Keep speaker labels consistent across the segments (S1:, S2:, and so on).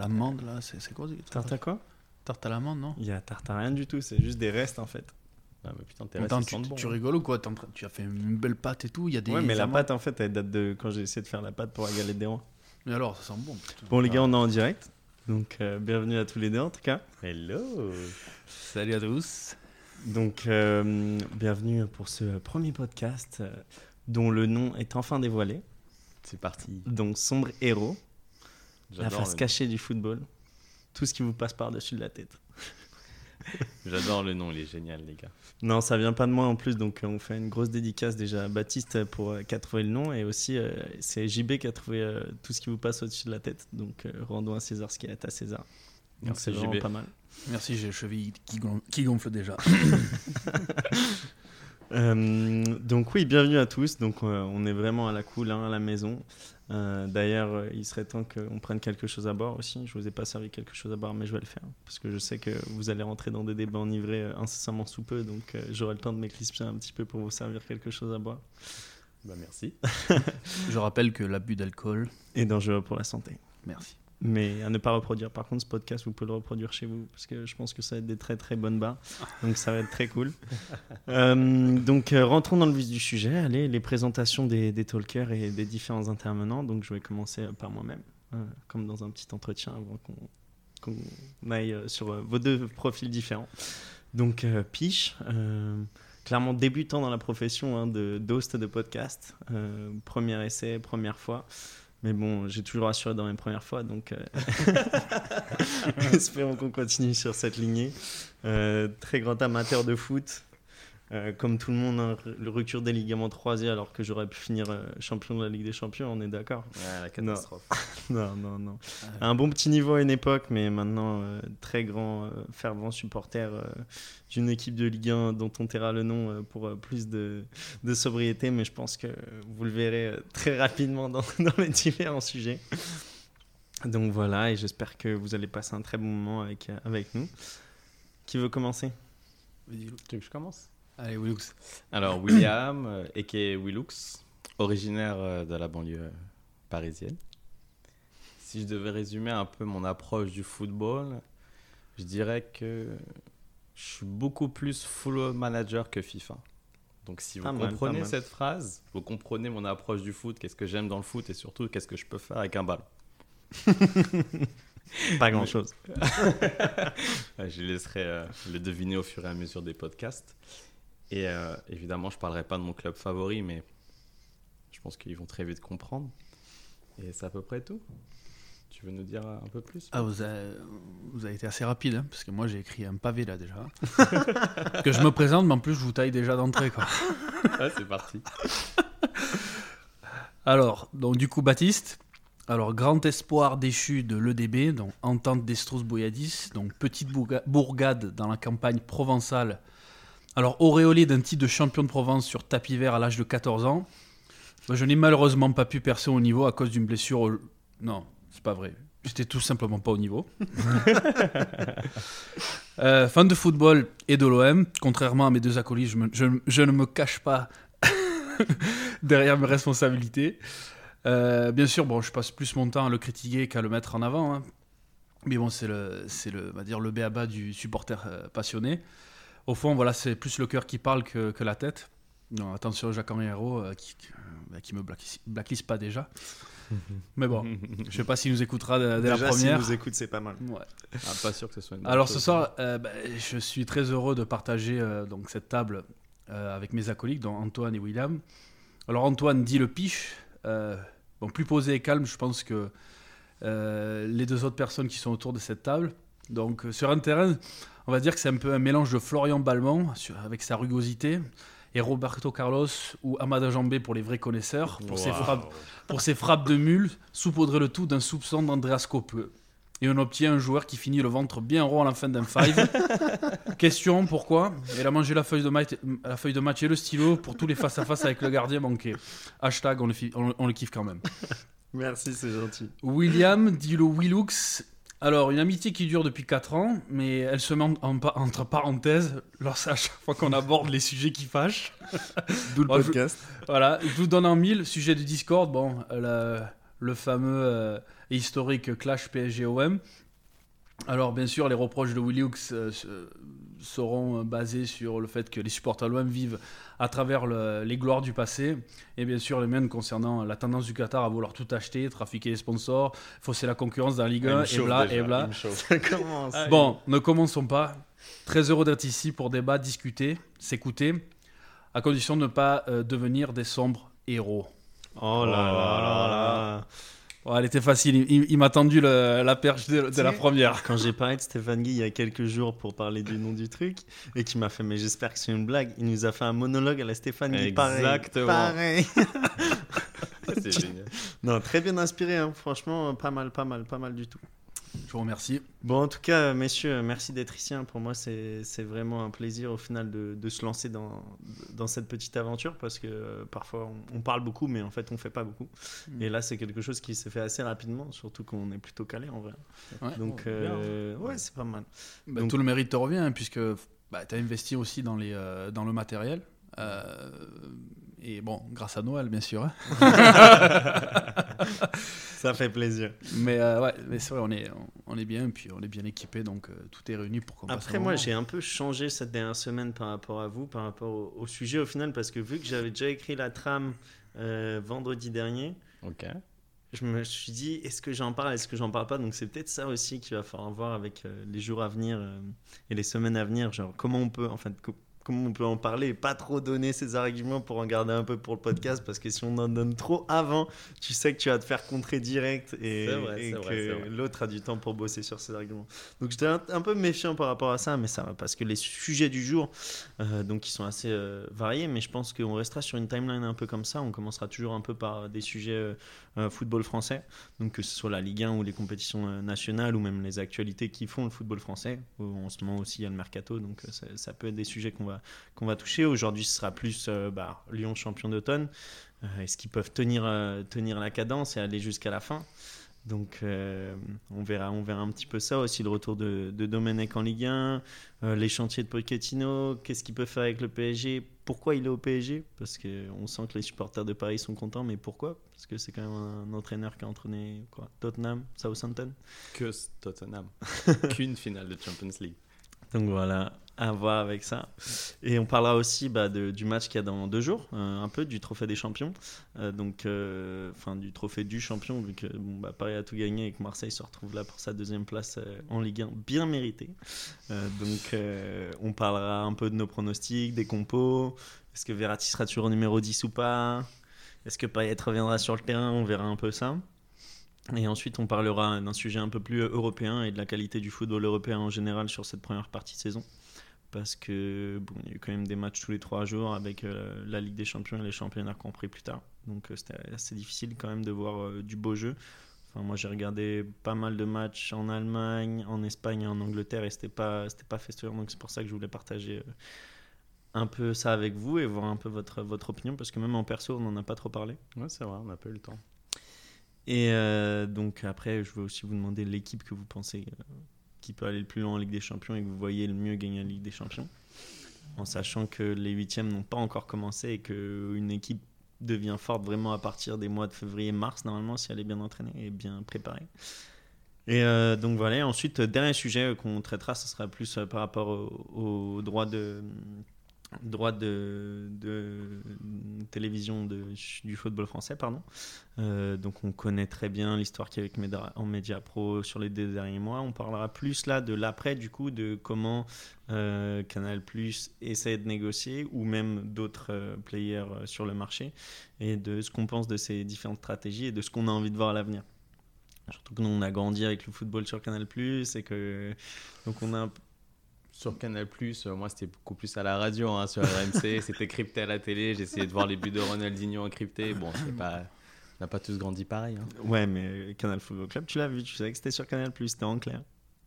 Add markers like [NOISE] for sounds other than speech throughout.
S1: amande là, c'est c'est quoi c'est-
S2: Tarte à quoi
S1: Tarte à l'amande, non
S2: Il y a tarte à rien du tout, c'est juste des restes en fait.
S3: Ah, mais putain, t'es
S1: Attends,
S3: resté
S1: tu,
S3: sans de bon.
S1: tu rigoles ou quoi T'es en train- Tu as fait une belle pâte et tout, il y a des
S2: ouais, mais la
S1: amandes.
S2: pâte en fait, elle date de quand j'ai essayé de faire la pâte pour la galette des rois.
S1: Mais alors, ça sent bon. putain.
S2: Bon, les gars, on est en direct. Donc, euh, bienvenue à tous les deux en tout cas.
S3: Hello
S1: Salut à tous.
S2: Donc, euh, bienvenue pour ce premier podcast euh, dont le nom est enfin dévoilé.
S3: C'est parti.
S2: Donc, Sombre Héros, la
S3: J'adore
S2: face
S3: le-
S2: cachée du football. Tout ce qui vous passe par-dessus de la tête.
S3: J'adore le nom, il est génial, les gars.
S2: Non, ça vient pas de moi en plus, donc euh, on fait une grosse dédicace déjà à Baptiste pour euh, qui a trouvé le nom et aussi euh, c'est JB qui a trouvé euh, tout ce qui vous passe au-dessus de la tête. Donc euh, rendons à César ce qui est à César. Donc
S3: Merci,
S2: c'est vraiment
S3: JB.
S2: pas mal.
S1: Merci, j'ai les chevilles qui, gon- qui gonflent
S2: [COUGHS]
S1: déjà.
S2: Euh, donc oui, bienvenue à tous. Donc euh, on est vraiment à la cool hein, à la maison. Euh, D'ailleurs, euh, il serait temps qu'on prenne quelque chose à boire aussi. Je vous ai pas servi quelque chose à boire, mais je vais le faire parce que je sais que vous allez rentrer dans des débats enivrés euh, incessamment sous peu. Donc euh, j'aurai le temps de m'éclisser un petit peu pour vous servir quelque chose à boire
S3: Bah, merci.
S1: Je rappelle que l'abus d'alcool,
S2: et dangereux pour la santé.
S1: merci.
S2: Mais à ne pas reproduire. Par contre, ce podcast, vous pouvez le reproduire chez vous parce que je pense que ça va être des très très bonnes barres. Donc ça va être très cool. Euh, donc euh, rentrons dans le vif du sujet. Allez, les présentations des, des talkers et des différents intervenants. Donc je vais commencer euh, par moi-même, euh, comme dans un petit entretien avant qu'on qu'on aille euh, sur euh, vos deux profils différents. Donc euh, Piche, euh, clairement débutant dans la profession hein, de d'host de podcast. Euh, premier essai, première fois. Mais bon, j'ai toujours assuré dans mes premières fois, donc euh, espérons qu'on continue sur cette lignée. Euh, très grand amateur de foot, euh, comme tout le monde, hein, le rupture des ligaments 3 alors que j'aurais pu finir euh, champion de la Ligue des Champions, on est d'accord
S3: Ah, la catastrophe.
S2: [LAUGHS] non, non, non. Un bon petit niveau à une époque, mais maintenant, euh, très grand euh, fervent supporter euh, d'une équipe de Ligue 1 dont on taira le nom euh, pour euh, plus de, de sobriété, mais je pense que vous le verrez euh, très rapidement dans, [LAUGHS] dans les différents sujets. Donc voilà, et j'espère que vous allez passer un très bon moment avec, euh, avec nous. Qui veut commencer
S1: Vas-y, Lou.
S3: Tu veux que je commence
S1: Allez, Willux.
S3: Alors, William, euh, a.k.a. Willux, originaire euh, de la banlieue euh, parisienne. Si je devais résumer un peu mon approche du football, je dirais que je suis beaucoup plus full manager que FIFA. Donc, si vous
S2: Pas mal, pas
S3: comprenez
S2: mal.
S3: cette phrase, vous comprenez mon approche du foot, qu'est-ce que j'aime dans le foot et surtout qu'est-ce que je peux faire avec un ballon.
S2: Pas grand-chose.
S3: Euh, Je les laisserai euh, le deviner au fur et à mesure des podcasts. Et euh, évidemment, je parlerai pas de mon club favori, mais je pense qu'ils vont très vite comprendre. Et c'est à peu près tout. Tu veux nous dire euh, un peu plus
S1: Ah, vous avez, vous avez été assez rapide, hein, parce que moi j'ai écrit un pavé là
S2: [LAUGHS]
S1: déjà. que je me présente, mais en plus je vous taille déjà d'entrée. quoi.
S3: [LAUGHS] Ouais, C'est parti.
S1: Alors, donc du coup, Baptiste. Alors, grand espoir déchu de l'EDB, donc entente des Strauss Boyadis, donc petite bourga- bourgade dans la campagne provençale. Alors, auréolé d'un titre de champion de Provence sur tapis vert à l'âge de 14 ans. Moi, je n'ai malheureusement pas pu percer au niveau à cause d'une blessure. au- Non, c'est pas vrai. J'étais tout simplement pas au niveau. Euh, fan de football et de l'OM, contrairement à mes deux acolytes, je, me- je- je ne me cache pas [LAUGHS] derrière mes responsabilités. Euh, bien sûr, bon, je passe plus mon temps à le critiquer qu'à le mettre en avant. hein. Mais bon, c'est le, c'est le, on va dire le béaba du supporter euh, passionné. Au fond, voilà, c'est plus le cœur qui parle que, que la tête. Non, attention, Jacques Henri Hérault, euh, qui, ne qui me blacklis- blacklist pas déjà. Mais bon, je sais pas s'il nous écoutera dès, dès la
S2: Déjà, s'il
S1: première.
S2: nous écoute, c'est pas mal.
S1: Ouais.
S3: Ah, pas sûr que ce soit une bonne
S1: Alors ce
S3: chose.
S1: soir, euh, bah, je suis très heureux de partager euh, donc cette table euh, avec mes acolytes, dont Antoine et William. Alors Antoine dit le piche. euh, bon, plus posé et calme, je pense que euh, les deux autres personnes qui sont autour de cette table. Donc euh, sur un terrain, on va dire que c'est un peu un mélange de Florian Balmont sur- avec sa rugosité et Roberto Carlos ou Amada Jambé pour les vrais connaisseurs,
S3: hein.
S1: pour ses
S3: Waouh.
S1: frappes pour ses frappes de mule, saupoudrer le tout d'un soupçon d'Andreas Copeux. Et on obtient un joueur qui finit le ventre bien rond à la fin d'un five. Question pourquoi Elle a mangé la feuille, de match, la feuille de match et le stylo pour tous les face-à-face avec le gardien manqué. Hashtag, on le, fi- on- on le kiffe quand même.
S2: Merci, c'est gentil.
S1: William dit le Willux. Alors, une amitié qui dure depuis 4 ans, mais elle se met en- en pa- entre parenthèses lorsqu'à chaque fois qu'on aborde les sujets qui fâchent.
S2: D'où le
S1: Moi, Oh, je- [LAUGHS]
S2: podcast.
S1: Voilà, je vous donne en mille. Sujet du Discord, bon, la- le fameux euh, et historique clash PSG-OM. Alors, bien sûr, les reproches de Willy Hooks euh, se- seront euh, basés sur le fait que les supporters de l'OM vivent à travers le- les gloires du passé, et bien sûr les miennes concernant la tendance du Qatar à vouloir tout acheter, trafiquer les sponsors, fausser la concurrence dans la Ligue
S3: Il me
S1: 1, et
S3: chauffe
S1: bla,
S3: déjà,
S1: et bla.
S3: il
S1: [LAUGHS]
S3: me chauffe.
S2: Ça commence.
S1: Bon, ne commençons pas. Très heureux d'être ici pour débattre, discuter, s'écouter, à condition de ne pas euh, devenir des sombres héros.
S2: Oh là là là là.
S1: Bon, elle était facile, il, il- il m'a tendu le- la perche de, de la
S2: Tu-
S1: première.
S2: Quand j'ai parlé de Stéphane Guy il y a quelques jours pour parler du nom du truc et qui m'a fait, mais j'espère que c'est une blague, il nous a fait un monologue à la Stéphane Guy. pareil,
S3: Exactement.
S2: Pareil.
S3: [LAUGHS] C'est génial.
S2: Non, très bien inspiré, hein. franchement, pas mal, pas mal, pas mal du tout.
S1: Je vous remercie.
S2: Bon, en tout cas, messieurs, merci d'être ici. hein. Pour moi, c'est c'est vraiment un plaisir au final de, de se lancer dans, dans cette petite aventure parce que euh, parfois on, on parle beaucoup, mais en fait on fait pas beaucoup.
S1: Mm.
S2: Et là, c'est quelque chose qui s'est fait assez rapidement, surtout qu'on est plutôt calé en vrai.
S1: Ouais.
S2: Donc, euh, ouais, c'est pas mal.
S1: Bah,
S2: Donc-
S1: tout le mérite te revient, hein, puisque tu as investi aussi dans, les, euh, dans le matériel. Euh, et bon, grâce à Noël, bien sûr. hein.
S2: Ça fait plaisir.
S1: Mais euh, ouais, mais c'est vrai, on est, on est bien, puis on est bien équipé, donc euh, tout est réuni pour qu'on passe
S2: Après,
S1: un
S2: moi,
S1: moment.
S2: j'ai un peu changé cette dernière semaine par rapport à vous, par rapport au, au sujet au final, parce que vu que j'avais déjà écrit la trame euh, vendredi dernier,
S3: Ok.
S2: je me suis dit, est-ce que j'en parle, est-ce que j'en parle pas Donc c'est peut-être ça aussi qu'il va falloir voir avec euh, les jours à venir euh, et les semaines à venir, genre comment on peut en fait, co- comment on peut en parler et pas trop donner ses arguments pour en garder un peu pour le podcast parce que si on en donne trop avant, tu sais que tu vas te faire contrer direct et,
S3: C'est vrai,
S2: et
S3: c'est
S2: que
S3: vrai, c'est vrai.
S2: l'autre a du temps pour bosser sur ses arguments. Donc j'étais un, un peu méfiant par rapport à ça, mais ça va parce que les sujets du jour, euh, donc ils sont assez euh, variés, mais je pense qu'on restera sur une timeline un peu comme ça. On commencera toujours un peu par des sujets euh, euh, football français, donc que ce soit la Ligue 1 ou les compétitions euh, nationales ou même les actualités qui font le football français. Euh, En ce moment aussi, il y a le mercato, donc euh, ça, ça peut être des sujets qu'on va, qu'on va toucher. Aujourd'hui, ce sera plus euh, bah, Lyon champion d'automne. Euh, Est-ce qu'ils peuvent tenir, euh, tenir la cadence et aller jusqu'à la fin donc euh, on, verra, on verra un petit peu ça aussi, le retour de, de Domenech en Ligue 1, euh, les chantiers de Pochettino, qu'est-ce qu'il peut faire avec le PSG, pourquoi il est au PSG, parce qu'on sent que les supporters de Paris sont contents, mais pourquoi Parce que c'est quand même un entraîneur qui a entraîné quoi, Tottenham, Southampton.
S3: Que Tottenham. [LAUGHS] Qu'une finale de Champions League.
S2: Donc voilà, à voir avec ça. Et on parlera aussi bah, de- du match qu'il y a dans deux jours, euh, un peu du trophée des champions. Euh, donc, euh, enfin, du trophée du champion, vu que bon, bah, Paris a tout gagné et que Marseille se retrouve là pour sa deuxième place euh, en Ligue 1, bien méritée. Euh, donc, euh, on parlera un peu de nos pronostics, des compos. Est-ce que Verratti sera toujours au numéro 10 ou pas Est-ce que Payet reviendra sur le terrain On verra un peu ça. Et ensuite, on parlera d'un sujet un peu plus euh, européen et de la qualité du football européen en général sur cette première partie de saison. Parce que bon, il y a eu quand même des matchs tous les trois jours avec euh, la Ligue des Champions et les championnats compris plus tard. Donc euh, c'était assez difficile quand même de voir euh, du beau jeu. Enfin, moi j'ai regardé pas mal de matchs en Allemagne, en Espagne et en Angleterre et c'était pas, c'était pas festif. Donc c'est pour ça que je voulais partager euh, un peu ça avec vous et voir un peu votre, votre opinion. Parce que même en perso, on n'en a pas trop parlé.
S3: Ouais, c'est vrai, on n'a pas eu le temps.
S2: Et euh, donc après, je veux aussi vous demander l'équipe que vous pensez euh, qui peut aller le plus loin en Ligue des Champions et que vous voyez le mieux gagner la Ligue des Champions, en sachant que les huitièmes n'ont pas encore commencé et qu'une équipe devient forte vraiment à partir des mois de février-mars, normalement, si elle est bien entraînée et bien préparée. Et euh, donc voilà, Et ensuite, euh, dernier sujet qu'on traitera, ce sera plus euh, par rapport au, au droit de droit de, de télévision de- du football français, pardon. Euh, donc on connaît très bien l'histoire qu'il y a avec Meda- en Media Pro sur les deux derniers mois. On parlera plus là de l'après, du coup, de comment euh, Canal Plus essaie de négocier ou même d'autres euh, players euh, sur le marché et de ce qu'on pense de ces différentes stratégies et de ce qu'on a envie de voir à l'avenir. Surtout que nous, on a grandi avec le football sur Canal Plus et que. Donc on a un peu-
S3: Sur Canal, euh, moi c'était beaucoup plus à la radio, hein,
S1: [LAUGHS]
S3: sur RMC, c'était crypté à la télé, j'essayais de voir les buts de Ronaldinho en crypté. Bon, c'est pas. On n'a pas tous grandi pareil. Hein.
S2: Ouais, mais euh, Canal Football Club, tu l'as vu, tu savais que c'était sur Canal Plus, c'était en clair.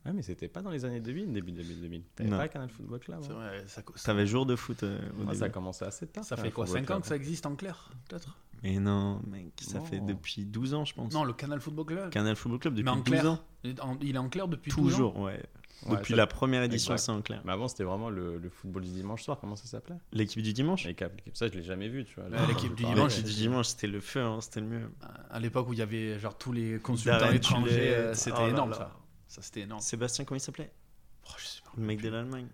S3: Ouais, Ah, mais c'était pas dans les années 2000, début 2000. 2000. T'avais
S2: Non.
S3: pas Canal Football Club. hein.
S1: C'est vrai, ça, co- ça-
S2: Ça avait jour de foot euh, au
S3: Moi,
S2: début.
S3: Ah, ça a commencé assez tard.
S1: ça fait
S3: Canal
S1: quoi
S3: Football
S1: 5 ans
S3: Club.
S1: que ça existe en clair, peut-être
S2: Mais non, mec, ça
S3: Non.
S2: fait depuis 12 ans, je pense.
S1: Non, le Canal Football Club.
S2: Canal Football Club depuis
S1: Mais en
S2: 12
S1: clair,
S2: ans.
S1: Il est en- il est en clair depuis 12 ans
S2: Toujours, ouais.
S4: Ouais,
S2: Depuis
S4: ça-
S2: la première édition,
S4: Exact.
S2: c'est en clair.
S4: Mais avant, c'était vraiment le, le football du dimanche soir. Comment ça s'appelait
S2: L'équipe du dimanche
S4: Les câbles- Ça, je l'ai jamais vu, tu vois.
S1: Ouais, l'équipe du
S4: je
S1: dimanche,
S4: parlais.
S2: L'équipe du dimanche, c'était le feu, hein, c'était le mieux.
S1: Euh, À l'époque où il y avait genre tous les consultants
S2: Darren
S1: étrangers,
S2: Tullet,
S1: euh, c'était
S2: oh là
S1: énorme
S2: là.
S1: ça. Ça c'était énorme.
S2: Sébastien, comment il s'appelait
S1: Oh, je sais pas.
S2: Le mec de l'Allemagne.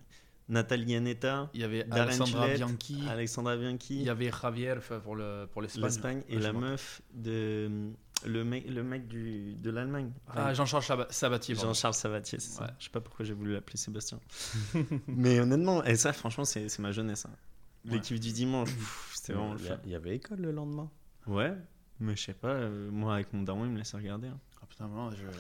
S2: Nathalie Aneta,
S1: Il y avait
S2: Darren
S1: Alessandra
S2: Tullet,
S1: Bianchi,
S2: Alexandra
S1: il
S2: Bianchi,
S1: y avait Javier enfin, pour le pour l'Espagne.
S2: l'Espagne et
S1: Ah, je
S2: la
S1: me-
S2: meuf de. Le mec, le mec du, de l'Allemagne.
S1: Ah, Jean-Charles Chaba- Sabatier. pardon.
S2: Jean-Charles Savatier, c'est ça.
S1: Ouais.
S2: Je sais pas pourquoi j'ai voulu
S1: [LAUGHS]
S2: l'appeler Sébastien. Mais honnêtement, et ça, franchement, c'est c'est ma jeunesse. hein.
S1: Ouais.
S2: L'équipe du dimanche, pff, c'était vraiment le
S4: Il y
S2: feu.
S4: a- Il y avait école le lendemain.
S2: Ouais, mais je sais pas, euh, moi avec mon daron, il me laissait regarder. hein.
S1: Ah, putain, moi, je...
S2: Moi,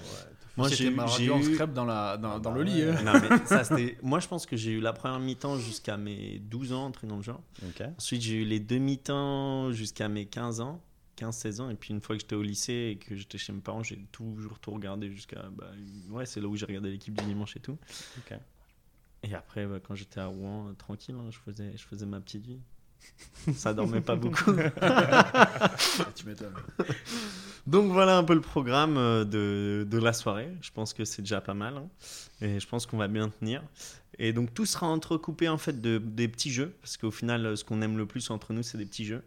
S1: Moi,
S2: j'ai
S1: j'étais
S2: eu-
S1: ma
S2: j'ai
S1: radio en
S2: eu-
S1: scrap dans, la, dans,
S4: Ah,
S1: dans
S4: bah
S1: le lit.
S4: ouais.
S1: hein.
S2: Euh, Non, mais ça, c'était- moi, je pense que j'ai eu la première mi-temps jusqu'à mes 12 ans, un truc dans le genre.
S4: Ok.
S2: Ensuite, j'ai eu les deux mi-temps jusqu'à mes 15 ans, 15-16 ans. Et puis, une fois que j'étais au lycée et que j'étais chez mes parents, j'ai toujours tout regardé jusqu'à. bah, ouais, c'est là où j'ai regardé l'équipe du dimanche et tout.
S4: Ok.
S2: Et après, bah, quand j'étais à Rouen, euh, tranquille, hein, je, faisais, je faisais ma petite vie. Ça dormait pas beaucoup.
S1: Ah, tu m'étonnes.
S2: Donc voilà un peu le programme euh, de, de la soirée. Je pense que c'est déjà pas mal. hein. Et je pense qu'on va bien tenir. Et donc tout sera entrecoupé en fait de, des petits jeux. Parce qu'au final, euh, ce qu'on aime le plus entre nous, c'est des petits jeux.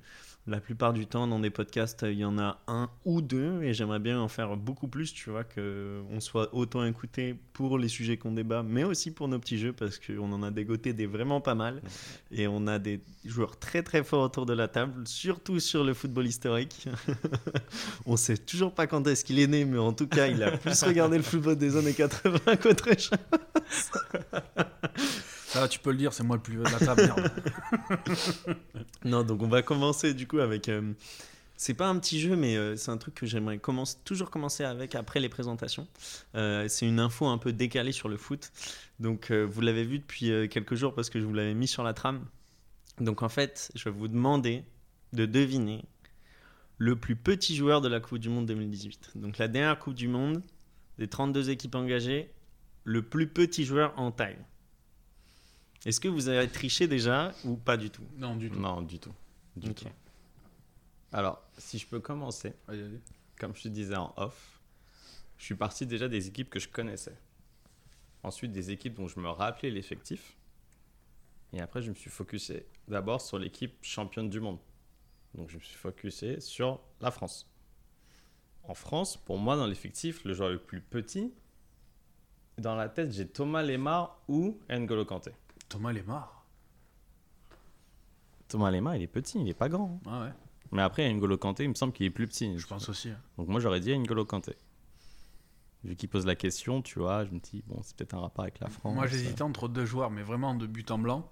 S2: La plupart du temps, dans des podcasts, euh, il y en a un ou deux. Et j'aimerais bien en faire beaucoup plus, tu vois, qu'on soit autant écouté pour les sujets qu'on débat, mais aussi pour nos petits jeux. Parce qu'on en a dégoté des vraiment pas mal. Et on a des joueurs très très forts autour de la table, surtout sur le football historique. on sait toujours pas quand est-ce qu'il est né, mais en tout cas, il a plus regardé le football des années 80 qu'autre chose.
S1: Ça, tu peux le dire, c'est moi le plus vieux de la table. merde.
S2: Non, donc on va commencer du coup avec. euh, c'est pas un petit jeu, mais euh, c'est un truc que j'aimerais commence- toujours commencer avec après les présentations. Euh, c'est une info un peu décalée sur le foot. Donc euh, vous l'avez vu depuis euh, quelques jours parce que je vous l'avais mis sur la trame. Donc en fait, je vais vous demander de deviner le plus petit joueur de la Coupe du Monde 2018. Donc la dernière Coupe du Monde, des 32 équipes engagées, le plus petit joueur en taille. Est-ce que vous avez triché déjà ou pas du tout
S1: non, du tout.
S4: Non, du tout. Du
S2: Ok.
S4: tout. Alors, si je peux commencer,
S1: Vas-y, vas-y.
S4: comme je te disais en off, je suis parti déjà des équipes que je connaissais. Ensuite, des équipes dont je me rappelais l'effectif. Et après, je me suis focusé d'abord sur l'équipe championne du monde. Donc, je me suis focusé sur la France. En France, pour moi, dans l'effectif, le joueur le plus petit, dans la tête, j'ai Thomas Lemar ou N'Golo Kanté.
S1: Thomas Lemar.
S4: Thomas Lemar, il est petit, il est pas grand. hein.
S1: Ah ouais,
S4: Mais après, N'Golo Kanté, il me semble qu'il est plus petit.
S1: je pense aussi. hein.
S4: Donc moi, j'aurais dit N'Golo Kanté. Vu qu'il pose la question, tu vois, je me dis, bon, c'est peut-être un rapport avec la France.
S1: Moi, j'hésitais entre deux joueurs, mais vraiment de but en blanc.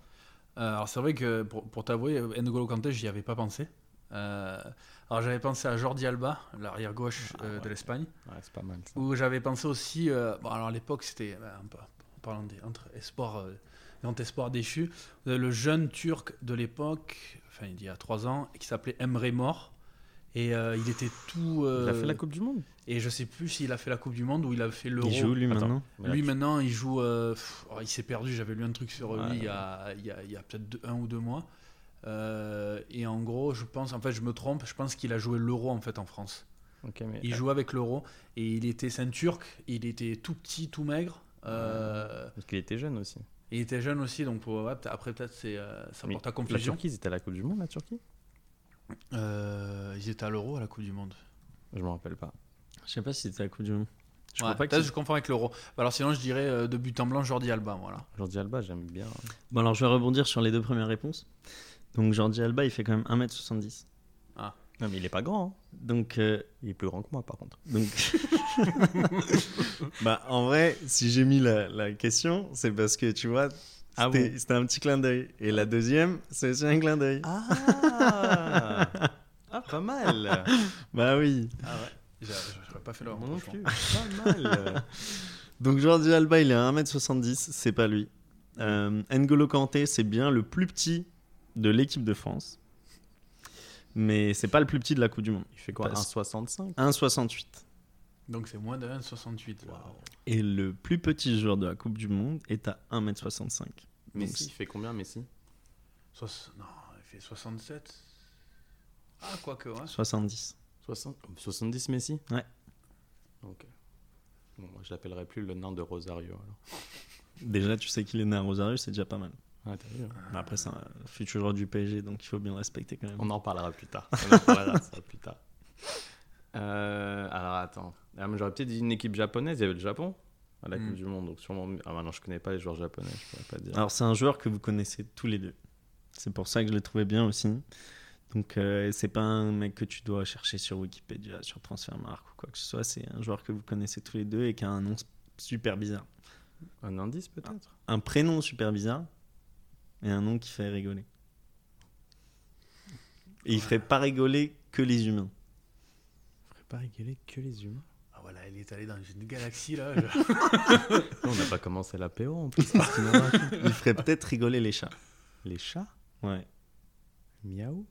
S1: Euh, alors, c'est vrai que pour, pour t'avouer, N'Golo Kanté, j'y avais pas pensé. Euh, alors, j'avais pensé à Jordi Alba, l'arrière gauche euh,
S4: Ah,
S1: de
S4: ouais.
S1: l'Espagne.
S4: Ouais, c'est pas mal. ça.
S1: Où j'avais pensé aussi, euh, bon, alors à l'époque c'était, euh, un peu- en parlant des, entre espoirs, euh, grand espoir déchu, vous avez le jeune turc de l'époque, enfin il y a trois ans, qui s'appelait Emre Mor. Et euh, il était tout.
S4: Il a
S1: euh,
S4: fait la Coupe du Monde.
S1: Et je sais plus s'il a fait la Coupe du Monde ou il a fait l'Euro.
S2: Il joue lui
S4: Attends.
S2: maintenant
S4: Mais la-
S1: Lui maintenant, il joue. euh, pff, oh, il s'est perdu. J'avais lu un truc sur lui
S4: Ouais.
S1: il y a, il y a- il y a peut-être deux- un ou deux mois. Euh, et en gros, je pense, en fait, je me trompe. Je pense qu'il a joué l'Euro en fait en France.
S4: Ok, mais-
S1: Il jouait avec l'euro et il était ceinturque, il était tout petit, tout maigre. euh,
S4: Parce qu'il était jeune aussi.
S1: Il était jeune aussi, donc pour- ouais, peut- après peut-être c'est euh, ça
S4: Mais
S1: porte à
S4: La
S1: confusion.
S4: Turquie, ils étaient à la Coupe du Monde, la Turquie
S1: Euh, ils étaient à l'euro à la Coupe du Monde.
S4: Je me rappelle pas.
S2: Je sais pas si c'était la Coupe du Monde.
S1: Ouais,
S2: Je crois pas que
S1: peut-être je confonds avec l'euro. Alors sinon je dirais euh, de but en blanc Jordi Alba, voilà.
S4: Jordi Alba, j'aime bien.
S2: c'est- Bon, alors je vais rebondir sur les deux premières réponses. Donc, Jordi Alba, il fait quand même 1m70.
S4: Non, mais il est pas grand. hein.
S2: Donc, euh,
S4: Il est plus grand que moi, par contre.
S2: donc... [LAUGHS] bah, en vrai, si j'ai mis la, la question, c'est parce que tu vois,
S4: Ah
S2: c'était c'était un petit clin d'œil. Et la deuxième, c'est aussi un clin d'œil.
S4: Ah [LAUGHS] Ah, pas mal
S2: Bah oui.
S1: Ah ouais. J'aurais pas fait l'euro.
S4: Moi non
S1: franchement.
S4: plus, pas
S1: [LAUGHS]
S4: mal
S2: Donc, Jordi Alba, il est à 1m70, c'est pas lui. Euh, N'Golo Kanté, c'est bien le plus petit de l'équipe de France. Mais c'est pas le plus petit de la Coupe du Monde.
S4: Il fait quoi
S2: Parce-
S4: 1,65
S2: 1,68.
S1: Donc c'est moins de 1,68. là.
S2: Et le plus petit joueur de la Coupe du Monde est à 1m65.
S4: Messi, il fait combien, Messi
S1: Soix- Non, il fait 67. Ah quoique ouais.
S2: 70.
S4: 60 70 Messi euh,
S2: Ouais.
S4: Ok. Bon, moi, je l'appellerai plus le nain de Rosario alors.
S2: Déjà, tu sais qu'il est né à Rosario, c'est déjà pas mal.
S4: Ah, t'as vu, hein.
S2: Mais Après, c'est un futur joueur du PSG, donc il faut bien le respecter quand même.
S4: On en parlera plus tard. On en parlera de ça plus tard. Euh, alors attends. Ah, mais J'aurais peut-être dit une équipe japonaise. Il y avait le Japon à la
S1: Mm.
S4: Coupe du Monde. Donc sûrement. Ah, maintenant, je connais pas les joueurs japonais. Je pourrais pas te dire.
S2: Alors, c'est un joueur que vous connaissez tous les deux. C'est pour ça que je le trouvais bien aussi. Donc, euh, c'est pas un mec que tu dois chercher sur Wikipédia, sur Transfermarkt ou quoi que ce soit. C'est un joueur que vous connaissez tous les deux et qui a un nom super bizarre.
S4: Un indice peut-être
S2: Un prénom super bizarre et un nom qui fait rigoler. Et il ferait pas rigoler que les humains.
S4: Faudrait pas rigoler que les humains.
S1: Ah voilà, il est allé dans une galaxie là.
S4: on n'a pas commencé l'apéro en plus.
S1: [LAUGHS]
S2: Il ferait peut-être rigoler les chats.
S4: les chats
S2: Ouais.
S4: Miaou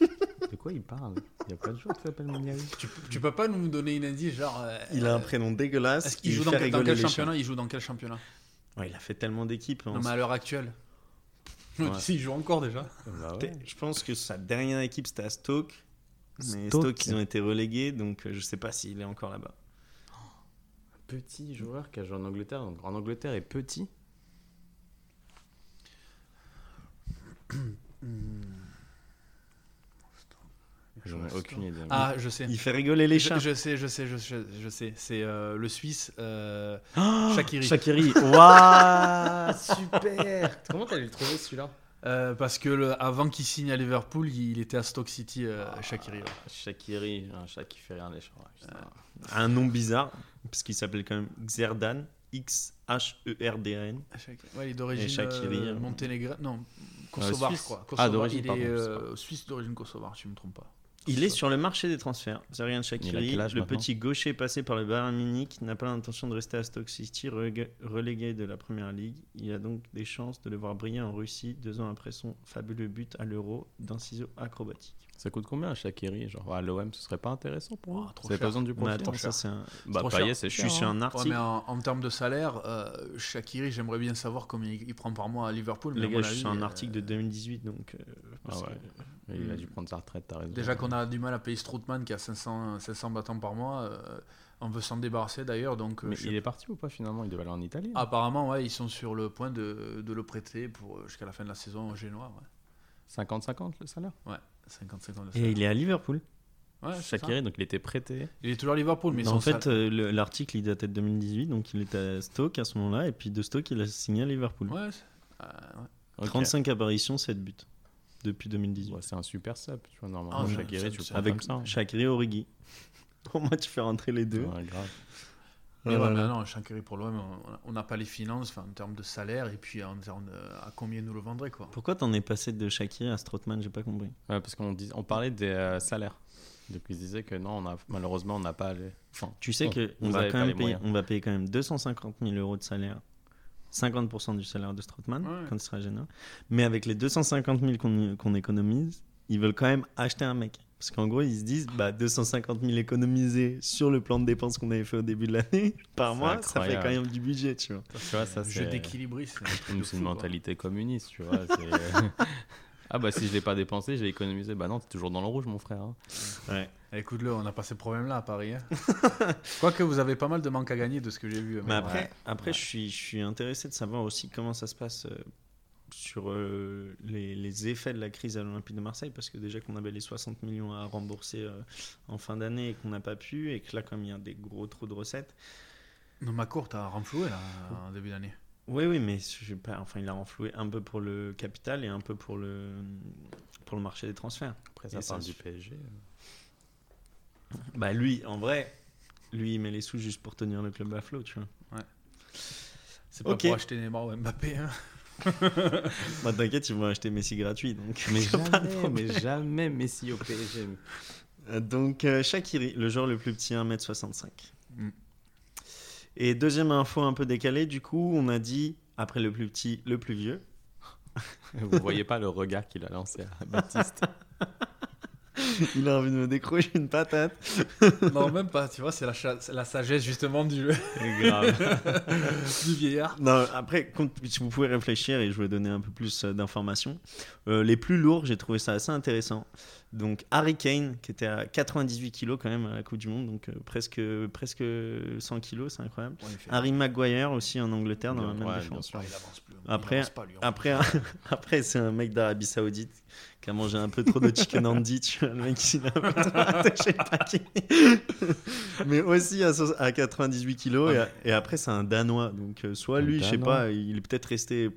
S4: De quoi il parle Il n'y a pas de joueur qui s'appelle [LAUGHS] Miaou.
S1: tu, [LAUGHS] tu peux pas nous donner une indice genre. euh,
S2: Il a un prénom dégueulasse.
S1: Est-ce qu'il
S2: il
S1: joue dans,
S2: fait
S1: quel- dans
S2: rigoler
S1: quel
S2: les chats.
S1: championnat Il joue dans quel championnat
S2: Ouais, il a fait tellement d'équipes. hein.
S1: Non mais à l'heure actuelle.
S4: Ouais.
S1: Si, il joue encore déjà.
S4: Ah bah
S2: C'était- Je pense que sa dernière équipe c'était à Stoke. Mais
S4: Stoke.
S2: Stoke, ils ont été relégués, donc euh, je sais pas s'il est encore là-bas.
S4: Petit joueur qui a joué en Angleterre. Donc en Angleterre est petit. J'en ai aucune idée.
S1: Ah, je sais.
S2: Il fait rigoler les
S1: Je,
S2: chats.
S1: je sais, je sais, je, je- je sais. C'est euh, le Suisse euh,
S2: Oh
S1: Shakiri. [LAUGHS]
S4: Shakiri. Waouh Super Comment t'avais trouvé celui-là
S1: Euh, parce que le- avant qu'il signe à Liverpool, il, il était à Stoke City, euh, Shakiri. ouais.
S4: Shakiri, un chat qui fait rien les chats. ouais, Ah. putain.
S2: Un nom bizarre, parce qu'il s'appelle quand même Xerdan. E X-H-E-R-D-N.
S1: Ouais, il est d'origine
S2: Et Shakiri,
S1: euh,
S2: euh,
S1: monténégrine- Non, kosovar,
S4: Suisse.
S1: je crois.
S4: Ah,
S1: Kosovar.
S4: d'origine,
S1: Il
S4: pardon,
S1: est
S4: je sais
S1: euh, suisse d'origine kosovar, tu me trompes pas.
S2: Il est sur le marché des transferts. Zarian Shakiri,
S4: quel
S2: le
S4: âge maintenant
S2: petit gaucher passé par le Bayern Munich, n'a pas l'intention de rester à Stoke City, relégué- relégué de la première ligue. Il a donc des chances de le voir briller en Russie deux ans après son fabuleux but à l'Euro d'un ciseau acrobatique.
S4: Ça coûte combien un Shakiri Genre à l'OM, ce serait pas intéressant pour
S1: Oh,
S4: moi.
S1: trop
S4: Vous avez
S1: cher.
S4: pas besoin du
S2: Mais
S4: profil
S2: attends,
S1: trop
S2: ça
S1: cher.
S2: c'est un.
S4: Bah
S1: trop
S4: Payet,
S1: cher.
S4: c'est
S2: Je
S4: cher.
S2: suis sur
S4: hein.
S2: un
S1: Ouais,
S2: article.
S1: mais en, en termes de salaire, euh, Shakiri, j'aimerais bien savoir combien il, il prend par mois à Liverpool. mais
S2: Les
S1: à
S2: gars,
S1: mon
S2: je suis
S1: avis,
S2: sur un
S1: euh,
S2: article de 2018, donc. euh, parce
S4: ouais. Mm.
S2: que-
S4: Il a
S1: Hmm.
S4: dû prendre sa retraite, t'as raison.
S1: Déjà qu'on a du mal à payer Strootman qui a 500, 500 battants par mois, euh, on veut s'en débarrasser d'ailleurs. Donc, euh,
S4: Mais
S1: je-
S4: il est parti ou pas finalement Il devait aller en Italie. hein.
S1: apparemment, ouais, ils sont sur le point de, de le prêter pour euh, jusqu'à la fin de la saison au Génois. Ouais.
S4: 50-50 le salaire
S1: 50-50
S2: Et il est à Liverpool.
S1: ouais, c'est ça.
S4: Shakiri, donc il était prêté.
S1: Il est toujours à Liverpool, mais
S2: en
S1: son
S2: fait,
S1: sal-
S2: euh, le- l'article il datait de 2018, donc il était à Stoke à ce moment-là, et puis de Stoke il a signé à Liverpool.
S1: Ouais, c'est- euh, ouais.
S4: Ok.
S2: 35 apparitions, 7 buts depuis 2018.
S4: Ouais, c'est un super sub, tu vois.
S1: Ah,
S4: Normalement,
S1: ouais,
S4: Shakiri,
S1: ça-
S4: tu le
S1: ça-
S4: prends
S2: Avec
S4: comme ça. hein.
S2: Shakiri [LAUGHS] Origi. Au moins, tu fais rentrer les deux.
S4: Ouais, grave.
S1: Mais
S2: Euh,
S1: ouais, mais non, Shakiri pour l'OM, on- on n'a pas les finances enfin, en termes de salaire et puis en termes de- à combien nous le vendrait. Quoi.
S2: Pourquoi t'en es passé de Shakiri à Strootman J'ai pas compris.
S4: Ouais, parce qu'on dis- on parlait des euh, salaires. Donc ils disaient que non, on a... malheureusement, on n'a pas les. Enfin,
S2: Tu sais
S4: Bon,
S2: que on
S4: vous
S2: va,
S4: avez
S2: quand
S4: Oh, pas
S2: même
S4: les
S2: payer,
S4: moyens.
S2: on va payer quand même 250 000 euros de salaire. 50% du salaire de Strootman
S1: Ouais.
S2: quand il sera gênant. Mais avec les 250 000 qu'on qu'on économise, ils veulent quand même acheter un mec. Parce qu'en gros, ils se disent bah, 250 000 économisés sur le plan de dépenses qu'on avait fait au début de l'année, [LAUGHS] par
S4: C'est
S2: mois, ça
S4: incroyable.
S2: fait quand même du budget, tu vois.
S4: tu vois, ça,
S1: Je
S4: c'est
S1: d'équilibriste. C'est un truc de
S4: une, c'est une
S1: fou, quoi.
S4: mentalité communiste, tu vois. c'est- ah bah si je l'ai pas dépensé, j'ai économisé. Bah non, t'es toujours dans le rouge, mon frère. hein.
S1: Eh, Écoute-le, on n'a pas ces problèmes-là à Paris. hein.
S2: [LAUGHS]
S1: Quoique vous avez pas mal de manques à gagner de ce que j'ai vu. euh,
S2: Mais
S1: mais-
S2: après,
S4: Ouais.
S2: après Je, suis, je suis intéressé de savoir aussi comment ça se passe euh, sur euh, les, les effets de la crise à l'Olympique de Marseille, parce que déjà qu'on avait les 60 millions à rembourser euh, en fin d'année et qu'on n'a pas pu, et que là, comme il y a des gros trous de recettes.
S1: Non, ma cour, t'as renfloué là en début d'année.
S2: Oui, oui, mais je sais pas, enfin, il a renfloué un peu pour le capital et un peu pour le, pour le marché des transferts.
S4: Après,
S2: Et
S4: ça
S2: ça
S4: parle
S2: se-
S4: du PSG.
S2: Bah, lui, en vrai, lui, il met les sous juste pour tenir le club à flot, tu vois.
S1: C'est pas
S2: Ok.
S1: pour acheter Neymar ou Mbappé.
S2: [LAUGHS]
S1: hein.
S2: Bah, t'inquiète, ils vont acheter Messi gratuit, donc.
S4: [LAUGHS]
S2: [LAUGHS]
S4: Mais
S2: y a pas de
S4: jamais, mais jamais Messi au PSG.
S2: Euh, Donc, euh, Shakiri, le joueur le plus petit, 1m65.
S1: Mm.
S2: Et deuxième info un peu décalée, du coup, on a dit, après le plus petit, le plus vieux. [LAUGHS]
S4: Vous voyez pas le regard qu'il a lancé à Baptiste.
S2: Il a envie de me décrocher une patate.
S1: Non, même pas, tu vois, c'est la, cha- c'est la sagesse justement du, [LAUGHS]
S4: Grave.
S1: du vieillard.
S2: Non, après, quand- si vous pouvez réfléchir et je vais donner un peu plus euh, d'informations. Euh, les plus lourds, j'ai trouvé ça assez intéressant. Donc Harry Kane, qui était à 98 kilos quand même à la Coupe du Monde, donc euh, presque, presque 100 kilos, c'est incroyable. Harry Maguire aussi en Angleterre dans la même
S4: Ouais, bien
S2: défense.
S4: sûr.
S1: il avance plus. hein.
S2: Après-
S1: il avance pas, lui, en
S2: Après, [LAUGHS] après c'est un mec d'Arabie Saoudite qui a mangé un peu trop de chicken handi. Tu vois, le mec, il a un peu trop attaché le
S4: [LAUGHS]
S2: paquet. Mais aussi à, so- à 98 kilos. et a- Et, après, c'est un Danois. Donc, euh, soit
S4: Un
S2: lui, je sais
S4: Danois.
S2: pas, il est peut-être resté.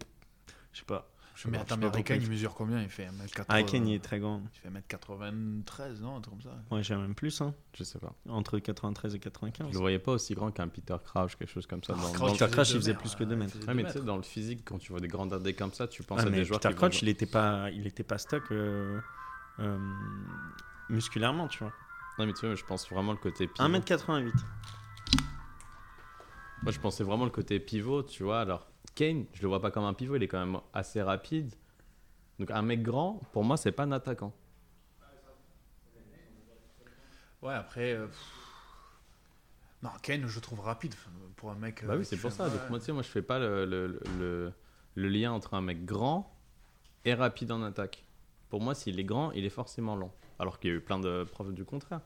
S2: Je sais pas.
S1: fait. Mais
S2: Je sais
S1: attends,
S2: pas
S1: mais Harry
S2: pourquoi.
S1: Kane, il mesure combien Il fait 1m80.
S2: Ah, Kane, il est très grand.
S1: Il fait 1m93, non Un truc comme ça.
S2: Ouais, j'ai même plus, hein.
S4: Je sais pas.
S2: Entre 93 et
S4: Je le
S2: 95.
S4: voyais pas aussi grand qu'un Peter Crouch, quelque chose comme ça. dans,
S1: Oh, Crouch,
S4: dans-
S2: Peter
S1: faisait
S2: Crouch, il
S1: deux
S2: faisait
S1: mètres,
S2: plus que
S1: euh,
S2: deux
S1: il
S2: mètres.
S1: faisait
S4: Ouais, Ah, mais
S1: deux
S4: tu sais,
S1: mètres.
S4: dans le physique, quand tu vois des grands dés comme ça, tu penses
S2: Ah,
S4: à
S2: mais
S4: des joueurs
S2: Peter
S4: qui
S2: Crouch,
S4: vont-
S2: il était pas, il était pas stock euh, euh, musculairement, tu vois.
S4: Non, mais tu vois, je pense vraiment le côté pivot.
S2: 1m88.
S4: Moi, je pensais vraiment le côté pivot, tu vois. Alors, Kane, je le vois pas comme un pivot, il est quand même assez rapide. Donc, un mec grand, pour moi, c'est pas un attaquant.
S1: Ouais, après. euh, pff. Non, Kane, je le trouve rapide enfin, pour un mec.
S4: Bah
S1: euh,
S4: oui,
S1: qui
S4: c'est pour
S1: fait-
S4: ça. Donc,
S1: ouais.
S4: moi, tu sais, moi, je fais pas le, le, le- le lien entre un mec grand et rapide en attaque. Pour moi, s'il est grand, il est forcément lent. Alors qu'il y a eu plein de preuves du contraire.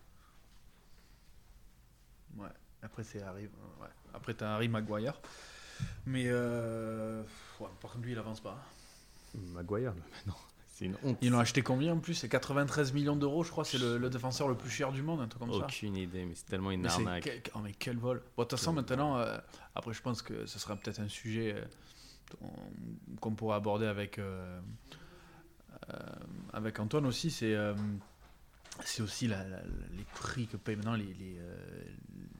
S1: Ouais. Après, c'est Harry. euh, ouais. Après, t'as Harry Maguire. Mais euh, ouais, par contre, lui, il avance pas.
S4: Maguire, là, maintenant, c'est une honte.
S1: Ils l'ont acheté combien en plus C'est 93 millions d'euros, je crois. C'est le, le défenseur le plus cher du monde, un truc comme ça.
S4: Aucune idée, mais c'est tellement une
S1: Mais c'est
S4: arnaque.
S1: quel- oh, mais quel vol Bon, de toute façon, maintenant, euh, après, je pense que ce sera peut-être un sujet euh, qu'on- qu'on pourra aborder avec, euh, euh, avec Antoine aussi. C'est euh, c'est aussi la- la- la- les prix que payent maintenant les, les, euh,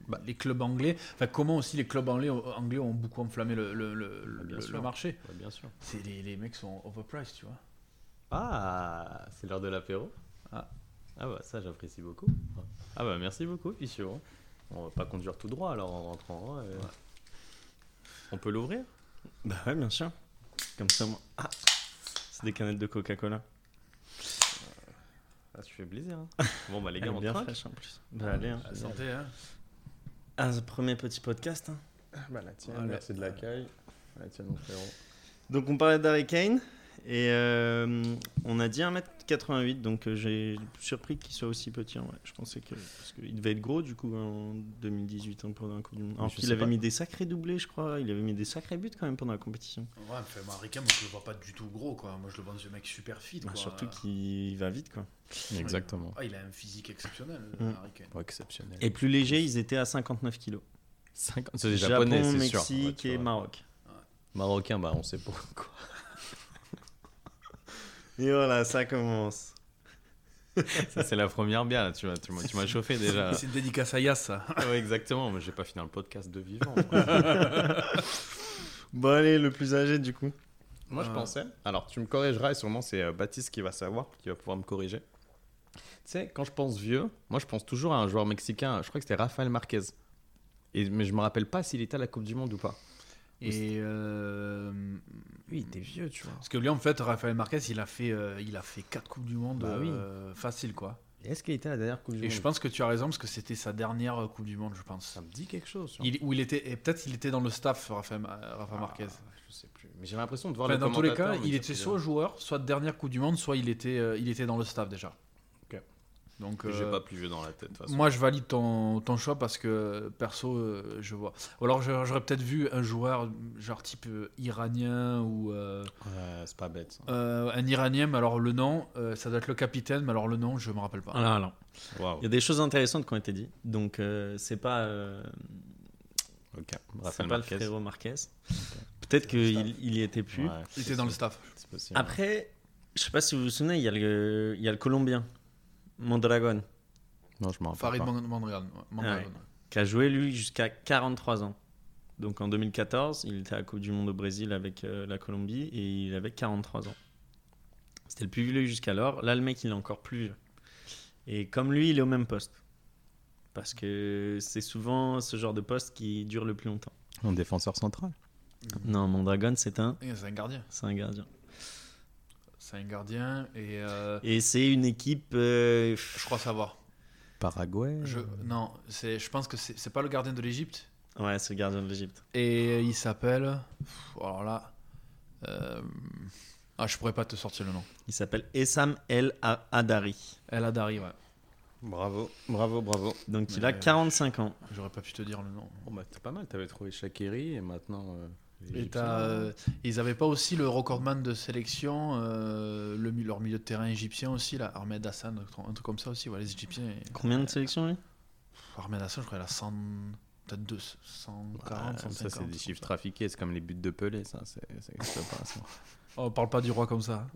S4: Bah.
S1: les clubs anglais. Enfin, comment aussi les clubs anglais, anglais ont beaucoup enflammé le, le- le-
S4: Ah, bien
S1: le-
S4: sûr.
S1: le marché.
S4: Ouais, bien sûr.
S1: C'est les, les mecs sont overpriced, tu vois.
S4: Ah, c'est l'heure de l'apéro.
S1: Ah.
S4: Ah bah ça j'apprécie beaucoup. Ah bah merci beaucoup Fichot. On va pas conduire tout droit alors en rentrant. hein, euh. On peut l'ouvrir
S2: Bah ouais, bien sûr. Comme ça, moi. Ah C'est des canettes de Coca-Cola.
S4: Ah, tu fais plaisir. [LAUGHS] hein. Bon bah les
S2: Elle
S4: gars
S2: est
S4: on
S2: bien
S4: trinque.
S2: fraîche en plus. Bah allez. Hein.
S1: La santé, hein.
S2: Ah, ce premier petit podcast. hein.
S4: Bah la tienne,
S1: Voilà. merci
S4: de l'accueil. La tienne mon
S3: euh,
S4: frérot.
S2: Donc on parlait d'Harry Kane. Et euh, on a dit 1m88, donc euh, j'ai surpris qu'il soit aussi petit. hein, ouais. Je pensais que. Parce qu'il devait être gros du coup en 2018 hein, pendant la Coupe du Monde. Alors
S4: je
S2: qu'il
S4: sais
S2: avait
S4: pas.
S2: mis des sacrés doublés, je crois. Il avait mis des sacrés buts quand même pendant la compétition.
S1: Ouais, mais fait, moi, Rica, moi, je le vois pas du tout gros, quoi. Moi, je le vois ce mec super fit,
S2: Bah,
S1: quoi.
S2: surtout qu'il va vite quoi.
S4: Exactement.
S1: Ah, il a un physique exceptionnel,
S2: Mm.
S1: Harry Kane.
S4: exceptionnel.
S2: Et plus léger, ils étaient à 59 kilos.
S4: 50... C'est des
S2: Japon,
S4: japonais c'est sûr. Ouais,
S2: Mexique
S4: tu
S2: et
S4: vois.
S2: Maroc.
S4: Marocain bah on sait pas quoi.
S2: Et voilà, ça commence.
S4: ça c'est la première bière là tu m'as tu m'as- tu m'as chauffé déjà.
S1: C'est une dédicace à Yas, ça.
S4: [LAUGHS] ouais, exactement mais j'ai pas fini le podcast de vivant.
S2: Bon, allez, le plus âgé du coup.
S4: Moi, je
S1: Ah.
S4: pensais. Euh, Alors, tu me corrigeras et sûrement c'est euh, Baptiste qui va savoir, qui va pouvoir me corriger. Tu sais, quand je pense vieux, moi je pense toujours à un joueur mexicain. Je crois que c'était Rafael Marquez. Et, mais je me rappelle pas s'il était à la Coupe du Monde ou pas.
S1: Et euh,
S4: Lui, il était vieux, tu vois.
S1: parce que lui, en fait, Rafael Marquez, il a fait, euh, il a fait quatre coupes du monde
S4: Bah oui.
S1: euh, facile, quoi.
S4: Est-ce qu'il était à la dernière Coupe du
S1: Et
S4: Monde Ah,
S1: je pense que tu as raison parce que c'était sa dernière euh, coupe du monde, je pense.
S4: Ça me dit quelque chose. tu vois.
S1: Il, où il était, et peut-être il était dans le staff, Rafael, Ma- Rafa
S4: Ah,
S1: Marquez.
S4: Je sais plus. Mais j'ai l'impression de voir
S1: Enfin,
S4: le
S1: dans tous les cas,
S4: commentateur me
S1: il
S4: dire
S1: était
S4: qu'il est
S1: soit
S4: là.
S1: joueur, soit dernière coupe du monde, soit il était, euh, il était dans le staff déjà.
S4: Ok.
S1: Donc,
S4: J'ai
S1: euh,
S4: pas plus vieux dans la tête, de toute façon.
S1: Moi, je valide ton, ton choix parce que perso, euh, je vois. Ou alors, je- j'aurais peut-être vu un joueur, genre type euh, iranien ou euh,
S4: Ouais, c'est pas bête. ça.
S1: euh, un iranien, mais alors le nom, euh, ça doit être le capitaine, mais alors le nom, je me rappelle
S4: Ah,
S1: pas.
S4: Waouh.
S2: Ah, Il y a des choses intéressantes qui ont été dites. Donc, euh, c'est pas, euh,
S4: Ok.
S2: c'est
S4: Rafael
S2: pas le
S4: Marquez.
S2: frérot Marquez. Peut-être qu'il il y était plus.
S4: Ouais,
S1: Il était dans le staff.
S4: c'est possible.
S1: Ah.
S2: Après, je sais pas si vous vous souvenez, il y a le, il y a le Colombien, Mondragon,
S4: Non, je m'en rappelle.
S1: Farid
S4: pas. Ah
S1: Mand- Mandrian. ouais, Mandrian.
S2: qui a joué lui jusqu'à 43 ans. Donc, en 2014, il était à la Coupe du Monde au Brésil avec euh, la Colombie et il avait 43 ans. C'était le plus vieux jusqu'alors. Là, le mec, il est encore plus vieux. Et comme lui, il est au même poste. Parce que c'est souvent ce genre de poste qui dure le plus longtemps.
S4: Un défenseur central.
S2: Non, Mondragon, c'est un,
S1: Et C'est un gardien.
S2: c'est un gardien.
S1: C'est C'est un gardien. Et euh,
S2: Et c'est une équipe. euh,
S1: je crois savoir.
S3: Paraguay.
S1: Je, non, c'est- je pense que c'est c'est pas le gardien de l'Égypte.
S2: Ouais, c'est le gardien de l'Egypte.
S1: Et il s'appelle. pff, Alors là. euh, Ah, je pourrais pas te sortir le nom.
S2: Il s'appelle Essam El A- Adari.
S1: El Adari, ouais.
S3: Bravo, bravo, bravo.
S2: Donc il
S1: Ouais,
S2: a
S1: ouais.
S2: 45 ans.
S1: J'aurais pas pu te dire le nom.
S3: Bon, bah, c'est pas mal, t'avais trouvé Shakiri et maintenant. euh,
S1: Et
S3: l'Égyptien.
S1: t'as, euh, ils avaient pas aussi le recordman de sélection, euh, le, mi- leur milieu de terrain égyptien aussi, là, Ahmed Hassan, un truc comme ça aussi. Ouais, les Égyptiens. et-
S2: Combien de sélections, lui
S1: Pff, Ahmed Hassan, je crois, il a 100. Peut-être 200, 140,
S3: Ah,
S1: 150.
S3: ça, c'est des chiffres trafiqués, c'est comme les buts de Pelé, ça. c'est- Ça n'existe pas. ça.
S1: Oh, on parle pas du roi comme ça.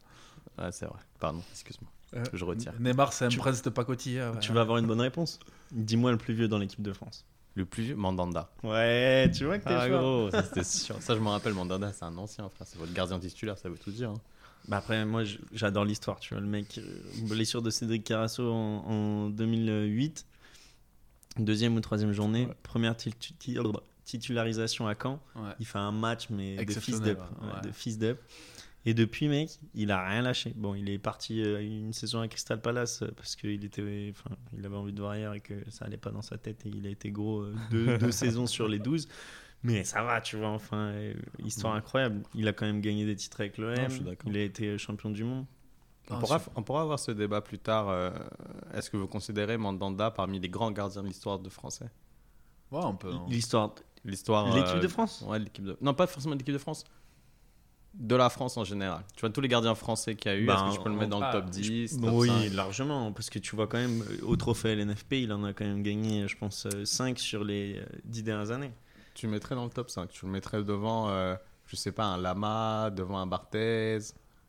S3: Ah, c'est vrai. Pardon, excuse-moi.
S1: Euh,
S3: Je retire.
S1: Neymar, c'est un
S2: Tu-
S1: prince de pacotille. hein, ouais.
S2: Tu vas avoir une bonne réponse. Dis-moi le plus vieux dans l'équipe de France.
S3: Le plus vieux, Mandanda.
S2: Ouais, tu vois que t'es
S3: Ah,
S2: fort.
S3: gros, ça, c'était sûr. Ça, je me rappelle, Mandanda, c'est un ancien, frère. C'est votre gardien titulaire, ça veut tout dire. hein.
S2: Bah après, moi, je- j'adore l'histoire, tu vois. Le mec, euh, blessure de Cédric Carasso en, en 2008, deuxième ou troisième journée,
S1: Ouais.
S2: première titu- ti- titularisation à Caen.
S1: Ouais.
S2: Il fait un match, mais de fils
S1: Exceptionnel,
S2: d'up.
S1: ouais.
S2: ouais, de fils d'up. Et depuis, mec, il a rien lâché. Bon, il est parti euh, une saison à Crystal Palace euh, parce qu'il était, enfin, il avait envie de varier et que ça allait pas dans sa tête. Et il a été gros euh, deux, [LAUGHS] deux saisons sur les 12. Mais ça va, tu vois, enfin, euh, histoire incroyable. Il a quand même gagné des titres avec l'OM.
S3: Non, je suis d'accord.
S2: Il a été champion du monde.
S1: Ah,
S3: On pourra,
S1: c'est-
S3: on pourra avoir ce débat plus tard. euh, Est-ce que vous considérez Mandanda parmi les grands gardiens de l'histoire de français
S1: Ouais, on
S3: Euh,
S1: peut. hein.
S2: L'histoire.
S4: Ah,
S3: L'histoire.
S2: L'équipe
S3: euh,
S2: de France
S3: Ouais, l'équipe de. Non, pas forcément de l'équipe de France. De la France en général. Tu vois, tous les gardiens français qu'il y a eu,
S2: Bah,
S3: est-ce que je peux le mettre dans
S1: ah,
S3: le top
S1: je-
S3: 10 top
S2: Oui,
S3: 5?
S2: largement, parce que tu vois quand même, euh, au trophée LNFP, il en a quand même gagné, je pense, 5 sur les 10 dernières années.
S3: Tu le mettrais dans le top 5. Tu le mettrais devant, euh, je sais pas, un Lama, Ah, devant un Barthez.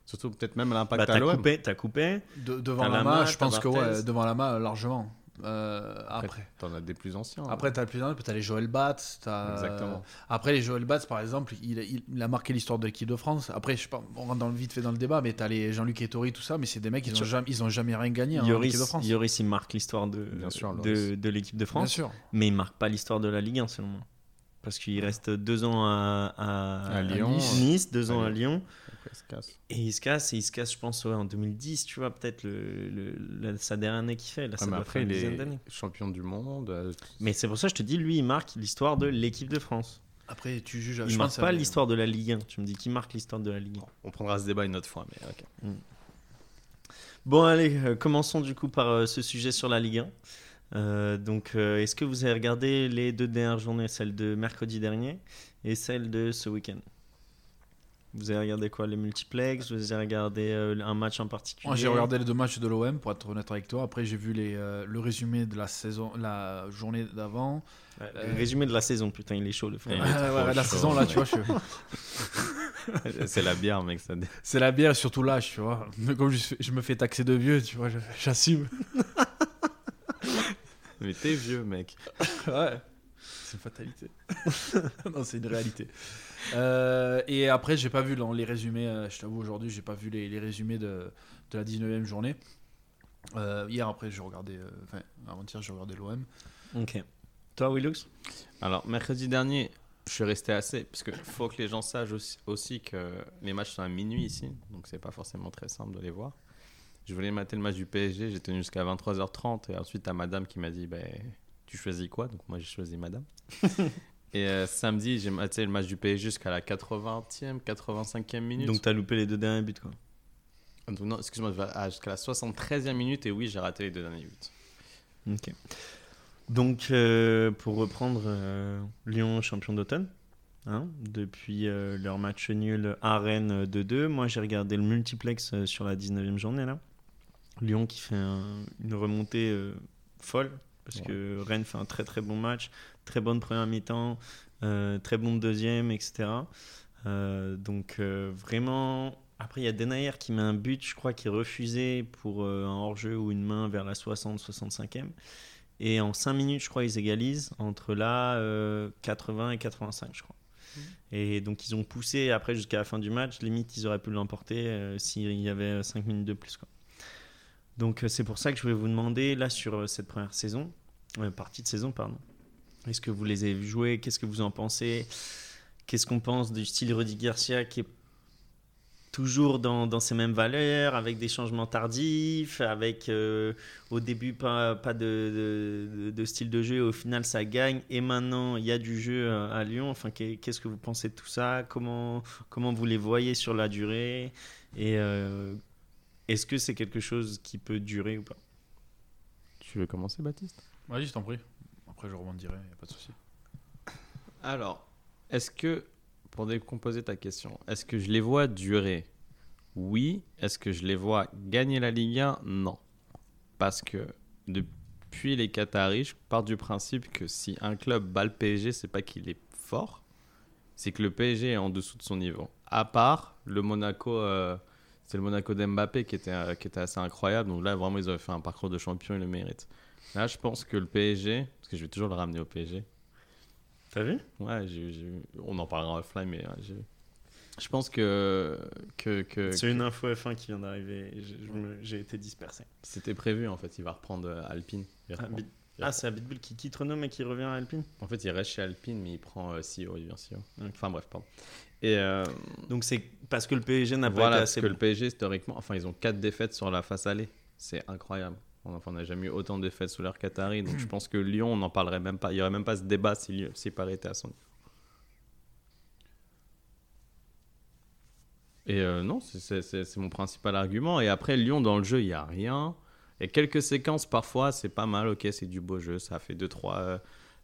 S3: Surtout peut-être même l'impact
S2: Bah,
S3: à
S2: t'as
S3: l'OM.
S2: coupé, t'as coupé.
S1: De- devant
S2: T'as
S1: la
S2: Lama,
S1: main, je
S2: t'as
S1: pense que
S2: Barthez.
S1: ouais, devant la main, largement. Euh, après.
S3: Après, t'en as des plus anciens. hein.
S1: Après, t'as le plus dingue, puis t'as les Joël Batz. t'as-
S3: Exactement.
S1: Après, les Joël Batz, par exemple, il, il- il a marqué l'histoire de l'équipe de France. Après, je sais pas, on rentre dans le vite fait dans le débat, mais t'as les Jean-Luc Ettori, tout ça, mais c'est des mecs, ils
S2: Sur-
S1: ont jamais, ils ont jamais rien gagné hein, en équipe de
S2: Yoris,
S1: France.
S2: Yoris, il marque l'histoire de,
S3: Bien sûr,
S2: de, de l'équipe de
S1: Bien
S2: France,
S1: sûr.
S2: mais il marque pas l'histoire de la Ligue 1, selon moi. Parce qu'il reste 2 ans à, à,
S3: À Lyon.
S2: Nice, 2 ans
S3: À
S2: à Lyon.
S3: Après, il se casse.
S2: Et il se casse, et il se casse, je pense, ouais, en 2010, tu vois, peut-être le, le- la- sa dernière année qu'il fait. Là, ça
S3: Ouais, mais
S2: doit
S3: après,
S2: faire une
S3: il
S2: dizaine d'années.
S3: est champion du monde. euh,
S2: Mais c'est pour ça que je te dis, lui, il marque l'histoire de l'équipe de France.
S1: Après, tu juges.
S2: Il
S1: je
S2: marque
S1: pense euh, à-
S2: pas l'histoire de la Ligue 1. Tu me dis qu'il marque l'histoire de la Ligue 1.
S3: On prendra ce débat une autre fois, mais ok.
S2: Bon, allez, euh, commençons du coup par euh, ce sujet sur la Ligue 1. Euh, donc, euh, est-ce que vous avez regardé les deux dernières journées, celle de mercredi dernier et celle de ce week-end Vous avez regardé quoi Les multiplex Vous avez regardé euh, un match en particulier
S1: Moi, j'ai regardé les deux matchs de l'OM, pour être honnête avec toi. Après, j'ai vu les, euh, le résumé de la saison, la journée d'avant.
S2: Ouais, Euh, le résumé de la saison, putain, il est chaud le
S3: Il
S2: frère.
S3: est
S1: Ouais,
S3: trop
S1: [LAUGHS] ouais, la
S3: chaud,
S1: saison, là,
S3: ouais.
S1: tu vois, je-
S3: [LAUGHS] C'est la bière, mec. Ça...
S1: c'est la bière, surtout l'âge, tu vois. [LAUGHS] Mais Comme je, je me fais taxer de vieux, tu vois, je- j'assume.
S3: Mais t'es vieux, mec.
S1: Ouais. C'est une fatalité. [LAUGHS] non, c'est une réalité. Euh, et après, j'ai pas vu dans les résumés, euh, je t'avoue, aujourd'hui, j'ai pas vu les, les résumés de, de la 19e journée. Euh, hier, après, j'ai regardé, euh, enfin, avant-hier, j'ai regardé l'OM.
S2: Ok. Toi, Willux
S3: Alors, mercredi dernier, je suis resté assez, parce que faut que les gens sachent aussi, aussi que les matchs sont à minuit ici, donc c'est pas forcément très simple de les voir. Je voulais mater le match du PSG, j'ai tenu jusqu'à 23h30, et ensuite, t'as madame qui m'a dit, ben, tu choisis quoi Donc, moi, j'ai choisi [LAUGHS] madame. et euh, samedi, j'ai maté le match du PSG jusqu'à la 80e, 85e minute. Ah,
S2: Donc, t'as loupé les deux derniers buts, quoi.
S3: Donc, non, excuse-moi, à- jusqu'à la 73e minute, et oui, j'ai raté les deux derniers buts.
S2: Ok. Donc, euh, pour reprendre, euh, Lyon champion d'automne, hein, depuis euh, leur match nul à Rennes euh, 2-2. Moi, j'ai regardé le multiplex euh, sur la 19e journée, là. Lyon qui fait un- une remontée euh, folle, parce
S3: Ouais.
S2: que Rennes fait un très très bon match, très bonne première mi-temps, euh, très bonne deuxième, etc. Euh, donc, euh, vraiment. Après, il y a Denayer qui met un but, je crois, qui est refusé pour euh, un hors-jeu ou une main vers la 60-65e. Et en 5 minutes, je crois, ils égalisent entre là, euh, 80 et 85, je crois. Et donc, ils ont poussé après jusqu'à la fin du match. Limite, ils auraient pu l'emporter euh, s'il y avait 5 minutes de plus. Quoi. Donc, euh, c'est pour ça que je voulais vous demander, là, sur euh, cette première saison, euh, partie de saison, pardon, est-ce que vous les avez vus jouer Qu'est-ce que vous en pensez Qu'est-ce qu'on pense du style Rudy Garcia qui est toujours dans, dans ces mêmes valeurs, avec des changements tardifs, avec euh, au début pas, pas de, de- de style de jeu, au final ça gagne, et maintenant il y a du jeu à, à Lyon. Enfin, qu'est- qu'est-ce que vous pensez de tout ça comment, comment vous les voyez sur la durée Et euh, est-ce que c'est quelque chose qui peut durer ou pas
S3: Tu veux commencer, Baptiste
S1: Vas-y, je t'en prie. Après, je rebondirai, y a pas de souci.
S3: Alors, est-ce que, pour décomposer ta question, est-ce que je les vois durer Oui. Est-ce que je les vois gagner la Ligue 1 Non. Parce que depuis les Qataris, je pars du principe que si un club bat le PSG, c'est pas qu'il est fort, c'est que le PSG est en dessous de son niveau. À part le Monaco, euh, c'est le Monaco d'Mbappé qui était, euh, qui était assez incroyable. Donc là, vraiment, ils avaient fait un parcours de champion, ils le méritent. Là, je pense que le PSG, parce que je vais toujours le ramener au PSG,
S2: T'as vu
S4: Euh,
S3: Ouais, j'ai- j'ai- on en parlera en offline, mais ouais, j'ai- je pense que, que, que-
S2: C'est une info F1 qui vient d'arriver, et je- je me- j'ai été dispersé.
S3: c'était prévu en fait. Il va reprendre euh, Alpine. Il
S2: Ah,
S3: reprend.
S2: Bit- ah, c'est Abitbull qui quitte Renault mais qui revient à Alpine
S3: En fait, il reste chez Alpine, mais il prend euh, CEO, il devient CEO.
S2: Ok.
S3: Enfin bref, pardon. Et euh,
S2: Donc c'est parce que le PSG n'a pas
S3: voilà,
S2: été
S3: parce
S2: assez
S3: que
S2: bon. Ah,
S3: le PSG historiquement, enfin, ils ont quatre défaites sur la face allée. C'est incroyable. On- Enfin, on n'a jamais eu autant de défaites sous l'ère Qatari, donc je pense que Lyon, on n'en parlerait même pas. Il n'y aurait même pas ce débat si, Lyon- si Paris était à son niveau. Et euh, non, c'est- c'est c'est- c'est mon principal argument. Et après, Lyon, dans le jeu, il n'y a rien. Il y a quelques séquences, parfois, c'est pas mal. Ok, c'est du beau jeu. Ça fait 2-3 euh,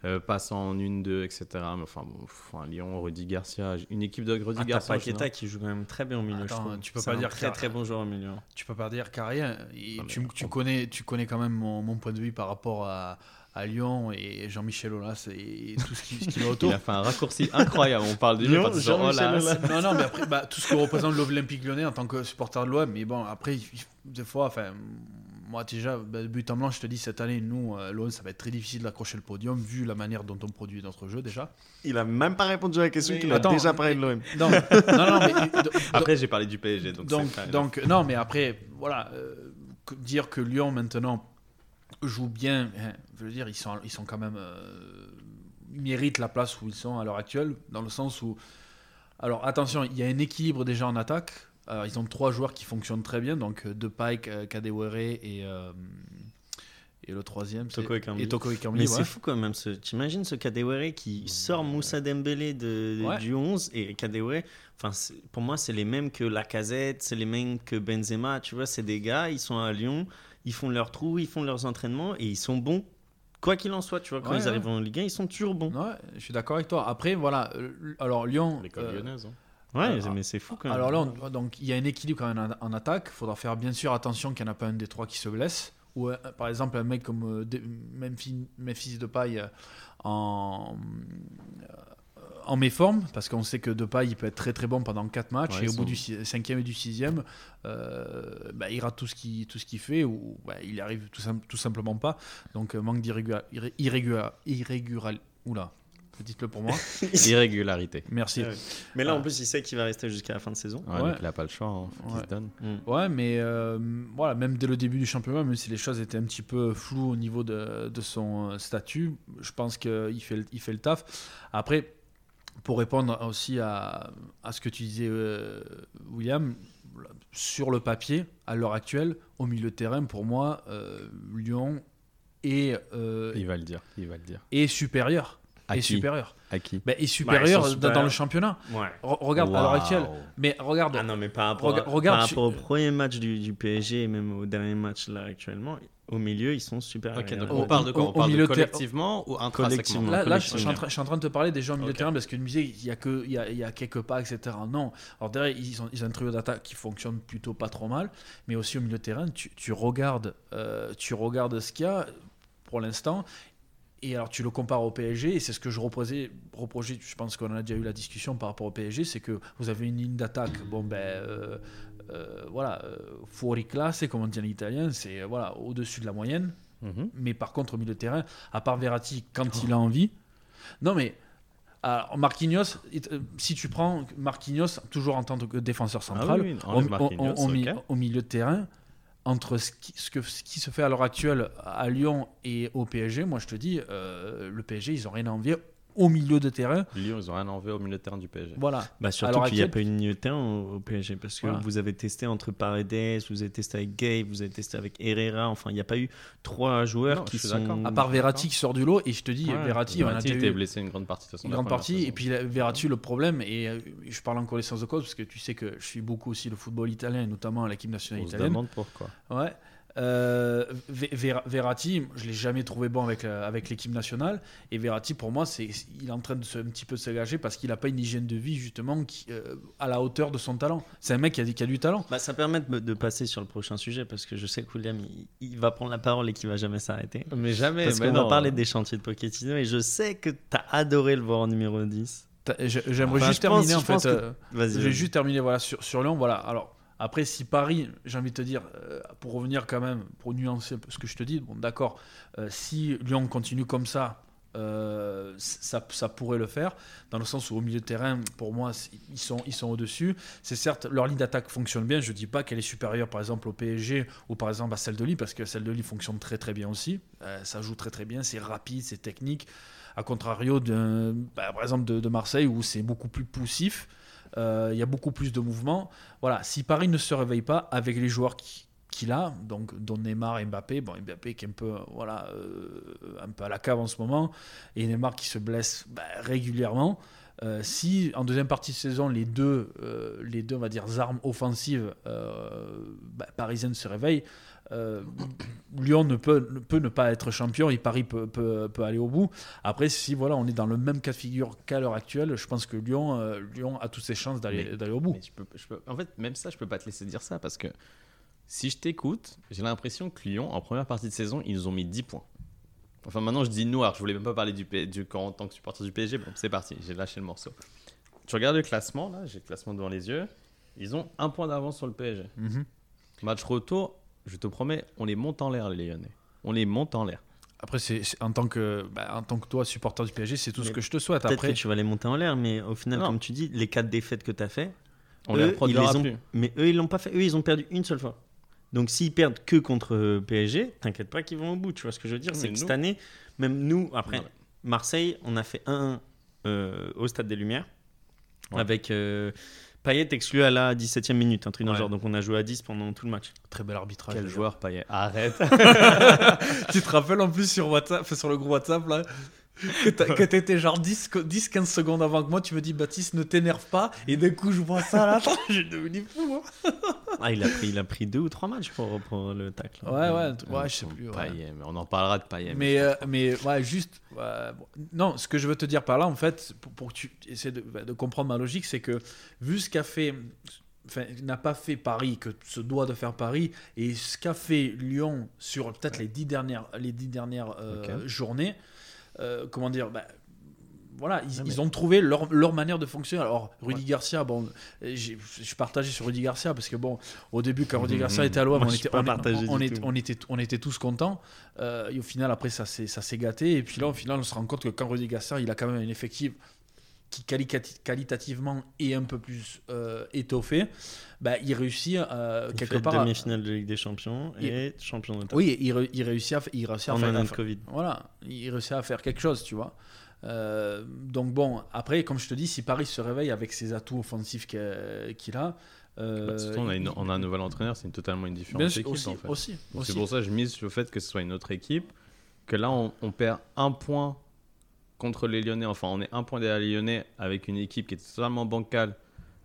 S3: euh, passes en 1-2, etc. Mais enfin, bon, pff, un Lyon, Rudy Garcia, une équipe de Rudy
S2: Ah, t'as
S3: Garcia. en
S2: Paqueta qui joue quand même très bien au milieu.
S1: Attends,
S2: je trouve.
S1: tu peux
S2: C'est
S1: pas
S2: un
S1: dire
S2: très
S1: que-
S2: très bon joueur au milieu.
S1: Tu peux pas dire carrière. Et
S3: Non, mais
S1: tu, m- tu
S3: on-
S1: connais, tu connais quand même mon, mon point de vue par rapport à, à Lyon et Jean-Michel Aulas et tout ce qui, ce qui [LAUGHS] va autour.
S3: Il a fait un raccourci incroyable. On parle du jeu
S2: Non,
S3: parce que genre, oh
S2: Jean-Michel
S3: là,
S2: Aulas.
S1: non, non, mais après, bah, tout ce que représente l'Olympique lyonnais en tant que supporter de l'OM. Mais bon, après, il- il- des fois, enfin, moi déjà, bah, but en blanc, je te dis, cette année, nous, euh, l'OM, ça va être très difficile d'accrocher le podium vu la manière dont on produit notre jeu déjà.
S2: Il a même pas répondu à la question
S1: Mais qu'il a attends, déjà
S2: parlé de l'OM.
S1: Non, non, non, mais.
S3: Après, j'ai parlé du PSG, donc, c'est pas-
S1: donc, donc, non, mais après, voilà, euh, que- dire que Lyon maintenant joue bien, hein, je veux dire, ils sont, ils sont quand même euh, ils méritent la place où ils sont à l'heure actuelle, dans le sens où, alors attention, il y a un équilibre déjà en attaque. Euh, ils ont trois joueurs qui fonctionnent très bien, donc euh, Depay, euh, Kadewere et euh, et le troisième, c'est-
S2: Toko Ekambi.
S1: et Toko Ekambi,
S2: Mais
S1: ouais.
S2: c'est fou quand même. ce- T'imagines ce Kadewere qui sort Moussa Dembélé de,
S1: Ouais.
S2: du 11 et Kadewere, enfin, c'est- pour moi, c'est les mêmes que Lacazette, c'est les mêmes que Benzema. Tu vois, c'est des gars, ils sont à Lyon, ils font leurs trous, ils font leurs entraînements et ils sont bons. Quoi qu'il en soit, tu vois, quand
S1: Ouais,
S2: ils
S1: ouais.
S2: arrivent en Ligue 1, ils sont toujours bons.
S1: Ouais, je suis d'accord avec toi. Après, voilà, euh, alors Lyon,
S3: l'école
S1: euh,
S3: lyonnaise. hein.
S2: Ouais,
S1: Alors-
S2: mais c'est fou quand même.
S1: Alors là, on- donc, il y a un équilibre quand même en, en attaque. Il faudra faire bien sûr attention qu'il n'y en a pas un des trois qui se blesse. Ou euh, par exemple, un mec comme euh, De- Memphis, Memphis Depay euh, en, euh, en méforme, parce qu'on sait que Depay il peut être très très bon pendant 4 matchs,
S3: Ouais,
S1: et au
S3: ils
S1: bout
S3: sont-
S1: du 5 et du 6e, il rate tout ce qu'il tout ce qu'il fait, ou bah, il arrive tout, sim- tout simplement pas. Donc euh, manque d'irrégularité. Oula, dites-le pour moi.
S3: Irrégularité.
S1: Merci.
S2: Mais là,
S1: Ah.
S2: en plus, il sait qu'il va rester jusqu'à la fin de saison.
S3: Ouais,
S1: Ouais.
S3: Donc, il n'a pas le choix, hein, faut qu'il
S1: Ouais.
S3: se donne.
S1: Ouais, mais euh, voilà, même dès le début du championnat, même si les choses étaient un petit peu floues au niveau de, de son euh, statut, je pense qu'il fait, le- il fait le taf. Après, pour répondre aussi à, à ce que tu disais, euh, William, sur le papier, à l'heure actuelle, au milieu de terrain, pour moi, euh, Lyon est, euh,
S3: Il va le dire. Il va le dire.
S1: est supérieur.
S3: À
S1: est
S3: qui
S1: supérieur.
S3: À qui
S1: Ben,
S2: Bah,
S1: est supérieur dans- dans,
S2: supérieurs.
S1: le championnat.
S2: Ouais.
S1: Re- regarde, à l'heure
S3: Waouh.
S1: actuelle. Mais regarde,
S2: Ah non, mais par rapport,
S1: Rega-
S2: à-
S1: regarde,
S2: par
S1: tu-
S2: rapport au premier match du, du PSG et même au dernier match là actuellement, au milieu, ils sont super.
S3: Ok, donc
S1: Au-
S3: on parle de quoi
S1: au-
S3: On
S1: au
S3: parle de
S1: milieu de terre-
S3: collectivement ou
S2: Collectivement.
S3: intrinsèquement
S1: Là, là, je,
S2: collectivement.
S1: suis en train, je suis en train de te parler des gens au milieu
S2: Ok.
S1: de terrain parce que tu me disais il y a que il y a, il y a quelques pas etc. Non, alors derrière ils ont, ils ont un trio d'attaque qui fonctionne plutôt pas trop mal, mais aussi au milieu de terrain tu, tu regardes euh, tu regardes ce qu'il y a pour l'instant et alors tu le compares au PSG et c'est ce que je reposais reprochais. Je pense qu'on en a déjà eu la discussion par rapport au PSG, c'est que vous avez une ligne d'attaque bon ben euh, euh, voilà euh, fuori classe comme on dit en italien c'est euh, voilà au dessus de la moyenne
S3: Mhm. Oh.
S1: mais par contre, au milieu de terrain, à part Verratti, quand il a envie. Non, mais alors, Marquinhos, it- euh, si tu prends Marquinhos, toujours en tant que défenseur central,
S3: Ah oui, oui,
S1: au-
S3: enlève
S1: au-
S3: Marquinhos,
S1: au- au mi-
S3: ok.
S1: au milieu de terrain, entre ce qui, ce que, ce qui se fait à l'heure actuelle à Lyon et au PSG, moi je te dis, euh, le PSG, ils n'ont rien à envier au milieu de terrain.
S3: Lyon, ils ont rien enlevé au milieu de terrain du PSG.
S1: Voilà.
S2: Bah surtout
S1: Alors, à
S2: qu'il n'y a
S1: quel-
S2: pas une milieu de terrain au, au PSG parce que
S1: Voilà.
S2: vous avez testé entre Paredes, vous avez testé avec Gay, vous avez testé avec Herrera. Enfin, il n'y a pas eu trois joueurs
S3: Non, je
S2: qui
S3: suis
S2: sont.
S3: d'accord.
S1: À part Verratti qui sort du lot, et je te dis,
S3: Mm. Ouais,
S1: Verratti, on a déjà
S3: était
S1: eu
S3: blessé une grande partie de son
S1: une grande partie. Et puis là, Verratti, le problème, et euh, je parle en connaissance de cause, parce que tu sais que je suis beaucoup aussi le football italien, et notamment l'équipe nationale
S3: on se
S1: italienne.
S3: demande pourquoi.
S1: Ouais. Euh, Ve- Vera- Verratti, je l'ai jamais trouvé bon avec, euh, avec l'équipe nationale. Et Verratti, pour moi, c'est il est en train de se, un petit peu se gâcher parce qu'il n'a pas une hygiène de vie justement qui, euh, à la hauteur de son talent. C'est un mec qui a, qui a du talent.
S2: Bah, ça permet de, de passer sur le prochain sujet parce que je sais que William il, il va prendre la parole et qu'il va jamais s'arrêter.
S3: Mais jamais.
S2: Parce qu'on va parler des chantiers de Pochettino et je sais que t'as adoré le voir en numéro 10.
S1: T'as- j'ai- J'aimerais
S2: Enfin,
S1: juste
S2: je pense-
S1: terminer en
S2: je pense
S1: fait.
S2: que-
S1: euh,
S2: Vas-y.
S1: Je
S2: vas-y.
S1: vais juste terminer voilà, sur, sur Lyon. Voilà. Alors, après, si Paris, j'ai envie de te dire, euh, pour revenir quand même, pour nuancer un peu ce que je te dis, bon, d'accord, euh, si Lyon continue comme ça, euh, ça, ça pourrait le faire, dans le sens où au milieu de terrain, pour moi, c'est- ils sont, ils sont au-dessus. C'est certes, leur ligne d'attaque fonctionne bien, je ne dis pas qu'elle est supérieure, par exemple, au PSG ou par exemple à celle de Lille, parce que celle de Lille fonctionne très très bien aussi. Euh, ça joue très très bien, c'est rapide, c'est technique. À contrario, d'un- bah, par exemple, de, de Marseille, où c'est beaucoup plus poussif. Euh, il y a beaucoup plus de mouvements. Voilà, si Paris ne se réveille pas avec les joueurs qui- qu'il a, donc dont Neymar et Mbappé, bon Mbappé qui est un peu voilà euh, un peu à la cave en ce moment, et Neymar qui se blesse bah, régulièrement. euh, si en deuxième partie de saison les deux euh, les deux on va dire armes offensives euh, bah, parisiennes se réveillent, euh, Lyon ne peut, ne peut ne pas être champion et Paris peut, peut- peut aller au bout. Après, si voilà, on est dans le même cas de figure qu'à l'heure actuelle, je pense que Lyon, euh, Lyon a toutes ses chances d'aller
S3: Mais-
S1: d'aller au bout.
S3: Mais je peux, je peux- en fait, même ça, je peux pas te laisser dire ça parce que si je t'écoute, j'ai l'impression que Lyon, en première partie de saison, ils ont mis 10 points. Enfin, maintenant, je dis noir. Je voulais même pas parler du, P- du en tant que supporter du PSG. Bon, c'est parti, j'ai lâché le morceau. Tu regardes le classement, là, j'ai le classement devant les yeux. Ils ont un point d'avance sur le PSG.
S1: Mhm.
S3: Match retour, je te promets, on les monte en l'air, les Lyonnais. On les monte en l'air.
S1: Après, c'est c'est- en, tant que, bah, en tant que toi, supporter du PSG, c'est tout ce
S2: Mais
S1: que je te souhaite.
S2: Peut-être que
S1: Après,
S2: tu vas les monter en l'air, mais au final,
S3: Non.
S2: comme tu dis, les quatre défaites que t'as fait,
S3: On
S2: Eux,
S3: les
S2: ils
S3: reproduira
S2: les ont-
S3: plus.
S2: Mais eux, ils l'ont pas fait. Eux, ils ont perdu une seule fois. Donc, s'ils perdent que contre euh, PSG, t'inquiète pas qu'ils vont au bout. Tu vois ce que je veux dire
S3: Mais
S2: C'est que
S3: nous-
S2: cette année, même nous, après
S3: Voilà.
S2: Marseille, on a fait 1-1 euh, au Stade des Lumières
S3: Ouais.
S2: avec euh, Payet exclu à la 17e minute, un truc dans le
S1: Ouais.
S2: genre. Donc, on a joué à 10 pendant tout le match.
S1: très bel arbitrage.
S3: Quel
S1: d'ailleurs.
S3: joueur, Payet Arrête.
S1: [LAUGHS] tu te rappelles en plus sur, WhatsApp, sur le groupe WhatsApp là que t'as- que t'étais genre 10-15 secondes avant que moi, tu me dis Baptiste, ne t'énerve pas, et d'un coup je vois ça là, j'ai devenu fou. moi.
S2: Ah, il a pris, il a pris deux ou trois matchs pour, pour le tacle.
S1: Ouais, ouais, t- ouais, je sais plus. ouais.
S3: Payet, mais on en parlera de Payet.
S1: Mais, euh, mais ouais, juste. ouais, bon. Non, ce que je veux te dire par là, en fait, pour, pour que tu essaies de, bah, de comprendre ma logique, c'est que vu ce qu'a fait. Enfin, n'a pas fait Paris, que se doit de faire Paris, et ce qu'a fait Lyon sur peut-être les dix dernières, les dix dernières euh, journées, euh, comment dire bah, voilà, ils,
S2: mais-
S1: ils ont trouvé leur, leur manière de fonctionner. Alors, Rudy Garcia, bon, euh, j'ai- je partageais sur Rudy Garcia parce que, bon, au début, quand Rudy
S3: Mhm.
S1: Garcia était à l'OM,
S2: Mmh, Moi,
S1: on,
S2: je suis
S1: était-
S2: pas
S1: on est-
S2: partagé
S1: on
S2: du
S1: est-
S2: tout.
S1: on était- on était tous contents. Euh, et au final, après, ça s'est ça s'est gâté. Et puis là, au final, on se rend compte que quand Rudy Garcia, il a quand même un effectif qui qualicati- qualitativement est un peu plus euh, étoffé, bah, il réussit euh,
S2: Il
S1: quelque
S2: fait
S1: part. à-
S2: Demi-finale de Ligue des Champions et champion de tacle.
S1: Oui, il, ré- il réussit à, f- il réussit à
S2: en
S1: faire.
S2: un an de
S1: à-
S2: Covid.
S1: voilà, il réussit à faire quelque chose, tu vois. Euh, donc bon, après, comme je te dis, si Paris se réveille avec ses atouts offensifs que- qu'il a, euh,
S3: Bah, surtout, on a, une-
S1: il-
S3: on a un nouvel entraîneur, c'est une totalement une
S1: bien
S3: différente
S1: sûr,
S3: équipe.
S1: aussi,
S3: en fait. Donc,
S1: aussi,
S3: C'est
S1: aussi.
S3: pour ça que je mise sur le fait que ce soit une autre équipe, que là on, on perd un point contre les Lyonnais, enfin on est un point derrière les Lyonnais avec une équipe qui est totalement bancale,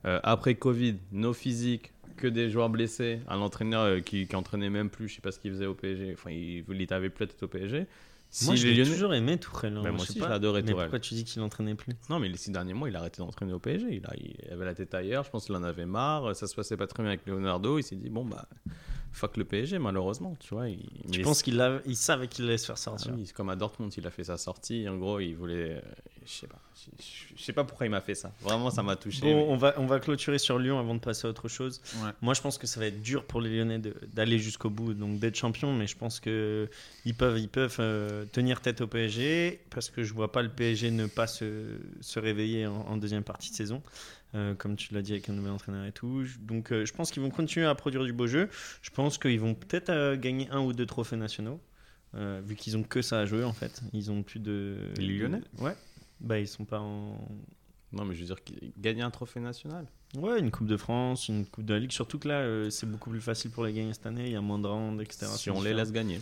S3: euh, après Covid, nos physiques, que des joueurs blessés, un entraîneur euh, qui, qui entraînait même plus, je sais pas ce qu'il faisait au PSG, enfin il, il t'avait plus être au PSG. Si
S2: moi, je
S3: les
S2: l'ai
S3: Lyonnais-
S2: toujours aimé Tourelle. hein.
S3: Bah, moi
S2: Je sais
S3: aussi,
S2: pas.
S3: je l'adorais,
S2: Mais
S3: Tourelle.
S2: pourquoi tu dis qu'il n'entraînait plus
S3: Non, mais les six derniers mois, il a arrêté d'entraîner au PSG. Il, a- il avait la tête ailleurs, je pense qu'il en avait marre. Ça se passait pas très bien avec Leonardo. Il s'est dit, bon, bah, fuck le PSG, malheureusement. Tu vois, il,
S2: Je
S3: mais-
S2: pense qu'il a- il savait qu'il allait se faire
S3: Ah
S2: sortir.
S3: oui, c'est comme à Dortmund, il a fait sa sortie. En gros, il voulait. euh, je sais pas. Je- Je je sais pas pourquoi il m'a fait ça. Vraiment, ça m'a touché.
S2: Bon,
S3: mais-
S2: on va, on va clôturer sur Lyon avant de passer à autre chose.
S1: Ouais.
S2: Moi, je pense que ça va être dur pour les Lyonnais de- d'aller jusqu'au bout, donc d'être champion, mais je pense que ils peuvent, ils peuvent euh, tenir tête au PSG, parce que je vois pas le PSG ne pas se, se réveiller en, en deuxième partie de saison, euh, comme tu l'as dit avec un nouvel entraîneur et tout. Je- Donc, euh, je pense qu'ils vont continuer à produire du beau jeu. Je pense qu'ils vont peut-être euh, gagner un ou deux trophées nationaux. euh, vu qu'ils ont que ça à jouer en fait, ils ont plus de.
S3: Les Lyonnais
S2: Ouais. Bah, ils sont pas en.
S3: Non, mais je veux dire, qu'il- gagner un trophée national.
S2: Ouais, une Coupe de France, une Coupe de la Ligue. Surtout que là, euh, c'est beaucoup plus facile pour les gagner cette année. Il y a moins de rounds, etc.
S3: Si
S2: C'est
S3: on les
S2: différent.
S3: laisse gagner.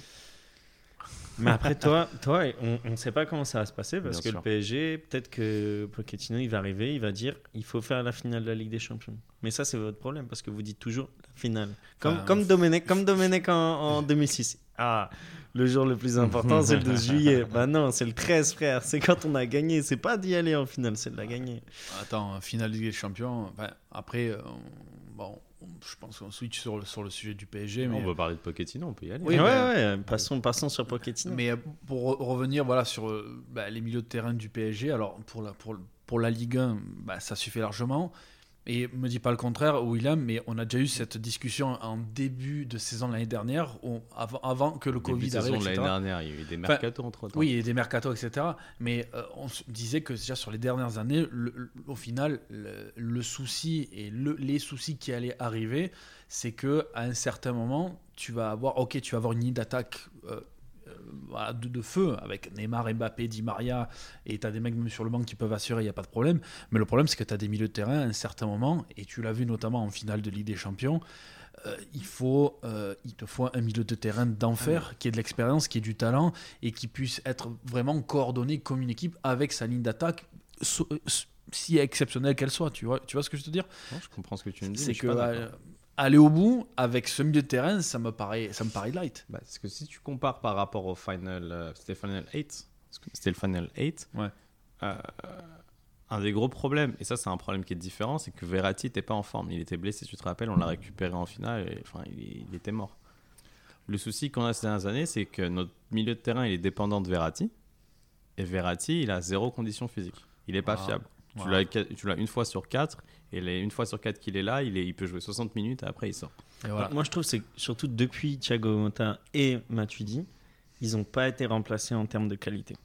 S2: Mais après, toi, toi on ne sait pas comment ça va se passer parce que
S3: Bien sûr.
S2: le PSG, peut-être que Pochettino, il va arriver, il va dire il faut faire la finale de la Ligue des Champions. Mais ça, c'est votre problème parce que vous dites toujours la finale. Comme,
S3: Bah,
S1: Enfin,
S2: comme Domenech, comme Domenech en, en 2006. Ah, le jour le plus important, c'est le 12
S3: [LAUGHS]
S2: juillet. Bah non, c'est le 13, frère. C'est quand on a gagné. C'est pas d'y aller en finale, c'est de la gagner.
S1: Attends, finale Ligue des Champions. enfin, après, euh, bon, on- je pense qu'on switch sur le, sur le sujet du PSG. Mais,
S3: On peut parler de Pochettino, on peut y aller.
S1: Oui,
S2: ouais,
S1: bah-
S2: ouais, passons, passons sur Pochettino.
S1: mais euh, pour re- revenir voilà, sur euh, bah, les milieux de terrain du PSG, alors pour la, pour, pour la Ligue 1, bah, ça suffit largement. Et me dis pas le contraire, William, mais on a déjà eu cette discussion en début de saison de l'année dernière, où- avant, avant que le
S3: Début de
S1: Covid
S3: saison
S1: arrive.
S3: de l'année
S1: etc.
S3: dernière, il y a eu des mercatos entre temps.
S1: Oui, et des mercato, etc. Mais euh, on se disait que déjà sur les dernières années, le- le- au final, le, le souci et le- les soucis qui allaient arriver, c'est que à un certain moment, tu vas avoir, ok, tu vas avoir une ligne d'attaque. euh, euh, voilà, de, de feu avec Neymar, Mbappé, Di Maria et t'as des mecs même sur le banc qui peuvent assurer, il n'y a pas de problème. Mais le problème, c'est que t'as des milieux de terrain à un certain moment, et tu l'as vu notamment en finale de Ligue des Champions, euh, il, faut, euh, il te faut un milieu de terrain
S3: Ah
S1: d'enfer qui ait de l'expérience, qui ait du talent et qui puisse être vraiment coordonné comme une équipe avec sa ligne d'attaque, so- euh, si exceptionnelle qu'elle soit. Tu vois, tu vois ce que je veux te dire
S3: Non, je comprends ce que tu me dis. mais
S1: C'est
S3: je
S1: que
S3: suis pas d'accord.
S1: euh, aller au bout avec ce milieu de terrain, ça me paraît, ça me paraît light.
S3: Bah, parce que si tu compares par rapport au Final. euh, c'était le Final 8. parce que C'était le Final 8.
S1: Ouais.
S3: Euh, un des gros problèmes, et ça, c'est un problème qui est différent, c'est que Verratti n'était pas en forme. Il était blessé, tu te rappelles, on l'a récupéré en finale, et, enfin, il, il était mort. Le souci qu'on a ces dernières années, c'est que notre milieu de terrain, il est dépendant de Verratti. Et Verratti, il a zéro condition physique. Il n'est pas
S1: Wow.
S3: fiable. Tu
S1: Ah. Wow.
S3: l'as qu- Tu l'as une fois sur quatre, et les- une fois sur quatre qu'il est là, il, est- il peut jouer 60 minutes, et après il sort.
S1: Et voilà.
S2: Moi, je trouve que c'est surtout depuis Thiago Motta et Matuidi, ils n'ont pas été remplacés en termes de qualité.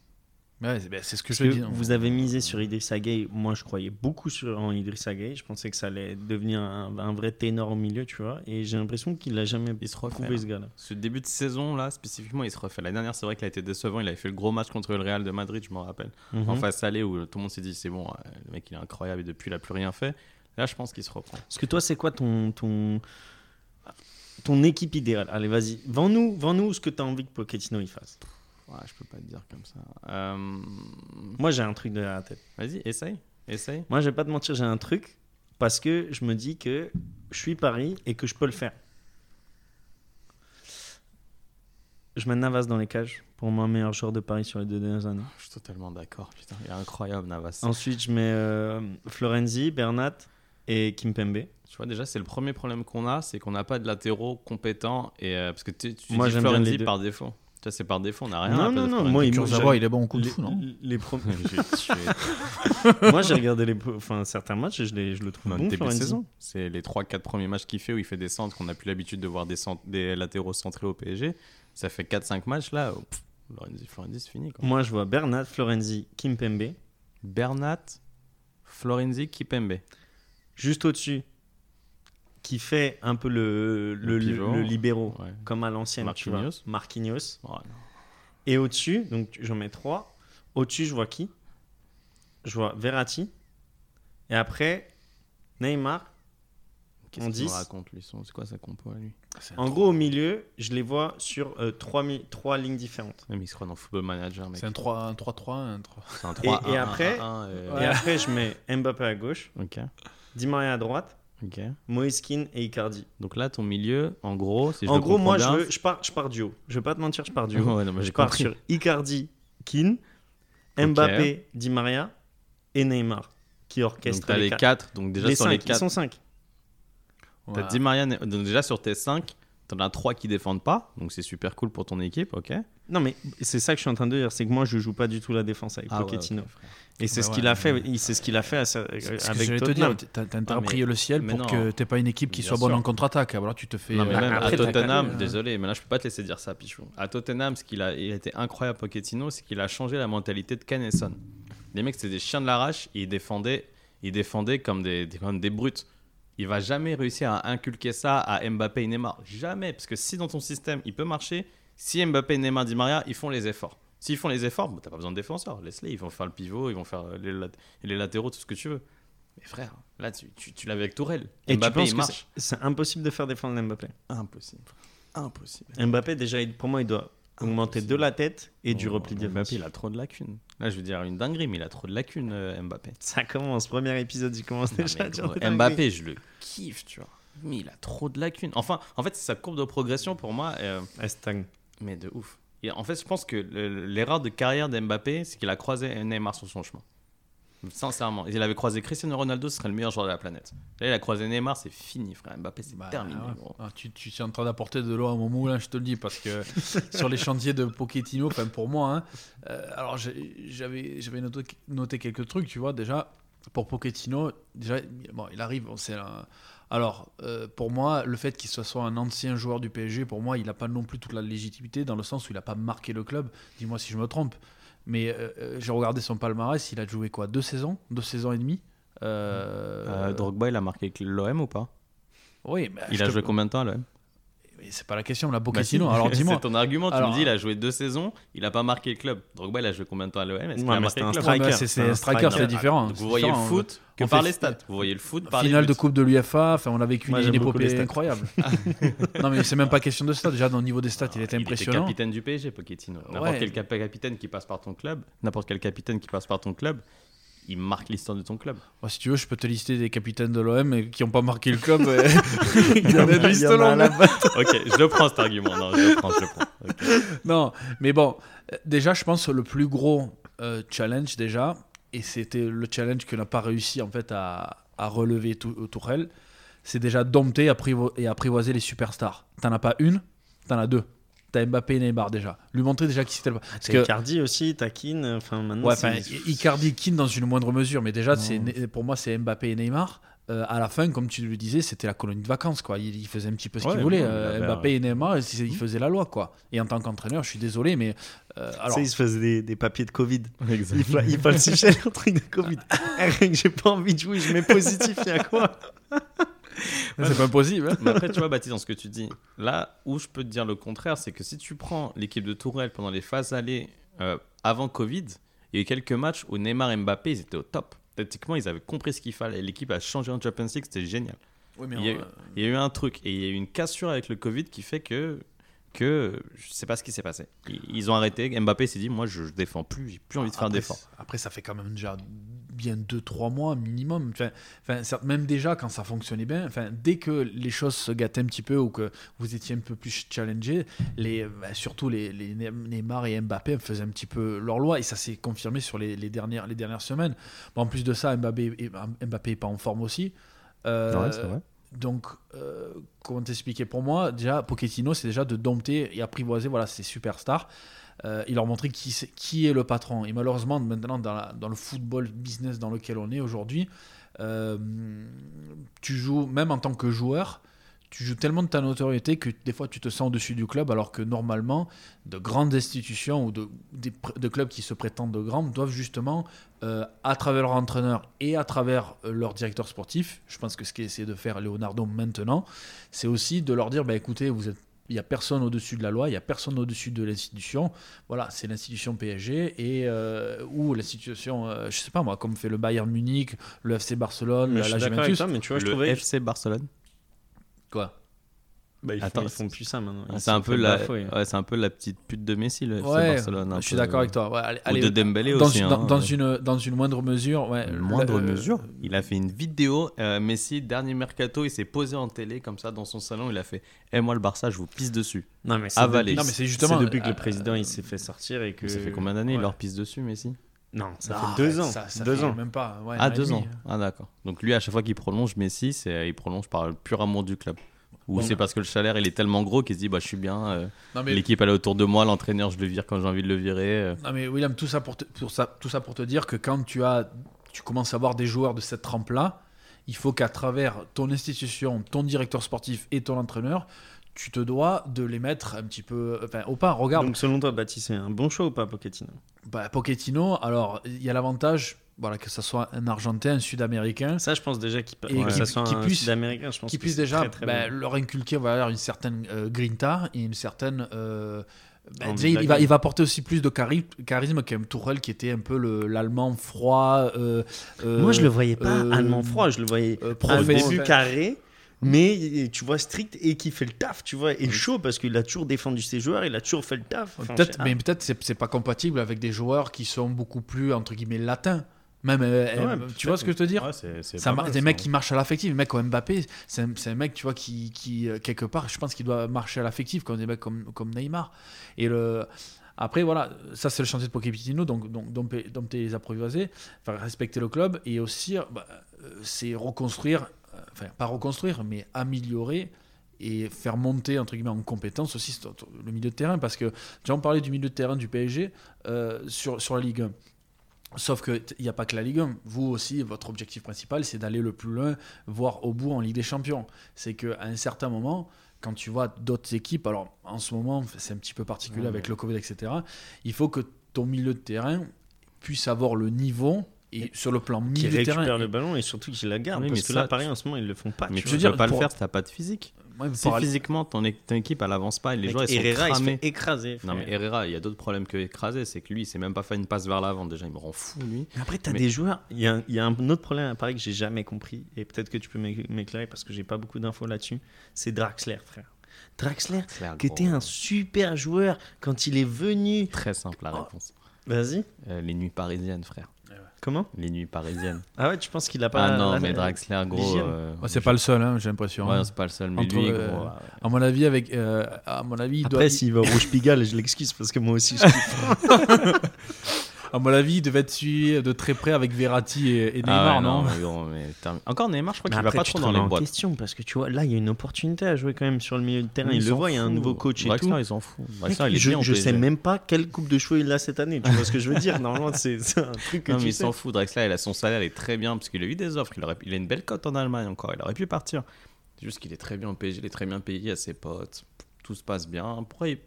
S1: Ouais, c'est ben, c'est ce que
S2: Parce
S1: je veux
S2: que
S1: dire.
S2: vous avez misé sur Idrissa Gueye. Moi, je croyais beaucoup sur, en Idrissa Gueye. Je pensais que ça allait devenir un, un vrai ténor au milieu, tu vois. Et j'ai l'impression qu'il l'a jamais
S3: Il se refait.
S2: prouvé, ce gars-là.
S3: Ce début de saison là, spécifiquement, il se refait. La dernière, c'est vrai qu'il a été décevant. Il avait fait le gros match contre le Real de Madrid, je m'en rappelle.
S2: Mhm.
S3: En face allée où tout le monde s'est dit c'est bon, euh, le mec il est incroyable et depuis il a plus rien fait. Là, je pense qu'il se reprend.
S2: Parce que toi, c'est quoi ton, ton, ton équipe idéale Allez, vas-y. Vends-nous vends ce que tu as envie que Pochettino il fasse.
S3: Ouais, je peux pas te dire comme ça. Euh,
S2: Moi, j'ai un truc derrière la tête.
S3: Vas-y, essaye, essaye.
S2: Moi, je vais pas te mentir, j'ai un truc parce que je me dis que je suis Paris et que je peux le faire. Je mets Navas dans les cages pour moi meilleur joueur de Paris sur les deux dernières années.
S3: Je suis totalement d'accord. Putain, il est incroyable Navas.
S2: Ensuite, je mets euh, Florenzi, Bernat et Kimpembe.
S3: Tu vois déjà, c'est le premier problème qu'on a, c'est qu'on n'a pas de latéraux compétents et euh, parce que tu, tu
S2: Moi,
S3: dis
S2: j'aime bien
S3: Florenzi
S2: les deux.
S3: par défaut. Tu vois, c'est par défaut, on n'a rien. à
S2: Non,
S3: la place
S2: non,
S3: de
S2: non,
S3: [LAUGHS] Florenzi.
S2: moi, il-
S1: Kurzawa, il est bon au coup de
S2: Les-
S1: fou, non
S2: les prom-
S3: J'ai tué
S2: Moi, j'ai regardé les, enfin, certains matchs et je, les- je le trouve
S3: Dans
S2: bon,
S3: le début de
S2: Florenzi.
S3: saison. C'est les 3-4 premiers matchs qu'il fait où il fait des centres qu'on n'a plus l'habitude de voir des, centres, des latéraux centrés au PSG. Ça fait 4-5 matchs là. oh, pff, Florenzi, Florenzi, c'est fini. Quoi.
S2: Moi, je vois Bernat, Florenzi, Kimpembe.
S3: Bernat, Florenzi, Kipembe.
S2: Juste au-dessus, qui fait un peu le, le,
S3: Le pivot.
S2: le libéraux,
S3: Ouais.
S2: comme à l'ancienne. tu vois.
S3: Marquinhos.
S2: Marquinhos.
S3: Oh, non.
S2: Et au-dessus, donc j'en mets trois. Au-dessus, je vois qui Je vois Verratti. Et après, Neymar.
S3: Qu'est-ce
S2: En
S3: qu'il nous
S2: 10.
S3: raconte lui son- C'est quoi sa compo à lui
S1: C'est
S2: En
S1: un
S2: gros, au milieu, je les vois sur euh, trois, mi- trois lignes différentes.
S3: Même il se croit dans Football Manager,
S1: trois-
S3: mec.
S1: c'est un 3 un 3-3, un 3.
S3: C'est un
S2: Et-
S3: 3
S2: et après- Euh,
S1: Ouais.
S2: Et après, je
S3: [LAUGHS]
S2: mets Mbappé à gauche,
S3: Ok.
S2: Di Maria à droite,
S3: Ok.
S2: Moïse Kean et Icardi.
S3: Donc là, ton milieu, en gros, si je
S2: en
S3: le
S2: gros, moi, je,
S3: comprends bien,
S2: veux- je, pars, je pars du haut. Je vais pas te mentir, je pars du haut.
S3: [LAUGHS] Ouais, non, mais
S2: je
S3: j'ai
S2: pars
S3: compris.
S2: sur Icardi, Keane, Mbappé, Di Maria et Neymar qui
S3: Donc
S2: orchestrent
S3: t'as
S2: les,
S3: les
S2: quatre.
S3: 4. Donc déjà
S2: les
S3: sur
S2: cinq,
S3: les
S2: ils
S3: 4.
S2: sont cinq.
S3: T'as dit euh, Marianne. Donc déjà sur tes 5, t'en as 3 qui défendent pas. Donc c'est super cool pour ton équipe, ok
S2: Non, mais c'est ça que je suis en train de dire, c'est que moi je joue pas du tout la défense avec Pochettino. Et c'est
S1: Bah
S2: ce
S1: ouais,
S2: qu'il a
S1: mais-
S2: fait, il- c'est ce qu'il a fait à sa-
S1: avec
S2: avec
S1: j'allais te dire,
S2: Tottenham.
S1: t'as t'as intérêt à
S3: Ah, mais-
S1: prier le ciel
S3: mais
S1: pour
S3: non.
S1: que t'aies pas une équipe qui
S3: Bien
S1: soit bonne
S3: sûr.
S1: en contre-attaque. Alors tu te fais.
S3: Non, mais
S1: euh,
S3: même
S2: après,
S3: à
S2: t'as
S3: Tottenham,
S1: quand même-
S3: désolé, mais là je peux pas te laisser dire ça, Pichou. À Tottenham, ce qu'il a, il a été incroyable, Pochettino, c'est qu'il a changé la mentalité de Kane et Son. Les mecs, c'était des chiens de l'arrache, ils défendaient, ils défendaient comme des, des- comme des brutes. Il va jamais réussir à inculquer ça à Mbappé et Neymar. Jamais, parce que si dans ton système il peut marcher, si Mbappé, Neymar, Di Maria, ils font les efforts. S'ils font les efforts, bah, t'as pas besoin de défenseurs. Laisse-les. Ils vont faire le pivot, ils vont faire les, lat- les latéraux, tout ce que tu veux. Mais frère, là, tu, tu, tu l'as avec Tourelle.
S2: Et tu
S3: Mbappé,
S2: penses
S3: il
S2: que
S3: marche.
S2: c'est- c'est impossible de faire défendre Mbappé
S3: Impossible. Impossible.
S2: Imbappé, déjà, il- pour moi, il doit augmenter
S3: Impossible.
S2: de la tête et du repli
S3: Oh, Mbappé,
S2: défensif.
S3: il a trop de lacunes. Là, je veux dire une dinguerie, mais il a trop de lacunes, euh, Mbappé.
S2: Ça commence, premier épisode, il commence
S3: Non,
S2: déjà
S3: mais
S2: à dire
S3: gros,
S2: des dingueries.
S3: Mbappé, je le kiffe, tu vois. Mais il a trop de lacunes. Enfin, en fait, c'est sa courbe de progression pour moi, euh,
S2: Elle stagne.
S3: mais de ouf. Et en fait, je pense que le- l'erreur de carrière d'Mbappé, c'est qu'il a croisé Neymar sur son chemin. Sincèrement. Il avait croisé Cristiano Ronaldo, ce serait le meilleur joueur de la planète. Là, il a croisé Neymar, c'est fini, frère. Mbappé, c'est
S1: Bah,
S3: terminé,
S1: ouais.
S3: gros.
S1: Ah, tu, tu es en train d'apporter de l'eau à mon moulin, je te le dis, parce
S3: [LAUGHS]
S1: que sur les chantiers de Pochettino, enfin pour moi, hein, euh, alors j'ai- j'avais j'avais noté, noté quelques trucs, tu vois, déjà, pour Pochettino, déjà, bon, il arrive, bon, c'est un- Alors, euh, pour moi, le fait qu'il soit, soit un ancien joueur du PSG, pour moi, il n'a pas non plus toute la légitimité, dans le sens où il n'a pas marqué le club, dis-moi si je me trompe, mais euh, euh, j'ai regardé son palmarès, il a joué quoi Deux saisons Deux saisons et demie Euh,
S3: Euh, Drogba, il a marqué avec l'OM ou pas
S1: Oui, mais
S3: Il
S1: je
S3: a
S1: te-
S3: joué combien de temps à l'OM
S1: mais c'est pas la question, la
S3: Bah, [LAUGHS]
S1: Pochettino.
S3: si.
S1: Alors
S3: C'est
S1: dis-moi.
S3: ton argument, tu
S1: Alors, euh,
S3: me dis, il a joué deux saisons, il a pas marqué le club. Drogba, il a joué combien de temps à l'OM Est-ce qu'il
S2: Ouais,
S3: a
S2: mais
S3: marqué
S2: c'était
S3: le
S2: un
S3: club
S1: Ouais, mais
S2: striker,
S1: c'est-
S2: c'est
S1: c'est
S2: un
S1: un striker,
S2: striker.
S1: c'est différent. hein.
S3: Donc,
S1: C'est
S3: vous voyez le
S1: différent. hein.
S3: foot que
S1: on
S3: par
S1: fait-
S3: les stats. Vous voyez le foot par les
S1: Finale de
S3: buts.
S1: Coupe de l'UEFA, enfin, on a vécu
S2: Moi,
S1: une
S2: j'aime beaucoup les
S1: épopée
S2: stats.
S3: [LAUGHS]
S1: incroyable. non, mais c'est même pas question de stats. Déjà, dans le niveau des stats, il était
S3: Il
S1: impressionnant.
S3: était capitaine du PSG, Pochettino. N'importe
S1: Ouais.
S3: quel cap- capitaine qui passe par ton club, n'importe quel capitaine qui passe par ton club, il marque l'histoire de ton club.
S1: Moi, Bah, si tu veux, je peux te lister des capitaines de l'OM qui n'ont pas marqué le club. [LAUGHS] il y en a
S2: Il y
S1: une
S2: en
S1: liste
S2: a
S1: longue.
S2: là.
S3: ok, je le prends cet argument. Non, je le prends, je le prends. Ok.
S1: Non, mais bon, euh, déjà, je pense que le plus gros euh, challenge, déjà, et c'était le challenge que n'a pas réussi en fait à, à relever Tou- euh, Tourelle, c'est déjà dompter apprivo- et apprivoiser les superstars. T'en as pas une, t'en as deux. T'as Mbappé et Neymar déjà. Lui montrer déjà qui c'était le. Parce
S2: T'as
S1: que
S2: Icardi aussi, Takin, enfin
S3: Hein,
S2: maintenant.
S1: ouais,
S2: c'est-
S1: enfin, Icardi Keane dans une moindre mesure, mais déjà,
S2: Non.
S1: c'est Ne- pour moi, c'est Mbappé et Neymar. Euh, à la fin, comme tu le disais, c'était la colonie de vacances. Quoi. Il, il faisait un petit peu ce
S3: Ouais,
S1: qu'il voulait.
S3: non, il
S1: euh,
S3: avait Mmh.
S1: Mbappé et Neymar, ils- ils faisaient la loi. Quoi. Et en tant qu'entraîneur, je suis désolé, mais. euh,
S2: Tu
S1: alors,
S2: sais, il se faisait des, des papiers de Covid. Il, fa- il falsifiait leur truc de Covid. Eh, Rien que j'ai pas envie de jouer, je mets positif, il y a quoi
S1: [LAUGHS] c'est pas impossible. hein.
S3: Mais après, tu vois, Baptiste, dans ce que tu dis, là où je peux te dire le contraire, c'est que si tu prends l'équipe de Tourelle pendant les phases allées euh, avant Covid, il y a eu quelques matchs où Neymar et Mbappé, ils étaient au top. Tactiquement, ils avaient compris ce qu'il fallait. L'équipe a changé en Champions League, c'était génial. Il y, a eu, il y a eu un truc et il y a eu une cassure avec le Covid qui fait que que je sais pas ce qui s'est passé. Ils, ils ont arrêté. Mbappé s'est dit, moi, je, je défends plus, j'ai plus envie de faire
S1: après,
S3: d'efforts.
S1: c- Après, ça fait quand même déjà bien 2-3 mois minimum. Enfin, enfin, certes, même déjà, quand ça fonctionnait bien, enfin, dès que les choses se gâtaient un petit peu ou que vous étiez un peu plus challengé, les, bah, surtout les, les Ne- Neymar et Mbappé faisaient un petit peu leur loi et ça s'est confirmé sur les, les dernières, les dernières semaines. Bon, en plus de ça, Mbappé est, Mbappé est pas en forme aussi. Euh, donc, euh, comment t'expliquer Pour moi, déjà, Pochettino, c'est déjà de dompter et apprivoiser voilà, ces superstars. Euh, il leur montrait qui, c'est- qui est le patron. Et malheureusement, maintenant, dans, la- dans le football business dans lequel on est aujourd'hui, euh, tu joues, même en tant que joueur, tu joues tellement de ta notoriété que des fois tu te sens au-dessus du club, alors que normalement, de grandes institutions ou de, des pr- de clubs qui se prétendent de grandes doivent justement, euh, à travers leur entraîneur et à travers euh, leur directeur sportif, je pense que ce qu'essaie de faire Leonardo maintenant, c'est aussi de leur dire bah, écoutez, vous êtes. Il n'y a personne au-dessus de la loi, il n'y a personne au-dessus de l'institution. Voilà, c'est l'institution PSG et euh, ou l'institution, euh, je sais pas moi, comme fait le Bayern Munich, le FC Barcelone,
S2: Ah, Mais
S1: la,
S2: Je
S1: la
S2: suis d'accord avec
S1: Juventus.
S2: toi, mais tu vois, je
S3: Le
S2: trouvais.
S3: FC Barcelone.
S1: Quoi
S2: Bah, ils, font-
S3: Attends,
S2: ils font plus ça maintenant. Ils
S3: C'est un
S2: se
S3: peu
S2: font
S3: la,
S2: bafouer.
S3: ouais, c'est un peu la petite pute de Messi le
S1: hein. Ouais,
S3: FC Barcelone. un
S1: Je suis
S3: peu. euh,
S1: d'accord avec toi. Ouais, allez,
S3: Ou
S1: allez, euh,
S3: de Dembélé
S1: dans,
S3: aussi.
S1: une-
S3: hein.
S1: dans- dans une, dans une moindre mesure. Ouais,
S3: Une moindre
S1: le-
S3: mesure. Il a fait une vidéo. euh, Messi, dernier mercato, il s'est posé en télé comme ça dans son salon. Il a fait Eh, moi le Barça, je vous pisse dessus.
S2: Non, mais c'est
S3: avalé.
S1: Non,
S2: depuis-
S1: mais c'est justement-
S2: C'est depuis que
S1: euh,
S2: le président il s'est fait sortir et que.
S3: Mais Ça fait combien d'années
S2: Ouais.
S3: il leur pisse dessus, Messi
S2: Non, ça
S1: Non,
S2: fait deux
S1: Ah, ouais,
S2: ans.
S1: ça- ça
S2: deux
S1: fait
S2: ans.
S1: Même pas. ouais,
S3: Ah,
S1: un an et
S3: deux
S1: demi.
S3: ans. Ah, d'accord. Donc lui, à chaque fois qu'il prolonge Messi, c'est, il prolonge par le pur amour du club. Ou
S1: Bon,
S3: c'est parce que le salaire il est tellement gros qu'il se dit bah je suis bien, euh,
S1: Non, mais,
S3: l'équipe elle est autour de moi, l'entraîneur je le vire quand j'ai envie de le virer. euh.
S1: non, mais William, tout ça, pour te, pour ça, tout ça pour te dire que quand tu, as, tu commences à avoir des joueurs de cette trempe-là, il faut qu'à travers ton institution, ton directeur sportif et ton entraîneur, tu te dois de les mettre un petit peu enfin, au pas. Regarde,
S2: Donc selon toi, Baptiste, c'est un bon choix ou pas, Pochettino
S1: bah, Pochettino, alors il y a l'avantage voilà, que ce soit un Argentin, un Sud-Américain.
S2: Ça, je pense déjà qu'il
S1: Et
S2: que
S1: qui-
S2: ça soit
S1: qui
S2: un
S1: puisse-
S2: Sud-Américain, je pense.
S1: qui
S2: que
S1: puissent
S2: c'est
S1: déjà ben,
S2: très, très
S1: bah,
S2: bien.
S1: leur inculquer voilà, une certaine euh, grinta et une certaine euh, Ben,
S2: En
S1: déjà,
S2: vue de
S1: il, va,
S2: la gueule.
S1: il va porter aussi plus de chari- charisme qu'un Tourelle qui était un peu le- l'allemand froid. euh, euh,
S2: Moi, je le voyais pas
S1: euh,
S2: allemand froid, je le voyais
S1: euh,
S2: au
S1: profond.
S2: début carré, mais tu vois strict et qui fait le taf, tu vois, et chaud parce qu'il a toujours défendu ses joueurs, il a toujours fait le taf. Enfin,
S1: Peut-être,
S2: je-
S1: mais peut-être c'est, c'est pas compatible avec des joueurs qui sont beaucoup plus entre guillemets latins. Même, euh,
S2: Ah
S1: euh, tu vois ce que je veux te dire
S4: Ouais, c'est- c'est
S1: Ça
S4: pas
S1: mar-
S4: mal,
S1: des
S4: ça. hein.
S1: mecs qui marchent à l'affectif, des mecs comme Mbappé, c'est un, c'est un mec, tu vois, qui, qui, euh, quelque part, je pense qu'il doit marcher à l'affectif, comme des mecs comme, comme Neymar. Et le... Après, voilà, ça c'est le chantier de Pochettino, donc, donc dompter, dompter les apprivoiser, enfin, respecter le club, et aussi, euh, bah, euh, c'est reconstruire, euh, enfin, pas reconstruire, mais améliorer et faire monter, entre guillemets, en compétence aussi ce- le milieu de terrain, parce que, déjà, on parlait du milieu de terrain du PSG euh, sur, sur la Ligue 1. Sauf qu'il n'y a pas que la Ligue 1. Vous aussi, votre objectif principal, c'est d'aller le plus loin, voire au bout en Ligue des Champions. C'est qu'à un certain moment, quand tu vois d'autres équipes, alors en ce moment, c'est un petit peu particulier
S3: Ouais,
S1: avec
S3: mais-
S1: le Covid, etc. Il faut que ton milieu de terrain puisse avoir le niveau et sur le plan
S2: qui
S1: milieu de
S2: récupère
S1: terrain.
S2: le ballon et surtout qui la garde.
S3: Oui,
S2: parce
S3: mais
S2: que
S3: ça,
S2: là, pareil, en ce moment, ils le font pas.
S3: Mais
S2: tu
S3: tu
S1: je veux
S3: peux
S2: vois.
S1: dire,
S3: pas
S1: pour-
S3: le faire si t'as pas de physique.
S1: Ouais, mais
S3: Si
S1: par-
S3: physiquement ton, é- ton équipe elle avance pas et les
S2: Mec,
S3: joueurs ils sont
S2: Herrera, il se
S3: cramés.
S2: fait écraser.
S3: Non mais Herrera, il y a d'autres problèmes que écraser, c'est que lui, il sait même pas faire une passe vers l'avant déjà, il me rend fou lui.
S2: Mais Après, tu as
S3: Mais-
S2: des joueurs. Il y, a un- il y a un autre problème à Paris que j'ai jamais compris, et peut-être que tu peux m'é- m'éclairer parce que j'ai pas beaucoup d'infos là-dessus. C'est Draxler, frère. Draxler, qui était un super joueur quand il est venu.
S3: très simple
S1: Oh.
S3: la réponse.
S2: Vas-y.
S3: Euh, les nuits parisiennes, frère.
S2: Comment
S3: Les nuits parisiennes.
S2: Ah ouais, tu penses qu'il a pas.
S3: Ah non,
S2: la-
S3: mais Draxler gros.
S2: l'hygiène.
S3: euh,
S1: Ouais, c'est pas le seul, hein, j'ai l'impression.
S3: Ouais,
S1: hein.
S3: c'est pas le seul, mais
S1: Entre,
S3: lui,
S1: euh,
S3: gros, ouais.
S1: À mon avis, avec, euh, à mon avis, il doit-
S2: Après, s'il va au Rouge Pigalle, je l'excuse parce que moi aussi, je
S1: à mon avis, il devait être suivi de très près avec Verratti et, et Neymar,
S3: Ah ouais,
S1: non,
S3: mais gros, mais termi- Encore Neymar, je crois
S2: Mais
S3: qu'il va
S2: après,
S3: pas
S2: tu
S3: trop
S2: te
S3: dans
S2: remets
S3: les
S2: en
S3: boîtes.
S2: question parce que tu vois, là, il y a une opportunité à jouer quand même sur le milieu de terrain. hein, Il le voit, il y a un nouveau coach et
S3: Draxler,
S2: tout.
S3: il s'en fout.
S2: Mec,
S3: Draxler, il est
S2: je
S3: bien au
S2: je sais
S3: PSG.
S2: même pas quelle coupe de cheveux il a cette année. Tu vois ce que je veux dire Normalement, c'est c'est un truc que
S3: non, mais
S2: tu
S3: il
S2: sais.
S3: s'en fout. Draxler, il a son salaire, il est très bien parce qu'il a eu des offres. Il, aurait- il a une belle cote en Allemagne encore. Il aurait pu partir. C'est juste qu'il est très bien au PSG, il est très bien payé à ses potes. Tout se passe bien. Pourquoi il,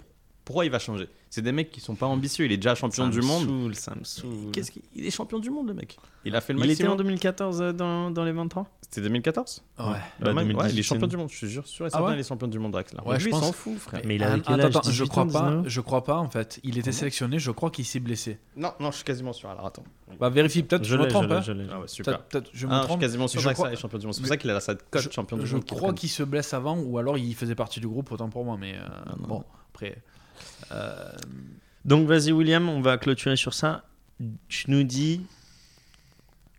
S3: pourquoi il va changer C'est des mecs qui sont pas ambitieux. Il est déjà champion
S2: Ça
S3: du
S2: me
S3: monde.
S2: saoule, ça me saoule.
S3: Qu'est-ce qu'il il est champion du monde, le mec Il a fait le
S2: Il était en
S3: maximum.
S2: 2014 euh, dans, dans les 23
S3: C'était 2014
S1: Ouais.
S2: Bah,
S3: Ouais, ouais, Il
S2: 2018,
S3: est champion
S2: c'est-
S3: du monde. Je suis sûr, sûr et
S1: Ah
S3: certain,
S1: ouais
S3: il est champion du monde, Draxler.
S1: Ouais,
S3: Lui,
S1: je
S3: il
S1: pense-
S3: s'en fout, frère.
S2: Mais il
S1: Ah,
S2: avait quel
S1: attends,
S2: âge
S1: attends, je
S2: 18
S1: crois
S2: ans,
S1: pas,
S2: 19?
S1: je crois pas en fait. Il était sélectionné, je crois qu'il s'est blessé.
S3: Non, non, je suis quasiment sûr. Alors attends.
S1: Bah vérifie peut-être, je,
S2: l'ai,
S1: me trompe.
S2: l'ai,
S1: hein.
S2: je l'ai.
S3: Ah ouais,
S1: Peut-être-
S3: super.
S1: peut-être je me
S3: Ah, je suis
S1: trompe.
S3: quasiment sûr
S1: Je
S3: que Draxler
S1: crois-
S3: est champion du monde. C'est
S1: Mais-
S3: pour ça qu'il a cette cote
S1: Je-
S3: champion du
S1: je
S3: monde. qu'il
S1: crois
S3: prenne.
S1: qu'il se blesse avant ou alors il faisait partie du groupe, autant pour moi. Mais euh,
S3: non.
S1: bon, après. euh,
S2: Donc vas-y William, on va clôturer sur ça. Tu nous dis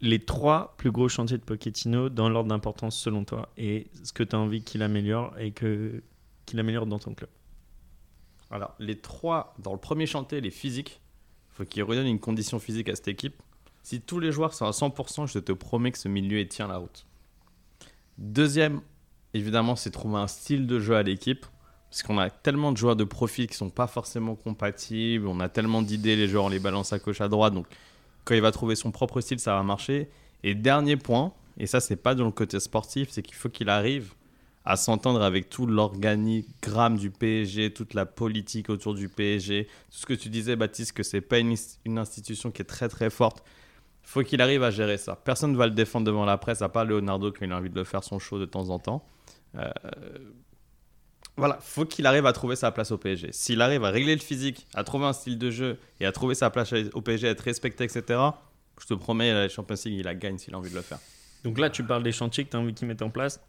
S2: les trois plus gros chantiers de Pochettino dans l'ordre d'importance selon toi et ce que tu as envie qu'il améliore et que qu'il améliore dans ton club.
S3: Alors, les trois, dans le premier chantier, les physiques, faut qu'il redonne une condition physique à cette équipe. Si tous les joueurs sont à 100%, je te promets que ce milieu il tient la route. Deuxième, évidemment, c'est trouver un style de jeu à l'équipe. Parce qu'on a tellement de joueurs de profil qui sont pas forcément compatibles. On a tellement d'idées, les joueurs, on les balance à gauche, à droite. Donc, quand il va trouver son propre style, ça va marcher. Et dernier point, et ça, c'est pas dans le côté sportif, c'est qu'il faut qu'il arrive à s'entendre avec tout l'organigramme du PSG, toute la politique autour du PSG, tout ce que tu disais, Baptiste, que c'est pas une, ins- une institution qui est très très forte. Faut qu'il arrive à gérer ça. Personne ne va le défendre devant la presse, à part Leonardo quand il a envie de le faire son show de temps en temps. Euh, voilà, faut qu'il arrive à trouver sa place au PSG. S'il arrive à régler le physique, à trouver un style de jeu et à trouver sa place au PSG, à être respecté, etc. Je te promets, la Champions League, il la gagne s'il a envie de le faire.
S2: Donc là tu parles des chantiers que tu as envie qu'il mette en place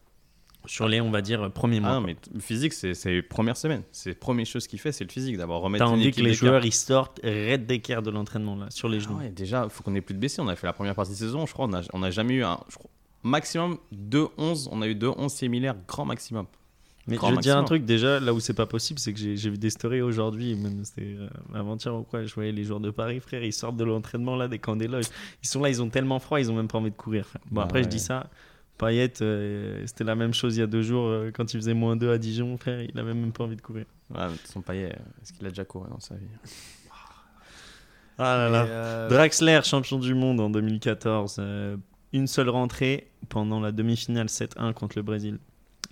S2: sur les on va dire euh, premiers
S3: Ah
S2: mois.
S3: non, mais t- le physique, c'est- c'est première semaine. C'est première chose qu'il fait, c'est le physique. D'abord,
S2: tu
S3: remettre
S2: as
S3: une
S2: envie que
S3: équipe
S2: les
S3: d'écart.
S2: joueurs ils sortent raide d'équerre de l'entraînement là sur les
S3: Ah
S2: genoux.
S3: ouais, déjà, il faut qu'on ait plus de blessés. On a fait la première partie de saison, je crois. On a, on a jamais eu un. je crois, maximum 2-11. On a eu 2-11 similaires, grand maximum.
S2: Mais
S3: Grand
S2: je veux dire un
S3: maximum.
S2: truc déjà là où c'est pas possible, c'est que j'ai j'ai vu des stories aujourd'hui, même c'était euh, avant-hier ou quoi. Je voyais les joueurs de Paris, frère, ils sortent de l'entraînement là, des camps des loges. Ils sont là, ils ont tellement froid, ils ont même pas envie de courir. frère. Bon
S3: Bah
S2: après je
S3: ouais.
S2: dis ça. Payet, euh, c'était la même chose il y a deux jours euh, quand il faisait moins 2 à Dijon, frère, il avait même pas envie de courir.
S3: Ouais, mais son paillet, euh, est-ce qu'il a déjà couru dans sa vie
S2: Ah là là.
S1: et, euh,
S2: Draxler, champion du monde en 2014, euh, une seule rentrée pendant la demi-finale 7-1 contre le Brésil.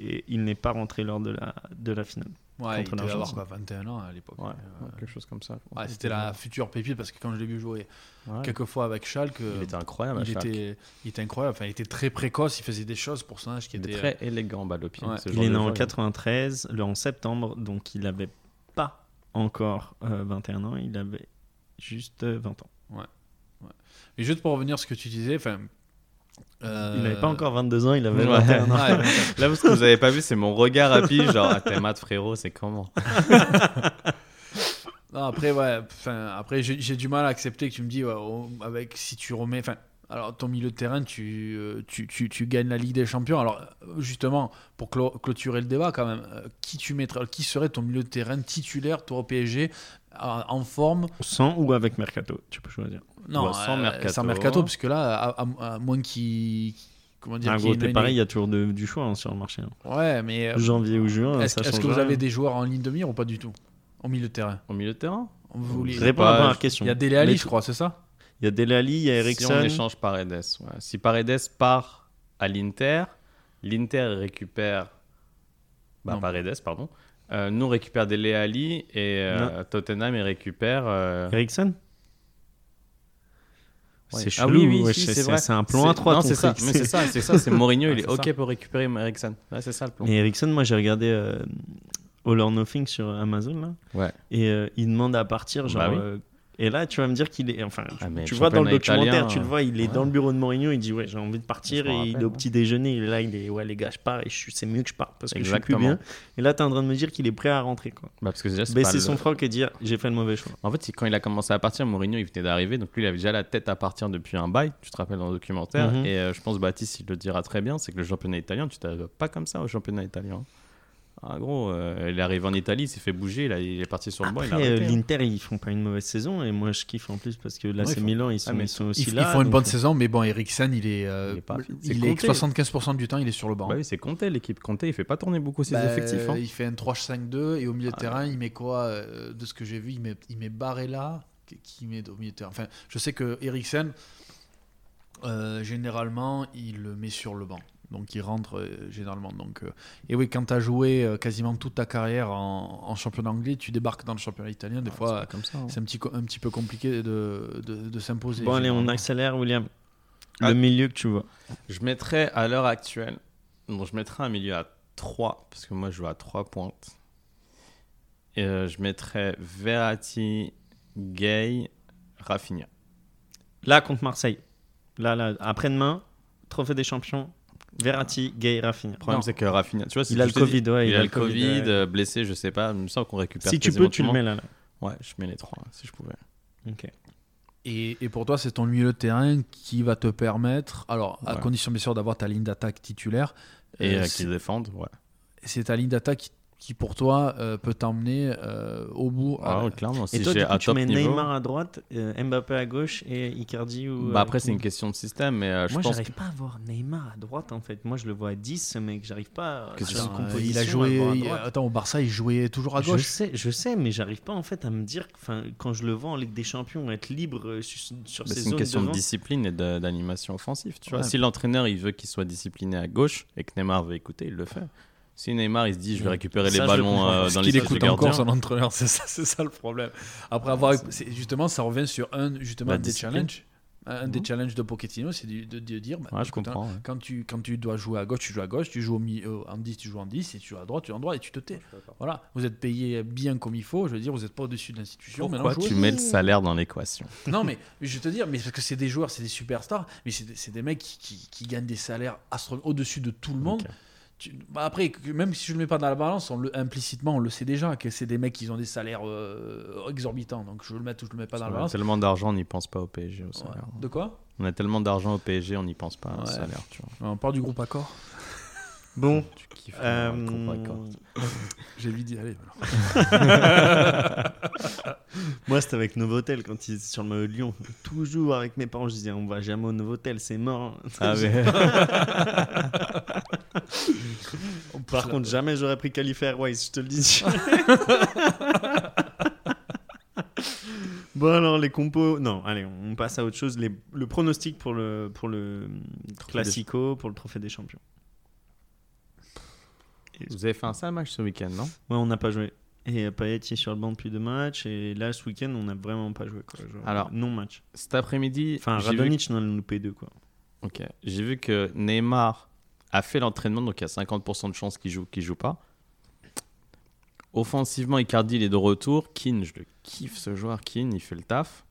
S2: Et il n'est pas rentré lors de la, de la finale.
S1: ouais, il
S2: contre
S1: devait avoir
S2: l'Argentine.
S1: quoi, 21 ans à l'époque.
S3: Ouais,
S1: Euh,
S3: ouais, quelque chose comme ça. je pense.
S1: ouais, C'était la future pépite parce que quand je l'ai vu jouer
S3: Ouais.
S1: quelques fois avec Schalke, euh,
S3: Il était incroyable,
S1: il était, il était incroyable. Enfin, il était très précoce, il faisait des choses pour son âge qui
S3: Il
S1: était. euh,
S3: était très élégant, balle au pied.
S1: Ouais.
S3: ce
S2: Il
S3: genre
S2: est
S3: de
S2: né en
S3: joueur,
S2: 93, le en septembre, donc il n'avait pas encore euh, 21 ans, il avait juste euh, 20 ans.
S1: Et juste pour revenir à ce que tu disais, enfin. euh,
S2: Il n'avait pas encore 22 ans, il avait
S3: Euh, Ouais.
S2: 21 ans.
S1: [LAUGHS] Ouais,
S3: Là, parce que vous avez pas vu, c'est mon regard à pige, genre, ah, t'es mat, frérot, c'est comment
S1: Non, après, ouais, enfin, après j'ai j'ai du mal à accepter que tu me dis, ouais, on- avec, si tu remets. Enfin, alors, ton milieu de terrain, tu, euh, tu, tu, tu gagnes la Ligue des Champions. Alors, euh, justement, pour clo- clôturer le débat, quand même, euh, qui, tu mettrais, qui serait ton milieu de terrain titulaire, toi, au PSG, en- en forme
S2: Sans ou avec Mercato, tu peux choisir.
S1: Non,
S3: Bah, sans
S1: euh,
S3: Mercato.
S1: sans Mercato, parce que là, à, à- à moins qu'il. Comment dire
S2: Ah,
S1: qu'il y
S2: gros,
S1: ait
S2: t'es
S1: une-
S2: pareil, il y a toujours de- du choix hein, sur le marché. hein.
S1: Ouais, mais. euh,
S2: Janvier ou juin,
S1: Est-ce
S2: Ah, ça
S1: est-ce
S2: change
S1: que vous
S2: rien.
S1: avez des joueurs en ligne de mire ou pas du tout Au milieu de terrain
S3: Au milieu de terrain
S1: Vous voulez-
S3: Ré-
S2: Réponds à la
S3: Bah,
S2: première
S1: Il
S2: question.
S1: y a Dele Ali,
S2: Les-
S1: je crois, c'est ça
S2: Il y a Dele Alli, il y a Ericsson.
S3: Si on échange Paredes. ouais. Si Paredes part à l'Inter, l'Inter récupère. Bah,
S1: Non.
S3: Paredes, pardon. Euh, nous, on récupère Dele Alli et euh, Tottenham, il récupère. euh,
S2: Ericsson
S3: ouais.
S2: C'est
S3: Ah
S2: chelou,
S3: oui, oui,
S2: ouais,
S3: si,
S2: c'est-
S3: c'est
S2: c'est-
S3: vrai.
S2: c'est un plan à
S3: C'est-
S2: 3
S3: Non, c'est ça, mais c'est ça, c'est ça, c'est
S2: [LAUGHS]
S3: Mourinho,
S1: Ah,
S3: il est
S1: c'est
S3: OK
S1: ça.
S3: pour récupérer Ericsson. Ouais, c'est ça le plan.
S2: Mais Ericsson, moi j'ai regardé euh, All or Nothing sur Amazon là.
S3: Ouais.
S2: Et euh, il demande à partir, genre.
S3: Bah oui.
S2: euh, et là, tu vas me dire qu'il est. Enfin, tu,
S3: Ah, mais
S2: tu
S3: le
S2: vois dans le
S3: championnat
S2: documentaire,
S3: italien,
S2: tu le vois, il est
S3: ouais.
S2: dans le bureau de Mourinho, il dit Ouais, j'ai envie de partir,
S3: hein. Je
S2: et
S3: m'en
S2: il est
S3: rappelle,
S2: au
S3: ouais.
S2: petit déjeuner, il est là, il est Ouais, les gars, je pars, et je suis- c'est mieux que je parte parce que je suis plus
S3: Exactement.
S2: bien. Et là, t'es en train de me dire qu'il est prêt à rentrer, quoi.
S3: Bah, parce que déjà, c'est pas
S2: Baisser
S3: le-
S2: son froc et dire J'ai fait le mauvais choix.
S3: En fait, c'est quand il a commencé à partir, Mourinho, il venait d'arriver, donc lui, il avait déjà la tête à partir depuis un bail, tu te rappelles dans le documentaire.
S2: Mhm.
S3: Et euh, je pense, Baptiste, il le dira très bien, c'est que le championnat italien, tu t'arrives pas comme ça au championnat italien. Ah gros, euh, il arrive en Italie, il s'est fait bouger, là, il est parti sur le banc, il a
S2: Après, euh,
S3: arrêté, hein.
S2: l'Inter, ils font pas une mauvaise saison, et moi je kiffe en plus parce que
S1: Ouais,
S2: là, c'est
S1: ils font-
S2: Milan, ils sont,
S3: Ah, mais
S2: ils sont aussi
S1: Ils, ils
S2: là.
S1: font une
S2: donc,
S1: bonne saison, mais bon, Eriksen, il est, euh,
S3: Il est pas- c'est
S1: il est
S3: compté.
S1: 75% du temps, il est sur le banc.
S3: Bah oui, c'est Comté, l'équipe Comté, il fait pas tourner beaucoup ses
S1: Bah,
S3: effectifs. hein.
S1: Il fait un 3-5-2 et au milieu de
S3: Ah,
S1: terrain, il met quoi euh, De ce que j'ai vu, il met, il met Barella qui- qui met au milieu de terrain. Enfin, je sais que Eriksen, euh, généralement, il le met sur le banc. Donc il rentre euh, généralement. Donc, euh, Et oui, quand tu as joué euh, quasiment toute ta carrière en, en championnat anglais, tu débarques dans le championnat italien. Des
S3: Ah,
S1: fois,
S3: c'est pas comme ça. hein.
S1: c'est un petit, co- un petit peu compliqué de, de, de s'imposer.
S2: Bon, allez, on
S1: généralement.
S2: accélère, William.
S3: Ah.
S2: Le milieu que tu vois.
S3: Je mettrais à l'heure actuelle, bon, je mettrais un milieu à 3, parce que moi je joue à 3 pointes. Et euh, je mettrais Verratti, Gay, Rafinha.
S2: Là, contre Marseille. Là, là, après-demain, Trophée des champions, Verratti, Gay, Rafinha.
S3: Le problème, c'est que Rafinha, tu vois, c'est
S2: Il a
S3: tout,
S2: le
S3: je te dis,
S2: Covid, ouais.
S3: il, a le
S2: ouais.
S3: Covid, euh, blessé, je sais pas. Il me semble qu'on récupère.
S2: Si tu
S3: quasiment
S2: peux, tu
S3: tout
S2: le mets
S3: monde.
S2: là. là.
S3: Ouais, je mets les trois si je pouvais.
S2: Ok.
S1: Et, et pour toi, c'est ton milieu de terrain qui va te permettre, alors à
S3: Ouais.
S1: condition bien sûr d'avoir ta ligne d'attaque titulaire,
S3: Et
S1: euh,
S3: euh,
S1: c'est-
S3: qu'ils défendent, ouais.
S2: Ah
S1: c'est ta ligne d'attaque qui, qui, pour toi euh, peut t'emmener euh, au bout.
S3: Ah,
S1: Ah,
S3: ouais, clairement, si
S2: Et toi,
S3: j'ai
S2: du
S3: à
S2: coup, tu
S3: top
S2: mets
S3: niveau.
S2: Neymar à droite, euh, Mbappé à gauche et Icardi ou.
S3: Bah
S2: euh,
S3: après, c'est une
S2: Koundé.
S3: question de système, mais euh, je
S2: Moi,
S3: pense que
S2: j'arrive pas à voir Neymar à droite en fait. Moi, je le vois à 10, ce mec. J'arrive pas à.
S3: Que
S2: sur
S3: c'est
S2: une
S1: euh,
S2: composition,
S1: il a
S2: à
S1: joué.
S2: voir à
S1: il-
S2: droite.
S1: attends, au Barça, il jouait toujours à
S2: Je
S1: gauche.
S2: sais, je sais, mais j'arrive pas en fait à me dire, enfin, quand je le vois en Ligue des Champions, être libre euh, sur, sur
S3: bah,
S2: ces
S3: c'est
S2: zones
S3: une question
S2: devant.
S3: de discipline et de- d'animation offensive. Tu vois,
S1: Ouais.
S3: si l'entraîneur il veut qu'il soit discipliné à gauche et que Neymar veut écouter, il le fait. Si Neymar il se dit je vais
S2: Ouais.
S3: récupérer
S2: Ça,
S3: les
S2: je
S3: ballons
S2: comprends.
S3: euh,
S2: Ce
S3: dans
S1: Parce
S3: les
S1: qu'il
S3: stages du
S1: écoute encore
S3: gardien,
S1: son entraîneur, [LAUGHS] c'est ça, c'est ça le problème. Après avoir, c'est- justement, ça revient sur un, justement,
S3: La
S1: un des
S3: discipline.
S1: challenges, un des
S3: Mhm.
S1: challenges de Pochettino, c'est de, de- de dire, bah,
S3: ouais, je
S1: écoute, hein,
S3: comprends. ouais.
S1: Quand tu, quand tu dois jouer à gauche, tu joues à gauche, tu joues au mi- euh, en 10, tu joues en 10, et tu joues à droite, tu joues en droite, et tu te tais. Voilà, vous êtes payé bien comme il faut, je veux dire, vous n'êtes pas au-dessus de l'institution. maintenant,
S3: Pourquoi
S1: jouez.
S3: tu mets le salaire dans l'équation
S1: Non, mais je vais te dire, mais parce que c'est des joueurs, c'est des superstars, mais c'est des- c'est des mecs qui, qui- qui gagnent des salaires astro- au-dessus de tout le monde.
S3: Ok.
S1: Tu- bah après, que- même si je ne le mets pas dans la balance, on le, implicitement, on le sait déjà, que c'est des mecs qui ont des salaires euh, exorbitants, donc je veux le mets ou je ne le mets pas dans la
S3: On a
S1: balance.
S3: tellement d'argent, on n'y pense pas au PSG au salaire.
S1: De quoi
S3: On a tellement d'argent au PSG, on n'y pense pas au
S1: Ouais.
S3: salaire. Tu vois.
S1: On parle du groupe Accord.
S2: Bon,
S3: Tu kiffes
S2: euh,
S3: le combat, quoi.
S1: J'ai vite dit, allez, voilà.
S2: Moi, c'était avec Novotel quand ils étaient sur le maillot de Lyon. Toujours avec mes parents, je disais on va jamais au Novotel, c'est mort. [LAUGHS]
S3: Ah, mais-
S1: On pousse
S2: Par
S1: la-
S2: contre, jamais j'aurais pris Calif Airways, je te le dis. [LAUGHS] bon, alors les compos. Non, allez, on passe à autre chose. Les- Le pronostic pour le, pour le Classico, pour le Trophée des Champions.
S3: Vous avez fait un sale match ce week-end, non
S2: Ouais, on n'a pas joué. Et euh, Payet il est sur le banc depuis deux matchs. Et là, ce week-end, on n'a vraiment pas joué. Quoi, genre,
S3: Alors-
S2: non-match.
S3: Cet après-midi,
S2: Enfin,
S3: j'ai vu...
S2: Radonic, on en a loupé deux. Quoi.
S3: Ok. J'ai vu que Neymar a fait l'entraînement, donc il y a 50% de chances qu'il joue, qu'il joue pas. Offensivement, Icardi, il est de retour. Keane, je le kiffe ce joueur. Keane, il fait le taf.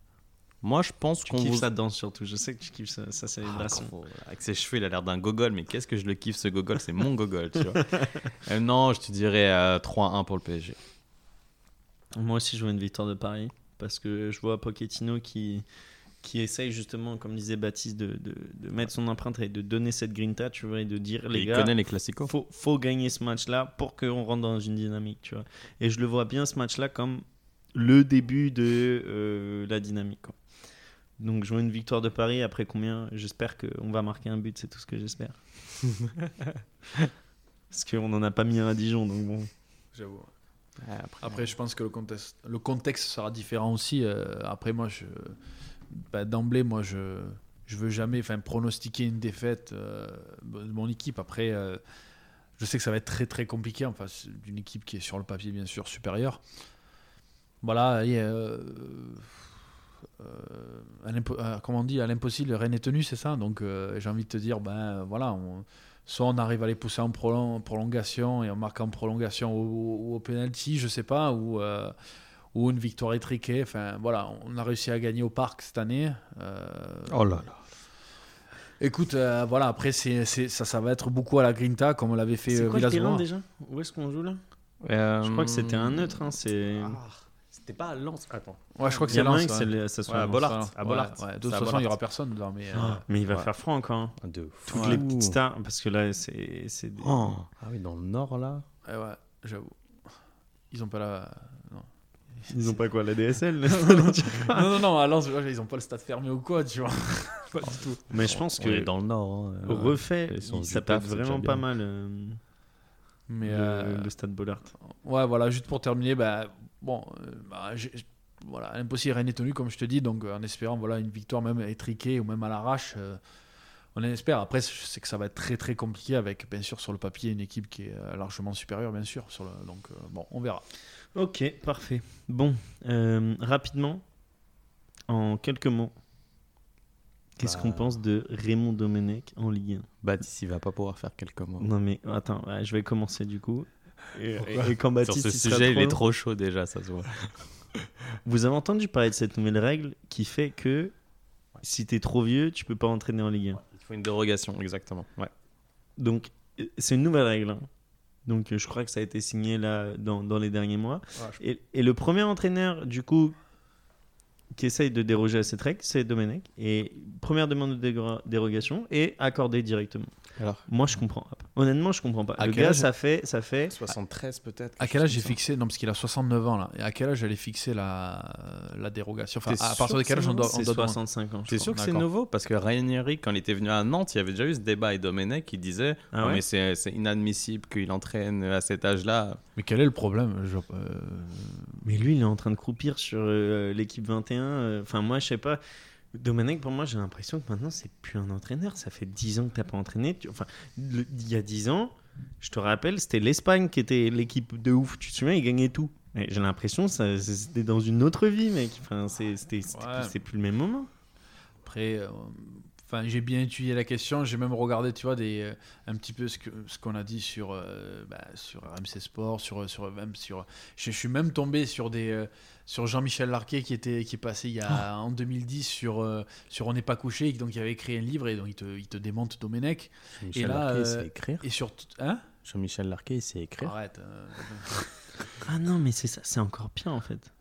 S3: Moi, je pense
S2: Tu
S3: qu'on
S2: kiffes
S3: vous.
S2: sa danse surtout. Je sais que tu kiffes sa, sa
S3: Ah,
S2: célébration.
S3: gros, avec ses cheveux, il a l'air d'un gogol, mais qu'est-ce que je le kiffe ce gogol, c'est mon gogol, tu [LAUGHS] vois. Euh, non, je te dirais euh, 3-1 pour le PSG.
S2: Moi aussi, je vois une victoire de Paris parce que je vois Pochettino qui, qui essaye justement, comme disait Baptiste, de, de, de mettre son empreinte et de donner cette grinta, tu vois, et de dire les
S3: il
S2: gars.
S3: connaît les classicos.
S2: Faut, faut gagner ce match-là pour qu'on rentre dans une dynamique, tu vois. Et je le vois bien ce match-là comme le début de euh, la dynamique. quoi. Donc je vois une victoire de Paris après combien J'espère qu'on va marquer un but, c'est tout ce que
S3: [LAUGHS]
S2: j'espère. Parce qu'on n'en a pas mis un à Dijon, donc bon.
S1: J'avoue.
S3: Ouais, après,
S1: Après, je pense que le contexte, le contexte sera différent aussi. Euh, après, moi, je, bah, d'emblée, moi, je, je veux jamais, enfin, pronostiquer une défaite euh, de mon équipe. Après, euh, je sais que ça va être très très compliqué. Enfin, c'est d'une équipe qui est sur le papier bien sûr supérieure. Voilà. Et, euh, euh, à l'impo- euh, comment on dit, à l'impossible, rien n'est tenu, c'est ça. Donc, euh, j'ai envie de te dire, ben voilà. on- soit on arrive à les pousser en prolon- prolongation et on marque en prolongation ou, ou au penalty, je sais pas, ou, euh, ou une victoire étriquée. Enfin, voilà, on a réussi à gagner au parc cette année. Euh,
S3: Oh là là.
S1: Écoute, euh, voilà, après, c'est, c'est- ça, ça va être beaucoup à la Grinta, comme on l'avait fait
S2: C'est
S1: euh,
S2: quoi le terrain
S1: Villas-Boas.
S2: déjà Où est-ce qu'on joue là
S3: Euh,
S2: Je crois que c'était un neutre, hein, c'est...
S3: Ah, c'était pas à Lens. Attends.
S1: Ouais, je crois que
S2: Il y
S1: c'est
S2: en a un
S1: Lens.
S2: que
S1: ouais.
S2: c'est le- ça soit
S3: Ouais, à
S2: Lens.
S3: Bollard.
S1: Lens,
S3: à
S1: ouais,
S3: Bollard.
S1: ouais. De
S3: C'est
S1: toute
S3: à
S1: façon, il
S3: Bollard.
S1: n'y aura personne dedans. Mais, euh,
S2: Ah, Mais il va
S3: Ouais.
S2: faire froid encore. hein.
S3: Euh, De fou.
S2: Toutes les petites stars, parce que là, c'est... c'est des-
S3: Oh. Ah oui, dans le nord là.
S1: ouais, ouais, j'avoue. Ils n'ont pas la.
S2: Ils ont pas quoi, la
S3: [LAUGHS]
S2: DSL
S1: [LAUGHS] non, non, non, à Lens, ils n'ont pas le stade fermé ou quoi, tu vois. pas du tout.
S2: Mais je pense
S3: On est
S2: que
S3: dans le nord. hein.
S2: refait,
S3: Ils sont
S2: il-
S3: du
S2: ça peut
S3: taf,
S2: être
S3: c'est
S2: vraiment
S3: déjà
S2: pas
S3: bien.
S2: mal euh,
S1: Mais.
S2: le,
S1: euh,
S2: le stade Bollard.
S1: Ouais, voilà, juste pour terminer, bah, bon, euh, bah, j'ai- j'ai- voilà, l'impossible rien n'est tenu, comme je te dis, donc euh, en espérant voilà, une victoire même étriquée ou même à l'arrache, euh, on en espère. Après, je sais que ça va être très très compliqué avec, bien sûr, sur le papier, une équipe qui est euh, largement supérieure, bien sûr. Sur le, donc, euh, bon, on verra.
S2: Ok, parfait. Bon, euh, rapidement, en quelques mots, qu'est-ce
S3: Bah.
S2: qu'on pense de Raymond Domenech en Ligue
S3: Baptiste, il va pas pouvoir faire quelques
S2: 1
S3: mots.
S2: Non mais attends, ouais, je vais commencer du coup. Et,
S3: Pourquoi
S2: et- et quand
S3: Sur
S2: Baptiste,
S3: ce
S2: il sera
S3: sujet, il est
S2: trop-
S3: trop chaud déjà, ça se voit.
S2: Vous avez entendu parler de cette nouvelle règle qui fait que si t'es trop vieux, tu peux pas entraîner en Ligue 1.
S3: Il faut une dérogation, exactement. Ouais.
S2: Donc, euh, c'est une nouvelle règle. hein. Donc, euh, je crois que ça a été signé là dans, dans les derniers mois. Et, et le premier entraîneur, du coup, qui essaye de déroger à cette règle, c'est Domenech. Et première demande de dégra- dérogation est accordée directement.
S3: Alors,
S2: Moi, je comprends pas. Honnêtement, je comprends pas.
S1: À
S2: le
S1: quel
S2: gars,
S1: âge
S2: ça fait, ça fait.
S3: 73 peut-être.
S1: À quel âge j'ai fixé Non, parce qu'il a 69 ans là. Et à quel âge j'allais fixer la, la dérogation Enfin,
S3: T'es
S1: à partir
S3: sûr
S1: de
S3: que
S1: quel âge
S3: c'est
S1: on doit, on
S2: C'est
S1: doit demander
S2: 65 ans. je
S3: T'es
S2: crois.
S3: sûr que c'est
S1: D'accord.
S3: nouveau Parce que Ryan Henry, quand il était venu à Nantes, il y avait déjà eu ce débat et Domenech, il disait
S2: Ah
S3: Oh,
S2: ouais
S3: mais c'est c'est inadmissible qu'il entraîne à cet âge-là.
S1: Mais quel est le problème Je- euh,
S2: Mais lui, il est en train de croupir sur euh, l'équipe 21. euh, Enfin, moi, je sais pas. Domenech, pour moi, j'ai l'impression que maintenant, c'est plus un entraîneur. Ça fait 10 ans que t'as pas entraîné. Tu- Enfin, le- il y a 10 ans, je te rappelle, c'était l'Espagne qui était l'équipe de ouf. Tu te souviens, ils gagnaient tout. Mais J'ai l'impression que ça- c'était dans une autre vie, mec. Enfin, c'est c'était- c'était
S1: Ouais.
S2: plus- c'est plus le même moment.
S1: Après, euh, enfin, j'ai bien étudié la question, j'ai même regardé, tu vois, des, euh, un petit peu ce que ce qu'on a dit sur euh, bah, sur RMC Sport, sur sur même sur, je, je suis même tombé sur des euh, sur Jean-Michel Larquet qui était qui est passé il y
S3: Ah.
S1: a en 2010 sur euh, sur On n'est pas couché, et donc il avait écrit un livre et donc il te il te démonte Domenech
S3: Jean-Michel
S1: là,
S3: Larquet, il
S1: euh,
S3: sait écrire.
S1: et sur hein
S3: Jean-Michel Larquet, il sait écrire.
S1: Arrête. euh,
S3: [LAUGHS]
S2: Ah non, mais c'est ça, c'est encore pire en fait.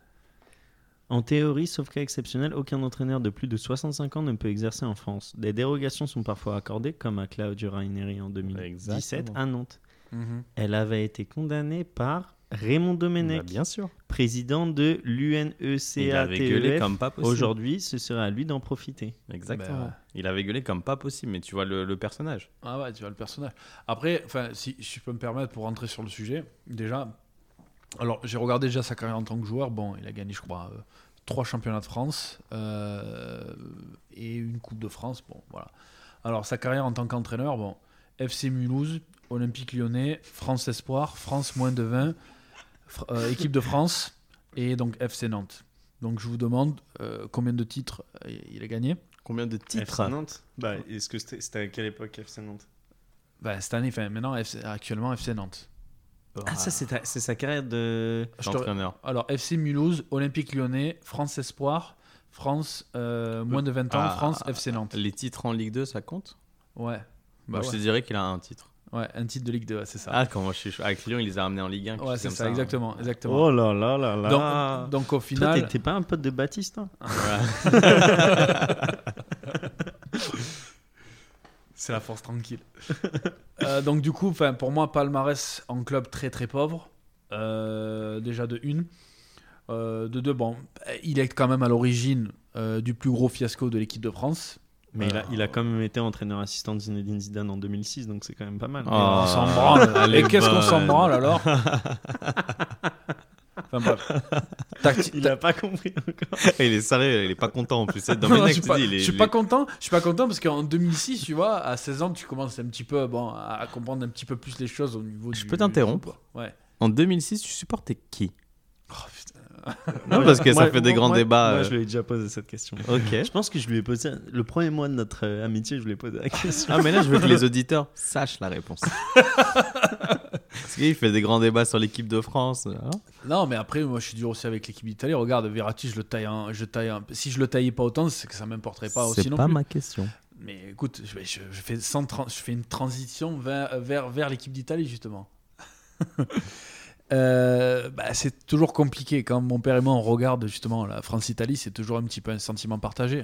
S2: En théorie, sauf cas exceptionnel, aucun entraîneur de plus de 65 ans ne peut exercer en France. Des dérogations sont parfois accordées, comme à Claudio Ranieri en 2017
S3: Exactement.
S2: à Nantes.
S1: mhm.
S2: Elle avait été condamnée par Raymond Domenech,
S3: Bah, bien sûr.
S2: président de
S3: Il avait gueulé
S2: l'UNECATEF.
S3: comme pas possible.
S2: Aujourd'hui, ce serait à lui d'en profiter.
S3: Exactement.
S1: Bah ouais.
S3: Il avait gueulé comme pas possible, mais tu vois le, le personnage.
S1: Ah ouais, tu vois le personnage. Après, enfin, si je peux me permettre pour rentrer sur le sujet, déjà, alors j'ai regardé déjà sa carrière en tant que joueur. Bon, il a gagné, je crois, euh, trois championnats de France euh, et une Coupe de France. Bon, voilà. Alors sa carrière en tant qu'entraîneur, bon, FC Mulhouse, Olympique Lyonnais, France Espoir, France moins de 20, Fr- euh, équipe de France et donc FC Nantes. Donc je vous demande euh, combien de titres euh, il a gagné.
S3: Combien de titres
S2: FC Nantes bah, Est-ce que c'était c'était à quelle époque FC Nantes
S1: Ben, Bah, cette année, enfin, maintenant, FC actuellement FC Nantes.
S2: Ah, ça, c'est ta- c'est sa carrière de.
S1: Je te-
S3: L'entraîneur.
S1: Alors, FC Mulhouse, Olympique Lyonnais, France Espoir, France euh, moins de 20 ans,
S3: Ah.
S1: France FC Nantes.
S3: Les titres en Ligue 2, ça compte
S1: Ouais. Bah
S3: Moi, Je te
S1: ouais.
S3: dirais qu'il a un titre.
S1: Ouais, un titre de Ligue 2, ouais, c'est ça.
S3: Ah, quand moi je suis chaud. Avec Lyon, il les a ramenés en Ligue 1.
S1: ouais, c'est ça, exactement. exactement.
S2: Oh là là là là.
S1: donc, donc au
S2: Toi,
S1: final,
S2: t'es- t'es pas un pote de Baptiste, hein
S1: c'est la force tranquille. [LAUGHS] Euh, donc du coup, 'fin, pour moi, palmarès en club très très pauvre, euh, déjà de une. Euh, de deux, bon, il est quand même à l'origine euh, du plus gros fiasco de l'équipe de France.
S2: Mais il a,
S1: Euh,
S2: il a quand même été entraîneur assistant de Zinedine Zidane en 2006, donc c'est quand même pas mal.
S3: Oh.
S1: on s'en branle.
S3: [LAUGHS] elle est
S1: Et qu'est-ce qu'on s'en
S3: bonne.
S1: branle
S3: [LAUGHS]
S1: alors Enfin bref. Tacti-
S2: Il a pas compris encore.
S3: [LAUGHS] il est sérieux, il est pas content en plus.
S1: [LAUGHS]
S3: C'est
S1: Non,
S3: Domenech,
S1: non, je suis,
S3: tu
S1: pas,
S3: dis, il est-
S1: je suis
S3: il
S1: pas
S3: est-
S1: content. Je suis pas content parce qu'en 2006, tu vois, à 16 ans, tu commences un petit peu, bon, à à comprendre un petit peu plus les choses au niveau.
S3: Je
S1: du-
S3: peux t'interrompre
S1: Ouais.
S3: En 2006, tu supportais qui
S1: Oh, putain.
S3: Non, parce que ça fait des grands
S2: moi-
S3: débats,
S2: Moi,
S3: euh.
S2: je lui ai déjà posé cette question.
S3: Ok. [LAUGHS]
S2: Je pense que je lui ai posé le premier mois de notre euh, amitié, je lui ai posé la question.
S3: Ah, mais là, je veux que [LAUGHS] les auditeurs sachent la [LAUGHS] réponse. Parce qu'il fait des grands débats sur l'équipe de France. hein.
S1: Non, mais après, moi, je suis dur aussi avec l'équipe d'Italie. Regarde, Verratti, je le taille, un, je taille. un- Si je le taillais pas autant, c'est que ça m'importerait pas aussi
S3: C'est
S1: non
S3: pas
S1: plus.
S3: ma question.
S1: Mais écoute, je, je- je fais, sans tran- je fais une transition vers, vers, vers l'équipe d'Italie, justement. [LAUGHS] Euh, bah, c'est toujours compliqué. Quand mon père et moi, on regarde justement la France-Italie, c'est toujours un petit peu un sentiment partagé.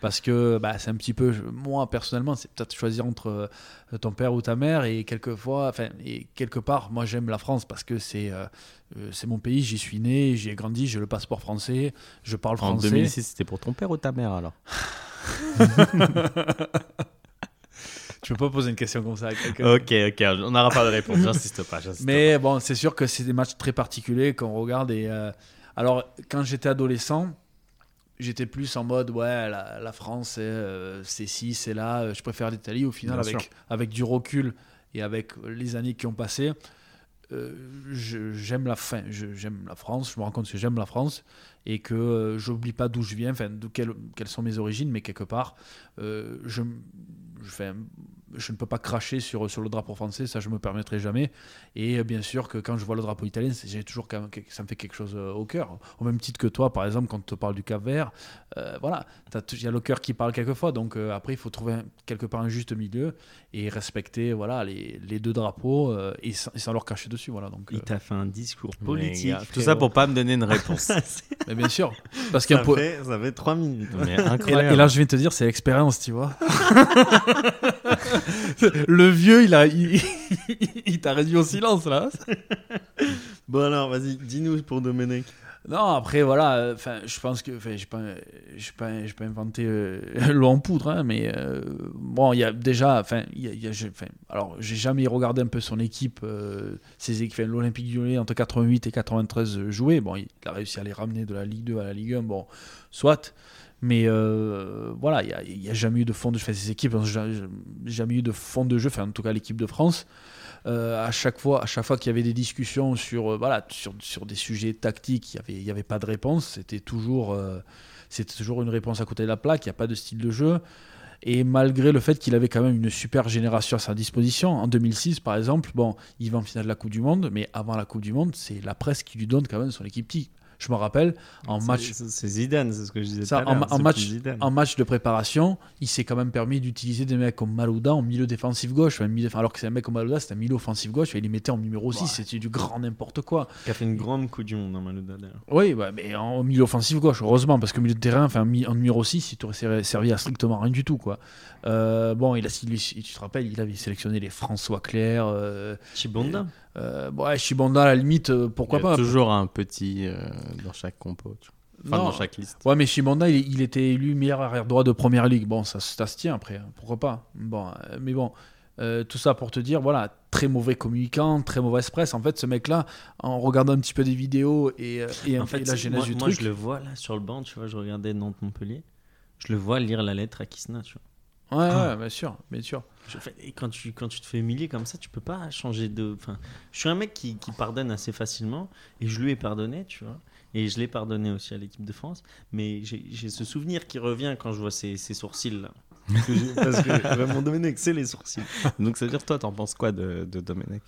S1: Parce que bah, c'est un petit peu, je- moi personnellement, c'est peut-être choisir entre euh, ton père ou ta mère. Et quelquefois, enfin, et quelque part, moi j'aime la France parce que c'est euh, euh, c'est mon pays, j'y suis né, j'y ai grandi, j'ai le passeport français, je parle
S3: En
S1: français.
S3: 2006, c'était pour ton père ou ta mère alors
S1: Tu peux pas poser une question comme ça à quelqu'un.
S3: Ok, ok, on n'aura pas de réponse, j'insiste pas. j'insiste
S1: Mais bon, c'est sûr que c'est des matchs très particuliers qu'on regarde. Et, euh, alors, quand j'étais adolescent, j'étais plus en mode, ouais, la, la France, c'est, euh, c'est ci, c'est là, euh, je préfère l'Italie. Au final,
S3: Bien
S1: avec,
S3: sûr.
S1: avec du recul et avec les années qui ont passé, euh, je- j'aime la fin, je- j'aime la France, je me rends compte que j'aime la France et que euh, j'oublie pas d'où je viens, enfin, d'où quelles, quelles sont mes origines, mais quelque part, euh, je, je, fais un- je ne peux pas cracher sur, sur le drapeau français, ça je me permettrai jamais. Et euh, bien sûr que quand je vois le drapeau italien, c'est- j'ai toujours quand même quelque- ça me fait quelque chose euh, au cœur. Au même titre que toi, par exemple, quand on te parle du Cap Vert, euh, voilà, t'as tout- il y a le cœur qui parle quelquefois. Donc euh, après, il faut trouver un- quelque part un juste milieu et respecter voilà les, les deux drapeaux euh, et, sans, et sans leur cracher dessus. Voilà, donc. euh,
S2: [LAUGHS] Il t'a fait un discours
S3: pas.
S2: politique.
S3: Mais, gars, Tout
S2: frérot.
S3: ça pour pas me donner
S1: [LAUGHS]
S3: une
S2: [LAUGHS]
S3: réponse.
S2: ça, c'est-
S1: mais bien sûr, parce qu'il y a
S2: ça,
S1: un po-
S2: fait, ça fait 3 minutes.
S3: Mais
S1: [LAUGHS] Et là,
S3: incroyable.
S1: et là, je viens de te dire, c'est l'expérience, tu vois. le vieux, il a, il, [LAUGHS] il t'a réduit au silence là.
S2: Bon alors, vas-y, dis-nous pour Domenech.
S1: Non, après, voilà, euh, enfin, je pense que, enfin, je pas, j'ai pas, j'ai pas inventé euh, [LAUGHS] l'eau en poudre, hein, mais euh, bon, il y a déjà, enfin, il y a- il y a- j'ai- enfin, alors, j'ai jamais regardé un peu son équipe, euh, ses équipes, enfin, l'Olympique Lyonnais entre 88 et 93 jouer. Bon, il a réussi à les ramener de la Ligue 2 à la Ligue 1, bon, soit. Mais euh, voilà, il n'y a, il y a jamais eu de fond de jeu. Enfin, ces équipes n'ont ja- jamais eu de fond de jeu. Enfin, en tout cas, l'équipe de France. Euh, à chaque fois, à chaque fois qu'il y avait des discussions sur, euh, voilà, sur, sur des sujets tactiques, il n'y avait, il y avait pas de réponse. C'était toujours, euh, c'était toujours une réponse à côté de la plaque. Il n'y a pas de style de jeu. Et malgré le fait qu'il avait quand même une super génération à sa disposition, en 2006 par exemple, bon, il va en finale de la Coupe du Monde, mais avant la Coupe du Monde, c'est la presse qui lui donne quand même son équipe type. Je me rappelle, en
S2: C'est-
S1: match,
S2: C'est c'est Zidane, c'est ce que je disais
S1: Ça,
S2: tout à
S1: en
S2: l'heure,
S1: ma- en
S2: c'est
S1: match-
S2: plus Zidane.
S1: en match de préparation, il s'est quand même permis d'utiliser des mecs comme Malouda en milieu défensif gauche. Enfin, milieu défensif- alors que c'est un mec comme Malouda, c'est un milieu offensif gauche, et il les mettait en numéro 6,
S2: Ouais.
S1: c'était du grand n'importe quoi.
S2: Qui a fait une grande coup du monde, en Malouda, d'ailleurs.
S1: Oui, bah, mais en milieu offensif gauche, heureusement, parce que milieu de terrain, enfin, mi- en numéro 6, il t'aurait ser- servi à strictement rien du tout. quoi. Euh, bon, il a, il- il- tu te rappelles, il avait sélectionné les François Clair, euh,
S2: Chibonda
S1: euh, ouais, Chibanda à la limite, euh, pourquoi
S3: Il y a
S1: pas.
S3: toujours un petit euh, dans chaque compo, tu vois. Enfin,
S1: Non.
S3: dans chaque liste.
S1: Ouais, mais Chibanda, il, il était élu meilleur arrière-droit de première ligue. Bon, ça, ça se tient après, hein, pourquoi pas. Bon, euh, mais bon, euh, tout ça pour te dire, voilà, très mauvais communicant, très mauvaise presse. En fait, ce mec-là, en regardant un petit peu des vidéos et, euh, et un
S2: En
S1: peu
S2: fait,
S1: la genèse
S2: moi,
S1: du
S2: moi,
S1: truc.
S2: je le vois là sur le banc, tu vois, je regardais Nantes-Montpellier. Je le vois lire la lettre à Kisna, tu vois.
S1: Ouais,
S2: Ah.
S1: ouais, bien sûr, bien sûr.
S2: Je fais- et quand tu, quand tu te fais humilier comme ça, tu peux pas changer de. Enfin, je suis un mec qui, qui pardonne assez facilement et je lui ai pardonné, tu vois. Et je l'ai pardonné aussi à l'équipe de France. Mais j'ai j'ai ce souvenir qui revient quand je vois ses, ses sourcils là. Parce que, j'ai- parce que vraiment, Domenech, c'est
S1: [LAUGHS]
S2: les sourcils.
S3: [LAUGHS] Donc, ça veut dire, toi, t'en penses quoi de, de Domenech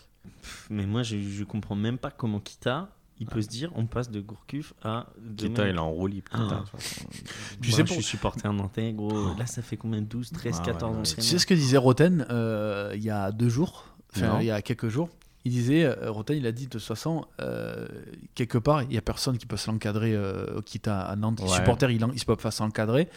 S2: Mais moi, je, je comprends même pas comment Kita, il peut se dire, on passe de Gourcuff à.
S3: Kita, il est en roue libre. Kita,
S2: Ah.
S3: de toute façon.
S5: Puis
S2: Puis
S5: c'est
S2: Bah, Je
S5: pour-
S2: suis supporter nantais, gros. Là, ça fait combien 12, 13,
S3: Ah ouais,
S2: 14
S3: ouais.
S1: Tu
S2: entraînements.
S1: sais ce que disait Roten euh, il y a deux jours, enfin
S3: Non.
S1: il y a quelques jours Il disait, euh, Roten, il a dit de toute façon, euh, quelque part, il n'y a personne qui peut se l'encadrer, euh, quitte à, à Nantes. Les
S3: Ouais.
S1: supporters, ils ne se peuvent pas s'encadrer.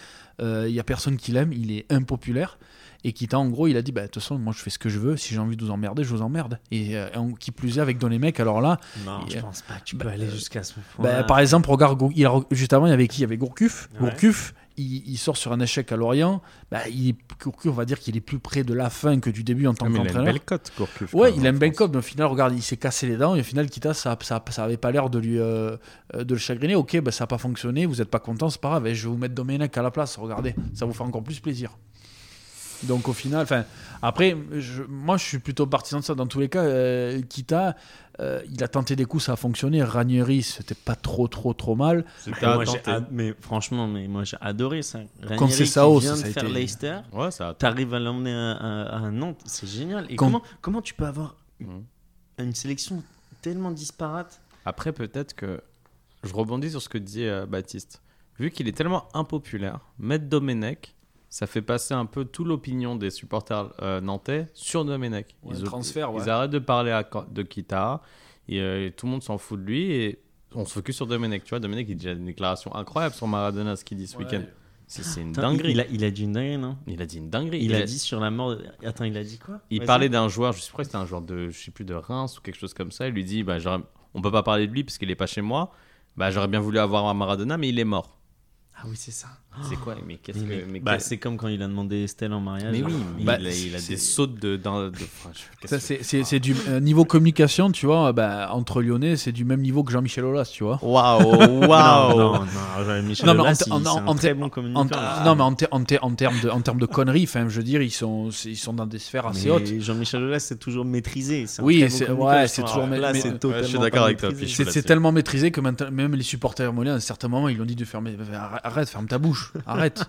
S1: Euh, Il n'y a personne qui l'aime, il est impopulaire. Et quitte à, en gros, il a dit, bah, de toute façon, moi je fais ce que je veux, si j'ai envie de vous emmerder, je vous emmerde. Et euh, on- qui plus est, avec Don les mecs, alors là,
S2: Non, je
S1: Et-
S2: pense pas que tu
S1: Bah,
S2: peux aller
S1: euh,
S2: jusqu'à ce
S1: bah,
S2: point.
S1: par exemple, regarde, Gour- il a re- juste avant, il y avait qui Il y avait Gourcuff.
S2: Ouais.
S1: Gourcuff, il, il sort sur un échec à Lorient. Bah, il est- Gourcuff, on va dire qu'il est plus près de la fin que du début en tant
S3: Ah, Mais il a une
S1: qu'entraîneur.
S3: belle cote, Gourcuff.
S1: Ouais,
S3: quand
S1: il
S3: même,
S1: a
S3: en
S1: une belle
S3: France.
S1: cote, mais au final, regarde, il s'est cassé les dents et au final, Kita, ça, ça, ça avait pas l'air de lui euh, euh, de le chagriner. Ok, bah, ça n'a pas fonctionné, vous n'êtes pas content, c'est pas grave, et je vais vous mettre Domenech à la place, regardez, ça vous fait encore plus plaisir. Donc au final, enfin, après, je- moi je suis plutôt partisan de ça. Dans tous les cas, euh, Kita, euh, il a tenté des coups, ça a fonctionné. Ranieri, c'était pas trop, trop, trop mal.
S3: C'était
S2: Mais moi,
S3: à
S2: j'ai
S3: tenter.
S2: ad- mais franchement, mais moi j'ai adoré ça. Ranieri
S1: Contre
S2: qui
S1: Cessao,
S2: vient
S1: ça, ça
S2: de
S1: a
S2: faire
S1: été-
S2: Leicester,
S3: Ouais, ça a
S2: t'arrives à l'emmener à, à- à Nantes, c'est génial. Et
S1: Quand-
S2: comment, comment tu peux avoir
S3: Mhm.
S2: une sélection tellement disparate
S3: Après, peut-être que je rebondis sur ce que dit euh, Baptiste. Vu qu'il est tellement impopulaire, mettre Domenech, ça fait passer un peu toute l'opinion des supporters euh, nantais sur Domenech.
S5: Ouais,
S3: ils,
S5: le transfert, ouais.
S3: ils arrêtent de parler à, de Kita et, euh, et tout le monde s'en fout de lui et on se focus sur Domenech. Tu vois, Domenech, il dit une déclaration incroyable sur Maradona, ce qu'il dit ce
S5: Ouais.
S3: week-end. C'est c'est une
S2: Putain,
S3: dinguerie.
S2: Il a, il a dit une dinguerie, non
S3: Il a dit une dinguerie.
S2: il, a, dit sur la mort. de- Attends, il a dit quoi
S3: il
S2: Vas-y.
S3: parlait d'un joueur, je sais pas, c'était un joueur de, je sais plus, de Reims ou quelque chose comme ça. Il lui dit, bah, j'aurais- on peut pas parler de lui parce qu'il est pas chez moi. Bah, j'aurais bien voulu avoir un Maradona, mais il est mort.
S2: Ah oui, c'est ça.
S3: [GASPS] C'est quoi Mais qu'est-ce
S2: Mais-
S3: que mais
S2: bah,
S3: qu'est-
S2: c'est comme quand il a demandé Estelle en mariage.
S3: mais oui, mais
S1: Bah,
S3: il a, il a
S1: c'est-
S3: des sautes de, dans, [LAUGHS] de- enfin, je-
S1: Ça,
S3: qu'est-ce que-
S1: c'est c'est- c'est du euh, niveau communication, tu vois, bah, entre Lyonnais, c'est du même niveau que Jean-Michel Aulas, tu vois.
S3: [LAUGHS] Waouh,
S2: Non,
S3: waouh.
S2: non, non, Michel
S1: Non, mais en
S2: Aulas,
S1: te-
S2: il-
S1: en-
S2: c'est un
S1: en-
S2: très bon
S1: En-
S2: communicateur. Ah,
S1: non, mais en, ter- en, ter- en termes de, en termes de conneries, enfin, je veux dire, ils sont, c'est- ils sont dans des sphères assez
S2: Mais
S1: hautes.
S2: Jean-Michel Aulas, c'est toujours maîtrisé. c'est un
S1: Oui,
S2: très
S1: c'est-
S2: bon
S1: ouais,
S2: communicateur.
S1: c'est toujours
S2: Alors Là,
S1: ma-
S2: c'est
S1: mais-
S2: totalement
S3: Ouais, je suis d'accord
S2: pas
S3: avec toi,
S2: maîtrisé.
S3: Pichou.
S1: C'est c'est
S3: là-dessus.
S1: tellement maîtrisé que maintenant- même les supporters mollet, à un certain moment, ils l'ont dit de fermer. bah, Arrête, ferme ta bouche,
S2: [LAUGHS]
S1: arrête.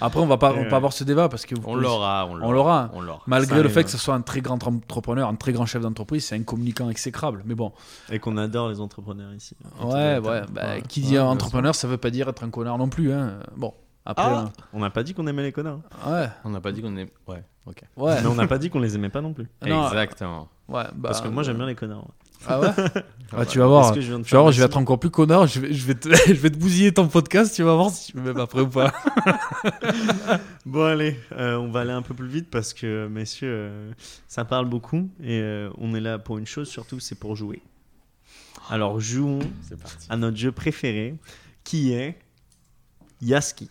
S1: Après, on va pas, on va pas avoir ce débat parce que vous
S3: On
S1: pouvez-
S3: l'aura, on
S1: On
S3: l'aura,
S1: l'aura.
S3: on l'aura.
S1: Malgré
S2: Ça
S1: le fait
S2: arrive.
S1: que ce soit un très grand entrepreneur, un très grand chef d'entreprise, c'est un communicant exécrable. Mais bon,
S2: Et qu'on adore les entrepreneurs ici.
S1: ouais, ouais. bah,
S2: Ouais,
S1: qui
S2: ouais,
S1: dit
S2: bien
S1: entrepreneur, ça veut pas dire être un connard non plus. hein. Bon, après,
S3: Ah
S2: On n'a pas dit qu'on aimait les connards.
S1: hein.
S3: On n'a pas dit qu'on est. Ouais, ok.
S1: ouais, ouais. Bah,
S2: Mais on n'a pas dit qu'on les aimait pas non plus.
S1: Non,
S3: Exactement.
S1: ouais, bah,
S2: Parce que moi, j'aime bien les connards. ouais. [LAUGHS]
S1: Ah ouais
S3: Ah
S1: Ah, Tu vas voir.
S2: Est-ce que je viens de
S1: Tu vas
S2: faire
S1: voir, je vais
S2: Maxime
S1: être encore plus connard, je vais, je, vais te, [LAUGHS] je vais te bousiller ton podcast, tu vas voir si je me mets pas prêt ou pas. [LAUGHS]
S2: Bon, allez, euh, on va aller un peu plus vite parce que, messieurs, euh, ça parle beaucoup et euh, on est là pour une chose, surtout, c'est pour jouer. Alors, jouons
S3: C'est parti.
S2: à notre jeu préféré qui est Yaski.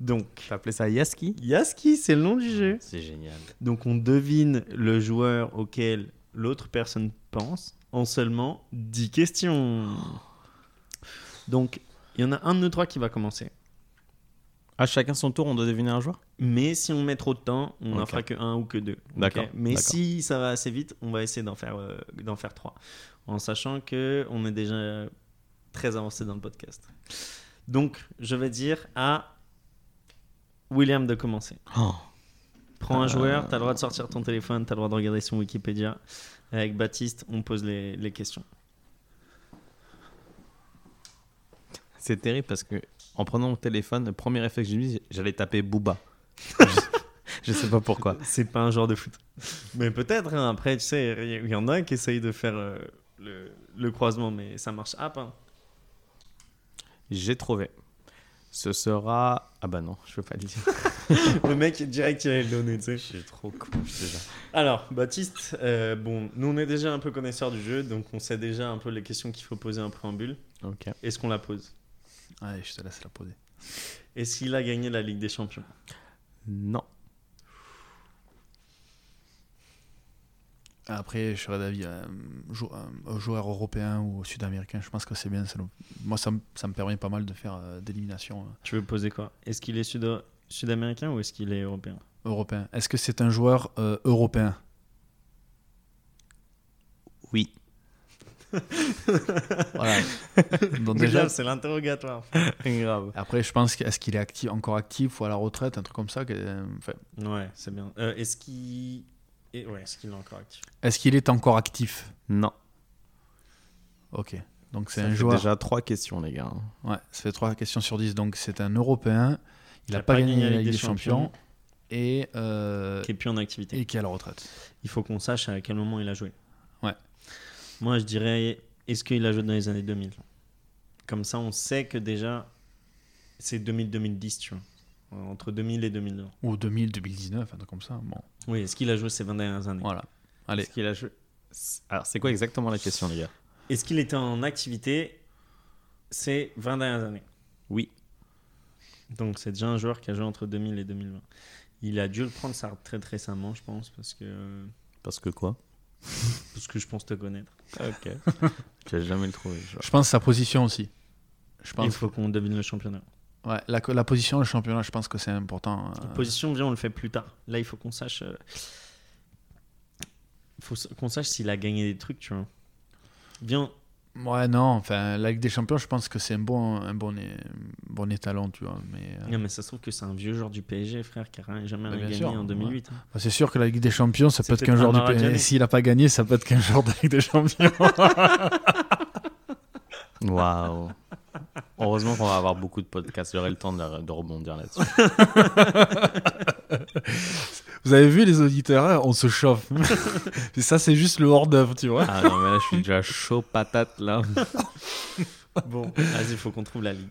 S2: Donc,
S3: T'as appelé ça Yaski
S2: Yaski, c'est le nom du jeu.
S3: C'est génial.
S2: Donc on devine le joueur auquel l'autre personne pense en seulement 10 questions. Donc il y en a un de nous trois qui va commencer.
S3: À chacun son tour, on doit deviner un joueur
S2: Mais si on met trop de temps, on n'en
S3: Ok.
S2: fera que un ou que deux. ok
S3: D'accord,
S2: Mais
S3: d'accord.
S2: si ça va assez vite, on va essayer d'en faire, euh, d'en faire trois. En sachant que on est déjà très avancé dans le podcast. Donc je vais dire à William de commencer.
S3: Oh. Euh.
S2: Prends un joueur, t'as le droit de sortir ton téléphone, t'as le droit de regarder son Wikipédia. Avec Baptiste, on pose les, les questions.
S3: C'est terrible parce que en prenant mon téléphone, le premier réflexe que j'ai mis, j'allais taper [LAUGHS] Booba. je sais pas pourquoi.
S2: C'est pas un joueur de foot. Mais peut-être, hein, après, tu sais, il y, y en a qui essayent de faire euh, le, le croisement, mais ça marche à pas.
S3: J'ai trouvé. Ce sera. Ah bah non, je peux pas le dire.
S2: Le mec, direct, il allait le donner, tu sais.
S3: J'ai trop con, je te jure.
S2: Alors, Baptiste, euh, bon, nous, on est déjà un peu connaisseurs du jeu, donc on sait déjà un peu les questions qu'il faut poser en préambule.
S3: Ok.
S2: Est-ce qu'on la pose
S1: Allez, je te laisse la poser.
S2: Est-ce qu'il a gagné la Ligue des Champions
S3: Non.
S1: Après, je serais d'avis, euh, jou- euh, un joueur européen ou sud-américain, je pense que c'est bien. ça nous- Moi, ça, me- ça me permet pas mal de faire euh, d'élimination euh,
S2: Tu veux poser quoi Est-ce qu'il est sud- sud-américain ou est-ce qu'il est européen
S1: européen. Est-ce que c'est un joueur euh, européen
S3: Oui.
S1: Voilà. [LAUGHS] Donc
S2: Déjà,
S1: déjà,
S2: c'est l'interrogatoire.
S3: Grave.
S1: après, je pense qu'est-ce qu'il est actif, encore actif ou à la retraite, un truc comme ça. que- euh, enfin,
S2: Ouais, c'est bien. Euh, est-ce qu'il. et- ouais, est-ce qu'il est encore actif
S1: Est-ce qu'il est encore actif
S3: Non.
S1: Ok. Donc c'est
S3: Ça
S1: un
S3: fait
S1: joueur.
S3: déjà trois questions, les gars. hein.
S1: Ouais, ça fait trois questions sur 10. Donc c'est un Européen. Il n'a pas, gagné la Ligue des Champions, et, euh,
S2: Qui est plus en activité.
S1: et qui est à la retraite.
S2: Il faut qu'on sache à quel moment il a joué.
S1: Ouais.
S2: Moi, je dirais, est-ce qu'il a joué dans les années 2000 Comme ça, on sait que déjà, c'est 2000-2010, tu vois. Euh, Entre 2000 et 2002.
S1: Ou 2000, 2019, un truc comme ça. Bon,
S2: Oui, est-ce qu'il a joué ces 20 dernières années
S1: voilà. Allez.
S3: Est-ce qu'il a joué Alors, c'est quoi exactement la question, les gars
S2: Est-ce qu'il était en activité ces 20 dernières années
S3: Oui.
S2: Donc c'est déjà un joueur qui a joué entre 2000 et 2020. Il a dû le prendre sa retraite récemment, je pense, parce que, euh,
S3: Parce que quoi
S2: parce que je pense te connaître.
S3: Ok. [LAUGHS] Tu n'as jamais le trouvé. je vois.
S1: Je pense sa position aussi. Je
S2: Il
S1: pense.
S2: faut qu'on devine le championnat.
S1: Ouais, la, la position, le championnat, je pense que c'est important.
S2: La
S1: euh,
S2: position, viens, on le fait plus tard. Là, il faut qu'on sache... euh, faut s- qu'on sache s'il a gagné des trucs, tu vois. Viens,
S1: Ouais, non, enfin, la Ligue des Champions, je pense que c'est un bon, un bon, é- bon étalon, tu vois. Mais euh,
S2: non, mais ça se trouve que c'est un vieux joueur du PSG, frère, qui a rien- jamais
S1: Bah,
S2: rien
S1: bien
S2: gagné
S1: sûr,
S2: en 2008. hein.
S1: c'est sûr que la Ligue des Champions, ça
S2: C'est
S1: peut être
S2: peut-être
S1: qu'un joueur
S2: un
S1: du
S2: Maradona.
S1: PSG. S'il n'a pas gagné, ça peut être qu'un [LAUGHS] joueur de la Ligue des Champions.
S3: Waouh. Heureusement qu'on va avoir beaucoup de podcasts. J'aurai le temps de, de rebondir là-dessus.
S1: Vous avez vu les auditeurs, hein, on se [LAUGHS] chauffe. Et ça, c'est juste le hors-d'œuvre, tu vois.
S3: Ah non, mais là, je suis déjà chaud patate, là.
S2: Bon, vas-y, il faut qu'on trouve la ligue.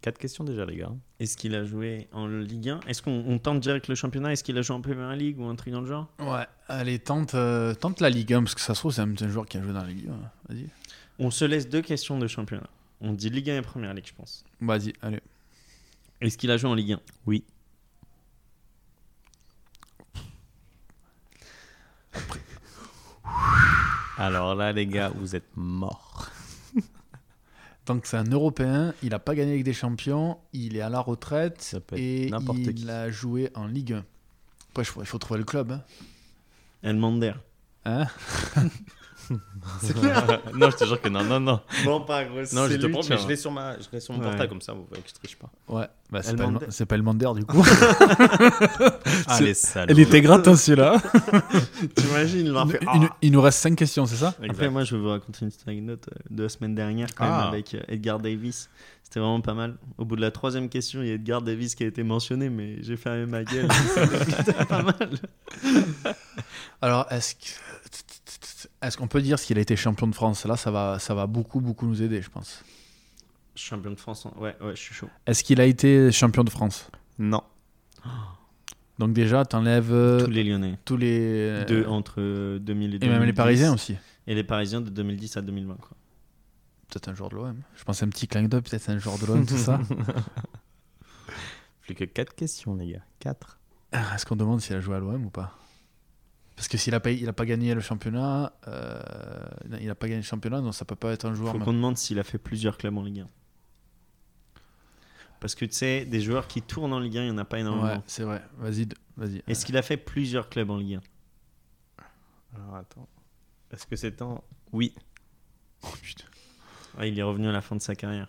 S3: Quatre questions déjà, les gars.
S2: Est-ce qu'il a joué en Ligue 1 Est-ce qu'on on tente direct le championnat Est-ce qu'il a joué en Premier League ou un truc dans le genre
S1: Ouais, allez, tente, euh, tente la Ligue 1, parce que ça se trouve, c'est un, c'est un joueur qui a joué dans la Ligue 1. Vas-y.
S2: On se laisse deux questions de championnat. On dit Ligue 1 et Première Ligue, je pense.
S1: Vas-y, allez.
S2: Est-ce qu'il a joué en Ligue 1
S3: Oui. Alors là, les gars, vous êtes morts.
S1: Donc, c'est un Européen, il n'a pas gagné la Ligue des Champions, il est à la retraite
S3: Ça peut être
S1: et
S3: n'importe
S1: il
S3: qui.
S1: a joué en Ligue 1. Après, il faut, il faut trouver le club. hein.
S2: El Mander.
S1: Hein
S3: [LAUGHS] non, je te jure que non, non, non.
S2: Bon, pas gros.
S3: Non, je te promets, mais je
S2: hein.
S3: l'ai sur, ma, je l'ai sur mon
S2: Ouais.
S3: portable, comme ça, vous voyez que je triche pas.
S1: Ouais, bah, c'est
S2: El
S1: pas le-
S2: Mander.
S1: c'est pas le Mander du coup.
S3: Ah,
S1: C'est-
S3: les salauds.
S1: [LAUGHS] Elle était gratos celui-là.
S2: T'imagines, il ah, leur fait.
S1: Il, il nous reste 5 questions, c'est ça
S3: Exact.
S2: Après, moi, je vais vous raconter une petite anecdote euh, de la semaine dernière quand même,
S3: Ah.
S2: avec euh, Edgar Davis. C'était vraiment pas mal. Au bout de la troisième question, il y a Edgar Davis qui a été mentionné, mais j'ai fermé ma [LAUGHS] gueule. C'était pas mal.
S1: Alors, est-ce que- est-ce qu'on peut dire s'il a été champion de France Là, ça va, ça va beaucoup, beaucoup nous aider, je pense.
S2: Champion de France, en- ouais, ouais, je suis chaud.
S1: Est-ce qu'il a été champion de France
S3: Non.
S1: Donc déjà, t'enlèves euh,
S2: Tous les Lyonnais.
S1: tous les...
S2: De, entre euh, 2000 et
S1: et même les
S2: 2010.
S1: Parisiens aussi.
S2: Et les Parisiens de 2010 à 2020. Quoi.
S1: Peut-être un joueur de l'OM. Je pense un petit clin d'œil, peut-être un joueur de l'OM, tout
S2: [LAUGHS]
S1: ça.
S3: [LAUGHS] Plus que quatre questions, les gars. Quatre.
S1: Ah, Est-ce qu'on demande s'il a joué à l'OM ou pas Parce que s'il n'a pas, il a pas gagné le championnat, euh, il n'a pas gagné le championnat, donc ça peut pas être un joueur...
S2: Faut
S1: même.
S2: qu'on demande s'il a fait plusieurs clubs en Ligue 1. Parce que tu sais, des joueurs qui tournent en Ligue 1, il n'y en a pas énormément.
S1: Ouais, c'est vrai. Vas-y, de- vas-y.
S2: Est-ce qu'il a fait plusieurs clubs en Ligue 1
S3: Alors, attends. Est-ce que c'est en... Oui.
S1: Oh, putain.
S2: Ah, Il est revenu à la fin de sa carrière.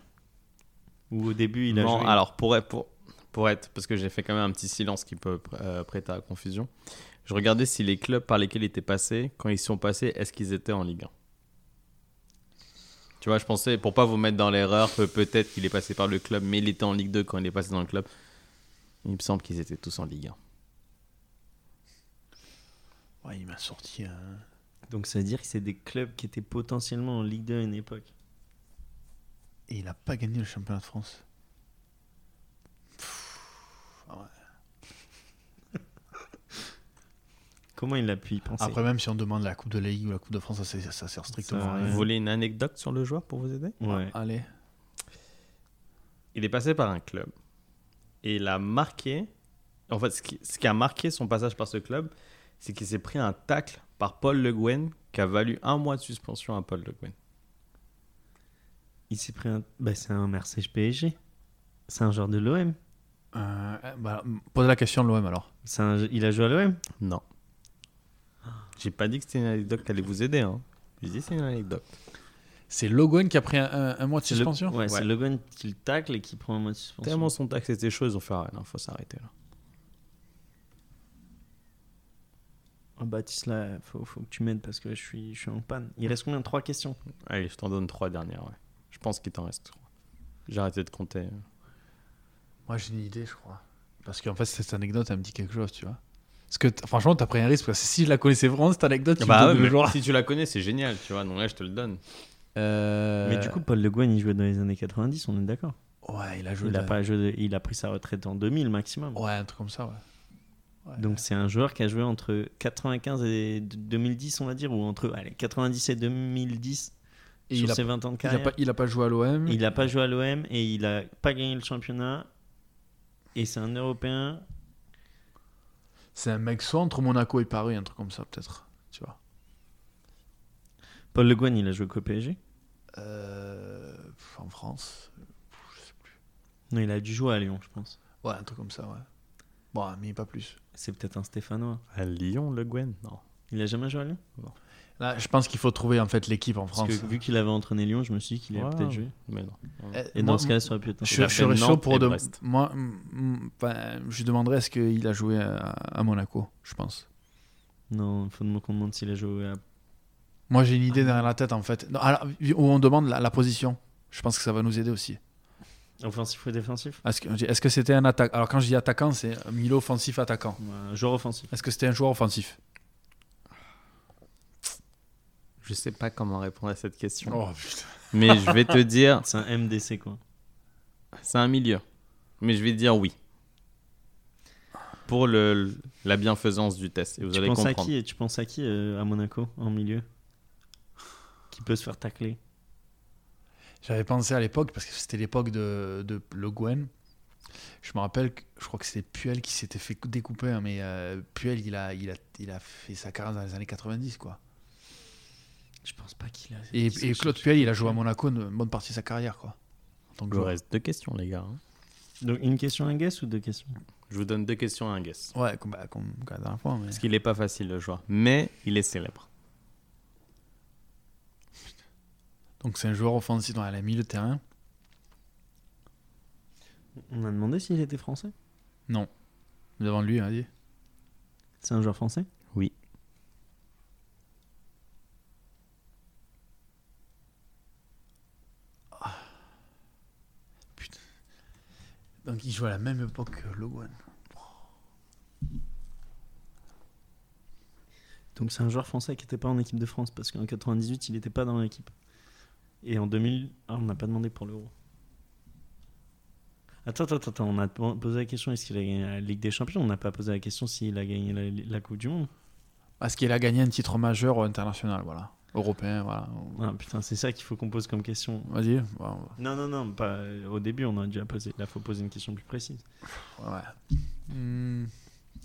S2: Ou au début, il a
S3: non,
S2: joué.
S3: alors pour, être- pour, pour être, parce que j'ai fait quand même un petit silence qui peut euh, prêter à confusion, je regardais si les clubs par lesquels ils étaient passés, quand ils sont passés, est-ce qu'ils étaient en Ligue 1 Tu vois, je pensais, pour pas vous mettre dans l'erreur, que peut-être qu'il est passé par le club, mais il était en Ligue 2 quand il est passé dans le club. Il me semble qu'ils étaient tous en Ligue 1.
S1: Ouais, il m'a sorti euh, un...
S2: Donc ça veut dire que c'est des clubs qui étaient potentiellement en Ligue 2 à une époque.
S1: Et il n'a pas gagné le championnat de France.
S2: Comment il a pu y penser
S1: Après, même si on demande la Coupe de la Ligue ou la Coupe de France, ça, c'est- ça sert strictement
S2: Ça,
S1: à
S2: ouais.
S1: rien.
S3: Vous voulez une anecdote sur le joueur pour vous aider
S2: Ouais.
S1: Allez.
S3: Il est passé par un club et il a marqué. En fait, ce qui, ce qui a marqué son passage par ce club, c'est qu'il s'est pris un tacle par Paul Le Guen qui a valu un mois de suspension à Paul Le Guen.
S2: Il s'est pris un. Bah, c'est un Marseille PSG. C'est un joueur de l'OM.
S1: Euh, bah, pose la question de l'OM alors.
S2: C'est un- Il a joué à l'OM
S3: Non. J'ai pas dit que c'était une anecdote qui allait vous aider. Hein. J'ai dit c'est une anecdote.
S1: C'est Logan qui a pris un, un- un mois de
S2: C'est le-
S1: suspension
S2: Ouais, c'est
S3: Ouais.
S2: Le Guen qui le tacle et qui prend un mois de suspension.
S3: Tellement son taxe était chaud, ils ont fait ah, non, faut s'arrêter là.
S2: Ah, Baptiste, là, faut, faut que tu m'aides parce que je suis, je suis en panne. Il reste combien Trois questions
S3: Allez, je t'en donne trois dernières, ouais. Je pense qu'il t'en reste trois. J'ai arrêté de compter.
S1: Moi, j'ai une idée, je crois. Parce qu'en fait, cette anecdote, elle me dit quelque chose, tu vois. Parce que t- franchement, t'as pris un risque. Parce que si je la connaissais vraiment, cette anecdote, tu me
S3: Bah
S1: donnes
S3: ouais,
S1: le
S3: mais
S1: genre.
S3: si tu la connais, c'est génial, tu vois. Donc là, je te le donne.
S1: Euh,
S2: Mais du coup, Paul Le Guen, il jouait dans les années 90, on est d'accord.
S1: ouais, il a joué.
S2: Il, a
S1: de-
S2: pas joué de- il a pris sa retraite en 2000 maximum.
S1: Ouais, un truc comme ça, ouais. Oh, Ouais.
S2: Donc c'est un joueur qui a joué entre 95 et 2010, on va dire, ou entre allez, 90 et 2010
S1: Et
S2: sur
S1: il, a,
S2: ses 20 ans de
S1: il, a
S2: carrière.
S1: pas, il a pas joué à l'OM.
S2: Il n'a pas joué à l'OM et il n'a pas gagné le championnat. Et c'est un Européen.
S1: C'est un mec soit entre Monaco et Paris, un truc comme ça, peut-être. Tu vois.
S2: Paul Le Guen, il a joué qu'au PSG.
S1: Euh, pff, en France. Pff, je sais plus.
S2: Non, il a dû jouer à Lyon, je pense.
S1: Ouais, un truc comme ça, ouais. Bon, mais pas plus.
S2: C'est peut-être un Stéphanois.
S3: À Lyon, Le Guen Non.
S2: Il a jamais joué à Lyon
S1: Là, je pense qu'il faut trouver en fait l'équipe en
S2: Parce
S1: France.
S2: que vu qu'il avait entraîné Lyon, je me suis dit qu'il avait
S3: Ouais.
S2: peut-être joué.
S3: Mais non.
S1: Eh,
S2: Et
S1: moi-
S2: dans ce cas-là, ça aurait pu être un
S1: Je, je
S3: Stéphane
S1: serais chaud
S3: Nantes
S1: pour
S3: et
S1: de...
S3: Brest.
S1: moi. mm, mm, ben, je demanderais est-ce qu'il a joué à, à Monaco, je pense.
S2: Non, il faut me- qu'on demande s'il a joué à.
S1: Moi, j'ai une idée derrière la tête en fait. Non, alors, où on demande la, la position. Je pense que ça va nous aider aussi.
S2: Offensif ou défensif
S1: Est-ce que est-ce que c'était un attaque Alors, quand je dis attaquant, c'est un milieu offensif attaquant.
S2: Un joueur offensif.
S1: Est-ce que c'était un joueur offensif
S3: Je sais pas comment répondre à cette question.
S1: Oh putain.
S3: Mais je vais te dire,
S2: C'est un MDC, quoi.
S3: c'est un milieu. Mais je vais dire oui. Pour le, la bienfaisance du test. Et vous
S2: Tu
S3: allez
S2: penses, à
S3: comprendre.
S2: qui, tu penses à qui euh, à Monaco, en milieu Qui peut se faire tacler
S1: J'avais pensé à l'époque parce que c'était l'époque de, de Le Guen. Je me rappelle, que, je crois que c'était Puel qui s'était fait cou- découper, hein, mais euh, Puel, il a, il, a, il a fait sa carrière dans les années 90, quoi.
S2: Je pense pas qu'il a.
S1: Et,
S2: qu'il
S1: et
S2: soit-
S1: Claude Puel, il a joué à Monaco une bonne partie de sa carrière, quoi. En tant que
S3: Je
S1: joueur.
S3: reste deux questions, les gars. hein.
S2: Donc, une question, un guess ou deux questions
S3: Je vous donne deux questions à un guess.
S1: Ouais, comme, bah, comme comme la dernière fois. mais-
S3: Parce qu'il n'est pas facile, le joueur. Mais il est célèbre.
S1: Donc c'est un joueur offensif dans la milieu de terrain.
S2: On a demandé s'il était français.
S1: Devant lui, hein, on a dit.
S2: C'est un joueur français
S3: Oui.
S1: Donc il joue à la même époque que Le Guen.
S2: Donc, c'est un joueur français qui n'était pas en équipe de France parce qu'en 98, il n'était pas dans l'équipe. Et en 2000, ah, on n'a pas demandé pour l'Euro. Attends, attends, attends, on a po- posé la question est-ce qu'il a gagné la Ligue des Champions On n'a pas posé la question s'il a gagné la, la Coupe du Monde.
S1: Parce qu'il a gagné un titre majeur ou international, voilà. Européen, voilà.
S2: Ah putain, c'est ça qu'il faut qu'on pose comme question.
S1: Vas-y. Bon,
S2: Non, non, non, pas euh, au début, on a déjà posé. Là, faut poser une question plus précise.
S1: ouais. Hmm,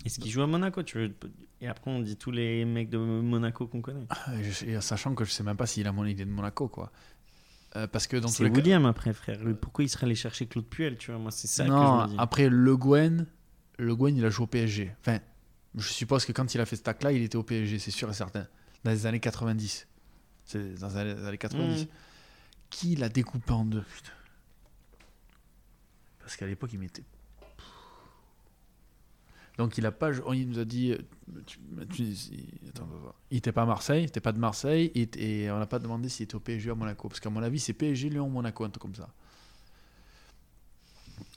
S2: Est-ce qu'il joue à Monaco tu veux... Et après, on dit tous les mecs de Monaco qu'on connaît.
S1: je- et sachant que je sais même pas s'il a mon idée de Monaco, quoi. Euh, parce que dans tous
S2: C'est
S1: les cas-
S2: William après, frère. Pourquoi il serait allé chercher Claude Puel Tu vois, moi, c'est ça que
S1: Non,
S3: ah,
S2: je me dis.
S1: après Le Guen, Le Guen, il a joué au PSG. Enfin, je suppose que quand il a fait ce tac-là, il était au PSG, c'est sûr et certain. Dans les années 90. C'est dans les années 90.
S2: Mm.
S1: Qui l'a découpé en deux putain Parce qu'à l'époque, il mettait. Donc il a pas. jou- Il nous a dit. euh, tu- tu- attends, on va voir. il était pas à Marseille, il était pas de Marseille, il était- et on n'a pas demandé s'il était au PSG ou à Monaco. Parce qu'à mon avis, c'est PSG, Lyon, Monaco, un truc comme ça.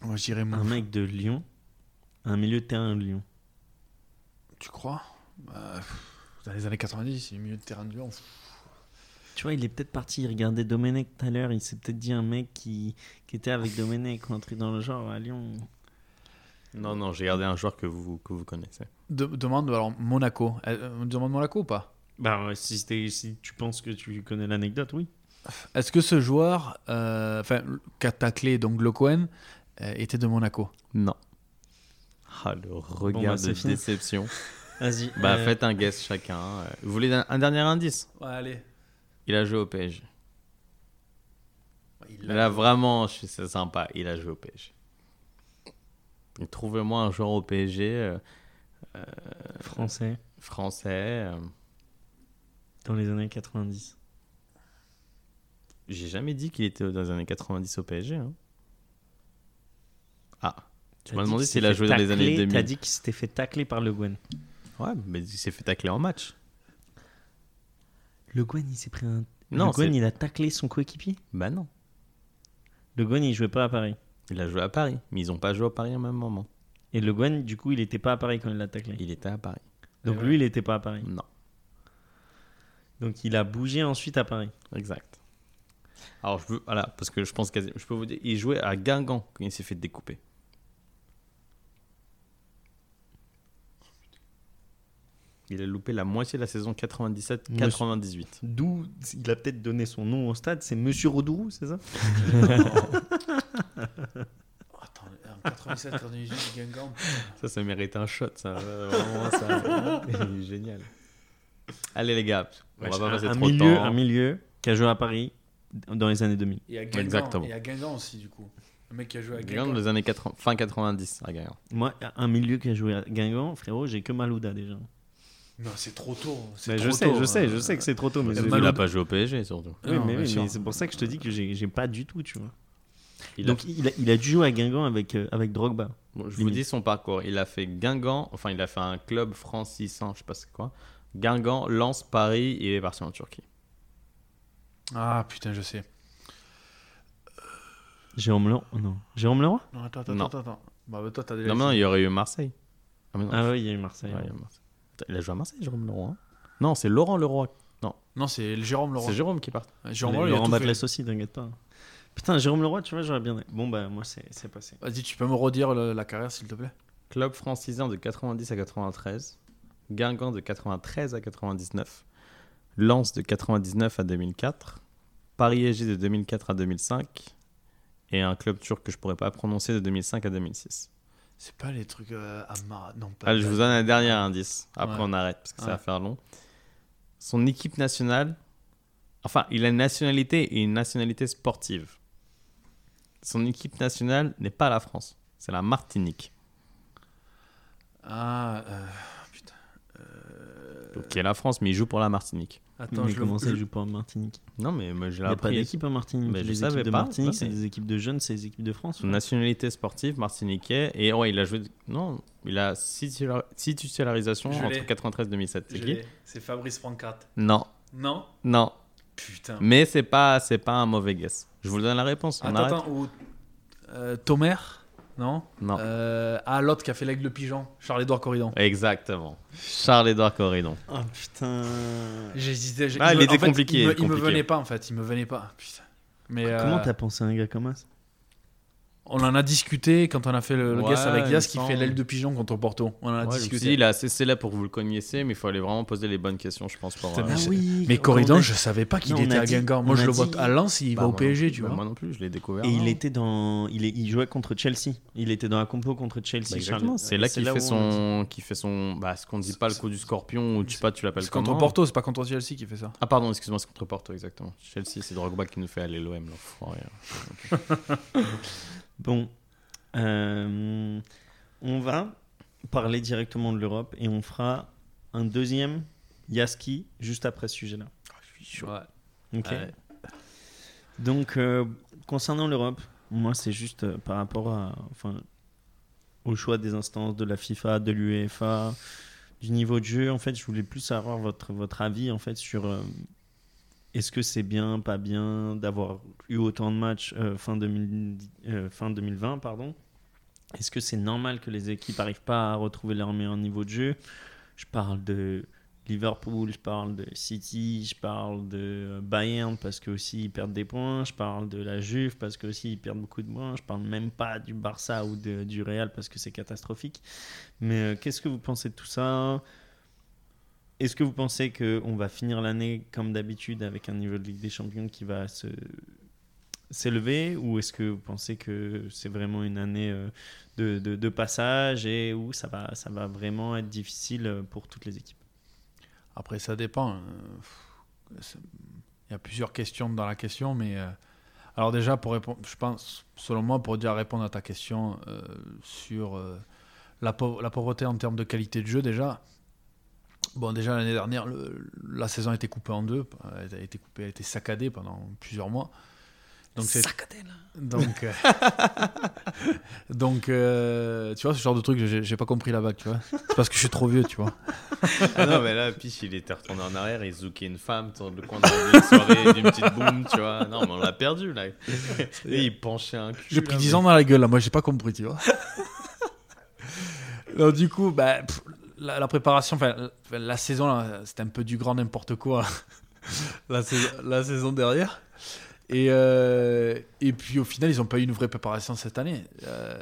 S1: Moi, je dirais
S2: Un mec de Lyon, un milieu de terrain de Lyon.
S1: Tu crois Bah, pff, Dans les années 90, le milieu de terrain de Lyon. pff.
S2: Tu vois, il est peut-être parti regarder Domenech tout à l'heure. Il s'est peut-être dit un mec qui, qui était avec Domenech ou un truc dans le genre à Lyon.
S3: Non, non, j'ai gardé un joueur que vous, que vous connaissez.
S1: De- demande alors Monaco. Euh, On demande Monaco ou pas
S2: Bah, ouais, si, c'était- si tu penses que tu connais l'anecdote, oui.
S1: Est-ce que ce joueur, euh, enfin, qui a taclé donc Le Cohen, euh, était de Monaco
S3: Non. Ah, le regard
S2: Bon, bah,
S3: de
S2: c'est fini.
S3: déception.
S2: Vas-y.
S3: Bah,
S2: euh,
S3: faites un guess chacun. Euh, Vous voulez un, un dernier indice
S1: Ouais, allez.
S3: Il a joué au PSG. Là, vraiment, je- c'est sympa. Il a joué au PSG. Donc, Trouvez-moi un joueur au PSG euh,
S2: Français
S3: français. euh,
S2: dans les années 90.
S3: J'ai jamais dit qu'il était dans les années 90 au PSG. hein. Ah, tu
S2: T'as
S3: m'as
S2: dit
S3: demandé
S2: qu'il
S3: s'il a
S2: s'est
S3: joué
S2: fait
S3: dans les années
S2: tacler,
S3: 2000.
S2: T'as dit qu'il s'était fait tacler par Le Guen.
S3: Ouais, mais il s'est fait tacler en match.
S2: Le Guen, il s'est pris un.
S3: Non,
S2: le Guen,
S3: c'est-
S2: il a taclé son coéquipier.
S3: Bah non,
S2: Le Guen, il jouait pas à Paris.
S3: il a joué à Paris, mais ils ont pas joué à Paris au même moment.
S2: Et Le Guen, du coup, il était pas à Paris quand il l'a taclé.
S3: Il était à Paris.
S2: Donc lui, il était pas à Paris.
S3: Non,
S2: Donc il a bougé ensuite à Paris.
S3: exact. Alors je veux, voilà, parce que je pense quasi, je peux vous dire, il jouait à Guingamp quand il s'est fait découper. Il a loupé la moitié de la saison 97-98.
S2: D'où il a peut-être donné son nom au stade, c'est Monsieur Rodourou, c'est ça
S1: Attends, en 87, 98, Guingamp.
S3: Ça, ça mérite un shot, ça. Euh, [LAUGHS] Vraiment, ça. Il est génial. Allez, les gars, on va pas passer
S2: un,
S3: trop de
S2: milieu,
S3: temps. hein.
S2: un milieu qui a joué à Paris dans les années 2000.
S1: Et à Guingamp.
S3: Exactement.
S1: Et à Guingamp aussi, du coup. Le mec qui a joué à
S3: Guingamp
S1: Guingamp.
S3: dans les années 80, fin 90, à Guingamp.
S2: Moi, un milieu qui a joué à Guingamp, frérot, j'ai que Malouda déjà.
S1: Non, c'est trop tôt. hein. c'est
S2: Mais je
S1: trop
S2: sais,
S1: tôt.
S2: je sais, je sais que c'est trop tôt. Mais
S1: Euh,
S2: c'est-
S1: Malou-
S3: Il a pas joué au PSG, surtout.
S2: Oui,
S1: Non,
S2: mais,
S1: bien
S2: oui,
S1: sûr.
S2: mais c'est pour ça que je te dis que j'ai j'ai pas du tout, tu vois.
S3: Il
S2: Donc il, a, il a dû jouer à Guingamp avec, euh, avec Drogba.
S3: Bon, je vous
S2: Limite.
S3: dis son parcours. Il a fait Guingamp, enfin, il a fait un club francisant, je sais pas c'est quoi. Guingamp, Lens, Paris, et il est parti en Turquie.
S1: Ah putain, je sais.
S2: Jérôme Leroy Non. Jérôme Leroy
S1: Non, attends, attends,
S3: Non.
S1: attends. attends. Bah, bah, toi, t'as déjà.
S3: Non, mais non, il y aurait eu Marseille. Ah, mais non.
S2: Ah oui, il y a eu Marseille.
S3: Ouais, il y a Marseille. Attends, il a joué à Marseille, Jérôme Leroy. hein Non, c'est Laurent Leroy.
S1: Non, c'est le Jérôme Laurent.
S3: C'est Jérôme qui part.
S1: Jérôme
S2: Mais
S1: Laurent, il a
S2: Laurent
S1: tout fait.
S2: Batles aussi, t'inquiète pas. Putain, Jérôme Leroy, tu vois, j'aurais bien. Bon, bah, moi, c'est c'est passé.
S1: Vas-y, tu peux me redire le- la carrière, s'il te plaît
S3: Club francisien de 90 à 93, Guingamp de 93 à 99, Lens de 99 à 2004, Paris SG de 2004 à 2005 et un club turc que je pourrais pas prononcer de 2005 à 2006.
S1: C'est pas les trucs euh, à Mara- Non, pas.
S3: Allez, Ah, je vous donne un dernier indice. Après,
S1: Ouais.
S3: on arrête parce que ça va
S1: Ouais.
S3: faire long. Son équipe nationale, enfin, il a une nationalité et une nationalité sportive. Son équipe nationale n'est pas la France, c'est la Martinique,
S1: Ah, euh, putain. Euh,
S3: qui est la France, mais il joue pour la Martinique.
S1: Attends,
S2: mais
S1: je le
S2: comment ça, il
S1: je-
S2: joue pas en Martinique
S3: Non, mais moi, je
S2: Il
S3: l'ai
S2: n'y a pas
S3: appris.
S2: d'équipe en Martinique.
S3: Mais je
S2: les
S3: savais
S2: équipes de
S3: pas,
S2: Martinique, c'est
S3: ouais.
S2: des équipes de jeunes, c'est des équipes de France.
S3: Son nationalité sportive martiniquais. Et ouais, il a joué. de- Non, il a six titula- six titularisations
S1: Je l'ai.
S3: entre 93 et 2007. C'est
S1: je
S3: qui
S1: l'ai. C'est Fabrice Francart.
S3: Non,
S1: Non
S3: non.
S1: Putain.
S3: Mais c'est pas, c'est pas un mauvais guess. Je vous donne la réponse. On
S1: Attends,
S3: arrête.
S1: attends, ou. euh, Tomer Non
S3: Non.
S1: Euh, Ah, l'autre qui a fait l'aigle de pigeon, Charles-Édouard Corridon.
S3: Exactement. Charles-Édouard Corridon.
S2: Oh putain. Euh,
S1: J'hésitais. j'ai-
S3: Ah,
S1: il
S3: il
S1: me-
S3: était
S1: en fait, il,
S3: compliqué,
S1: me,
S3: il était
S1: il me
S3: compliqué.
S1: venait pas, en fait. Il me venait pas. Putain. Mais euh,
S2: Ah, Comment t'as pensé à un gars comme ça
S1: on en a discuté quand on a fait le, le
S3: Ouais,
S1: guest avec Yas
S3: il me
S1: qui fait
S3: semble.
S1: l'aile de pigeon contre Porto. On en a
S3: Ouais, je me suis dit,
S1: discuté.
S3: il est assez célèbre pour que vous le connaissiez, mais il faut aller vraiment poser les bonnes questions, je pense. Pour,
S1: Putain,
S3: euh,
S1: mais c'est-
S2: oui.
S1: Mais Corridon, je savais pas qu'il
S2: Non, on
S1: était
S2: a
S1: à
S2: dit-
S1: Guingamp.
S2: on
S1: Moi, je
S2: a
S1: le vois
S2: dit-
S1: à Lens, il
S3: bah,
S1: va au
S3: moi non
S1: PSG,
S3: plus,
S1: tu
S3: bah,
S1: vois.
S3: Moi non plus, je l'ai découvert.
S2: Et il
S3: hein.
S2: était dans, il, est- il jouait contre Chelsea. Il était dans la compo contre Chelsea.
S3: Bah,
S2: Charles-
S3: exactement. C'est là qu'il
S2: où
S3: fait
S2: on a
S3: son, qui fait son, bah, ce qu'on dit pas le coup du scorpion ou je sais pas, tu l'appelles
S1: C'est contre
S3: comment
S1: Porto, c'est pas contre Chelsea qui fait ça.
S3: Ah pardon, excuse-moi, c'est contre Porto, exactement. Chelsea, c'est Drogba qui nous fait aller l'OM, l'enfoiré.
S2: dit. Bon, Euh, on va parler directement de l'Europe et on fera un deuxième Yaski juste après ce sujet-là. Ok.
S3: Ouais.
S2: Donc, euh, concernant l'Europe, moi, c'est juste euh, par rapport à, enfin, au choix des instances de la FIFA, de l'UEFA, du niveau de jeu. En fait, je voulais plus avoir votre, votre avis en fait sur euh, est-ce que c'est bien, pas bien d'avoir eu autant de matchs euh, fin, 2000 euh, fin 2020, pardon. Est-ce que c'est normal que les équipes n'arrivent pas à retrouver leur meilleur niveau de jeu Je parle de Liverpool, je parle de City, je parle de euh, Bayern parce que aussi ils perdent des points, je parle de la Juve parce que aussi ils perdent beaucoup de points, je parle même pas du Barça ou de- du Real parce que c'est catastrophique. Mais euh, qu'est-ce que vous pensez de tout ça Est-ce que vous pensez que on va finir l'année comme d'habitude avec un niveau de Ligue des Champions qui va se s'élever ou est-ce que vous pensez que c'est vraiment une année euh, de, de- de passage et où ça va, ça va vraiment être difficile euh, pour toutes les équipes
S1: Après, ça dépend. euh, pff, c'est- Il y a plusieurs questions dans la question, mais euh, alors déjà pour répondre, je pense, selon moi, pour dire répondre à ta question euh, sur euh, la, pau- la pauvreté en termes de qualité de jeu déjà. Bon, déjà l'année dernière, le- la saison a été coupée en deux. Elle a été coupée, elle a été saccadée pendant plusieurs mois. Donc, c'est- donc, euh, donc euh, tu vois, ce genre de truc, j'ai j'ai pas compris la vague, tu vois. C'est parce que je suis trop vieux, tu vois.
S3: Ah non, mais [LAUGHS] là, Piche, il était retourné en arrière, il zookait une femme, tourne le coin [LAUGHS] dans une soirée, d'une petite boum, tu vois. Non, mais on l'a perdu, [LAUGHS] là. Et il penchait un cul.
S1: J'ai pris
S3: là,
S1: 10
S3: mais-
S1: ans dans la gueule, là, moi j'ai pas compris, tu vois. [LAUGHS] Alors, du coup, bah, pff, la, la préparation, enfin, la- enfin, la saison, là, c'était un peu du grand n'importe quoi, hein. [LAUGHS] la, saison, la saison derrière. Et, euh, et puis au final, ils n'ont pas eu une vraie préparation cette année. Euh,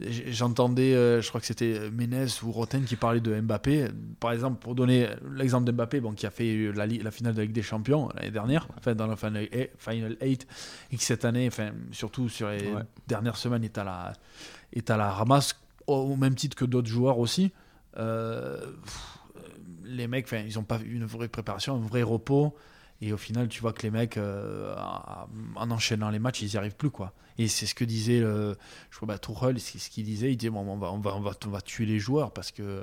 S1: j- J'entendais, euh, je crois que c'était Ménès ou Roten qui parlait de Mbappé. Par exemple, pour donner l'exemple d'Mbappé, bon, qui a fait la, li- la finale de la Ligue des Champions l'année dernière, enfin, dans la Final eight- Final 8, et que cette année, enfin, surtout sur les
S3: Ouais.
S1: dernières semaines, est à la, est à la ramasse, au, au même titre que d'autres joueurs aussi. Euh, pff, euh, les mecs, enfin, ils n'ont pas eu une vraie préparation, un vrai repos. Et au final, tu vois que les mecs, euh, en- en enchaînant les matchs, ils n'y arrivent plus. quoi. Et c'est ce que disait, euh, je crois, bah, Tuchel, c'est ce qu'il disait. Il disait, bon, on, va, on, va, on, va, on va tuer les joueurs parce que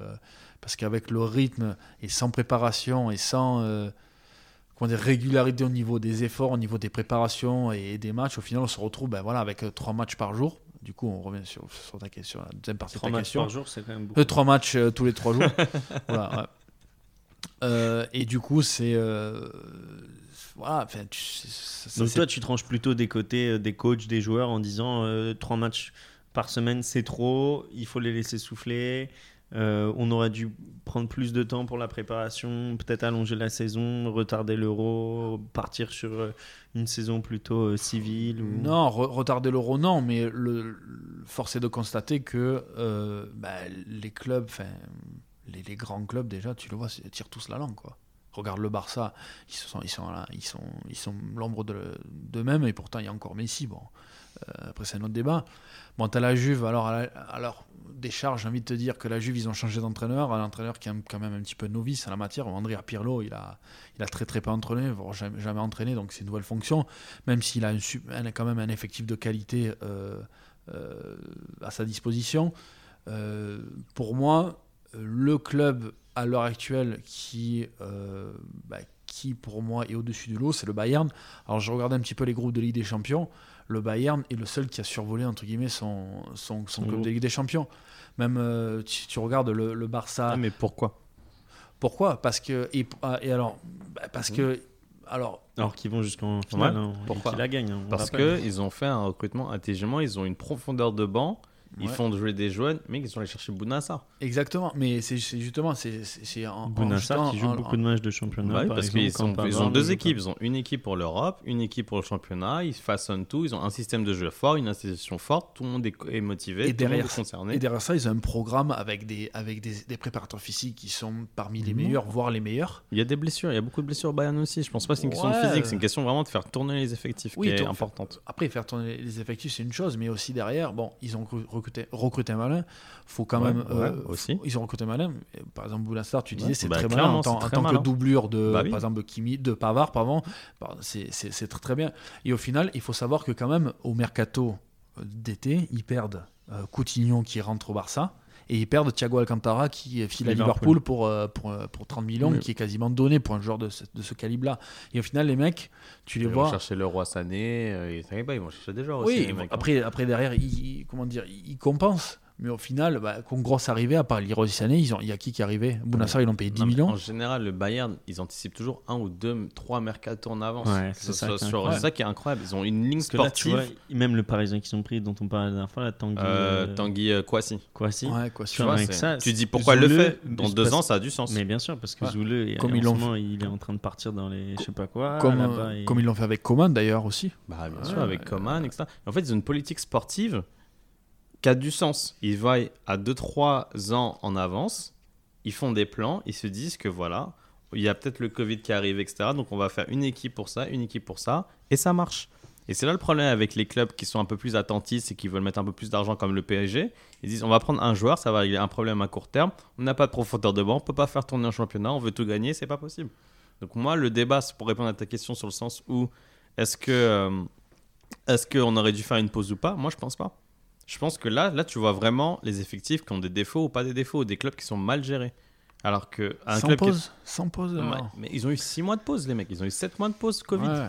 S1: parce qu'avec le rythme et sans préparation et sans euh, comment dire, régularité au niveau des efforts, au niveau des préparations et des matchs, au final, on se retrouve ben, voilà, avec euh, trois matchs par jour. Du coup, on revient sur, sur, ta question, la deuxième partie
S2: Trois
S1: de ta
S2: matchs
S1: question.
S2: par jour, c'est quand même beaucoup.
S1: Euh, trois matchs euh, tous les trois jours. Voilà, ouais. Euh, et du coup, c'est. euh, voilà, enfin, tu- c'est- c'est- c'est-
S2: Donc toi, tu tranches plutôt des côtés euh, des coachs, des joueurs en disant euh, trois matchs par semaine, c'est trop, il faut les laisser souffler. euh, on aurait dû prendre plus de temps pour la préparation, peut-être allonger la saison, retarder l'euro, partir sur euh, une saison plutôt euh, civile. Ou...
S1: Non, re- retarder l'euro, non, mais le, le- force est de constater que euh, bah, les clubs, enfin, les, les grands clubs, déjà, tu le vois, ils tirent tous la langue, quoi. Regarde le Barça, ils sont, ils sont, là, ils sont, ils sont l'ombre de- d'eux-mêmes, et pourtant, il y a encore Messi, bon. Euh, après, c'est un autre débat. Bon, t'as la Juve, alors, à la- alors décharge, j'ai envie de te dire que la Juve, ils ont changé d'entraîneur, un entraîneur qui est un- quand même un petit peu novice à la matière, Andrea Pirlo, il a, il a très très peu entraîné, voire jamais, jamais entraîné, donc c'est une nouvelle fonction même s'il a un su- un- quand même un effectif de qualité euh, euh, à sa disposition, euh, pour moi, euh, le club à l'heure actuelle qui, euh, bah, qui pour moi est au-dessus du lot, c'est le Bayern. Alors je regardais un petit peu les groupes de Ligue des Champions. Le Bayern est le seul qui a survolé entre guillemets son, son, son
S2: Son
S1: club
S2: groupe.
S1: de Ligue des Champions. Même euh, tu, tu regardes le, le Barça.
S2: Ah, mais pourquoi
S1: Pourquoi Parce que et, ah, et alors bah, parce que alors
S2: Mmh. Alors qu'ils vont jusqu'en finale,
S3: Ouais,
S2: hein, et
S1: pourquoi
S2: qu'ils la gagnent. hein, on
S3: Parce
S2: rappelle.
S3: qu'ils ont fait un recrutement intelligemment, ils ont une profondeur de banc, ils
S1: Ouais.
S3: font jouer des jeunes, mais ils sont allés chercher Bounassa.
S1: Exactement, mais c'est c'est justement c'est c'est- c'est en, en
S2: Bounassar
S1: jetant-
S2: qui joue
S1: en-
S2: beaucoup de matchs de championnat.
S3: Bah oui,
S2: par
S3: parce
S2: exemple,
S3: qu'ils sont-
S2: Campazzo,
S3: ils ont deux
S2: Jota.
S3: équipes. Ils ont une équipe pour l'Europe, une équipe pour le championnat. Ils façonnent tout. Ils ont un système de jeu fort, une institution forte. Tout le monde est, est motivé,
S1: Et
S3: tout le monde
S1: derrière-
S3: est concerné.
S1: Et derrière ça, ils ont un programme avec des avec des, des préparateurs physiques qui sont parmi les
S3: Mhm.
S1: meilleurs, voire les meilleurs.
S3: Il y a des blessures. Il y a beaucoup de blessures au Bayern aussi. Je pense pas que c'est une question de
S1: Ouais.
S3: physique. C'est une question vraiment de faire tourner les effectifs
S1: Oui,
S3: qui est
S1: tourne-
S3: importante.
S1: Après, faire tourner les effectifs, c'est une chose, mais aussi derrière, bon, ils ont recru- recruté recruté un malin. Faut quand
S3: Ouais,
S1: même euh,
S3: ouais,
S1: faut-
S3: aussi.
S1: Ils ont recruté un malin. Par exemple, Bounassar, tu disais,
S3: Ouais.
S1: c'est
S3: Bah,
S1: très malin
S3: clairement,
S1: en tant,
S3: c'est
S1: en
S3: très
S1: tant
S3: malin.
S1: que doublure de
S3: Bah oui.
S1: par exemple de Kimi, de Pavard, pardon. Pardon, c'est- c'est c'est très très bien. Et au final, il faut savoir que quand même au mercato euh, d'été, ils perdent euh, Coutinho qui rentre au Barça et ils perdent Thiago Alcantara qui file à
S2: Liverpool.
S1: Liverpool pour, euh, pour, euh, pour 30 millions,
S3: Oui.
S1: qui est quasiment donné pour un joueur de ce, de ce calibre-là. Et au final, les mecs, tu les
S3: Ils vont
S1: vois.
S3: chercher le roi Sané. euh, Ils savent pas, ils vont chercher des joueurs aussi.
S1: Oui,
S3: les
S1: bon,
S3: mecs, hein.
S1: après, après derrière, ils, ils- comment dire, ils ils compensent. Mais au final, bah, quand Grosse arrivait, à part Leroy Sané, ils ont, il y a qui qui est arrivé Bounassar, ils l'ont payé 10
S3: Non, mais
S1: millions.
S3: En général, le Bayern, ils anticipent toujours un ou deux, trois mercato en avance.
S2: Ouais,
S3: Que
S2: c'est
S3: ce
S2: ça
S3: soit
S2: qui est
S3: sur-
S2: incroyable.
S3: c'est ça qui est incroyable. Ils ont une ligne
S2: Parce que là, tu
S3: sportive.
S2: vois, même le Parisien qu'ils ont pris, dont on parlait la dernière fois, la Tanguy.
S3: euh,
S2: euh,
S3: Tanguy euh, Kouassi.
S2: Kouassi.
S1: Ouais, quoi,
S2: Tu
S3: Tu,
S1: sûr.
S3: vois,
S2: avec
S3: c'est-
S2: ça,
S3: tu dis
S2: c'est-
S3: pourquoi le
S2: Zoule,
S3: fait Dans
S2: c'est
S3: deux
S2: parce-
S3: ans, ça a du sens.
S2: Mais bien sûr, parce que
S1: Ouais.
S2: Zoule, est-
S1: Comme
S2: en
S1: ils
S2: ce
S1: l'ont
S2: moment, il est en train de partir dans les je sais pas quoi.
S1: comme,
S2: là-bas,
S1: euh,
S2: et-
S1: comme ils l'ont fait avec Coman d'ailleurs aussi.
S3: Bah, bien
S1: Ouais,
S3: sûr, avec Coman, etc. En fait, ils ont une politique sportive qui a du sens. Ils vont à 2-3 ans en avance, ils font des plans, ils se disent que voilà, il y a peut-être le Covid qui arrive, etc. Donc on va faire une équipe pour ça, une équipe pour ça, et ça marche. Et c'est là le problème avec les clubs qui sont un peu plus attentistes et qui veulent mettre un peu plus d'argent comme le PSG. Ils disent on va prendre un joueur, ça va régler un problème à court terme. On n'a pas de profondeur de banc, on peut pas faire tourner un championnat, on veut tout gagner, c'est pas possible. Donc moi le débat c'est pour répondre à ta question sur le sens où est-ce que euh, est-ce qu'on aurait dû faire une pause ou pas Moi, je pense pas. Je pense que là, là, tu vois vraiment les effectifs qui ont des défauts ou pas des défauts, ou des clubs qui sont mal gérés. Alors que un
S1: Sans
S3: club qui est-
S1: pause Sans pause
S3: Ouais,
S1: alors.
S3: mais ils ont eu 6 mois de pause, les mecs. Ils ont eu 7 mois de pause Covid.
S1: Ouais, ouais,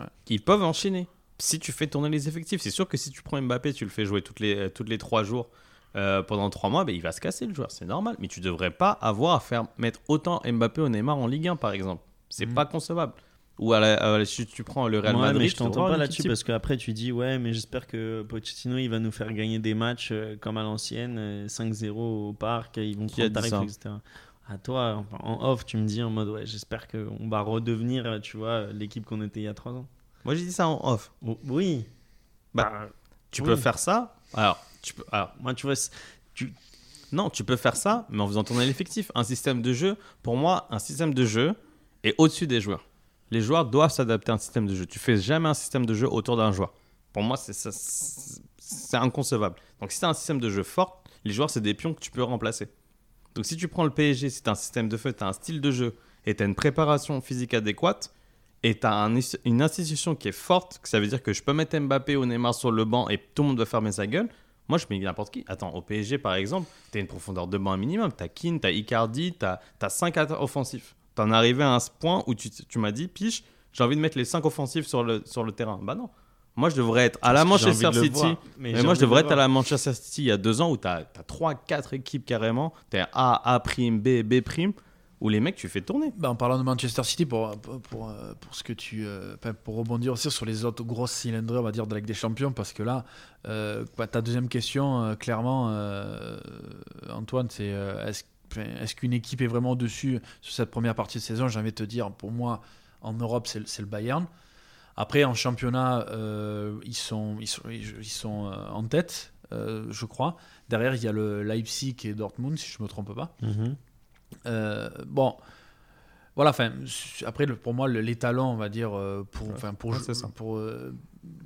S1: ouais.
S3: Ils peuvent enchaîner. Si tu fais tourner les effectifs, c'est sûr que si tu prends Mbappé, tu le fais jouer toutes les, toutes les 3 jours euh, pendant 3 mois, ben, il va se casser le joueur, c'est normal. Mais tu devrais pas avoir à faire mettre autant Mbappé au Neymar en Ligue 1, par exemple. C'est
S2: Mhm.
S3: pas concevable. Ou à la- à la- si tu prends le Real
S2: Ouais,
S3: Madrid, oh,
S2: mais je
S3: tu devras
S2: t'entends
S3: avoir
S2: pas
S3: une
S2: là-dessus
S3: équipe
S2: parce qu'après tu dis ouais mais j'espère que Pochettino il va nous faire gagner des matchs euh, comme à l'ancienne euh, 5-0 au parc et ils vont
S3: Qui a
S2: prendre
S3: dit
S2: tarif
S3: ça
S2: etc. À toi en- en off tu me dis en mode ouais j'espère qu'on va redevenir euh, tu vois l'équipe qu'on était il y a 3 ans.
S3: Moi, j'ai dit ça en off.
S2: Oh, oui.
S3: Bah, tu
S2: oui.
S3: peux faire ça. Alors, tu peux, alors,
S2: Moi tu vois c'est-
S3: non, tu peux faire ça, mais en faisant tourner l'effectif. Un système de jeu, pour moi, un système de jeu est au-dessus des joueurs. Les joueurs doivent s'adapter à un système de jeu. Tu fais jamais un système de jeu autour d'un joueur. Pour moi, c'est ça- c'est inconcevable. Donc, si tu as un système de jeu fort, les joueurs, c'est des pions que tu peux remplacer. Donc, si tu prends le PSG, c'est un système de feu, tu as un style de jeu et tu as une préparation physique adéquate, et tu as une institution qui est forte, que ça veut dire que je peux mettre Mbappé ou Neymar sur le banc et tout le monde doit fermer sa gueule. Moi, je mets n'importe qui. Attends, au PSG, par exemple, tu as une profondeur de banc minimum. Tu as Keane, tu as Icardi, tu as, 5 offensifs. Tu en es arrivé à un point où tu, tu m'as dit, piche, j'ai envie de mettre les 5 offensifs sur le, sur le terrain. Bah non. Moi, je devrais être à la
S2: parce que j'ai
S3: Manchester
S2: envie de le
S3: City.
S2: voir.
S3: Mais,
S2: j'ai
S3: moi,
S2: envie
S3: je
S2: de
S3: devrais
S2: le
S3: être à
S2: voir.
S3: la Manchester City il y a deux ans où tu as, 3-4 équipes carrément. Tu as A, A', B, B', où les mecs, tu fais tourner.
S1: Bah, en parlant de Manchester City, pour, pour, pour, euh, pour ce que tu, euh, enfin, pour rebondir aussi sur les autres grosses cylindrées, on va dire, de la Ligue des Champions, parce que là, euh, bah, ta deuxième question, euh, clairement, euh, Antoine, c'est euh, est-ce enfin, est-ce qu'une équipe est vraiment au-dessus sur cette première partie de saison J'ai envie de te dire, pour moi, en Europe, c'est le- c'est le Bayern. Après, en championnat, euh, ils sont, ils sont, ils sont euh, en tête, euh, je crois. Derrière, il y a le Leipzig et Dortmund, si je ne me trompe pas.
S2: Mhm.
S1: Euh, bon, voilà. Enfin, su- après, le- pour moi, le- les talents, on va dire, euh, pour, enfin, pour,
S3: ouais,
S1: ju-
S3: c'est ça.
S1: pour euh,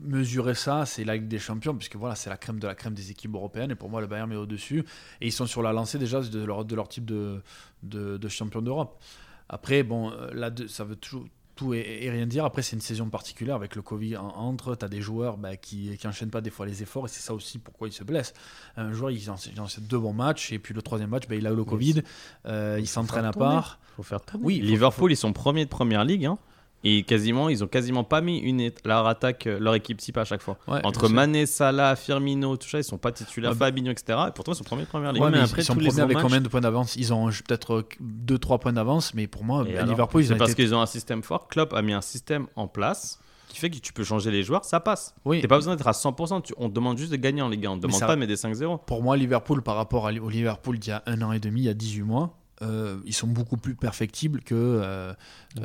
S1: mesurer ça, c'est la Ligue des Champions, puisque voilà, c'est la crème de la crème des équipes européennes. Et pour moi, le Bayern est au-dessus. Et ils sont sur la lancée déjà de leur, de leur type de, de, de champion d'Europe. Après, bon, euh, là, de- ça veut toujours tout et, et rien dire. Après, c'est une saison particulière avec le Covid en- entre. Tu as des joueurs bah, qui, qui enchaînent pas des fois les efforts et c'est ça aussi pourquoi ils se blessent. Un joueur, il enchaîne il enchaîne deux bons matchs et puis le troisième match, bah, il a eu le Covid. euh, il s'entraîne à
S3: tourner.
S1: part.
S3: faut faire tourner.
S1: Oui, faut-
S3: Liverpool, ils sont premiers de première ligue. hein, et quasiment, ils ont quasiment pas mis une, é- leur attaque, euh, leur équipe type à chaque fois.
S1: Ouais,
S3: Entre
S1: je sais.
S3: Mané, Salah, Firmino, tout ça, ils sont pas titulaires,
S1: Ouais,
S3: Fabinho, etc. Et pourtant, ils sont premiers de première ligue.
S1: Ouais,
S2: mais
S1: mais
S2: après,
S1: ils sont
S2: tous les
S1: premiers avec
S2: grands
S1: combien de points d'avance Ils ont euh, peut-être 2-3 points d'avance, mais pour moi,
S3: Et
S1: bah,
S3: alors
S1: Liverpool, ils
S3: C'est
S1: ont
S3: parce
S1: été-
S3: qu'ils ont un système fort. Klopp a mis un système en place qui fait que tu peux changer les joueurs, ça passe.
S1: Oui,
S3: T'as pas besoin d'être à 100%. tu- on te demande juste de gagner en Ligue 1. On te demande
S1: ça-
S3: pas de mettre des 5-0.
S1: pour moi, Liverpool, par rapport à li- au Liverpool d'il y a un an et demi, il y a 18 mois, euh, ils sont beaucoup plus perfectibles que, euh,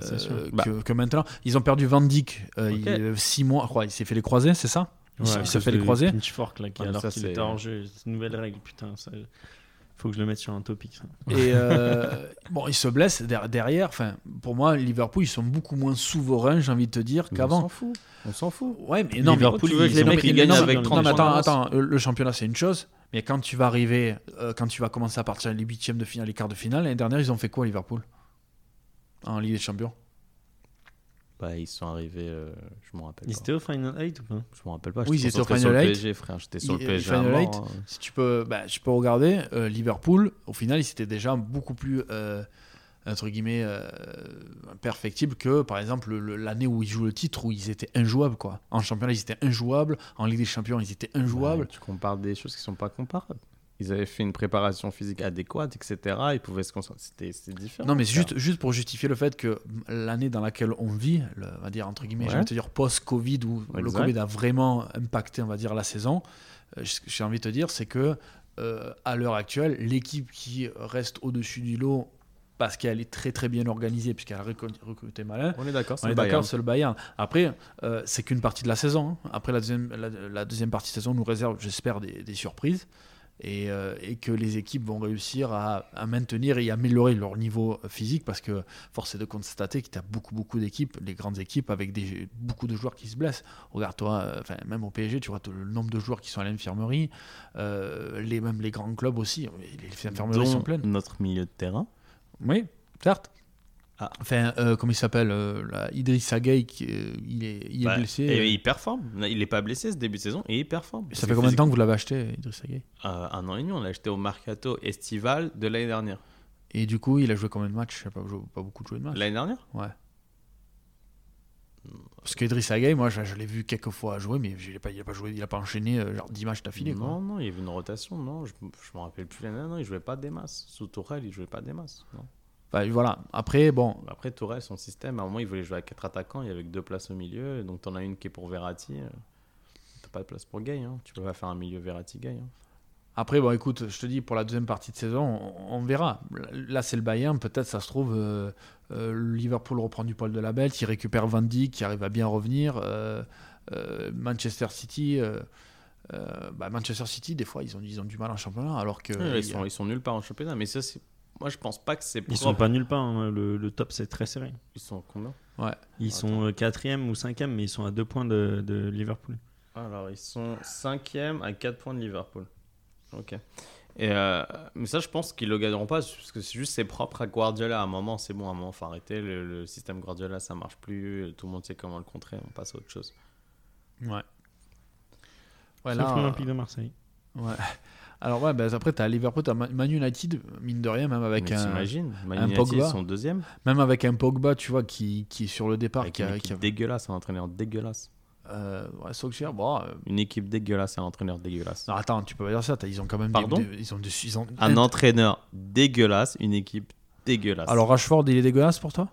S2: C'est
S1: euh,
S2: sûr.
S1: que,
S3: Bah.
S1: que maintenant. Ils ont perdu Van euh, Dijk
S3: Ok.
S1: 6 mois, je crois, il s'est fait les croiser, c'est ça Il se-
S2: Ouais,
S1: il
S2: à
S1: se
S2: cause
S1: fait les
S2: de
S1: croiser.
S2: Pinchfork, là, qui,
S3: Ouais, mais
S2: alors
S3: ça,
S2: qu'il
S3: c'est-
S2: était hors jeu. C'est euh, une nouvelle règle, putain. ça- Faut que je le mette sur un topic. ça.
S1: Et
S2: [LAUGHS]
S1: euh, bon, ils se blessent der- derrière. Enfin, pour moi, Liverpool, ils sont beaucoup moins souverains, j'ai envie de te dire, qu'avant.
S3: On s'en fout. On s'en fout.
S1: Ouais, mais non, mais
S2: Liverpool,
S3: tu veux que les
S2: ils ont
S3: mecs
S2: pris
S3: ils
S2: une
S3: gagnent
S2: énorme-
S3: avec
S1: Non,
S3: 30
S1: mais
S3: points
S1: attends,
S3: d'avance.
S1: attends, euh, le championnat c'est une chose, mais quand tu vas arriver, euh, quand tu vas commencer à partir les huitièmes de finale, les quarts de finale, l'année dernière ils ont fait quoi à Liverpool En Ligue des Champions
S3: Bah, ils sont arrivés, euh, je m'en rappelle
S2: Ils
S3: pas.
S2: étaient au Final 8 ou pas
S3: Je m'en rappelle pas.
S1: Oui, ils
S3: j'étais
S1: étaient au
S3: concentré sur le
S1: Final Eight.
S3: PSG, frère. J'étais sur le
S1: Ils-
S3: PSG.
S1: Final
S3: à mort,
S1: Eight.
S3: hein.
S1: Si tu peux, bah, je peux regarder, euh, Liverpool, au final ils étaient déjà beaucoup plus, euh, entre guillemets, euh, perfectibles que par exemple le- l'année où ils jouent le titre, où ils étaient injouables quoi. En championnat ils étaient injouables, en Ligue des Champions ils étaient injouables.
S3: Ouais, tu compares des choses qui sont pas comparables. Ils avaient fait une préparation physique adéquate, etc. Ils pouvaient se concentrer. C'était c'était différent.
S1: Non, mais c'est juste, juste pour justifier le fait que l'année dans laquelle on vit, le- on va dire entre guillemets,
S3: Ouais.
S1: j'ai envie de te dire post-Covid, où le
S3: Exact.
S1: Covid a vraiment impacté, on va dire, la saison, euh, ce que j'ai envie de te dire, c'est que euh, à l'heure actuelle, l'équipe qui reste au-dessus du lot parce qu'elle est très très bien organisée, puisqu'elle a recru- recruté Malin,
S3: On est d'accord,
S1: on
S3: c'est
S1: est
S3: le
S1: d'accord,
S3: Bayern.
S1: c'est le Bayern. Après, euh, c'est qu'une partie de la saison. hein. Après, la deuxième, la, la deuxième partie de saison nous réserve, j'espère, des, des surprises. Et, euh, et que les équipes vont réussir à, à maintenir et améliorer leur niveau physique parce que force est de constater qu'il y a beaucoup beaucoup d'équipes, les grandes équipes avec des, beaucoup de joueurs qui se blessent. Regarde-toi, euh, enfin, même au PSG, tu vois tout le nombre de joueurs qui sont à l'infirmerie, euh, les, même les grands clubs aussi, les infirmeries
S3: Dont
S1: sont pleines.
S3: Notre milieu de terrain.
S1: Oui, certes.
S3: Ah.
S1: Enfin, euh, comment il s'appelle euh, là, Idrissa Gueye, qui, euh, il est, il est
S3: Bah,
S1: blessé. euh.
S3: Et il performe. Il n'est pas blessé ce début de saison et il performe.
S1: ça fait combien de temps que vous l'avez acheté, Idrissa Gueye
S3: Euh, Un an et demi. On l'a acheté au mercato estival de l'année dernière.
S1: Et du coup, il a joué combien de matchs Il a pas, joué- pas beaucoup de joué de matchs.
S3: L'année dernière
S1: Parce qu'Idriss Agaï, moi, je, je l'ai vu quelques fois jouer, mais je l'ai pas, il n'a pas, joué- il a pas enchaîné euh, genre 10 matchs d'affilée. quoi.
S3: Non, non, il y avait une rotation, non, je, je m'en rappelle plus. Non, non, il jouait pas des masses. Sous Tourelle, il jouait pas des masses. Non.
S1: Bah, voilà. Après, bon,
S3: Après, Tourelle, son système, à un moment, il voulait jouer à quatre attaquants, il y avait que deux places au milieu, et donc t'en as une qui est pour Verratti. euh, T'as pas de place pour Gay, hein. tu peux pas faire un milieu Verratti-Gay. hein.
S1: Après, bon, écoute, je te dis, pour la deuxième partie de saison, on, on verra. Là, c'est le Bayern. Peut-être, ça se trouve, euh, euh, Liverpool reprend du poil de la bête. Il récupère Van Dijk, qui arrive à bien revenir. Euh, euh, Manchester City. euh, euh, bah, Manchester City, des fois, ils ont, ils ont du mal en championnat, alors que.
S3: Ouais,
S1: Euh, il
S3: ils,
S1: y a-
S3: sont, ils sont nuls par en championnat, mais ça, c'est. Moi, je pense pas que c'est
S2: Ils
S3: propre.
S2: sont pas nulle part. hein, Le, le top, c'est très serré.
S3: Ils sont combien
S2: Ils
S3: Attends.
S2: sont euh, quatrième ou cinquième, mais ils sont à deux points de, de Liverpool.
S3: Alors, ils sont 5e à 4 points de Liverpool. Ok. Et euh, mais ça, je pense qu'ils le gagneront pas, parce que c'est juste c'est propre à Guardiola. À un moment, c'est bon, à un moment, faut arrêter. Le, le système Guardiola, ça marche plus. Tout le monde sait comment le contrer. On passe à autre chose.
S1: Ouais,
S2: Sauf
S1: Bah là, euh,
S2: l'Olympique de Marseille.
S1: ouais. Alors, ouais, bah, après, tu as Liverpool, tu as Man United, mine de rien, même avec,
S3: mais
S1: un,
S3: t'imagines, Man
S1: un
S3: United,
S1: Pogba.
S3: ils sont deuxième.
S1: même avec un Pogba, tu vois, qui, qui est sur le départ.
S3: Avec
S1: qui
S3: une
S1: a-
S3: équipe
S1: qui a-
S3: dégueulasse, un entraîneur dégueulasse.
S1: euh, ouais, Solskjaer, bon, euh,
S3: Une équipe dégueulasse et un entraîneur dégueulasse.
S1: non, attends, tu peux pas dire ça. t'as- Ils ont quand même.
S3: Pardon Ah
S1: des- ils ont, des- ils ont
S3: Un entraîneur dégueulasse, une équipe dégueulasse.
S1: Eh, Alors Rashford, il est dégueulasse pour toi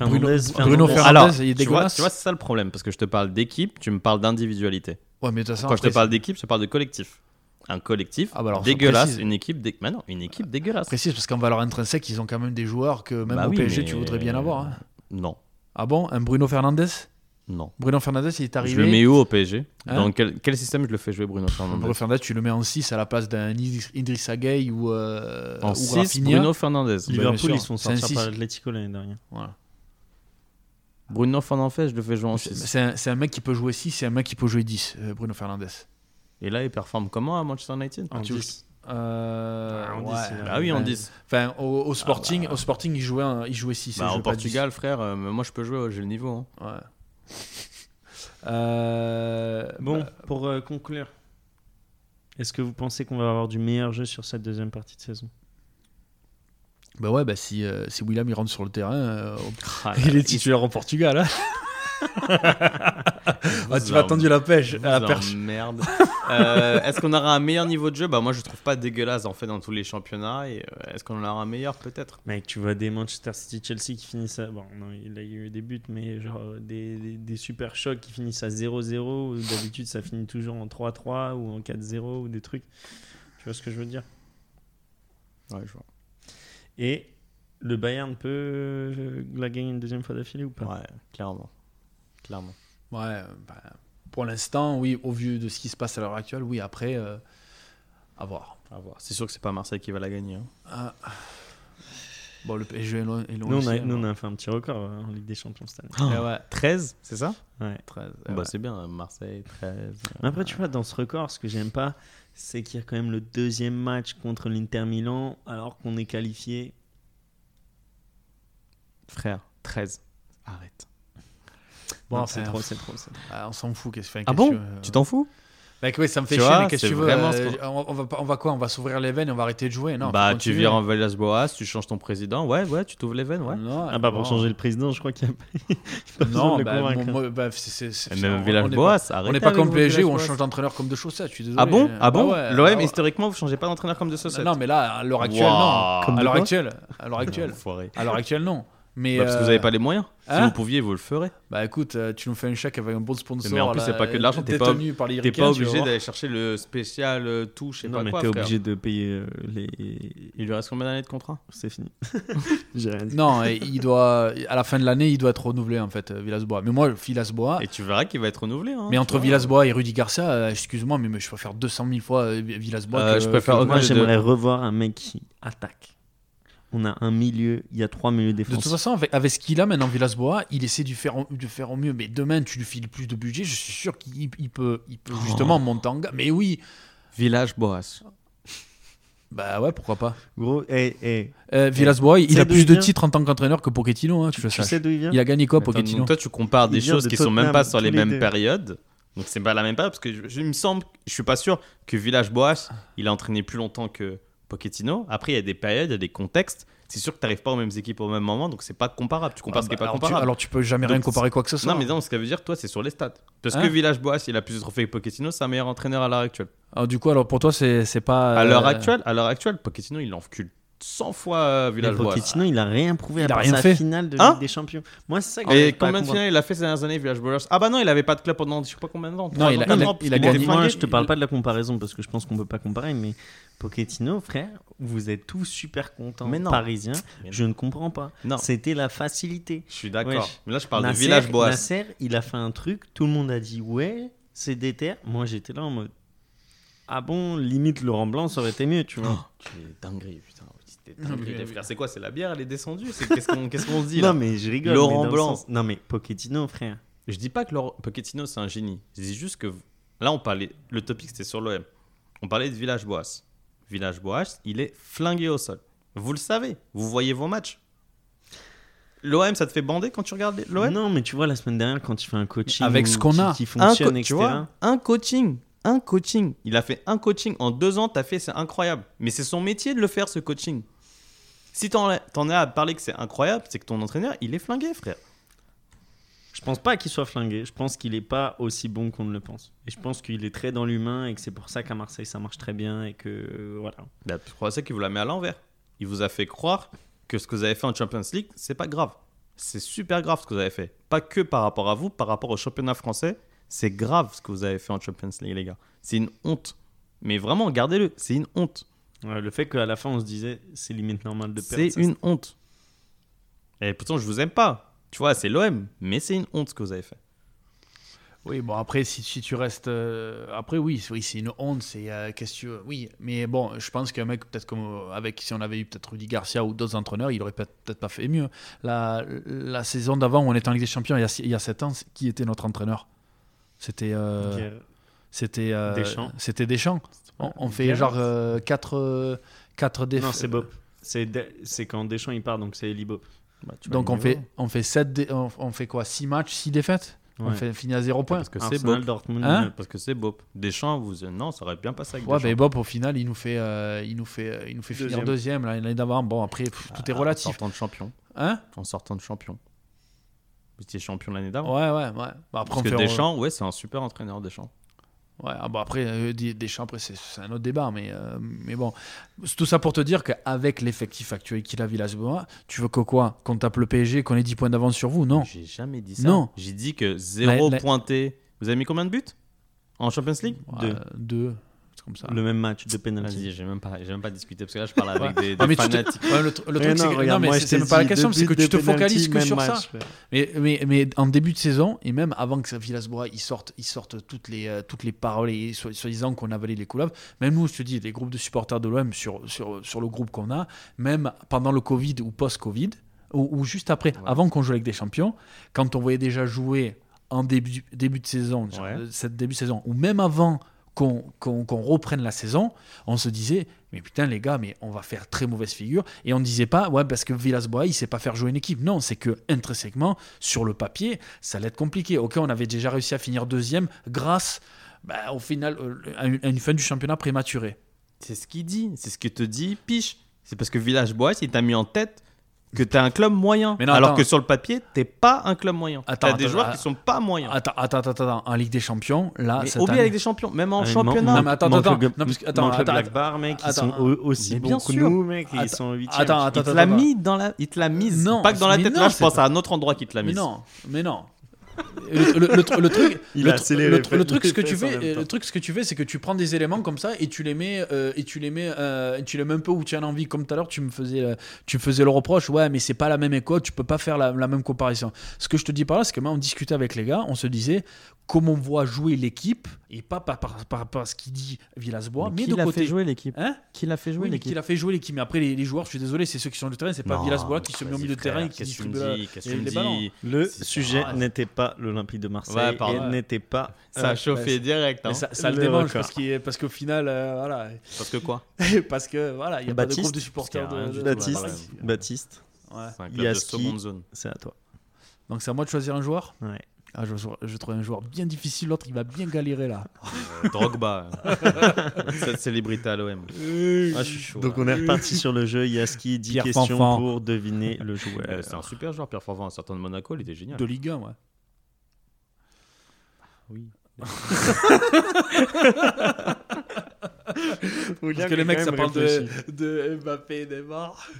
S1: Bruno-
S2: Fernandez,
S1: Bruno
S2: Fernandez.
S1: Fernandes,
S3: Alors,
S1: il est
S3: tu vois,
S1: dégueulasse.
S3: tu vois, c'est ça le problème, parce que je te parle d'équipe, tu me parles d'individualité.
S1: Ouais, mais de toute façon,
S3: Quand je te
S1: après,
S3: parle d'équipe, je te parle de collectif. Un collectif
S1: Ah bah alors, ça
S3: dégueulasse,
S1: précise.
S3: une équipe, dé... bah non, une équipe
S1: c'est
S3: dégueulasse.
S1: précise parce qu'en valeur intrinsèque, ils ont quand même des joueurs que même
S3: Bah
S1: au
S3: oui,
S1: PSG,
S3: mais- euh,
S1: tu voudrais bien avoir. hein.
S3: Non,
S1: Ah bon Un Bruno Fernandez
S3: non.
S1: Bruno Fernandez, il est
S3: Je le
S1: arrivé.
S3: mets où au PSG
S1: Hein
S3: Dans quel, quel système je le fais jouer Bruno Fernandez
S1: Bruno Fernandez, tu le mets en 6 à la place d'un Idris- Idrissa Gueye ou, euh,
S3: En
S1: ou
S3: 6,
S1: Rafinha.
S3: Bruno Fernandez.
S1: bien sûr,
S2: Liverpool, ils sont
S1: c'est un
S2: sortis
S1: six.
S2: par l'Atlético l'année dernière.
S1: Voilà.
S3: Ben, Bruno Fernandez, je le fais jouer en
S1: C'est
S3: 6.
S1: c'est un, c'est un mec qui peut jouer 6 et un mec qui peut jouer 10, euh, Bruno Fernandez.
S3: Et là, il performe comment à Manchester United
S2: En
S1: tu-
S2: 10.
S1: Euh,
S2: Ah, en 10, il a-
S3: Bah oui, en
S1: Ah, Ouais.
S3: 10.
S1: Enfin, au, au sporting, au sporting, il jouait, un- il jouait 6.
S3: Ah Bah, au Portugal, frère, euh, moi je peux jouer, j'ai le niveau. hein.
S1: Ouais. Euh,
S2: Bon, pour euh, conclure, est-ce que vous pensez qu'on va avoir du meilleur jeu sur cette deuxième partie de saison
S1: Bah ouais, bah si, euh, si William il rentre sur le terrain, euh, au-
S3: Ah,
S1: [LAUGHS] il
S3: là,
S1: est titulaire en Portugal. [LAUGHS] hein.
S3: vous
S1: Ah, tu m'as
S3: en-
S1: tendu la pêche, à la
S3: Vous
S1: perche.
S3: emmerde.
S1: [LAUGHS]
S3: Euh, Est-ce qu'on aura un meilleur niveau de jeu Bah moi je trouve pas dégueulasse en fait dans tous les championnats. Et euh, est-ce qu'on en aura un meilleur peut-être
S2: Mec, tu vois des Manchester City, Chelsea qui finissent à. Bon, non, il a eu des buts, mais genre euh, des, des- des super chocs qui finissent à 0-0. où D'habitude, ça finit toujours en 3-3 ou en 4-0 ou des trucs. Tu vois ce que je veux dire
S3: Ouais je vois.
S2: Et le Bayern peut euh, la gagner une deuxième fois d'affilée ou pas
S3: Ouais clairement, clairement.
S1: Ouais, bah, pour l'instant, oui, au vu de ce qui se passe à l'heure actuelle, oui, après, euh, à voir.
S3: À voir. C'est sûr que c'est pas Marseille qui va la gagner. hein.
S1: Ah. Bon, le PSG est loin. est loin
S2: Nous, on a,
S1: aussi,
S2: nous, on
S1: alors.
S2: a fait un petit record euh, en Ligue des Champions cette année.
S1: Eh ouais,
S3: 13 c'est ça
S2: Ouais.
S1: 13, eh
S3: Ah. Bah
S1: ouais.
S3: c'est bien Marseille 13.
S2: Mais après, tu vois, dans ce record, ce que j'aime pas, c'est qu'il y a quand même le deuxième match contre l'Inter Milan, alors qu'on est qualifié.
S3: Frère 13. Arrête.
S1: Bon,
S2: Non,
S1: enfin,
S2: c'est trop, c'est trop, c'est trop.
S1: Ah, on s'en fout. Qu'est-ce enfin,
S3: Ah
S1: qu'est-ce
S3: bon
S1: que tu veux, euh,
S3: Tu t'en fous
S1: Mec, oui, ça me fait
S3: Tu
S1: chier,
S3: vois,
S1: mais qu'est-ce que
S3: c'est
S1: tu veux
S3: vraiment
S1: euh,
S3: ce
S1: on, on va, pas- on va quoi On va s'ouvrir les veines et on va arrêter de jouer non,
S3: Bah
S1: faut
S3: tu
S1: continuer.
S3: vires en Velas Boas, tu changes ton président. Ouais ouais tu t'ouvres les veines ouais.
S1: Non,
S2: Ah bah pour
S1: bon.
S2: changer le président, je crois qu'il y a il y a pas [LAUGHS] besoin
S3: [LAUGHS]
S2: de
S1: Non,
S2: le
S1: bah,
S2: convaincre.
S1: mon- moi, bah, c'est- c'est- c'est-
S3: Et
S1: on- on
S3: Même
S1: est
S3: Villas
S1: pas-
S3: Boas arrête.
S1: On n'est pas
S3: avec
S1: comme
S3: vos
S1: PSG où on
S3: Villas-Boas.
S1: change d'entraîneur comme de chaussettes, je suis désolé.
S3: Ah bon
S1: Euh,
S3: Ah
S1: bah
S3: bon
S1: ouais,
S3: L'OM
S1: bah
S3: historiquement vous changez pas d'entraîneur comme de
S1: ouais.
S3: saucette.
S1: Non, mais là, à l'heure actuelle,
S3: Waouh.
S1: non.
S3: Comme
S1: à
S3: de
S1: l'heure
S3: quoi
S1: actuelle, à l'heure actuelle,
S3: Enfoiré.
S1: à l'heure actuelle, non. Mais
S3: Bah, parce que vous
S1: euh,
S3: n'avez pas les moyens. si
S1: hein
S3: vous pouviez, vous le ferez.
S1: Bah écoute, euh, tu nous fais un chèque avec un bon sponsor.
S3: Mais en plus,
S1: là,
S3: c'est pas que de l'argent, t'es pas-
S1: détenu par les
S3: T'es
S1: Hurricanes,
S3: pas
S1: tu vas
S3: obligé
S1: voir.
S3: d'aller chercher le spécial euh, tout, je sais
S2: non
S3: pas
S2: mais
S3: quoi.
S2: t'es
S3: frère.
S2: obligé de payer euh, les...
S3: Il lui reste combien d'années de contrat
S2: C'est
S3: [LAUGHS]
S2: fini. J'ai rien dit.
S1: Non, et il doit, à la fin de l'année, il doit être renouvelé en fait, euh, Villas-Boas. Mais moi, Villas-Boas,
S3: Et tu verras qu'il va être renouvelé. hein,
S1: mais
S3: tu
S1: entre
S3: vois.
S1: Villas-Boas et Rudy Garcia, euh, excuse-moi, mais mais je préfère 200 000 fois euh, Villas-Boas.
S3: Euh,
S1: que-
S3: je préfère
S1: que-
S3: Moi,
S2: Moi
S3: j'ai
S2: j'aimerais revoir un mec qui attaque. On a un milieu, il y a trois milieux
S1: De toute
S2: défensifs.
S1: façon, avec, avec ce qu'il a maintenant, Villas-Boas, il essaie de faire, au- de faire au mieux. Mais demain, tu lui files plus de budget, je suis sûr qu'il il peut, il peut
S3: Oh.
S1: justement monter en gamme. Mais oui,
S3: Village Boas.
S1: bah ouais, pourquoi pas.
S2: Gros, eh, eh,
S1: Euh, Villas-Boas, il
S2: sais
S1: a
S2: d'où
S1: plus
S2: il
S1: de
S2: vient
S1: titres en tant qu'entraîneur que Pochettino, hein, tu
S2: tu,
S1: le
S2: tu
S1: saches.
S2: sais d'où il vient
S1: Il a gagné quoi,
S3: Attends,
S1: Pochettino
S3: donc toi, tu compares Ah, des
S2: Il vient
S3: choses
S2: de
S3: qui sont même
S2: Tottenham,
S3: pas sur
S2: tous
S3: les
S2: les
S3: mêmes
S2: deux.
S3: périodes. Donc c'est pas la même période parce que je, je- il me semble, je suis pas sûr que Village Boas, il a entraîné plus longtemps que Pochettino. Après, il y a des périodes, il y a des contextes. C'est sûr que tu n'arrives pas aux mêmes équipes au même moment, donc c'est pas comparable. Tu compares
S1: Ah,
S3: ce qui n'est
S1: bah,
S3: pas
S1: alors, tu,
S3: comparable.
S1: alors tu peux jamais
S3: Donc,
S1: rien comparer quoi que ce soit.
S3: non, mais non, ce que veut dire, toi, c'est sur les stats. Parce
S1: Hein
S3: que Village-Boas, il a plus de trophées que Pochettino, c'est un meilleur entraîneur à l'heure actuelle.
S1: Alors, du coup, alors pour toi, c'est c'est pas.
S3: À l'heure
S1: euh,
S3: actuelle, à l'heure actuelle, Pochettino, il l'encule 100 fois euh,
S2: Mais
S3: Village-Boas.
S2: Pochettino, il a rien
S1: Il
S2: prouvé à
S1: a
S2: part
S1: rien
S2: sa
S1: fait.
S2: finale de Ligue
S3: Hein
S2: des Champions. Moi, c'est ça que
S3: Et
S2: j'arrive pas à
S3: combien de
S2: comprendre.
S3: finales il a fait ces dernières années, Village Ballers Ah bah non, il avait pas de club pendant je sais pas combien de temps.
S1: Non, il a-
S3: gagné.
S1: il a- il a
S2: Mais
S1: gagné.
S2: moi, je te parle pas de la comparaison parce que je pense qu'on peut pas comparer, mais Pochettino, frère, vous êtes tous super contents,
S3: Mais non.
S2: parisiens.
S3: Mais non.
S2: Je ne comprends pas.
S3: Non.
S2: C'était la facilité.
S3: Je suis d'accord.
S2: Wesh.
S3: Mais là, je parle de
S2: Nasser-
S3: Village Boas.
S2: Nasser, il a fait un truc, tout le monde a dit ouais, c'est déter. Moi, j'étais là en mode ah bon, limite Laurent Blanc, ça aurait été mieux, tu vois.
S3: Tu es dinguerie, putain. oui, t'es
S1: Non, mais-
S3: dinguerie, t'es- frère. C'est quoi C'est la bière, elle est descendue C'est- Qu'est-ce qu'on qu'est-ce qu'on se dit
S2: non,
S3: là
S2: mais je rigole.
S3: Laurent
S2: mais dans le
S3: Blanc.
S2: sens- Non, mais Pochettino, frère.
S3: Je dis pas que Laurent- Pochettino, c'est un génie. Je dis juste que là, on parlait. Le topic, c'était sur l'OM. On parlait de Village Boas. Village Boas, il est flingué au sol. Vous le savez. Vous voyez vos matchs. L'OM, ça te fait bander quand tu regardes les- l'OM
S2: Non, mais tu vois, la semaine dernière, quand il fait un coaching
S1: Avec ce qu'on
S2: qui-
S1: a.
S2: qui
S3: un
S2: fonctionne,
S3: co-
S2: etc.
S3: tu vois, un coaching, un coaching. Il a fait un coaching en deux ans. T'as fait, c'est incroyable. Mais c'est son métier de le faire ce coaching. Si t'en t'en as à parler que c'est incroyable, c'est que ton entraîneur, il est flingué, frère.
S2: Je pense pas qu'il soit flingué. Je pense qu'il est pas aussi bon qu'on ne le pense. Et je pense qu'il est très dans l'humain et que c'est pour ça qu'à Marseille ça marche très bien et que euh, voilà.
S3: Bah, c'est pour ça qu'il vous la met à l'envers. Il vous a fait croire que ce que vous avez fait en Champions League, c'est pas grave. C'est super grave ce que vous avez fait. Pas que par rapport à vous, par rapport au championnat français, c'est grave ce que vous avez fait en Champions League, les gars. C'est une honte. Mais vraiment, gardez-le. C'est une honte.
S2: Ouais, le fait qu'à la fin on se disait c'est limite normal de perdre.
S3: C'est
S2: ça,
S3: une honte. Et pourtant, je vous aime pas. Tu vois, c'est l'OM, mais c'est une honte ce que vous avez fait.
S1: Oui, bon, après, si, si tu restes. euh, Après, oui, c'est- oui, c'est une honte, c'est. euh, Qu'est-ce que tu veux Oui, mais bon, je pense qu'un mec, peut-être comme. euh, Avec, si on avait eu peut-être Rudy Garcia ou d'autres entraîneurs, il aurait peut- peut-être pas fait mieux. La, la saison d'avant, où on était en Ligue des Champions, il y a, six- il y a 7 ans, c'est- qui était notre entraîneur C'était. euh,
S2: Guerre-
S1: C'était. euh,
S2: Deschamps.
S1: C'était Deschamps. On, on fait
S2: Guerre-
S1: genre 4 quatre défaites.
S2: Non, c'est Bob. C'est de- c'est quand Deschamps il part donc c'est Eli Bob.
S1: Donc on fait, on fait, sept dé- on, on fait quoi 6 matchs, 6 défaites On
S2: Ouais.
S1: fait finit à 0 points
S3: Parce que c'est
S2: Arsenal,
S3: Bop.
S2: Dortmund.
S1: Hein
S2: euh,
S3: Parce que c'est Bop. Deschamps, vous. euh, Non, ça aurait bien passé avec
S1: Ouais, bah,
S3: Deschamps.
S1: mais Bob, au final, il nous fait, euh, il nous fait, euh, il nous fait finir
S2: Deuxième.
S1: deuxième là, l'année d'avant. Bon, après, pff, tout est
S3: Ah, En
S1: relatif.
S3: sortant de champion.
S1: Hein
S3: En sortant de champion. Vous étiez champion l'année
S1: Ouais,
S3: d'avant.
S1: ouais, ouais. Bah, après,
S3: Parce
S1: on
S3: que
S1: fait,
S3: Deschamps, ouais, c'est un super entraîneur, Deschamps.
S1: Ouais, ah, bah, après, euh, Des- Deschamps, après, c'est c'est un autre débat, mais, euh, mais bon. C'est tout ça pour te dire qu'avec l'effectif actuel qu'il a, Villas-Boas, tu veux que quoi Qu'on tape le PSG, qu'on ait 10 points d'avance sur vous Non.
S3: J'ai jamais dit ça.
S1: Non.
S3: J'ai dit que zéro
S1: La- la-
S3: pointé. Vous avez mis combien de buts en Champions League
S1: Ouais, deux. C'est comme ça.
S2: Le même match de penalty.
S3: Vas-y, j'ai même pas, j'ai même pas discuté parce que là, je parle avec des,
S1: Ouais,
S3: des
S1: Ah, mais tu te-
S3: fanatiques.
S1: Ouais, le, tr- le truc, c'est que, non, mais c'est- c'est même pas la question, c'est que tu te focalises que sur ça. Mais, mais, mais en début de saison, et même avant que Villas-Boas ils sortent, ils sortent toutes, les, euh, toutes les paroles et soi- soi-disant qu'on avalait les couleuvres, même nous, je te dis, les groupes de supporters de l'OM sur, sur, sur le groupe qu'on a, même pendant le Covid ou post-Covid, ou, ou juste après, avant qu'on joue avec des champions, quand on voyait déjà jouer en début, début de saison, genre,
S3: Ouais.
S1: euh, cette début de saison, ou même avant qu'on qu'on- qu'on reprenne la saison, on se disait, mais putain les gars, mais on va faire très mauvaise figure. Et on ne disait pas, ouais, parce que Villas-Boas, il sait pas faire jouer une équipe. Non, c'est que intrinsèquement, sur le papier, ça allait être compliqué. Ok, on avait déjà réussi à finir deuxième grâce bah, au final euh, à une- à une fin du championnat prématurée.
S3: C'est ce qu'il dit, c'est ce que te dit Piche. C'est parce que Village Boas, il t'a mis en tête que t'es un club moyen.
S1: Mais non,
S3: alors
S1: attends.
S3: que sur le papier, t'es pas un club moyen.
S1: Attends,
S3: T'as des
S1: attends,
S3: joueurs
S1: ah.
S3: qui sont pas moyens.
S1: Attends, attends, attends, attends, en Ligue des Champions, là,
S3: mais
S1: cette
S3: oublie
S1: année-
S3: avec des champions, même en
S2: Ouais,
S3: championnat.
S1: Non, mais attends,
S2: Manque
S1: attends,
S2: le-
S1: non, parce que- attends,
S2: manque le
S1: attends,
S2: Black
S1: attends.
S2: Bar, mec, ils
S1: Attends.
S2: sont au- aussi
S3: Mais
S2: bons
S3: bien
S2: que
S3: sûr.
S2: nous, mec, ils
S1: Attends,
S2: sont en huitième.
S1: attends,
S3: il
S1: attends,
S3: te l'a
S1: attends,
S3: mis dans la, il te l'a mise.
S1: Non,
S3: pas que dans la
S1: mais
S3: tête.
S1: non,
S3: là, je
S1: c'est
S3: pense
S1: pas-
S3: à un autre endroit qui te l'a
S1: Mais
S3: mise.
S1: non, mais non. Le, le- le- le truc,
S2: [LAUGHS] Il
S1: le,
S2: a
S1: tr-
S2: accéléré
S1: le-
S2: les fesses-
S1: le truc,
S2: les
S1: ce que tu
S2: fesses en
S1: fais, euh,
S2: même temps.
S1: le truc, ce que tu fais, c'est que tu prends des éléments comme ça et tu les mets, euh, et tu les mets, euh, et tu les mets un peu où tu en as envie. Comme tout à l'heure, tu me faisais, euh, tu me faisais le reproche, ouais, mais c'est pas la même écho, tu peux pas faire la, la même comparaison. Ce que je te dis par là, c'est que moi, on discutait avec les gars, on se disait comment on voit jouer l'équipe et pas par, par, par- par ce qu'il dit Villas-Bois, mais, de côté.
S3: jouer l'équipe
S1: Hein
S3: Qui l'a fait
S1: oui, mais qui l'a fait jouer l'équipe. Mais après, les, les joueurs, je suis désolé, c'est ceux qui sont sur le terrain, c'est pas Villas-Boas qui se met au milieu de terrain et qui
S3: Qu'est-ce que tu
S1: distribue
S3: me
S1: la-
S3: dis Qu'est-ce que
S1: les-
S3: tu me
S1: les ballons.
S3: dis
S2: Le
S3: C'est-
S2: sujet
S3: Ah,
S2: n'était pas l'Olympique de
S3: Ouais,
S2: Marseille
S3: pardon.
S2: et
S3: Ouais.
S2: n'était pas
S3: Ça
S2: euh,
S3: a chauffé
S1: ouais,
S3: direct. hein.
S1: Mais ça, ça le
S2: Le
S1: démange
S2: record.
S1: parce qu'il est- parce qu'au final, euh, voilà, [LAUGHS]
S3: Parce que quoi
S1: parce que voilà, il y a pas de
S2: Baptiste,
S1: groupe de
S3: parce qu'il y a
S1: supporters
S3: rien
S1: de,
S3: du
S1: de-
S3: tout,
S2: Baptiste.
S3: là,
S1: voilà.
S3: ouais.
S2: Baptiste.
S1: Ouais.
S3: C'est un club de
S2: Yaski.
S3: seconde zone.
S2: C'est à toi.
S1: Donc c'est à moi de choisir un joueur.
S2: Ouais.
S4: Ah, je, je trouve un joueur bien difficile, l'autre il va bien galérer là.
S3: Euh, Drogba. [LAUGHS] Cette célébrité à l'OM. Ah, je suis chaud.
S2: Donc
S3: là.
S2: on est reparti sur le jeu. Yaski, 10
S4: Pierre
S2: questions
S4: Fanfan.
S2: pour
S3: [LAUGHS]
S2: deviner le joueur.
S3: Euh, c'est un super joueur, Pierre Favre, un certain de Monaco, il était génial.
S4: De Ligue 1, ouais. Ah
S3: [LAUGHS] Oui.
S1: Parce que les mecs, ça parle de, de Mbappé, Neymar.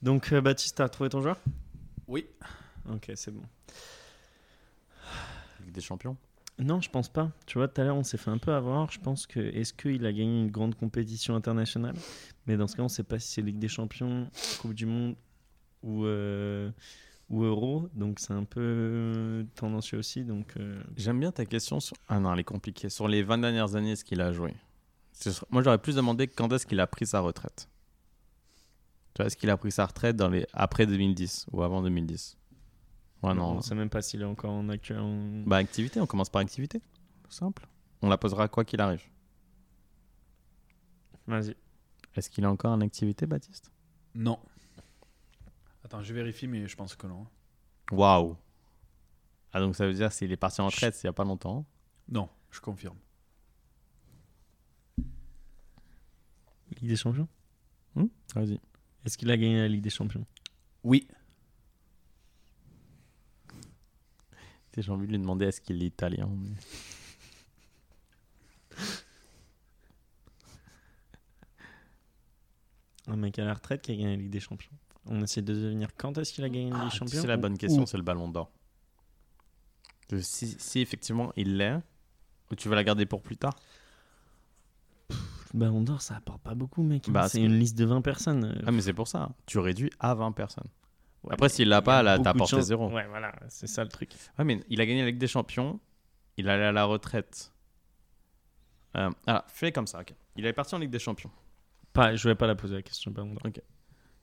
S2: Donc euh, Baptiste, t'as trouvé ton joueur
S1: Oui.
S2: Ok, c'est bon.
S3: Ligue des champions.
S2: Non, je pense pas. Tu vois, tout à l'heure, on s'est fait un peu avoir. Je pense que est-ce qu'il a gagné une grande compétition internationale Mais dans ce cas, on sait pas si c'est Ligue des Champions, Coupe du Monde ou, euh, ou Euro. Donc c'est un peu euh, tendancieux aussi. Donc euh,
S3: J'aime bien ta question sur. Ah non, elle est compliquée. Sur les 20 dernières années, est-ce qu'il a joué Ce serait- Moi, j'aurais plus demandé quand est-ce qu'il a pris sa retraite. Tu vois, est-ce qu'il a pris sa retraite dans les... après 2010 ou avant 2010 Ouais, Ah non.
S2: on sait même pas s'il est encore en actuel. en-
S3: Bah, activité, on commence par activité. Tout simple. On la posera quoi qu'il arrive.
S2: Vas-y.
S3: Est-ce qu'il a encore en activité, Baptiste
S4: Non. Attends, je vérifie, mais je pense que non.
S3: Waouh Ah, donc ça veut dire s'il est parti en retraite il n'y a pas longtemps.
S4: Non, je confirme.
S2: Ligue des Champions
S3: Vas-y.
S2: Hmm Est-ce qu'il a gagné la Ligue des Champions
S4: Oui.
S3: J'ai envie de lui demander est-ce qu'il est italien. mais-
S2: Un mec à la retraite qui a gagné la Ligue des Champions. On essaie de devenir quand est-ce qu'il a gagné la Ligue des
S3: Ah, tu
S2: Champions
S3: sais, la
S2: ou-
S3: bonne question, c'est le ballon d'or. Je- Si, si effectivement il l'est, ou tu vas la garder pour plus tard
S2: Le Ballon d'Or, ça apporte pas beaucoup, mec.
S3: Bah,
S2: c'est
S3: c'est-
S2: une liste de 20 personnes. euh,
S3: Ah, mais c'est pour ça. Tu réduis à 20 personnes.
S2: ouais,
S3: Après,
S2: mais
S3: s'il l'a
S2: il y a
S3: pas, là,
S2: beaucoup
S3: t'as
S2: de
S3: apporté
S2: chances.
S3: zéro.
S2: Ouais, voilà, c'est ça le truc.
S3: Ouais, mais il a gagné la Ligue des Champions. Il allait à la retraite. Euh, ah, fais comme ça, ok. Il est parti en Ligue des Champions.
S2: Pas, je vais pas la poser la question, Ballon d'Or.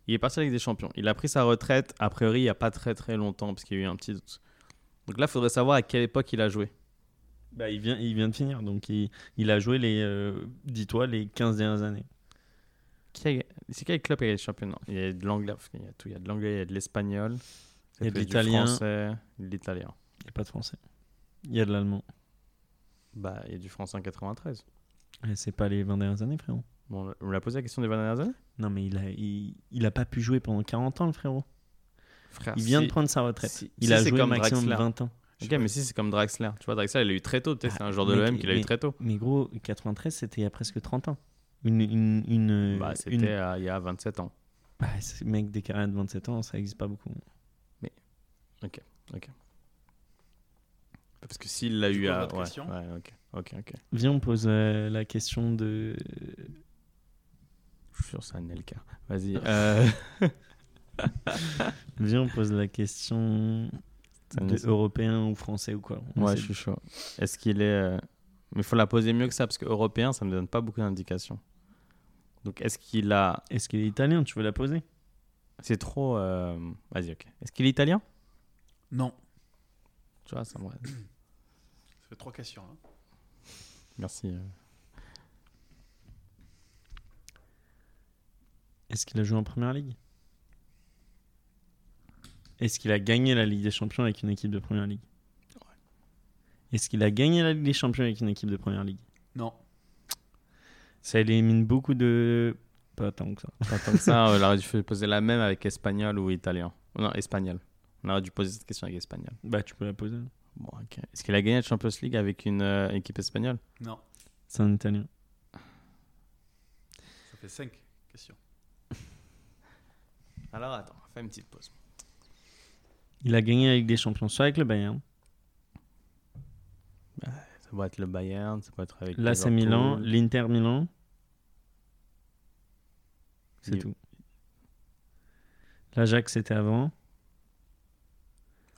S3: Il est parti en Ligue des Champions. Il a pris sa retraite, a priori, il n'y a pas très très longtemps, parce qu'il y a eu un petit doute. Donc là, il faudrait savoir à quelle époque il a joué.
S2: Bah, il, vient, il vient de finir, donc il, il a joué les, euh, dis-toi, les 15 dernières années.
S3: Qui a- C'est quel club qui a gagné le championnat Il y a de l'anglais, parce qu'il y a tout. Il y a de l'anglais, il y a de l'espagnol,
S2: Il y a de
S3: peut-être du
S2: l'italien.
S3: français, de l'italien.
S2: Il n'y a pas de français. Il y a de l'allemand.
S3: Bah, il y a du français en 93.
S2: Eh, C'est pas les 20 dernières années, frérot.
S3: Bon, on l'a posé la question des 20 dernières années
S2: Non, mais il a, il, il a pas pu jouer pendant 40 ans, le frérot.
S3: Frère,
S2: Il vient
S3: si-
S2: de prendre sa retraite.
S3: si-
S2: il
S3: si
S2: a
S3: c'est
S2: joué
S3: comme
S2: maximum
S3: Draxler.
S2: 20 ans.
S3: Ok, mais si c'est comme Draxler, tu vois, Draxler, il l'a eu très tôt, peut-être,
S2: Ah,
S3: c'est un joueur de
S2: mec,
S3: l'OM qu'il a eu
S2: mais-
S3: très tôt.
S2: Mais gros, 93, c'était il y a presque 30 ans. Une, une, une,
S3: bah, c'était
S2: une-
S3: euh, il y a 27 ans.
S2: Bah, ce mec, des carrières de 27 ans, ça n'existe pas beaucoup.
S3: Parce que s'il l'a
S1: Tu
S3: eu
S1: poses
S3: à.
S1: votre
S3: ouais,
S1: question
S3: ouais, ok, ok, ok.
S2: Viens, on pose euh, la question de.
S3: Je suis sûr, que c'est un Nelka.
S2: [LAUGHS]
S3: Vas-y. euh,
S2: Viens, on pose la question
S3: Ça
S2: de
S3: nous-
S2: européen ou français ou quoi. On
S3: ouais,
S2: sait-
S3: je suis chaud. Est-ce qu'il est. euh, Mais il faut la poser mieux que ça, parce que européen, ça ne me donne pas beaucoup d'indications. Donc, est-ce qu'il a.
S2: Est-ce qu'il est italien Tu veux la poser
S3: C'est trop. euh, Vas-y, ok. Est-ce qu'il est italien
S4: Non.
S3: Tu vois, ça me-
S4: Ça fait trois questions. Hein.
S3: Merci. euh.
S2: [LAUGHS] Est-ce qu'il a joué en première ligue Est-ce qu'il a gagné la Ligue des Champions avec une équipe de première ligue Est-ce qu'il a gagné la Ligue des Champions avec une équipe de première ligue
S4: Non.
S2: Ça élimine beaucoup de. Pas tant que ça.
S3: Pas tant que ça, on aurait dû poser la même avec espagnol ou italien. Non, espagnol. On aurait dû poser cette question avec espagnol.
S2: [LAUGHS] Bah, tu peux la poser.
S3: Bon, ok. Est-ce qu'il a gagné la Champions League avec une euh, équipe espagnole
S4: Non.
S2: C'est un italien.
S4: Ça fait cinq questions.
S3: Alors, attends, fais une petite pause.
S2: Il a gagné la Ligue des Champions, soit avec le Bayern.
S3: Ça peut être le Bayern, ça peut être avec.
S2: Là, c'est
S3: Liverpool.
S2: Milan, l'Inter Milan. C'est
S3: Liv-
S2: tout. L'Ajax, c'était avant.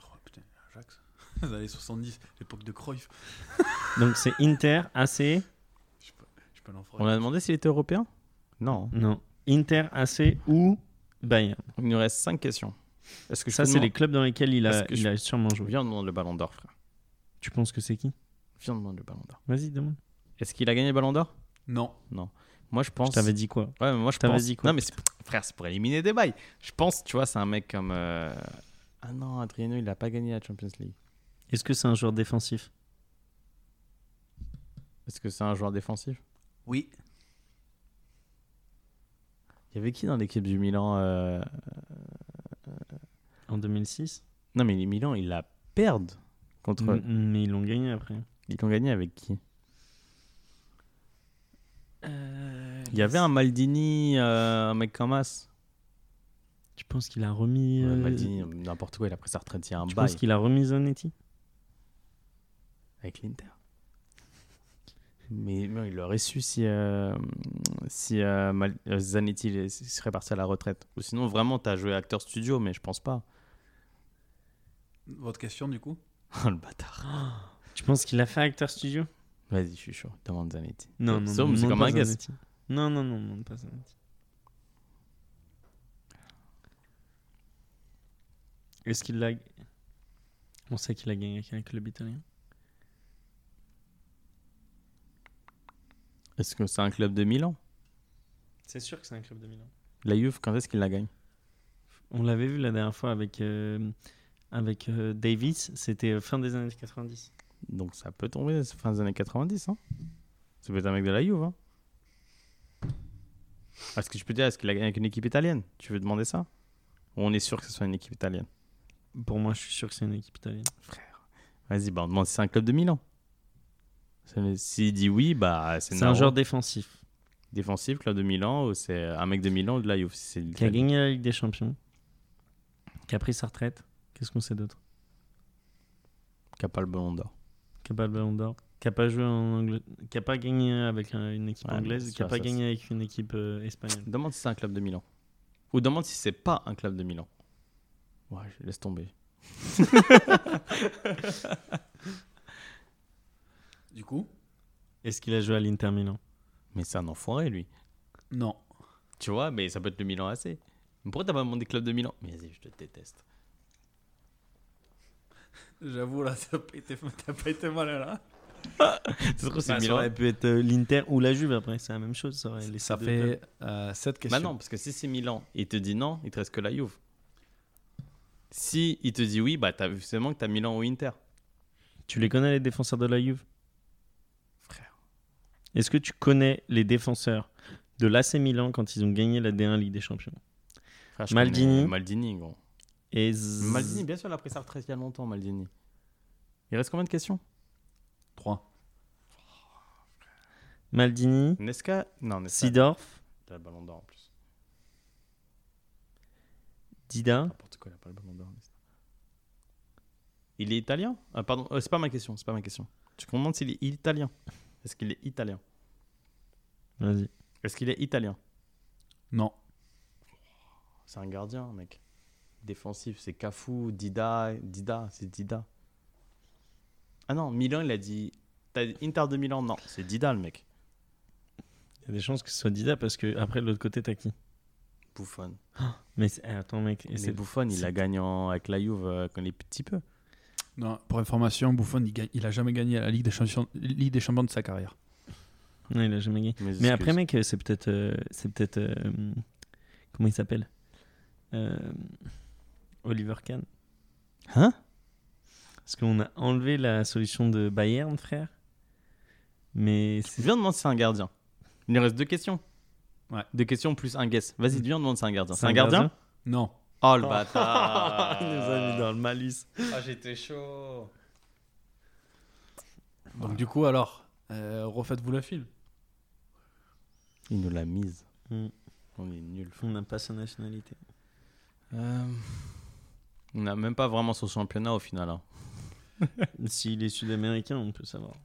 S4: Oh putain, Ajax. Dans les 70, l'époque de Cruyff.
S2: Donc, c'est Inter, AC.
S4: Je peux, je peux l'enfoirer.
S3: On a demandé s'il était européen Non.
S2: Non. Inter, AC ou Bayern.
S3: Il nous reste 5 questions. Est-ce que
S2: Ça, c'est les clubs dans lesquels il a,
S3: Est-ce que
S2: il
S3: je-
S2: a sûrement joué.
S3: Viens, on demande le ballon d'or, frère.
S2: Tu penses que c'est qui
S3: Viens, on demande le ballon d'or.
S2: Vas-y, demande.
S3: Est-ce qu'il a gagné le ballon d'or
S4: Non.
S3: Moi, je
S2: Je
S3: pense.
S2: t'avais dit quoi
S3: Ouais, mais moi je
S2: T'avais
S3: pense.
S2: dit quoi
S3: non, mais c'est- frère, c'est pour éliminer des bails. Je pense, tu vois, c'est un mec comme euh, Ah non, Adriano, il n'a pas gagné la Champions League.
S2: Est-ce que c'est un joueur défensif
S3: Est-ce que c'est un joueur défensif
S1: Oui.
S3: Il y avait qui dans l'équipe du Milan euh,
S2: en 2006
S3: Non, mais les Milan, ils la perdent contre.
S2: Mm, mm, Mais ils l'ont gagné après.
S3: Ils ont gagné avec qui Il y avait un Maldini, euh, un mec comme As.
S2: Tu penses qu'il a remis.
S3: Ouais,
S2: euh,
S3: Maldini, n'importe quoi, il a pris sa retraite il y a un
S2: tu
S3: bail
S2: penses qu'il a remis Zanetti
S3: avec l'Inter. Mais non, il l'aurait su si, euh, si euh, Mal- euh, Zanetti il est- serait parti à la retraite. Ou sinon, vraiment, t'as joué acteur studio, mais je pense pas. [LAUGHS]
S1: Votre question, du coup
S3: Oh le bâtard.
S2: Tu penses qu'il a fait acteur studio
S3: Vas-y, je suis chaud. Demande Zanetti.
S2: Non, non,
S3: Ça,
S2: non.
S3: mais c'est
S2: non,
S3: comme
S2: pas
S3: un guess.
S2: Zanetti. Non, non, non, non, pas Zanetti. Est-ce qu'il l'a. On sait qu'il a gagné avec un club italien.
S3: Est-ce que c'est un club de Milan
S2: C'est sûr que c'est un club de Milan.
S3: La Juve, quand est-ce qu'il la gagne
S2: On l'avait vu la dernière fois avec, euh, avec euh, Davis, c'était euh, fin des années 90.
S3: Donc ça peut tomber c'est fin des années 90. Hein ça peut être un mec de la Juve. Hein est-ce que je peux dire, est-ce qu'il a gagné avec une équipe italienne Tu veux demander ça Ou on est sûr que ce soit une équipe italienne
S2: Pour moi, je suis sûr que c'est une équipe italienne.
S3: Frère. Vas-y, bah, on demande si c'est un club de Milan. Ça ne- S'il dit oui, bah, c'est
S2: C'est un
S3: Naro.
S2: joueur défensif
S3: défensif, club de Milan, ou c'est un mec de Milan ou de la Juve. si c'est de
S2: qui a
S3: l'Italie.
S2: gagné la Ligue des Champions, qui a pris sa retraite. Qu'est-ce qu'on sait d'autre
S3: Qui a pas le ballon d'or.
S2: Qui n'a pas le ballon d'or, qui n'a pas joué en Angl- qui a pas gagné avec un- une équipe
S3: Ouais, mais
S2: anglaise,
S3: c'est
S2: qui n'a
S3: sûr,
S2: pas
S3: ça,
S2: gagné avec une équipe euh, espagnole.
S3: Demande si c'est un club de Milan. Ou demande si c'est pas un club de Milan. Ouais, je laisse tomber.
S1: Du coup
S2: Est-ce qu'il a joué à l'Inter [LAUGHS] Milan
S3: Mais c'est un enfoiré, lui.
S1: Non.
S3: Tu vois, mais ça peut être le Milan AC. Mais Pourquoi t'as pas demandé club de Milan Mais vas-y, je te déteste.
S1: J'avoue, là, t'as pas été, t'as pas été malin, là.
S3: C'est trop, c'est
S2: Bah, Ça
S3: Milan.
S2: aurait pu être euh, l'Inter ou la Juve après, c'est la même chose. Ça, aurait laissé
S1: Ça
S2: deux clubs.
S1: fait 7 questions.
S3: Bah non, parce que si c'est Milan, il te dit non, il te reste que la Juve. Si il te dit oui, bah t'as forcément que t'as Milan ou Inter.
S2: Tu les connais les défenseurs de la Juve
S3: Frère.
S2: Est-ce que tu connais les défenseurs de l'AC Milan quand ils ont gagné la D1 Ligue des Champions
S3: Frère, je
S2: Maldini.
S3: connais euh, Maldini, gros.
S2: Et z-
S3: Maldini, bien sûr, il a pris sa retraite il y a longtemps, Maldini. Il reste combien de questions
S1: 3.
S2: Maldini,
S3: Nesca Non, Nesca.
S2: Sidorf,
S3: Il a le ballon d'or en plus.
S2: Dida.
S3: N'importe quoi, il a pas le ballon d'or. Nesca. Il est italien Ah, Pardon, euh, c'est pas ma question, c'est pas ma question. Tu me demandes s'il est italien. Est-ce qu'il est italien
S2: Vas-y.
S3: Est-ce qu'il est italien
S1: Non.
S3: C'est un gardien, mec. Défensif, c'est Cafu, Dida, Dida, c'est Dida. Ah non, Milan, il a dit. T'as dit Inter de Milan, non, c'est Dida le mec.
S2: Il y a des chances que ce soit Dida parce que après de l'autre côté t'as qui
S3: Bouffon.
S2: Mais c'est- eh, attends mec, et
S3: Et
S2: c'est
S3: c'est Bouffon, il
S2: c'est-
S3: a gagné en- avec la Juve euh, quand il est petit peu.
S1: Non, pour information, Buffon, il, gagne- il a jamais gagné la Ligue des, champions, Ligue des champions de sa carrière.
S2: non il a jamais gagné.
S3: Mes
S2: Mais
S3: excuses.
S2: après mec, euh, c'est peut-être euh, c'est peut-être euh, comment il s'appelle Euh, Oliver Kahn.
S3: Hein
S2: Parce qu'on a enlevé la solution de Bayern frère. Mais c'est
S3: Viens demander si c'est un gardien. Il nous reste deux questions.
S1: Ouais.
S3: Deux questions plus un guess.
S2: Mm.
S3: Vas-y, viens demander si c'est un gardien. C'est un gardien
S1: Non.
S3: Oh le
S4: Ah.
S3: [LAUGHS] bâtard
S2: Il nous a mis dans le malus.
S3: Ah, j'étais chaud
S1: Donc, du coup, alors, euh, refaites-vous la file.
S3: Il nous l'a mise.
S2: Ah. Mm.
S3: On est nuls.
S2: On n'a pas sa nationalité.
S3: Euh, On n'a même pas vraiment son championnat au final. hein.
S2: S'il est sud-américain, on peut savoir.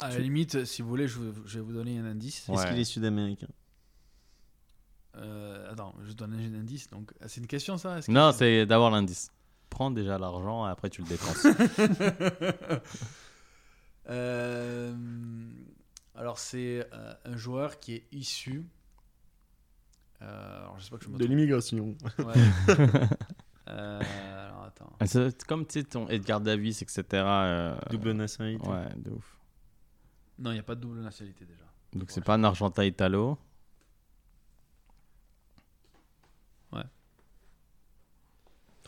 S1: À la limite, si vous voulez, je, vous- je vais vous donner un indice.
S3: Ouais.
S2: Est-ce qu'il est sud-américain
S1: Euh, attends, je donne un indice. Donc, Ah, c'est une question, ça Est-ce que-
S3: Non, c'est d'avoir l'indice. Prends déjà l'argent et après tu le
S2: [LAUGHS]
S3: dépenses.
S1: [LAUGHS] Euh, alors, c'est euh, un joueur qui est issu. Euh, alors, je sais pas que je me trompe.
S2: l'immigration.
S1: Ouais. Euh, alors, attends.
S3: Ah, c'est comme tu sais, ton Edgar Davis, etc. euh,
S2: Double nationalité.
S3: Ouais, de ouf.
S1: Non, il n'y a pas de double nationalité déjà.
S3: Donc c'est pas un Argentin Italo.
S1: Ouais.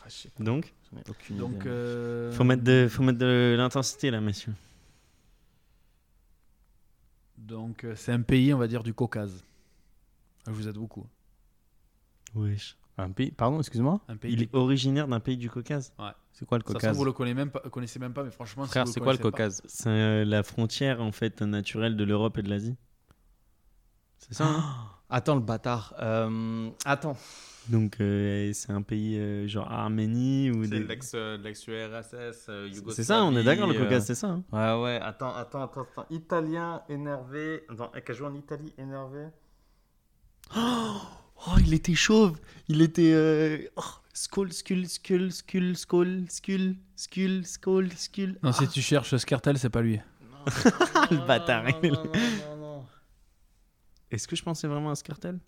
S3: Ah, sais pas,
S2: Donc,
S3: j'en ai aucune
S1: Donc,
S3: idée.
S1: euh,
S2: faut mettre de, faut mettre de l'intensité là, messieurs.
S1: donc euh, c'est un pays, on va dire, du Caucase. Ah, Je vous aide beaucoup.
S2: Wesh.
S3: Un pays, pardon, excuse-moi.
S1: Un pays.
S2: Il
S1: du-
S2: est originaire d'un pays du Caucase.
S3: C'est quoi le
S1: De toute façon,
S3: Caucase
S1: vous le connaissez même pas, connaissez même pas, mais franchement, si
S3: Frère,
S1: vous
S3: c'est quoi le
S1: connaissez pas-
S3: Caucase
S2: C'est euh, la frontière en fait naturelle de l'Europe et de l'Asie. C'est ça. hein
S3: Attends, le bâtard. Euh, Attends.
S2: Donc euh, c'est un pays euh, genre Arménie ou
S3: C'est euh,
S2: des-
S3: l'ex-URSS, euh, Yougoslavie.
S2: C'est ça, on est d'accord, le
S3: euh,
S2: Caucase, c'est ça. hein
S3: Ouais, ouais, attends, attends, attends, attends. Italien énervé. Attends, qui a joué en Italie [LAUGHS] énervé
S2: Oh, il était chauve. Il était. Euh... Oh, skull, skull, skull, skull, skull, skull, skull, skull, skull.
S1: Non, si tu cherches Skertel, c'est pas lui.
S2: Ah, Le bâtard, il est là.
S3: Non, non, non, non.
S2: [LAUGHS] Est-ce que je pensais vraiment à ce cartel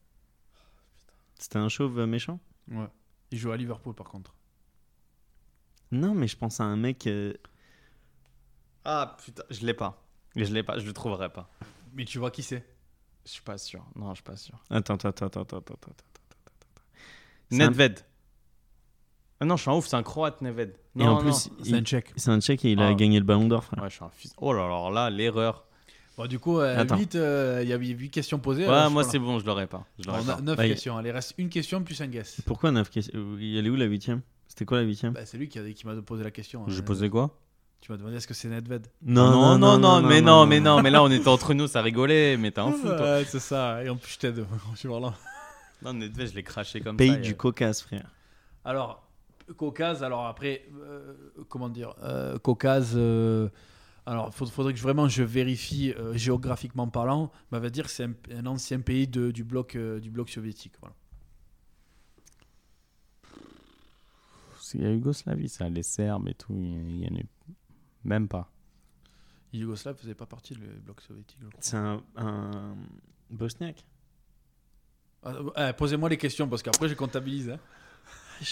S2: C'était un chauve euh, méchant
S1: Ouais. Il joue à Liverpool, par contre.
S2: Non, mais je pense à un mec. euh,
S3: Ah putain, je l'ai pas. Je l'ai pas, je le trouverai pas.
S1: Mais tu vois qui c'est
S3: Je suis pas sûr. Non, je suis pas sûr.
S2: Attends, attends, attends, attends, attends, attends, attends, attends. C'est un-
S3: Nedved. Ah non, je suis un ouf, c'est un croate, Nedved.
S2: Et
S3: Non,
S2: en
S3: non.
S2: plus,
S1: C'est
S2: il-
S1: un tchèque.
S2: c'est un tchèque et il a
S3: Ah.
S2: gagné le ballon d'or, frère.
S3: Ouais, je suis un fils. Oh là là, alors là, l'erreur.
S1: Bon, du coup, euh,
S2: Attends.
S1: vite, euh, il y avait 8 questions posées.
S3: Ouais,
S1: alors,
S3: moi
S1: voilà.
S3: c'est bon, je l'aurais pas. Je l'aurais
S1: On a
S3: pas.
S1: 9
S2: Bah, il-
S1: questions. Il reste une question plus un guess.
S2: Pourquoi 9 questions Elle est où la 8 C'était quoi la 8
S1: Bah, c'est lui qui, a- qui m'a posé la question.
S3: J'ai
S1: Euh,
S3: posé quoi
S1: Tu m'as demandé est-ce que c'est Nedved
S3: non non, non, mais non, mais non, mais là on était entre nous, ça rigolait, mais t'es un fou Ah, toi.
S1: Ouais, C'est ça. Et en plus, je t'aide. [LAUGHS] Je suis vraiment là.
S3: Non, Nedved, je l'ai craché comme
S2: [LAUGHS]
S3: ça. euh,
S2: Pays
S3: et-
S2: du Caucase, frère.
S1: Alors, Caucase, alors après, euh, comment dire euh, Caucase. euh, alors, il faudrait que je- vraiment je vérifie euh, géographiquement parlant, mais on va dire que c'est un, un ancien pays de- du, bloc, euh, du bloc soviétique. Voilà.
S3: Il y a Yougoslavie, ça, les Serbes et tout, il y en a même pas.
S1: Yougoslave faisait pas partie du bloc soviétique. je crois.
S2: C'est un, un Bosniaque.
S1: Ah, euh, Posez-moi les questions parce qu'après je comptabilise. hein.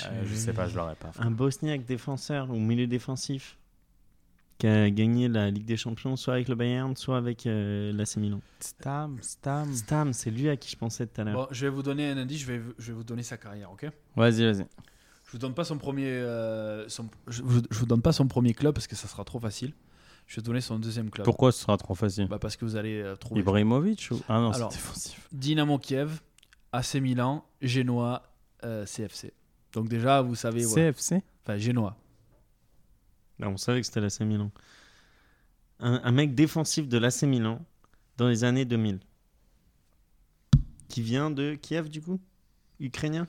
S3: Euh, je sais pas, je l'aurais pas.
S2: Un Bosniaque défenseur ou milieu défensif qui a gagné la Ligue des Champions, soit avec le Bayern, soit avec euh, l'AC Milan.
S3: Stam, Stam.
S2: Stam, c'est lui à qui je pensais tout à l'heure.
S1: Bon, je vais vous donner un indice, je vais, je vais vous donner sa carrière, ok
S3: Vas-y, vas-y.
S1: Je vous donne pas son premier, euh, son- je, vous, je vous donne pas son premier club parce que ça sera trop facile. Je vais vous donner son deuxième club.
S3: Pourquoi ce sera trop facile
S1: Bah, parce que vous allez euh, trouver.
S3: Ibrahimovic ou... Ah non, c'est
S1: Alors.
S3: défensif.
S1: Dynamo Kiev, AC Milan, Genoa, euh, CFC. Donc déjà, vous savez, voilà.
S3: CFC
S1: enfin Genoa.
S2: Non, on savait que c'était l'AC Milan. Un, un mec défensif de l'AC Milan dans les années 2000. Qui vient de Kiev, du coup Ukrainien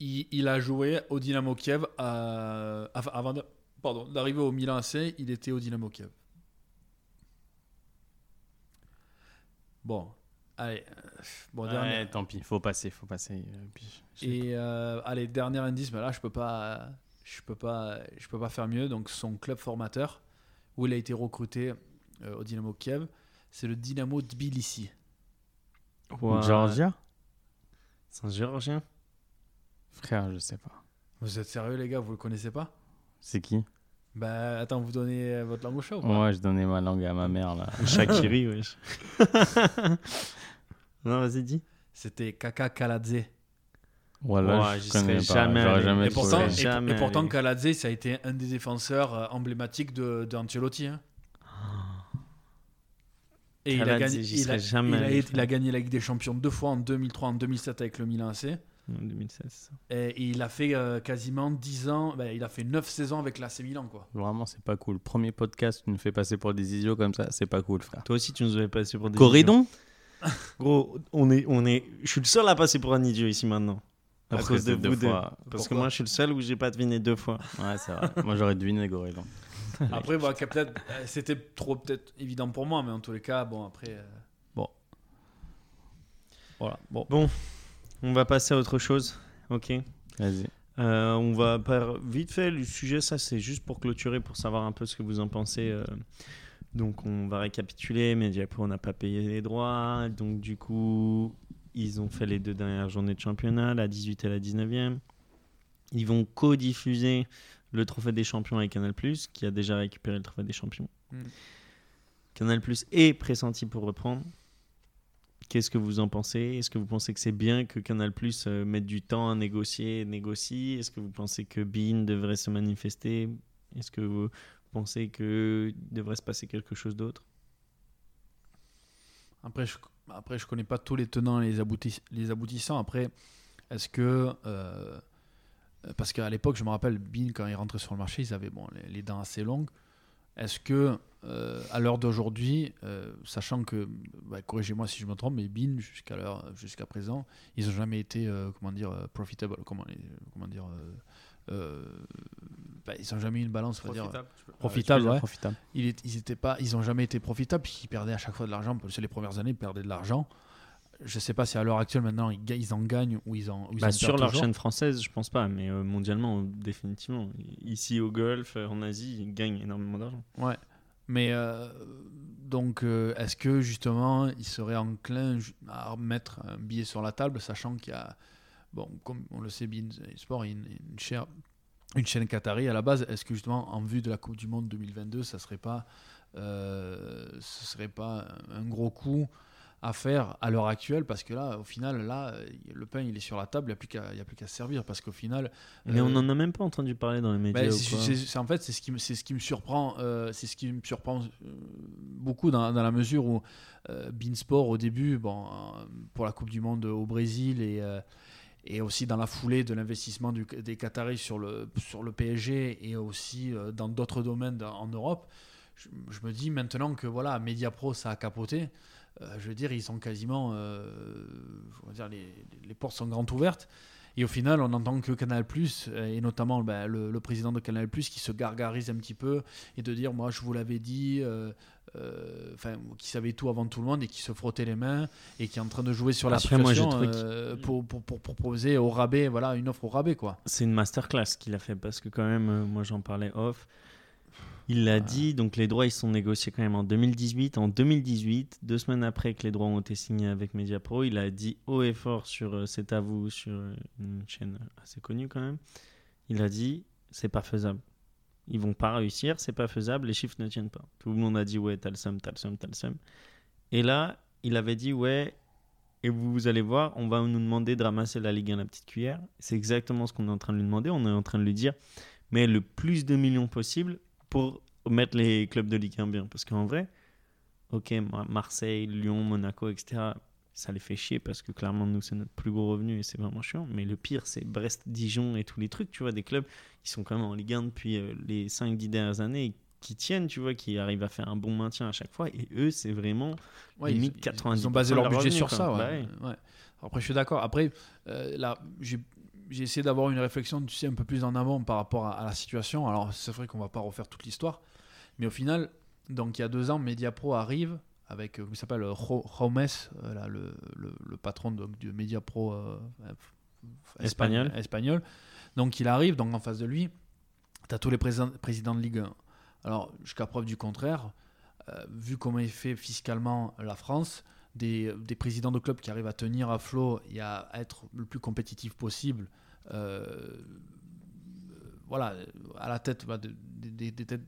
S1: Il, il a joué au Dynamo Kiev à- av- avant de- pardon, d'arriver au Milan AC, il était au Dynamo Kiev. Bon, allez, euh, bon
S3: Ouais,
S1: dernier.
S3: tant pis, faut passer, faut passer. euh, puis je sais
S1: Et euh, allez, dernier indice, mais là je peux pas, je peux pas, je peux pas faire mieux. Donc son club formateur où il a été recruté euh, au Dynamo Kiev, c'est le Dynamo Tbilissi.
S3: pas. Georgia
S2: C'est un Géorgien
S3: Frère, je sais pas.
S1: Vous êtes sérieux les gars, vous le connaissez pas
S3: C'est qui
S1: Bah attends, vous donnez euh, votre langue au chat
S2: Oh.
S1: ou pas
S3: Moi, je donnais ma langue à ma mère là.
S2: [LAUGHS] Shakiri, wesh. non, vas-y, dis.
S1: C'était Kaka Kaladze.
S3: Voilà,
S2: Ouais,
S3: je
S2: j'y
S3: connais
S2: serais
S3: pas.
S2: jamais
S3: J'aurais
S2: allé.
S3: jamais
S1: Et pourtant,
S3: trouvé.
S1: et,
S2: Jamais
S1: et pourtant
S2: allé.
S1: Kaladze, ça a été un des défenseurs euh, emblématiques de, de Ancelotti. hein. Et il a,
S2: Kaladze,
S1: gagné,
S2: j'y
S1: il,
S2: serais
S1: a,
S2: jamais
S1: il a
S2: allé,
S1: été-
S2: frère.
S1: il a gagné la Ligue des Champions deux fois en 2003, en 2007 avec le Milan AC.
S2: En 2016, ça.
S1: Et il a fait euh, quasiment 10 ans, ben, il a fait 9 saisons avec l'AC Milan. Quoi.
S3: Vraiment, c'est pas cool. Premier podcast, tu nous fais passer pour des idiots comme ça, c'est pas cool, frère.
S2: Toi aussi, tu nous avais passé pour des.
S3: Corridon
S2: idiots. [LAUGHS] Gros, on est, on est. Je suis le seul à passer pour un idiot ici maintenant. À
S3: Parce
S2: cause
S3: que
S2: de
S3: c'est deux
S2: vous deux.
S3: fois.
S2: Parce que
S1: Pourquoi
S2: moi, je suis le seul où j'ai pas deviné deux fois.
S3: Ouais, c'est vrai. Moi, j'aurais deviné Corridon.
S1: Après, bon, que peut-être, euh, c'était trop peut-être évident pour moi, mais en tous les cas, bon, après. euh, Bon. Voilà, bon.
S2: On va passer à autre chose. Ok.
S3: Vas-y.
S2: Euh, on va par vite fait le sujet. Ça, c'est juste pour clôturer, pour savoir un peu ce que vous en pensez. euh. Donc, on va récapituler. Mediapro n'a pas payé les droits. Donc, du coup, ils ont fait les deux dernières journées de championnat, la 18 et la 19e. Ils vont co-diffuser le Trophée des Champions avec Canal, qui a déjà récupéré le Trophée des Champions.
S1: Mm.
S2: Canal, est pressenti pour reprendre. Qu'est-ce que vous en pensez Est-ce que vous pensez que c'est bien que Canal Plus euh, mette du temps à négocier, négocie Est-ce que vous pensez que Bean devrait se manifester Est-ce que vous pensez que devrait se passer quelque chose d'autre
S1: Après, je après, je connais pas tous les tenants et les, aboutis- les aboutissants. Après, est-ce que. euh, parce qu'à l'époque, je me rappelle, Bean, quand il rentrait sur le marché, ils avaient bon, les, les dents assez longues. Est-ce que, euh, à l'heure d'aujourd'hui, euh, sachant que, bah, corrigez-moi si je me trompe, mais Bean, jusqu'à l'heure- jusqu'à présent, ils n'ont jamais été, euh, comment dire, euh, profitable. Comment, les- comment dire. euh, euh, bah, ils n'ont jamais eu une balance, on va dire,
S3: euh,
S4: Profitable, tu peux-
S1: profitable. ouais
S3: hein.
S2: Profitable.
S1: ils n'ont ils étaient pas, ils ont jamais été profitables, puis ils perdaient à chaque fois de l'argent. Parce que les premières années, ils perdaient de l'argent. Je sais pas si à l'heure actuelle, maintenant, ils, ga- ils en gagnent ou ils en, ou ils
S2: Bah,
S1: en
S2: sur
S1: perdent
S2: leur
S1: toujours.
S2: chaîne française, je pense pas, mais euh, mondialement, définitivement. Ici au Golfe, euh, en Asie, ils gagnent énormément d'argent.
S1: Mais euh, donc, euh, est-ce que justement, ils seraient enclins ju- à mettre un billet sur la table, sachant qu'il y a, bon, comme on le sait, Bein Sport est une, une chaire- une chaîne qatari à la base. Est-ce que justement, en vue de la Coupe du Monde 2022, ça serait pas, euh, ce serait pas un gros coup à faire à l'heure actuelle Parce que là, au final, là, euh, le pain il est sur la table, il n'y a plus qu'à, il y a plus qu'à se servir. Parce qu'au final,
S2: Mais
S1: euh,
S2: on n'en a même pas entendu parler dans les médias.
S1: ben,
S2: ou
S1: c'est-
S2: quoi.
S1: c'est- c'est- en fait, c'est ce qui me, c'est ce qui me surprend, euh, c'est ce qui me surprend euh, beaucoup dans, dans la mesure où euh, Beansport au début, bon, euh, pour la Coupe du Monde au Brésil et euh, et aussi dans la foulée de l'investissement du- des Qataris sur le sur le PSG et aussi euh, dans d'autres domaines dans- en Europe, je, je me dis maintenant que voilà, Mediapro ça a capoté. euh, je veux dire, ils sont quasiment, euh, on va dire, les, les portes sont grandes ouvertes. Et au final, on n'entend que Canal+, euh, et notamment ben, le, le président de Canal+, qui se gargarise un petit peu, et de dire, moi, je vous l'avais dit, euh, euh, enfin, qui savait tout avant tout le monde, et qui se frottait les mains, et qui est en train de jouer sur la
S2: Après, moi,
S1: situation
S2: j'ai trouvé
S1: euh, pour, pour- pour proposer au rabais, voilà, une offre au rabais, quoi.
S2: C'est une masterclass qu'il a fait parce que quand même, euh, moi j'en parlais off. Il l'a dit, donc les droits ils sont négociés quand même en 2018. En 2018, deux semaines après que les droits ont été signés avec Mediapro, il a dit haut et fort sur euh, C'est à vous, sur euh, une chaîne assez connue quand même. Il a dit C'est pas faisable. Ils vont pas réussir, c'est pas faisable, les chiffres ne tiennent pas. Tout le monde a dit Ouais, t'as le seum, t'as le seum, t'as le seum. Et là, il avait dit Ouais, et vous, vous allez voir, on va nous demander de ramasser la Ligue 1 la petite cuillère. C'est exactement ce qu'on est en train de lui demander. On est en train de lui dire, mais le plus de millions possible pour mettre les clubs de Ligue 1 bien. Parce qu'en vrai, ok, Mar- Marseille, Lyon, Monaco, etc., ça les fait chier parce que clairement, nous, c'est notre plus gros revenu et c'est vraiment chiant. Mais le pire, c'est Brest, Dijon et tous les trucs, tu vois, des clubs qui sont quand même en Ligue 1 depuis euh, les 5-10 dernières années et qui tiennent, tu vois, qui arrivent à faire un bon maintien à chaque fois. Et eux, c'est vraiment
S1: Ouais,
S2: Limite
S1: ils,
S2: 90%
S1: ils ont basé leur
S2: de leur
S1: budget sur
S2: revenu, quoi.
S1: ça, ouais.
S2: Bah
S1: Ouais. Après, je suis d'accord. Après, euh, là, j'ai j'ai essayé d'avoir une réflexion, tu sais, un peu plus en avant par rapport à, à la situation. Alors, c'est vrai qu'on va pas refaire toute l'histoire, mais au final, donc il y a deux ans, Mediapro arrive avec, euh, comment il s'appelle, euh, Ro- Romes, euh, là, le, le- le patron de, du Mediapro euh, euh, f-
S2: Espagnol.
S1: espagnol. Donc, il arrive, donc en face de lui, tu as tous les présidents, présidents de Ligue 1. Alors, jusqu'à preuve du contraire, euh, vu comment est fait fiscalement la France, des, des présidents de clubs qui arrivent à tenir à flot et à être le plus compétitif possible, euh, voilà, à la tête, bah, de- des- des- des têtes-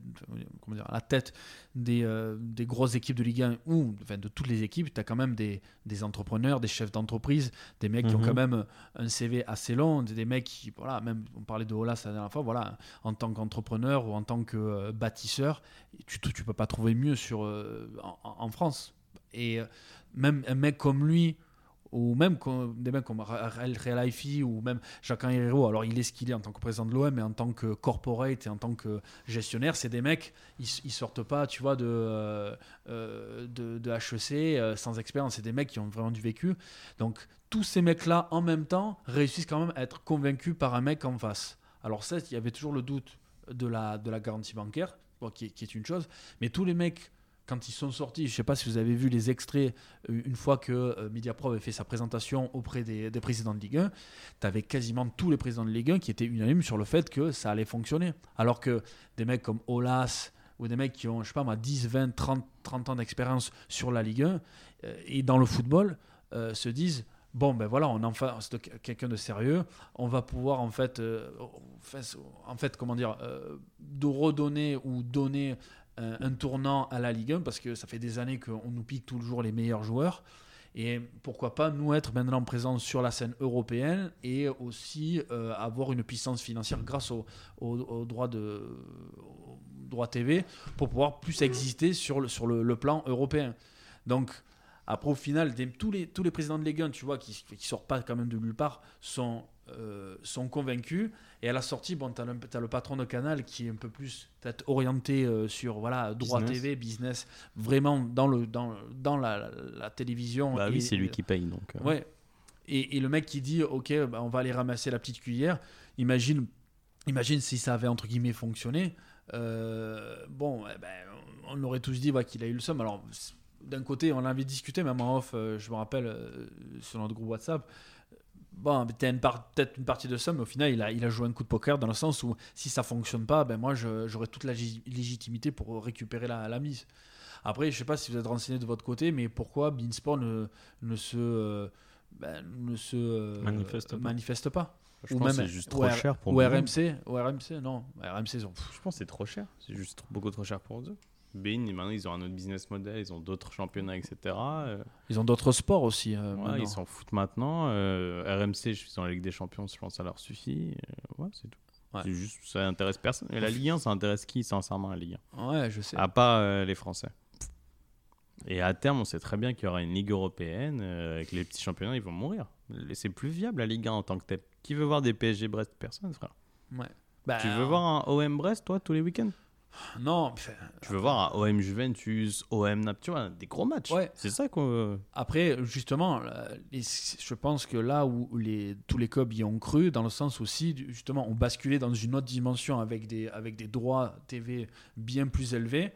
S1: comment dire, à la tête des, euh, des grosses équipes de Ligue 1 ou enfin, de toutes les équipes, tu as quand même des, des entrepreneurs, des chefs d'entreprise, des mecs qui ont
S2: Mhm.
S1: quand même un CV assez long, des, des mecs qui, voilà, même on parlait de Olas la dernière fois, voilà, en tant qu'entrepreneur ou en tant que euh, bâtisseur, tu ne peux pas trouver mieux sur, euh, en, en France. Et euh, même un mec comme lui, ou même comme- des mecs comme Ra- Ra- Real Haifi ou même Jacques Herrero, alors il est ce qu'il est en tant que président de l'OM, mais en tant que corporate et en tant que gestionnaire, c'est des mecs, ils, s- ils sortent pas, tu vois, de, euh, euh, de, de HEC euh, sans expérience, c'est des mecs qui ont vraiment du vécu. Donc tous ces mecs-là, en même temps, réussissent quand même à être convaincus par un mec en face. Alors certes, il y avait toujours le doute de la, de la garantie bancaire, bon, qui, est- qui est une chose, mais tous les mecs, quand ils sont sortis, je ne sais pas si vous avez vu les extraits, euh, une fois que euh, Mediapro avait fait sa présentation auprès des, des présidents de Ligue 1, tu avais quasiment tous les présidents de Ligue 1 qui étaient unanimes sur le fait que ça allait fonctionner. Alors que des mecs comme Olas ou des mecs qui ont, je sais pas moi, 10, 20, 30, 30 ans d'expérience sur la Ligue 1 euh, et dans le football, euh, se disent bon ben voilà on est en face de que- quelqu'un de sérieux on va pouvoir en fait euh, face- en fait comment dire euh, de redonner ou donner euh, un, un tournant à la Ligue 1 parce que ça fait des années qu'on nous pique toujours les meilleurs joueurs Et pourquoi pas nous être maintenant présents sur la scène européenne et aussi euh, avoir une puissance financière grâce au, au- au droit de au droit TV pour pouvoir plus exister sur le, sur le, le plan européen. Donc après au final des- tous les tous les présidents de Ligue 1, tu vois qui qui sortent pas quand même de nulle part sont euh, sont convaincus et à la sortie, bon, t'as le, t'as le patron de Canal qui est un peu plus peut-être orienté euh, sur voilà droit
S2: Business.
S1: TV, business, vraiment dans le dans, dans la, la télévision.
S3: Bah
S1: et-
S3: oui, c'est lui qui paye donc. euh.
S1: Ouais. Et, et le mec qui dit ok, bah, on va aller ramasser la petite cuillère. Imagine, imagine si ça avait entre guillemets fonctionné. Euh, bon, eh ben, on aurait tous dit voilà, qu'il a eu le somme. Alors c'est- d'un côté, on l'avait discuté même en off. euh, je me rappelle euh, sur notre groupe WhatsApp. Bon, t'as une par- peut-être une partie de somme, mais au final, il a, il a joué un coup de poker dans le sens où si ça fonctionne pas, ben moi, je- j'aurais toute la gi- légitimité pour récupérer la, la mise. Après, je sais pas si vous êtes renseigné de votre côté, mais pourquoi Beansport ne, ne se, euh, ben, ne se euh,
S2: Manifeste pas.
S1: manifeste pas
S3: Je
S1: Ou
S3: pense
S1: même-
S3: que c'est juste trop
S1: R-
S3: cher pour
S1: Ou
S3: nous.
S1: RMC Ou RMC Non, RMC, ils ont-
S3: Je pense que c'est trop cher. C'est juste trop- beaucoup trop cher pour eux. Bein, maintenant, ils ont un autre business model, ils ont d'autres championnats, etc. Euh,
S1: ils ont d'autres sports aussi. euh,
S3: ouais,
S1: maintenant.
S3: ils s'en foutent maintenant. Euh, RMC, je suis dans la Ligue des Champions, je pense que ça leur suffit. Euh, ouais, c'est tout.
S1: Ouais.
S3: C'est juste, ça intéresse personne. Et la Ligue 1, ça intéresse qui, sincèrement, la Ligue
S1: Ouais, je sais.
S3: 1 À part euh, les Français. Et à terme, on sait très bien qu'il y aura une Ligue européenne, euh, avec les petits championnats, ils vont mourir. C'est plus viable, la Ligue 1 en tant que telle. Qui veut voir des PSG Brest Personne, frère.
S1: Bah,
S3: tu veux voir un OM Brest, toi, tous les week-ends
S1: Non, pff,
S3: Tu veux voir un OM Juventus, OM Naples, tu vois, des gros matchs.
S1: Ouais.
S3: C'est ça qu'on veut.
S1: Après, justement, là, les- je pense que là où les, tous les clubs y ont cru, dans le sens aussi, du- justement, ont basculé dans une autre dimension avec des, avec des droits TV bien plus élevés,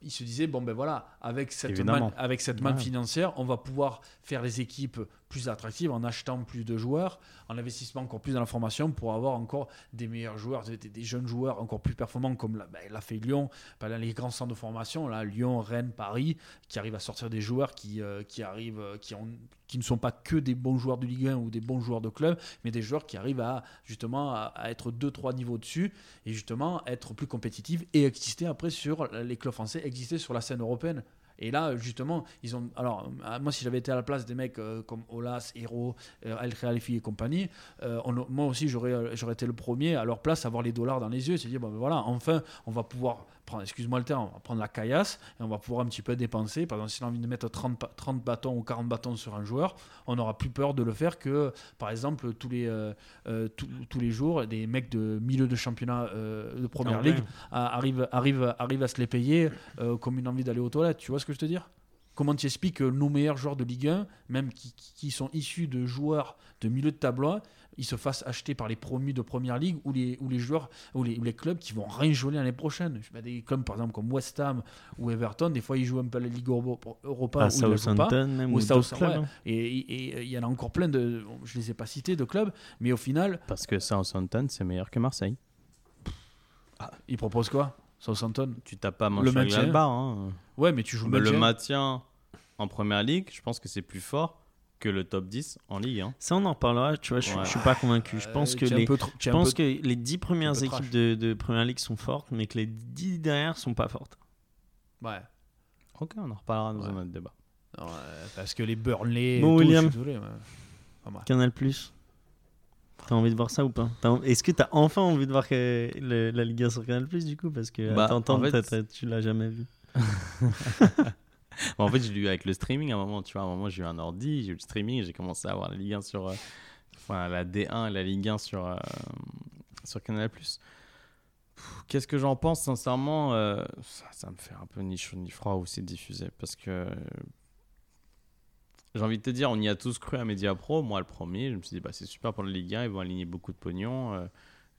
S1: ils se disaient, bon ben voilà, avec cette,
S3: Évidemment.
S1: manne, avec cette manne
S3: Ouais.
S1: financière, on va pouvoir faire les équipes plus attractives en achetant plus de joueurs, en investissant encore plus dans la formation pour avoir encore des meilleurs joueurs, des, des- des jeunes joueurs encore plus performants comme l'a ben, l'a fait Lyon, ben, là, les grands centres de formation, là, Lyon, Rennes, Paris, qui arrivent à sortir des joueurs qui, euh, qui arrivent, euh, qui, ont- qui ne sont pas que des bons joueurs de Ligue 1 ou des bons joueurs de club, mais des joueurs qui arrivent à justement à, à être 2-3 niveaux au-dessus et justement être plus compétitifs et exister après sur les clubs français, exister sur la scène européenne. Et là, justement, ils ont. Alors, euh, moi, si j'avais été à la place des mecs euh, comme Olas, Hero, euh, El Khalifi et compagnie, euh, on- moi aussi, j'aurais euh, j'aurais été le premier à leur place à avoir les dollars dans les yeux. C'est dire, bon, ben voilà, enfin, on va pouvoir prendre, excuse-moi le terme, on va prendre la caillasse et on va pouvoir un petit peu dépenser. Par exemple, si on a envie de mettre 30, pa- 30 bâtons ou 40 bâtons sur un joueur, on n'aura plus peur de le faire que, par exemple, tous les, euh, euh, tous, tous les jours, des mecs de milieu de championnat euh, de première ligue à- arrivent, arrivent, arrivent à se les payer euh, comme une envie d'aller aux toilettes. Tu vois ce que je te veux dire Comment tu expliques que nos meilleurs joueurs de Ligue 1, même qui, qui- qui sont issus de joueurs de milieu de tableau, ils se fassent acheter par les promus de première ligue ou les, ou les joueurs ou les, ou les clubs qui vont rinjoler l'année prochaine Je sais pas, Des clubs par exemple comme West Ham ou Everton, des fois ils jouent un peu la Ligue Euro- Europa
S2: à
S1: ou ils la jouent pas.
S2: Ah, Southampton, même.
S1: ou
S2: Ou
S1: Southampton,
S2: d'autres clubs,
S1: ouais.
S2: hein.
S1: Et- Et et il y en a encore plein de, je les ai pas cités, de clubs, mais au final,
S3: Parce que Southampton, c'est meilleur que Marseille.
S2: Ah.
S1: ils proposent quoi Southampton
S3: Tu tapes pas
S1: Le maintien.
S3: Mönchengladbach. Hein.
S1: Ouais, mais tu joues
S3: Le
S1: maintien.
S3: maintien en première ligue, je pense que c'est plus fort que le top 10 en ligue. hein.
S2: Ça, on en reparlera. Tu vois, je,
S3: Ouais.
S2: je suis pas convaincu. Je pense
S1: Euh,
S2: que
S1: tu es un
S2: les,
S1: peu tr- tu
S2: je
S1: es un peu
S2: pense que les 10 premières
S1: peu
S2: équipes
S1: trash.
S2: de, de première ligue sont fortes, mais que les 10 derrière sont pas fortes.
S1: Ouais.
S3: Ok, on en reparlera dans
S1: Ouais.
S3: un autre débat.
S1: Non, euh, parce que les Burnley. et
S2: Bon,
S1: tout,
S2: William.
S1: je suis désolé, mais- pas mal.
S2: Canal Plus. T'as envie de voir ça ou pas T'as- Est-ce que t'as enfin envie de voir que le- la Ligue 1 sur Canal Plus du coup Parce que
S3: Bah,
S2: à t'entendre,
S3: en fait,
S2: t'as- t'as- tu l'as jamais vu.
S3: Bon, en fait, j'ai lu avec le streaming à un moment, tu vois, à un moment, j'ai eu un ordi, j'ai eu le streaming, j'ai commencé à avoir la Ligue 1 sur. euh, enfin, la D1 et la Ligue 1 sur, euh, sur Canal. Pff, Qu'est-ce que j'en pense, sincèrement euh, ça, ça me fait un peu ni chaud ni froid où c'est diffusé. Parce que. euh, J'ai envie de te dire, on y a tous cru à Media Pro, moi le premier. Je me suis dit, bah, c'est super pour la Ligue 1, ils vont aligner beaucoup de pognon. euh,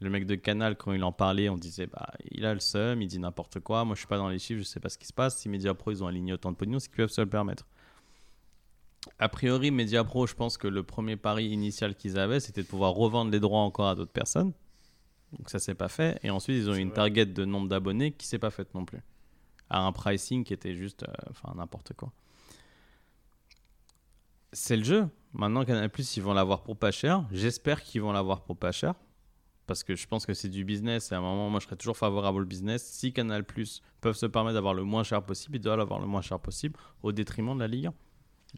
S3: le mec de Canal, quand il en parlait, on disait bah, il a le seum, il dit n'importe quoi. Moi, je suis pas dans les chiffres, je sais pas ce qui se passe. Si Media Pro, ils ont aligné autant de pognon, c'est qu'ils peuvent se le permettre. A priori, Media Pro, je pense que le premier pari initial qu'ils avaient, c'était de pouvoir revendre les droits encore à d'autres personnes. Donc, ça s'est pas fait. Et ensuite, ils ont eu une target de nombre d'abonnés qui s'est pas faite non plus. À un pricing qui était juste, euh, enfin, n'importe quoi. C'est le jeu. Maintenant, Canal Plus, ils vont l'avoir pour pas cher. J'espère qu'ils vont l'avoir pour pas cher parce que je pense que c'est du business et à un moment moi je serais toujours favorable au business si Canal Plus peuvent se permettre d'avoir le moins cher possible ils doivent l'avoir le moins cher possible au détriment de la Ligue 1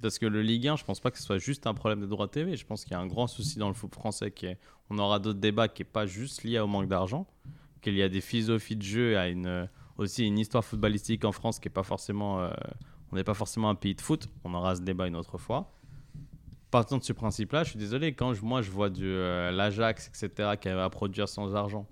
S3: Parce que le Ligue 1, je pense pas que ce soit juste un problème des droits TV. Je pense qu'il y a un grand souci dans le foot français qui est. On aura d'autres débats qui n'est pas juste lié au manque d'argent, qu'il y a des philosophies de jeu, à une, aussi une histoire footballistique en France qui est pas forcément. euh, on n'est pas forcément un pays de foot. On aura ce débat une autre fois. Partant de ce principe-là, je suis désolé, quand je, moi je vois de l'Ajax, etc., qui va produire sans argent,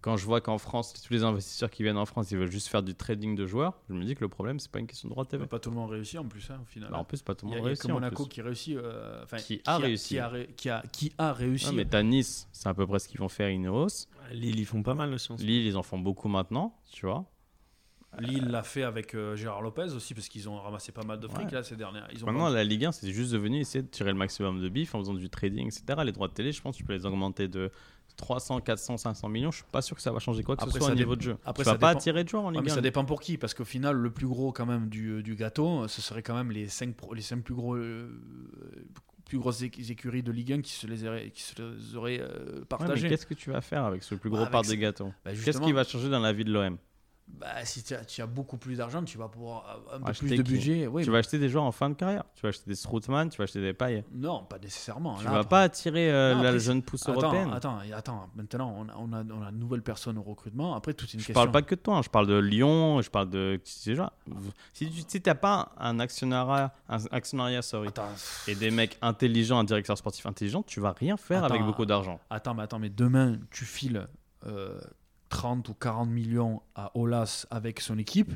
S3: quand je vois qu'en France, tous les investisseurs qui viennent en France, ils veulent juste faire du trading de joueurs, je me dis que le problème, c'est pas une question de droit TV.
S1: Bah, Pas tout le monde réussit en plus, hein, au final.
S3: Bah, en plus, pas tout
S1: Il
S3: le
S1: y a,
S3: monde
S1: il y a
S3: réussit.
S1: que
S3: en
S1: Monaco
S3: plus.
S1: qui réussit. euh, enfin,
S3: Qui a réussi.
S1: Qui a, ré- qui a- qui a réussi.
S3: Non, mais t'as Nice, c'est à peu près ce qu'ils vont faire une hausse.
S2: Lille, ils font pas mal aussi. en ce
S3: Lille, ils en font beaucoup maintenant, tu vois.
S1: Lille l'a fait avec euh, Gérard Lopez aussi, parce qu'ils ont ramassé pas mal de fric
S3: Ouais.
S1: là ces dernières. Ils ont
S3: Maintenant, la Ligue 1, c'est juste devenu essayer de tirer le maximum de bif en faisant du trading, etc. Les droits de télé, je pense que tu peux les augmenter de 300, 400, 500 millions. Je suis pas sûr que ça va changer quoi que
S1: Après,
S3: ce soit
S1: ça
S3: au niveau
S1: dépend-
S3: de jeu.
S1: après,
S3: tu vas
S1: ça
S3: pas
S1: dépend-
S3: attirer de joueurs en
S1: Ouais,
S3: Ligue
S1: mais
S3: 1.
S1: ça dépend pour qui, parce qu'au final, le plus gros quand même du, du gâteau, euh, ce serait quand même les cinq, pro- les cinq plus, gros, euh, plus grosses éc- écuries de Ligue 1 qui se les auraient, qui se les auraient euh,
S3: Ouais, mais
S1: partagées.
S3: qu'est-ce que tu vas faire avec ce plus
S1: Bah,
S3: gros
S1: avec
S3: part
S1: ce-
S3: des gâteaux
S1: Bah,
S3: Qu'est-ce
S1: justement,
S3: qui va changer dans la vie de l'OM
S1: bah, si tu as, tu as beaucoup plus d'argent, tu vas pouvoir euh, un peu
S3: Acheter
S1: plus de
S3: qui
S1: budget. Oui,
S3: Tu vas acheter des joueurs en fin de carrière. Tu vas acheter des Strootman, tu vas acheter des pailles.
S1: mais- Non, pas nécessairement.
S3: Tu
S1: Là,
S3: vas
S1: après-
S3: pas attirer euh,
S1: Non,
S3: la
S1: après,
S3: jeune pousse
S1: Attends,
S3: européenne.
S1: attends, et attends, maintenant on a, on, a, on a une nouvelle personne au recrutement. Après, toute une
S3: Je
S1: question.
S3: parle pas que de toi, hein. je parle de Lyon, je parle de. tu sais, genre, vous- Si tu n'as pas un actionnariat, un actionnariat sorry,
S1: Attends,
S3: et des mecs intelligents, un directeur sportif intelligent, tu vas rien faire
S1: Attends,
S3: avec beaucoup d'argent.
S1: Attends, mais attends, mais demain, tu files euh, 30 ou 40 millions à Olas avec son équipe,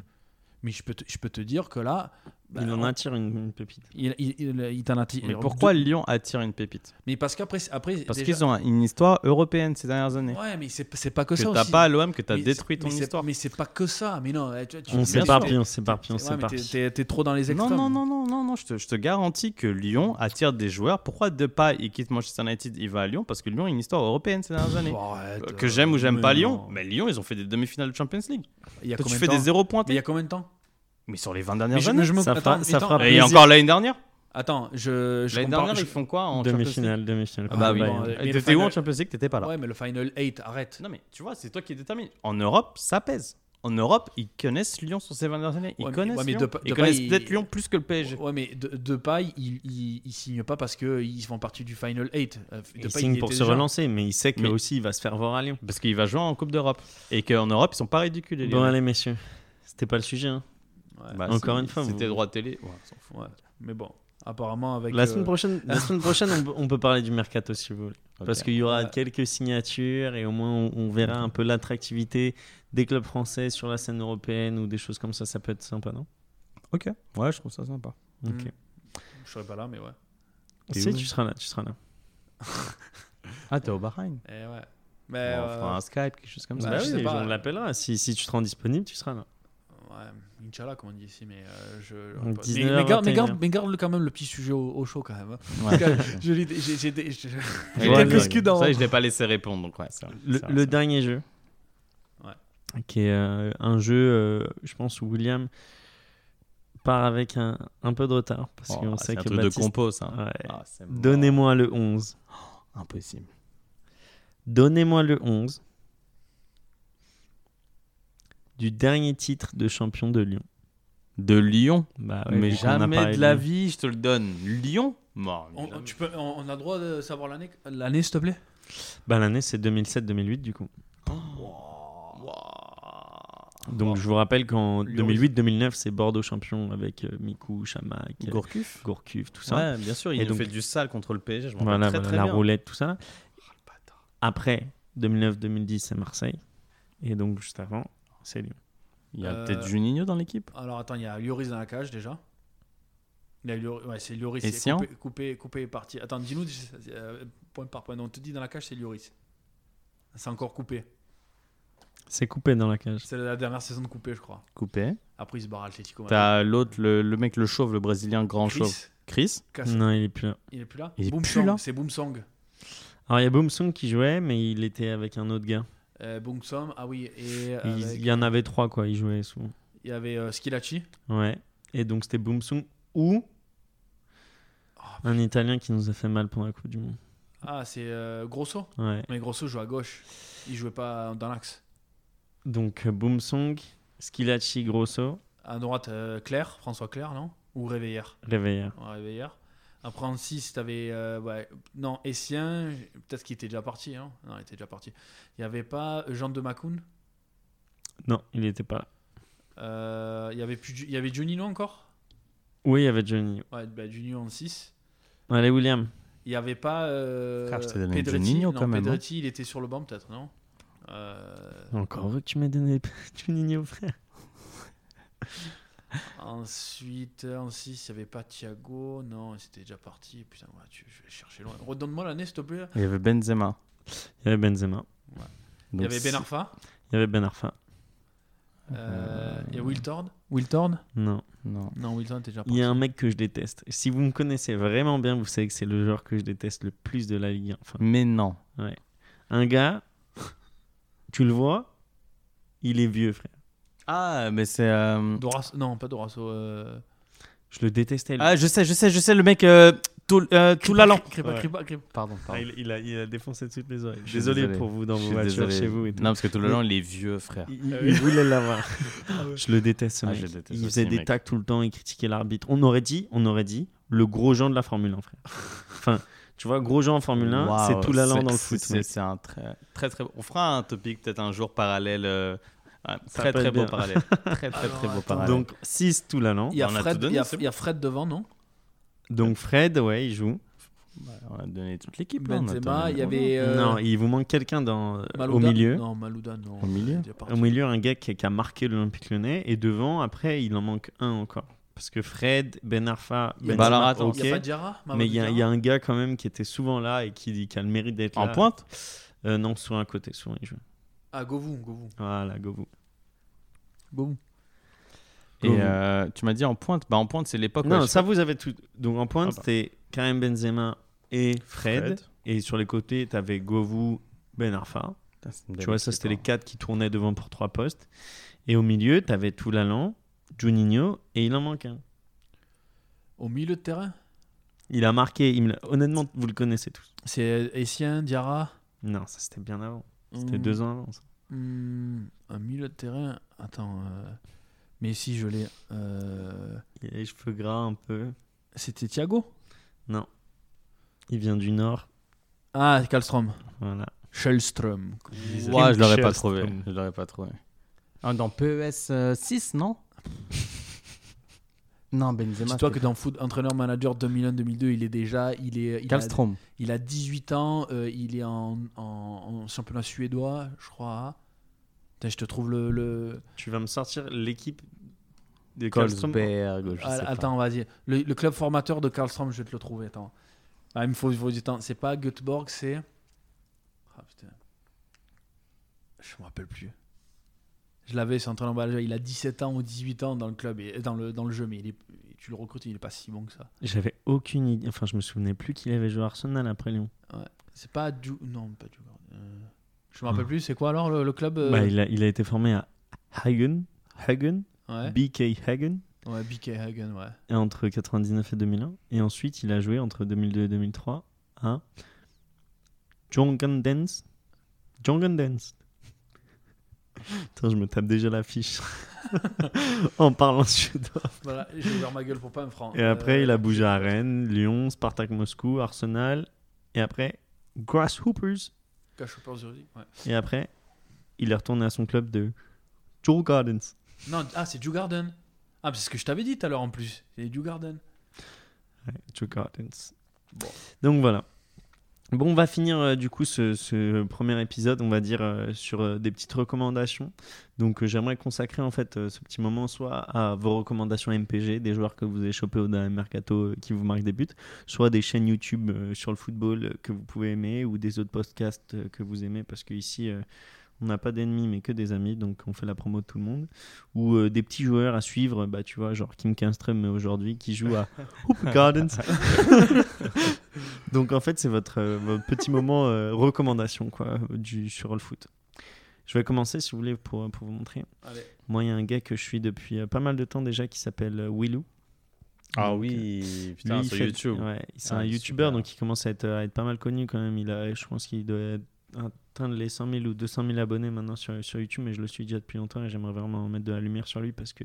S1: mais je peux te, je peux te dire que là,
S2: moment.
S1: bah,
S2: il en
S1: on-
S2: attire une, une pépite.
S1: il, il, il, il t'en a tiré.
S3: Mais pourquoi Lyon attire une pépite
S1: Mais parce qu'après, après,
S3: Parce
S1: déjà-
S3: qu'ils ont un- une histoire européenne ces dernières années.
S1: Ouais, mais c'est c'est pas que,
S3: que
S1: ça
S3: t'as
S1: aussi.
S3: pas à l'OM, que t'as
S1: Mais
S3: détruit
S1: c'est-
S3: ton
S1: mais c'est-
S3: histoire.
S1: Mais c'est pas que ça. Mais non, eh, tu, tu-
S2: On
S1: bien sûr.
S2: s'éparpille, on s'éparpille, on
S1: Ouais, mais t'es-
S2: s'éparpille.
S1: t'es t'es trop dans les
S3: Non,
S1: extrêmes.
S3: non, non, non, non, non, je te, je te garantis que Lyon attire des joueurs. Pourquoi Depay, il quitte Manchester United, il va à Lyon Parce que Lyon a une histoire européenne ces dernières années.
S1: Oh, arrête,
S3: Que
S1: euh,
S3: j'aime ou j'aime
S1: mais
S3: pas
S1: non.
S3: Lyon, mais Lyon, ils ont fait des demi-finales de Champions League.
S1: euh, Il y a
S3: Toi, tu
S1: combien
S3: fais
S1: de
S3: des
S1: temps
S3: zéro points,
S1: Mais il y a combien de temps
S3: mais sur les 20
S1: Mais
S3: dernières
S1: je-
S3: années.
S1: mais je me-
S2: ça
S1: attends,
S2: fera-
S1: mais
S2: ça
S1: attends,
S2: fera
S1: mais
S3: Et
S2: plaisir.
S3: encore l'année dernière
S1: Attends, je, je
S3: L'année
S1: compare-
S3: dernière,
S1: je-
S3: ils font quoi en Champions League
S2: Demi-finale, demi-finale.
S1: Ah
S2: contre
S1: bah
S2: le
S1: oui,
S2: Bayern.
S1: bon, euh,
S3: hein. Et
S1: mais le
S3: T'étais où en
S1: final-
S3: Champions League T'étais pas là.
S1: Ouais, mais le Final 8, arrête.
S3: Non, mais tu vois, c'est toi qui détermine. En Europe, ça pèse. En Europe, ils connaissent Lyon sur ces 20 dernières années. Ils
S1: Ouais, mais-
S3: connaissent
S1: ouais, mais
S3: Lyon.
S1: Depay-
S3: Ils
S1: Depay,
S3: connaissent
S1: il-
S3: peut-être Lyon plus que le PSG.
S1: Ouais, mais de, Depay, il, il, il signe pas parce qu'ils font partie du Final 8. Euh,
S2: Il
S1: Depay,
S2: signe
S1: était
S2: pour se
S1: déjà-
S2: relancer, mais il sait que
S3: Mais-
S2: aussi il va se faire voir à Lyon.
S3: Parce qu'il va jouer en Coupe d'Europe. Et qu'en Europe, ils sont pas ridicules. les
S2: Bon
S3: Lyonnais.
S2: allez messieurs, c'était pas le sujet. hein.
S1: Ouais,
S3: Bah,
S2: Encore
S3: si-
S2: une fois,
S3: si
S2: vous-
S3: t'es droit télé. ouais, on s'en fout.
S1: ouais. Mais bon, apparemment, avec.
S2: La
S1: euh,
S2: semaine prochaine, la semaine prochaine on, peut- on peut parler du mercato si vous voulez. Parce
S3: Ok.
S2: qu'il y aura
S1: Ouais.
S2: quelques signatures et au moins on, on verra un peu l'attractivité des clubs français sur la scène européenne ou des choses comme ça. Ça peut être sympa, non
S3: Ok. Ouais, je trouve ça sympa.
S1: hmm,
S2: Ok.
S1: Je serais pas là, mais ouais.
S3: T'es
S2: Si,
S3: où
S2: tu seras là, tu seras là.
S3: Ah, t'es au Bahreïn
S1: Eh ouais.
S3: On
S1: Mais. euh,
S3: fera un Skype, quelque chose comme
S1: Bah
S3: ça.
S1: Bah oui, oui, sais pas.
S2: on l'appellera. Si, si tu te rends disponible, tu seras là.
S1: euh, ouais, Inch'Allah, comme on dit ici, mais euh, je.
S2: Donc,
S1: mais-
S2: 19,
S1: mais, garde, mais,
S2: 21.
S1: garde, mais garde quand même le petit sujet au, au chaud quand même. hein.
S3: Ouais.
S1: [LAUGHS] je l'ai- j'ai- j'ai- j'ai- j'ai-
S3: Ouais,
S2: J'ai
S3: ouais,
S2: quelques
S3: ouais.
S1: scouts en-
S3: Ça, je l'ai pas laissé répondre. Donc, ouais, c'est vrai,
S2: Le,
S3: c'est
S2: le
S3: vrai, c'est vrai.
S2: dernier jeu. Qui est euh, un jeu, euh, je pense, où William part avec un, un peu de retard. Parce
S3: Oh,
S2: qu'on
S3: ah,
S2: sait
S3: C'est un
S2: que
S3: truc
S2: Baptiste...
S3: de compo, ça.
S2: Ouais.
S3: Ah, c'est mort.
S2: Donnez-moi le 11.
S3: Impossible.
S2: Donnez-moi le 11 du dernier titre de champion de Lyon.
S3: De Lyon
S2: Bah
S3: Mais
S2: vu qu'on n'a pas
S3: jamais de
S2: eu
S3: la
S2: Lyon.
S3: vie, je te le donne. Lyon Mort. mais
S1: on,
S3: jamais.
S1: tu peux, on, on a droit de savoir l'année, l'année s'il te plaît
S2: Bah, L'année, c'est 2007-2008, du coup.
S3: Oh.
S2: Donc, je vous rappelle qu'en
S1: Lyon,
S2: 2008-2009, c'est Bordeaux champion avec euh, Mikou, Chamac, euh,
S3: Gourcuff
S2: Gourcuff, tout ça.
S3: Ouais, bien sûr, il
S2: Et
S3: nous
S2: donc-
S3: fait du sale contre le PSG, je m'en
S2: voilà,
S3: rappelle très
S2: voilà, la
S3: très bien. Oh,
S2: roulette, tout ça. Après, 2009-2010, c'est Marseille. Et donc, juste avant, c'est Lyon.
S3: Il y a
S1: Euh,
S3: peut-être Juninho dans l'équipe
S1: Alors attends, il y a Lloris dans la cage déjà. Il y a Lloris- ouais, c'est Lloris.
S3: Et
S1: c'est
S3: Sian
S1: coupé, coupé, coupé et parti. Attends, dis-nous euh, point par point. On te dit dans la cage, c'est Lloris. C'est encore coupé.
S2: C'est coupé dans la cage.
S1: C'est la dernière saison de coupé, je crois.
S3: Coupé.
S1: Après, il se barre à Atletico. Madrid.
S3: T'as l'autre, le, le mec, le chauve, le brésilien grand
S1: Chris,
S3: chauve. Chris
S1: Cass-
S2: Non, il est plus là.
S1: il est plus là.
S3: Il est
S1: Boom
S3: plus
S1: Song,
S3: là.
S1: C'est Boomsong.
S2: Alors, il y a Boomsung qui jouait, mais il était avec un autre gars.
S1: Euh, Boomsong, ah oui. Et
S2: Il-
S1: avec-
S2: Il y en avait trois, quoi. Ils jouaient souvent.
S1: il y avait euh, Schillaci.
S2: Ouais. Et donc, c'était Boomsung ou un Italien qui nous a fait mal pendant la Coupe du Monde.
S1: Ah, c'est euh, Grosso.
S2: Ouais.
S1: Mais Grosso joue à gauche. Il jouait pas dans l'axe.
S2: Donc, euh, Boomsung, Skilacci, Grosso.
S1: À droite, euh, Claire, François Claire, non ou Réveillère.
S2: Réveillère.
S1: Ouais, Réveillère. Après en 6, t'avais. euh, ouais, non, Essien, peut-être qu'il était déjà parti. Hein. Non, il était déjà parti. Il n'y avait pas euh, Jean de Macoun.
S2: Non, il n'était pas là.
S1: Euh, Il y avait plus. Ju- Il y avait Johnny Lo encore
S2: Oui, il y avait Johnny.
S1: Ouais, bah, Johnny Lo en 6.
S2: Allez, William.
S1: Il n'y avait pas. Euh,
S3: Frère, je t'ai donné
S1: Pedretti.
S3: Juninho
S1: Non,
S3: quand même, hein.
S1: Pedretti, il était sur le banc peut-être, non Euh,
S2: Encore heureux que tu m'aies donné [LAUGHS] Juninho, frère.
S1: Ensuite, en 6, il n'y avait pas Thiago. Non, c'était déjà parti. Putain, ouais, tu- je vais chercher loin. Redonne-moi l'année, s'il te plaît.
S3: Il y avait Benzema.
S2: Il y avait Benzema.
S1: Il y
S3: Donc,
S1: avait
S3: si-
S1: Ben Arfa.
S2: Il y avait Ben Arfa.
S1: euh, Il y a Will Thorne. Will Thorne
S2: Non.
S3: Non.
S1: Non, Will Thorne était déjà
S2: Il
S1: parti.
S2: y a un mec que je déteste. Si vous me connaissez vraiment bien, vous savez que c'est le joueur que je déteste le plus de la Ligue 1. Enfin,
S3: Mais non.
S2: un gars, tu le vois, il est vieux, frère.
S3: Ah, mais c'est.
S2: Mm.
S3: euh,
S1: Dorasso- Non, pas Dorasso. Euh...
S2: Je le détestais. lui.
S3: Ah, je sais, je sais, je sais, le mec. Euh, tout euh, Toulalan.
S1: Crépa,
S2: Ouais.
S1: Crépa, Crépa.
S3: Pardon,
S2: Ah,
S3: pardon.
S2: il, il a, il a défoncé toutes les oreilles.
S3: Je suis
S2: Désolé,
S3: désolé.
S2: pour vous dans
S3: Je
S2: vos
S3: suis
S2: voitures
S3: désolé.
S2: chez vous et tout.
S3: Non, parce que Toulalan, il est vieux, frère.
S2: Il, il- il voulait l'avoir. Je le déteste, ce
S3: Ah,
S2: mec.
S3: je le déteste
S2: il
S3: aussi,
S2: faisait des
S3: mec.
S2: tacles tout le temps, il critiquait l'arbitre. On aurait dit, on aurait dit, le gros Jean de la Formule 1, frère. enfin, tu vois, gros Jean en Formule 1,
S3: Waouh,
S2: c'est tout la langue dans le
S3: c'est-
S2: foot.
S3: C'est
S2: mec.
S3: c'est un très, très, très. On fera un topic peut-être un jour parallèle. euh, un
S2: Ça
S3: très,
S2: peut
S3: très
S2: être
S3: beau
S2: bien.
S3: parallèle.
S2: [LAUGHS]
S3: Très, très, très
S1: Alors,
S3: beau
S1: attends.
S3: parallèle.
S2: Donc 6 tout la langue.
S1: Il y a
S3: On a
S1: Fred-
S3: tout donné,
S1: il y a-
S3: c'est
S1: il y a Fred devant, non
S2: Donc Fred, ouais, il joue.
S3: Bah, on a donné toute l'équipe. là, on a
S1: Benzema,
S3: donné-
S1: Ben il y avait. euh,
S2: Non, il vous manque quelqu'un dans au
S1: Malouda.
S2: milieu.
S1: Non, Malouda, non.
S3: Au
S1: il
S3: milieu
S1: est déjà parti.
S2: Au milieu, un gars qui, qui a marqué l'Olympique Lyonnais et devant, après, il en manque un encore. Parce que Fred, Ben Arfa,
S1: Il y a
S2: Benzema,
S3: Bah alors, attends.
S2: ok.
S1: Il n'y a pas Diarra Mamadou
S2: mais il y, a- il y a
S1: Diarra
S2: un gars quand même qui était souvent là et qui, qui a le mérite d'être
S3: En
S2: là.
S3: pointe
S2: Euh, Non, sur un côté, souvent il joue.
S1: Ah, Govou, Govou.
S2: Voilà, go vous.
S1: Govou.
S3: Et
S2: Govou.
S3: euh, tu m'as dit en pointe Bah en pointe, c'est l'époque.
S2: Non,
S3: ouais,
S2: ça vous avez tout. Donc en pointe,
S3: Ah bah.
S2: c'était Karim Benzema et Fred.
S3: Fred.
S2: Et sur les côtés, t'avais Govou, Ben Arfa.
S3: Putain, c'est une
S2: Tu vois, ça
S3: dinguerie,
S2: c'était les
S3: quoi.
S2: quatre qui tournaient devant pour trois postes. Et au milieu, t'avais Toulalan, Juninho et il en manque un.
S1: Au milieu de terrain
S2: Il a marqué, il me l'a- honnêtement, vous le connaissez tous.
S1: C'est Essien, Diarra.
S2: Non, ça c'était bien avant. C'était
S1: Hmm,
S2: deux ans avant. ça.
S1: hmm, un milieu de terrain. Attends. euh, Mais si, je l'ai. euh,
S2: Il a les cheveux gras un peu.
S1: C'était Thiago
S2: Il vient du Nord.
S1: Ah, Kallstrom.
S2: Voilà.
S1: Schellström. comme ils disent.
S3: Ouais, je l'aurais pas
S2: Chest,
S3: trouvé.
S2: comme-
S3: Je l'aurais pas trouvé. Ah, dans PES 6, non Non, Benzema.
S1: Dis-toi que dans Foot Entraîneur Manager 2001-2002, il est déjà. Il, est, il, a,
S3: Calstrom.
S1: il a 18 ans. euh, il est en, en- en championnat suédois, je crois. Putain, je te trouve le. le-
S2: Tu vas me sortir l'équipe de Karlstrom.
S3: Colsberg, je
S1: Ah,
S3: sais
S1: attends, vas-y. Le, le club formateur de Karlstrom, je vais te le trouver. Attends. Ah, il me faut, il faut du temps. C'est pas Göteborg, c'est. Ah putain. Je me rappelle plus. Je l'avais, c'est Antoine Emballage. Il a 17 ans ou 18 ans dans le club, et, dans, le, dans le jeu, mais il est, tu le recrutes, il est pas si bon que ça.
S2: J'avais aucune idée. Enfin, je me souvenais plus qu'il avait joué à Arsenal après Lyon.
S1: C'est pas du. Non, pas du. euh, je me rappelle plus, c'est quoi alors le, le club euh,
S2: Hmm. Bah, il, a, il a été formé à Hagen, Hagen
S1: Ouais,
S2: BK Hagen,
S1: ouais BK Hagen, ouais.
S2: et entre 99 et 2001. Et ensuite, il a joué entre 2002 et 2003 à Jongendens. [LAUGHS] Jongendens. Attends, je me tape déjà l'affiche [LAUGHS] en parlant suédois.
S1: Voilà, j'ai ouvert ma gueule pour pas euh, un franc.
S2: Et après, il a bougé à Rennes, Lyon, Spartak Moscou, Arsenal. Et après, Grasshoppers.
S1: Cachopeur Zurich, ouais.
S2: Et après, il est retourné à son club de Joe Gardens.
S1: Non, ah, c'est Dew Garden. Ah, c'est ce que je t'avais dit tout à l'heure en plus. C'est Dew Garden.
S2: Ouais, Joe Gardens.
S1: Bon.
S2: Donc voilà. Bon, on va finir euh, du coup ce, ce premier épisode, on va dire, euh, sur euh, des petites recommandations. Donc euh, j'aimerais consacrer en fait euh, ce petit moment soit à vos recommandations MPG, des joueurs que vous avez chopés au dernier mercato euh, qui vous marquent des buts, soit des chaînes YouTube euh, sur le football euh, que vous pouvez aimer ou des autres podcasts euh, que vous aimez parce qu'ici on n'a pas d'ennemis mais que des amis donc on fait la promo de tout le monde ou euh, des petits joueurs à suivre bah tu vois genre Kim Kinström euh, aujourd'hui qui joue à Hoop Gardens donc en fait c'est votre, euh, votre petit moment euh, recommandation quoi du sur le foot je vais commencer si vous voulez pour, pour vous montrer
S1: Allez.
S2: moi il y a un gars que je suis depuis euh, pas mal de temps déjà qui s'appelle euh, Willou
S3: Ah
S2: Donc, euh,
S3: oui,
S2: Lui,
S3: putain,
S2: il
S3: sur
S2: fait-
S3: YouTube.
S2: ouais, c'est
S3: Ah,
S2: un
S3: il est
S2: youtubeur
S3: super.
S2: donc il commence à être, à être pas mal connu quand même. Il a, je pense qu'il doit être atteindre les 100 000 ou 200 000 abonnés maintenant sur, sur YouTube, mais je le suis déjà depuis longtemps et j'aimerais vraiment mettre de la lumière sur lui parce que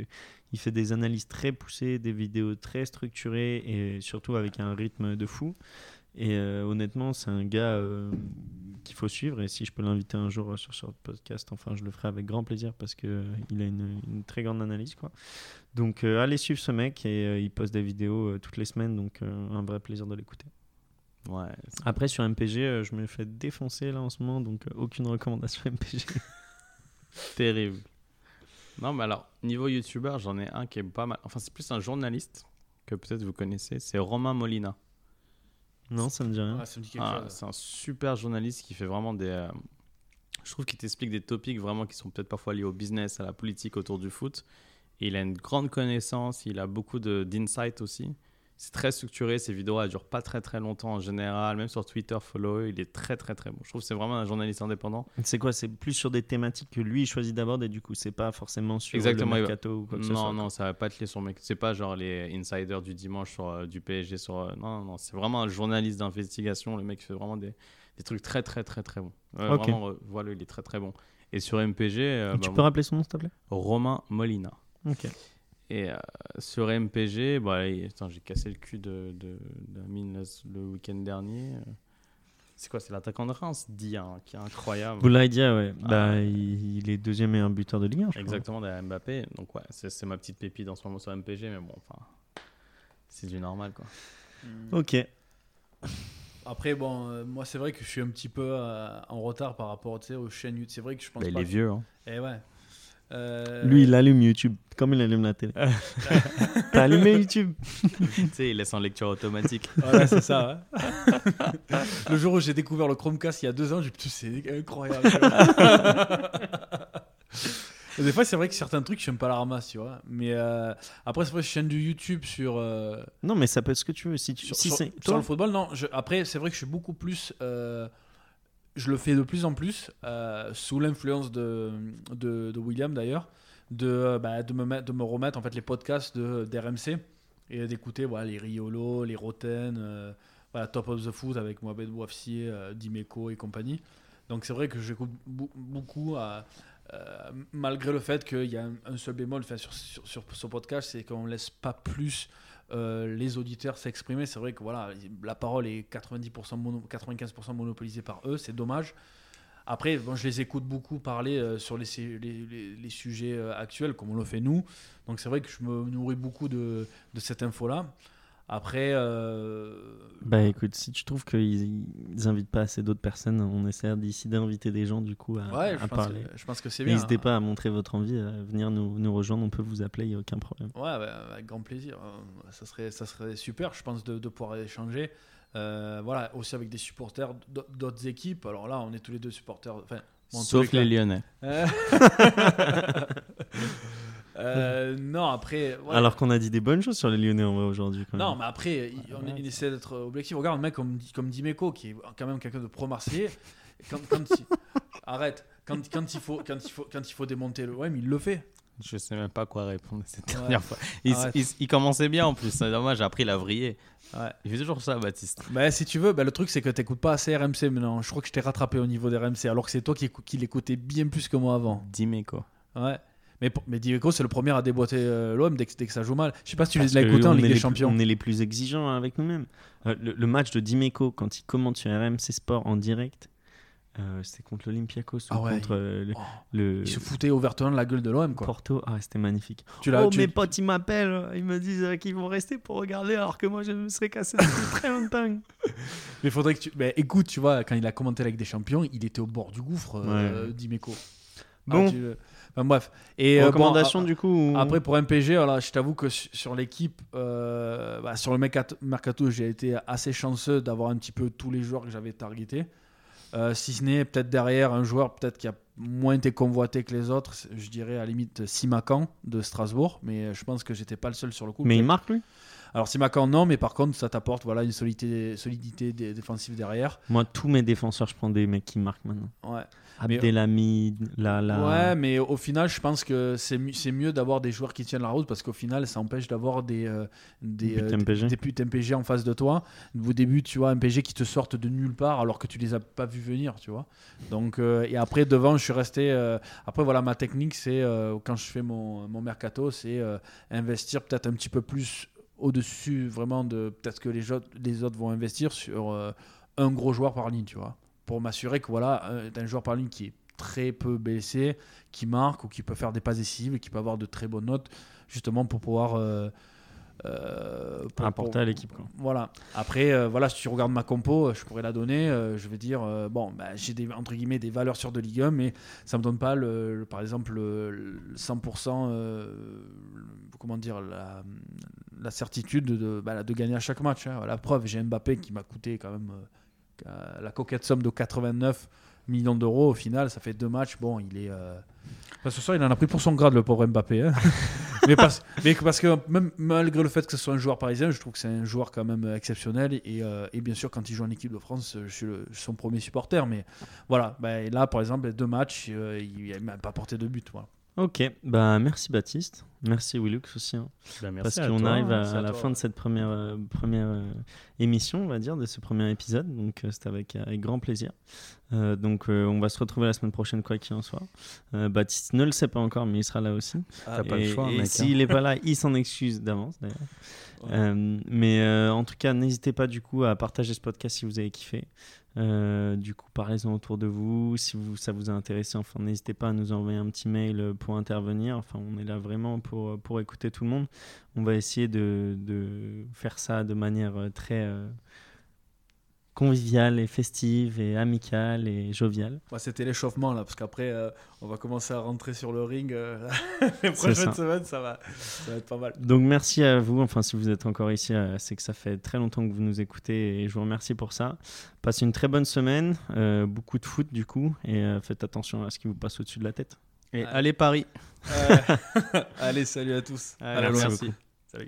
S2: il fait des analyses très poussées, des vidéos très structurées et surtout avec un rythme de fou. Et euh, honnêtement, c'est un gars euh, qu'il faut suivre. Et si je peux l'inviter un jour euh, sur ce podcast, enfin, je le ferai avec grand plaisir parce que euh, il a une, une très grande analyse, quoi. Donc, euh, allez suivre ce mec et euh, il poste des vidéos euh, toutes les semaines, donc euh, un vrai plaisir de l'écouter.
S3: Ouais, c'est-
S2: Après, sur MPG, euh, je me fais défoncer là en ce moment, donc euh, aucune recommandation [LAUGHS] MPG.
S3: Terrible. Non, mais alors, niveau youtubeur, j'en ai un qui est pas mal. Enfin, c'est plus un journaliste que peut-être vous connaissez. C'est Romain Molina.
S2: non, ça me dit rien.
S6: Ah, ça me dit quelque
S3: Ah,
S6: chose.
S3: c'est un super journaliste qui fait vraiment des. euh, je trouve qu'il t'explique des topics vraiment qui sont peut-être parfois liés au business, à la politique autour du foot. Et il a une grande connaissance, il a beaucoup de- d'insight aussi. C'est très structuré, ses vidéos elles durent pas très très longtemps en général, même sur Twitter, follow, il est très très très bon. Je trouve que c'est vraiment un journaliste indépendant.
S2: C'est quoi C'est plus sur des thématiques que lui il choisit d'abord et du coup, c'est pas forcément sur
S3: Exactement, il
S2: le
S3: va-
S2: mercato ou quoi que ce soit.
S3: Non, non, ça va pas te laisser son mec. C'est pas genre les insiders du dimanche sur, euh, du PSG sur. euh, non, non, non, c'est vraiment un journaliste d'investigation. Le mec fait vraiment des, des trucs très, très, très, très bons. Ouais,
S2: Ok.
S3: Vraiment, euh, voilà, il est très, très bon. Et sur MPG, euh,
S2: tu
S3: bah,
S2: peux rappeler son nom, s'il te plaît
S3: Romain Molina.
S2: Ok.
S3: Et euh, sur MPG, bah, et- attends, j'ai cassé le cul de, de, d'Amine le, le week-end dernier. Euh, C'est quoi C'est l'attaquant de Reims, Dia, hein, qui est incroyable.
S2: Boulaïdia, ouais.
S3: Ah.
S2: Bah, il, il est deuxième meilleur buteur de Ligue 1, je crois.
S3: Exactement,
S2: hein.
S3: derrière Mbappé. Donc, ouais, c'est, c'est ma petite pépite en ce moment sur MPG, mais bon, enfin, c'est du normal, quoi.
S2: Ok.
S1: Hmm.
S3: Euh.
S1: Après, bon, euh, moi, c'est vrai que je suis un petit peu euh, en retard par rapport tu sais, aux chaînes YouTube. C'est vrai que je pense
S2: Bah,
S1: pas.
S3: vieux, hein.
S1: Eh ouais. Euh,
S2: Lui, il allume YouTube, comme il allume la
S3: [LAUGHS]
S2: télé. T'as allumé YouTube
S3: tu sais, il laisse en lecture [LAUGHS] automatique.
S1: Voilà, c'est ça. hein. [LAUGHS] le jour où j'ai découvert le Chromecast il y a deux ans, j'ai putain, c'est [LAUGHS] incroyable. Des fois, c'est vrai que certains trucs, je n'aime pas la ramasse, tu vois. Mais euh, après, c'est vrai, chaîne de YouTube sur, euh,
S2: Non, mais ça peut être ce que tu veux. Si, tu,
S1: sur,
S2: si
S1: sur-
S2: c'est
S1: sur
S2: toi,
S1: le football, non. je- après, c'est vrai que je suis beaucoup plus. euh, je le fais de plus en plus, euh, sous l'influence de, de, de William d'ailleurs, de, euh, bah, de, me mettre- de me remettre en fait les podcasts de- d'RMC et d'écouter voilà, les Riolo, les Roten, euh, voilà, Top of the Foot avec Mohamed Bouafsier, euh, Dimeco et compagnie. Donc c'est vrai que j'écoute bou- beaucoup, à- euh, malgré le fait qu'il y a un, un seul bémol enfin, sur, sur, sur ce podcast, c'est qu'on ne laisse pas plus euh, les auditeurs s'exprimer. C'est vrai que voilà, la parole est 90% mono- 95% monopolisée par eux, c'est dommage. Après, bon, je les écoute beaucoup parler euh, sur les, su- les- les- les sujets euh, actuels, comme on le fait nous. Donc c'est vrai que je me nourris beaucoup de, de cette info-là. Après, euh,
S2: Bah écoute, si tu trouves qu'ils ils invitent pas assez d'autres personnes, on essaie d'ici d'inviter des gens du coup à,
S1: ouais,
S2: à
S1: je, pense
S2: parler.
S1: que, je pense que c'est bien. hein.
S2: N'hésitez pas à montrer votre envie, à venir nous, nous rejoindre, on peut vous appeler, il n'y a aucun problème.
S1: Ouais, bah, avec grand plaisir. Euh, Ça serait, ça serait super, je pense, de, de pouvoir échanger. Euh, voilà, aussi avec des supporters d'au- d'autres équipes. Alors là, on est tous les deux supporters. Enfin, bon, en tous
S3: Sauf
S1: cas-
S3: les Lyonnais.
S1: Euh, [LAUGHS] euh, non, après. ouais.
S2: Alors qu'on a dit des bonnes choses sur les Lyonnais en vrai aujourd'hui. quand
S1: Non,
S3: euh,
S2: même.
S1: mais après, il- on,
S2: ouais.
S1: il essaie d'être objectif. Regarde, un mec comme, Di- comme Dimeco, qui est quand même quelqu'un de pro-marseillais, quand, quand il- [LAUGHS] arrête, quand, quand, il faut, quand, il faut, quand il faut démonter le OM, il le fait.
S3: Je sais même pas quoi répondre à cette
S1: Ouais.
S3: dernière fois. Il, s-
S1: Arrête.
S3: il s- il commençait bien en plus, c'est dommage, après il a vrillé.
S1: Ouais.
S3: Il fait toujours ça, Baptiste.
S1: Bah, si tu veux, bah, le truc c'est que t'écoutes pas assez RMC maintenant. Je crois que je t'ai rattrapé au niveau des RMC, alors que c'est toi qui, écou- qui l'écoutais bien plus que moi avant.
S3: Dimeco.
S1: Ouais. Mais, pour- mais Diego, c'est le premier à déboîter euh, l'OM dès que, dès que ça joue mal. Je sais pas si tu
S2: Parce
S1: l'as
S2: que
S1: écouté en
S2: on
S1: Ligue
S2: est
S1: des
S2: les-
S1: Champions.
S2: On est les plus exigeants avec nous-mêmes. Euh, le, le match de Dimeco, quand il commente sur RMC Sport en direct, euh, c'était contre l'Olympiakos ou
S1: Ah ouais,
S2: contre euh, le,
S1: oh,
S2: le
S1: Il se foutait ouvertement de la gueule de l'OM, quoi.
S2: Porto. Ah, c'était magnifique.
S1: Tu l'as
S2: oh,
S1: tu-
S2: mes potes, ils m'appellent, ils me disent euh, qu'ils vont rester pour regarder, alors que moi, je me serais cassé depuis très [LAUGHS] longtemps.
S1: Mais faudrait que tu. Mais écoute, tu vois, quand il a commenté la Ligue des Champions, il était au bord du gouffre, euh, Dimeco.
S2: Bon.
S1: Ah, tu- enfin, bref. Et euh, bon,
S2: Recommandation
S1: ah-
S2: du coup ou-
S1: Après, pour MPG, voilà, je t'avoue que su- sur l'équipe, euh, bah, sur le mercat- mercato, j'ai été assez chanceux d'avoir un petit peu tous les joueurs que j'avais targetés. Euh, si ce n'est peut-être derrière un joueur peut-être qui a moins été convoité que les autres, c'est- je dirais à la limite Simacan de Strasbourg, mais je euh, pense que j'étais pas le seul sur le coup.
S2: Mais il
S1: Peut-être-
S2: marque lui
S1: Alors c'est Macan non, mais par contre ça t'apporte voilà une solidité, solidité dé- défensive derrière.
S2: Moi, tous mes défenseurs, je prends des mecs qui marquent maintenant.
S1: Ouais.
S2: Ah,
S1: Mais-
S2: Abdelhamid, la
S1: Ouais, mais au final, je pense que c'est mi- c'est mieux d'avoir des joueurs qui tiennent la route parce qu'au final, ça empêche d'avoir des, euh, des,
S2: Buts
S1: euh, des-
S2: MPG.
S1: des buts MPG en face de toi. Au début, tu vois, MPG qui te sortent de nulle part alors que tu les as pas vus venir, tu vois. Donc, euh, et après, devant, je suis resté. euh, après, voilà, ma technique, c'est euh, quand je fais mon, mon mercato, c'est euh, investir peut-être un petit peu plus au-dessus vraiment de peut-être que les autres, les autres vont investir sur euh, un gros joueur par ligne, tu vois. Pour m'assurer que voilà, un, t'as un joueur par ligne qui est très peu blessé, qui marque ou qui peut faire des passes décisives, qui peut avoir de très bonnes notes, justement pour pouvoir euh, euh, pour-
S2: Apporter
S1: pour-
S2: à l'équipe. quoi.
S1: Voilà. Après, euh, voilà, si tu regardes ma compo, euh, je pourrais la donner. euh, je vais dire, euh, bon, bah, j'ai des entre guillemets des valeurs sur de Ligue 1, mais ça me donne pas, le, le- par exemple, le, le 100%, euh, le- comment dire, la, la certitude de, bah, de gagner à chaque match. hein. La preuve, j'ai Mbappé qui m'a coûté quand même euh, la coquette somme de 89 millions d'euros. Au final, ça fait deux matchs. Bon, il est. euh, enfin, ce soir, il en a pris pour son grade, le pauvre Mbappé. hein. mais, parce, mais que- parce que même malgré le fait que ce soit un joueur parisien, je trouve que c'est un joueur quand même exceptionnel. Et, euh, et bien sûr, quand il joue en équipe de France, je suis le- je suis son premier supporter. Mais voilà, bah, et là, par exemple, les deux matchs, euh, il n'a même pas porté de but. Voilà.
S2: Ok, bah, merci Baptiste. Merci Willux aussi. hein. parce qu'on arrive à, à la fin de cette première, euh, première euh, émission, on va dire, de ce premier épisode. Donc, euh, c'était avec, avec grand plaisir. Euh, donc, euh, on va se retrouver la semaine prochaine, quoi qu'il en soit. Euh, Baptiste ne le sait pas encore, mais il sera là aussi.
S3: T'as pas le
S2: Et-
S3: choix,
S2: Et
S3: mec, hein.
S2: s'il n'est pas là, il s'en excuse d'avance, d'ailleurs.
S1: Ouais.
S2: Euh, mais euh, en tout cas, n'hésitez pas du coup à partager ce podcast si vous avez kiffé. Euh, du coup, parlez-en autour de vous. Si vous, ça vous a intéressé, enfin, n'hésitez pas à nous envoyer un petit mail euh, pour intervenir. Enfin, on est là vraiment pour, euh, pour écouter tout le monde. On va essayer de, de faire ça de manière euh, très euh, conviviale et festive et amicale et joviale.
S1: Bah, C'était l'échauffement, là, parce qu'après, euh, on va commencer à rentrer sur le ring. euh, [LAUGHS] les
S2: C'est
S1: prochaines
S2: ça.
S1: semaines, ça va, ça va être [LAUGHS] pas mal.
S2: Donc merci à vous, enfin si vous êtes encore ici, euh, c'est que ça fait très longtemps que vous nous écoutez et je vous remercie pour ça. Passez une très bonne semaine, euh, beaucoup de foot du coup, et euh, faites attention à ce qui vous passe au-dessus de la tête.
S3: Ah. Et allez Paris.
S1: Euh, [LAUGHS] Allez, salut à tous.
S3: Allez,
S1: À la
S3: merci
S1: Loire.
S3: beaucoup.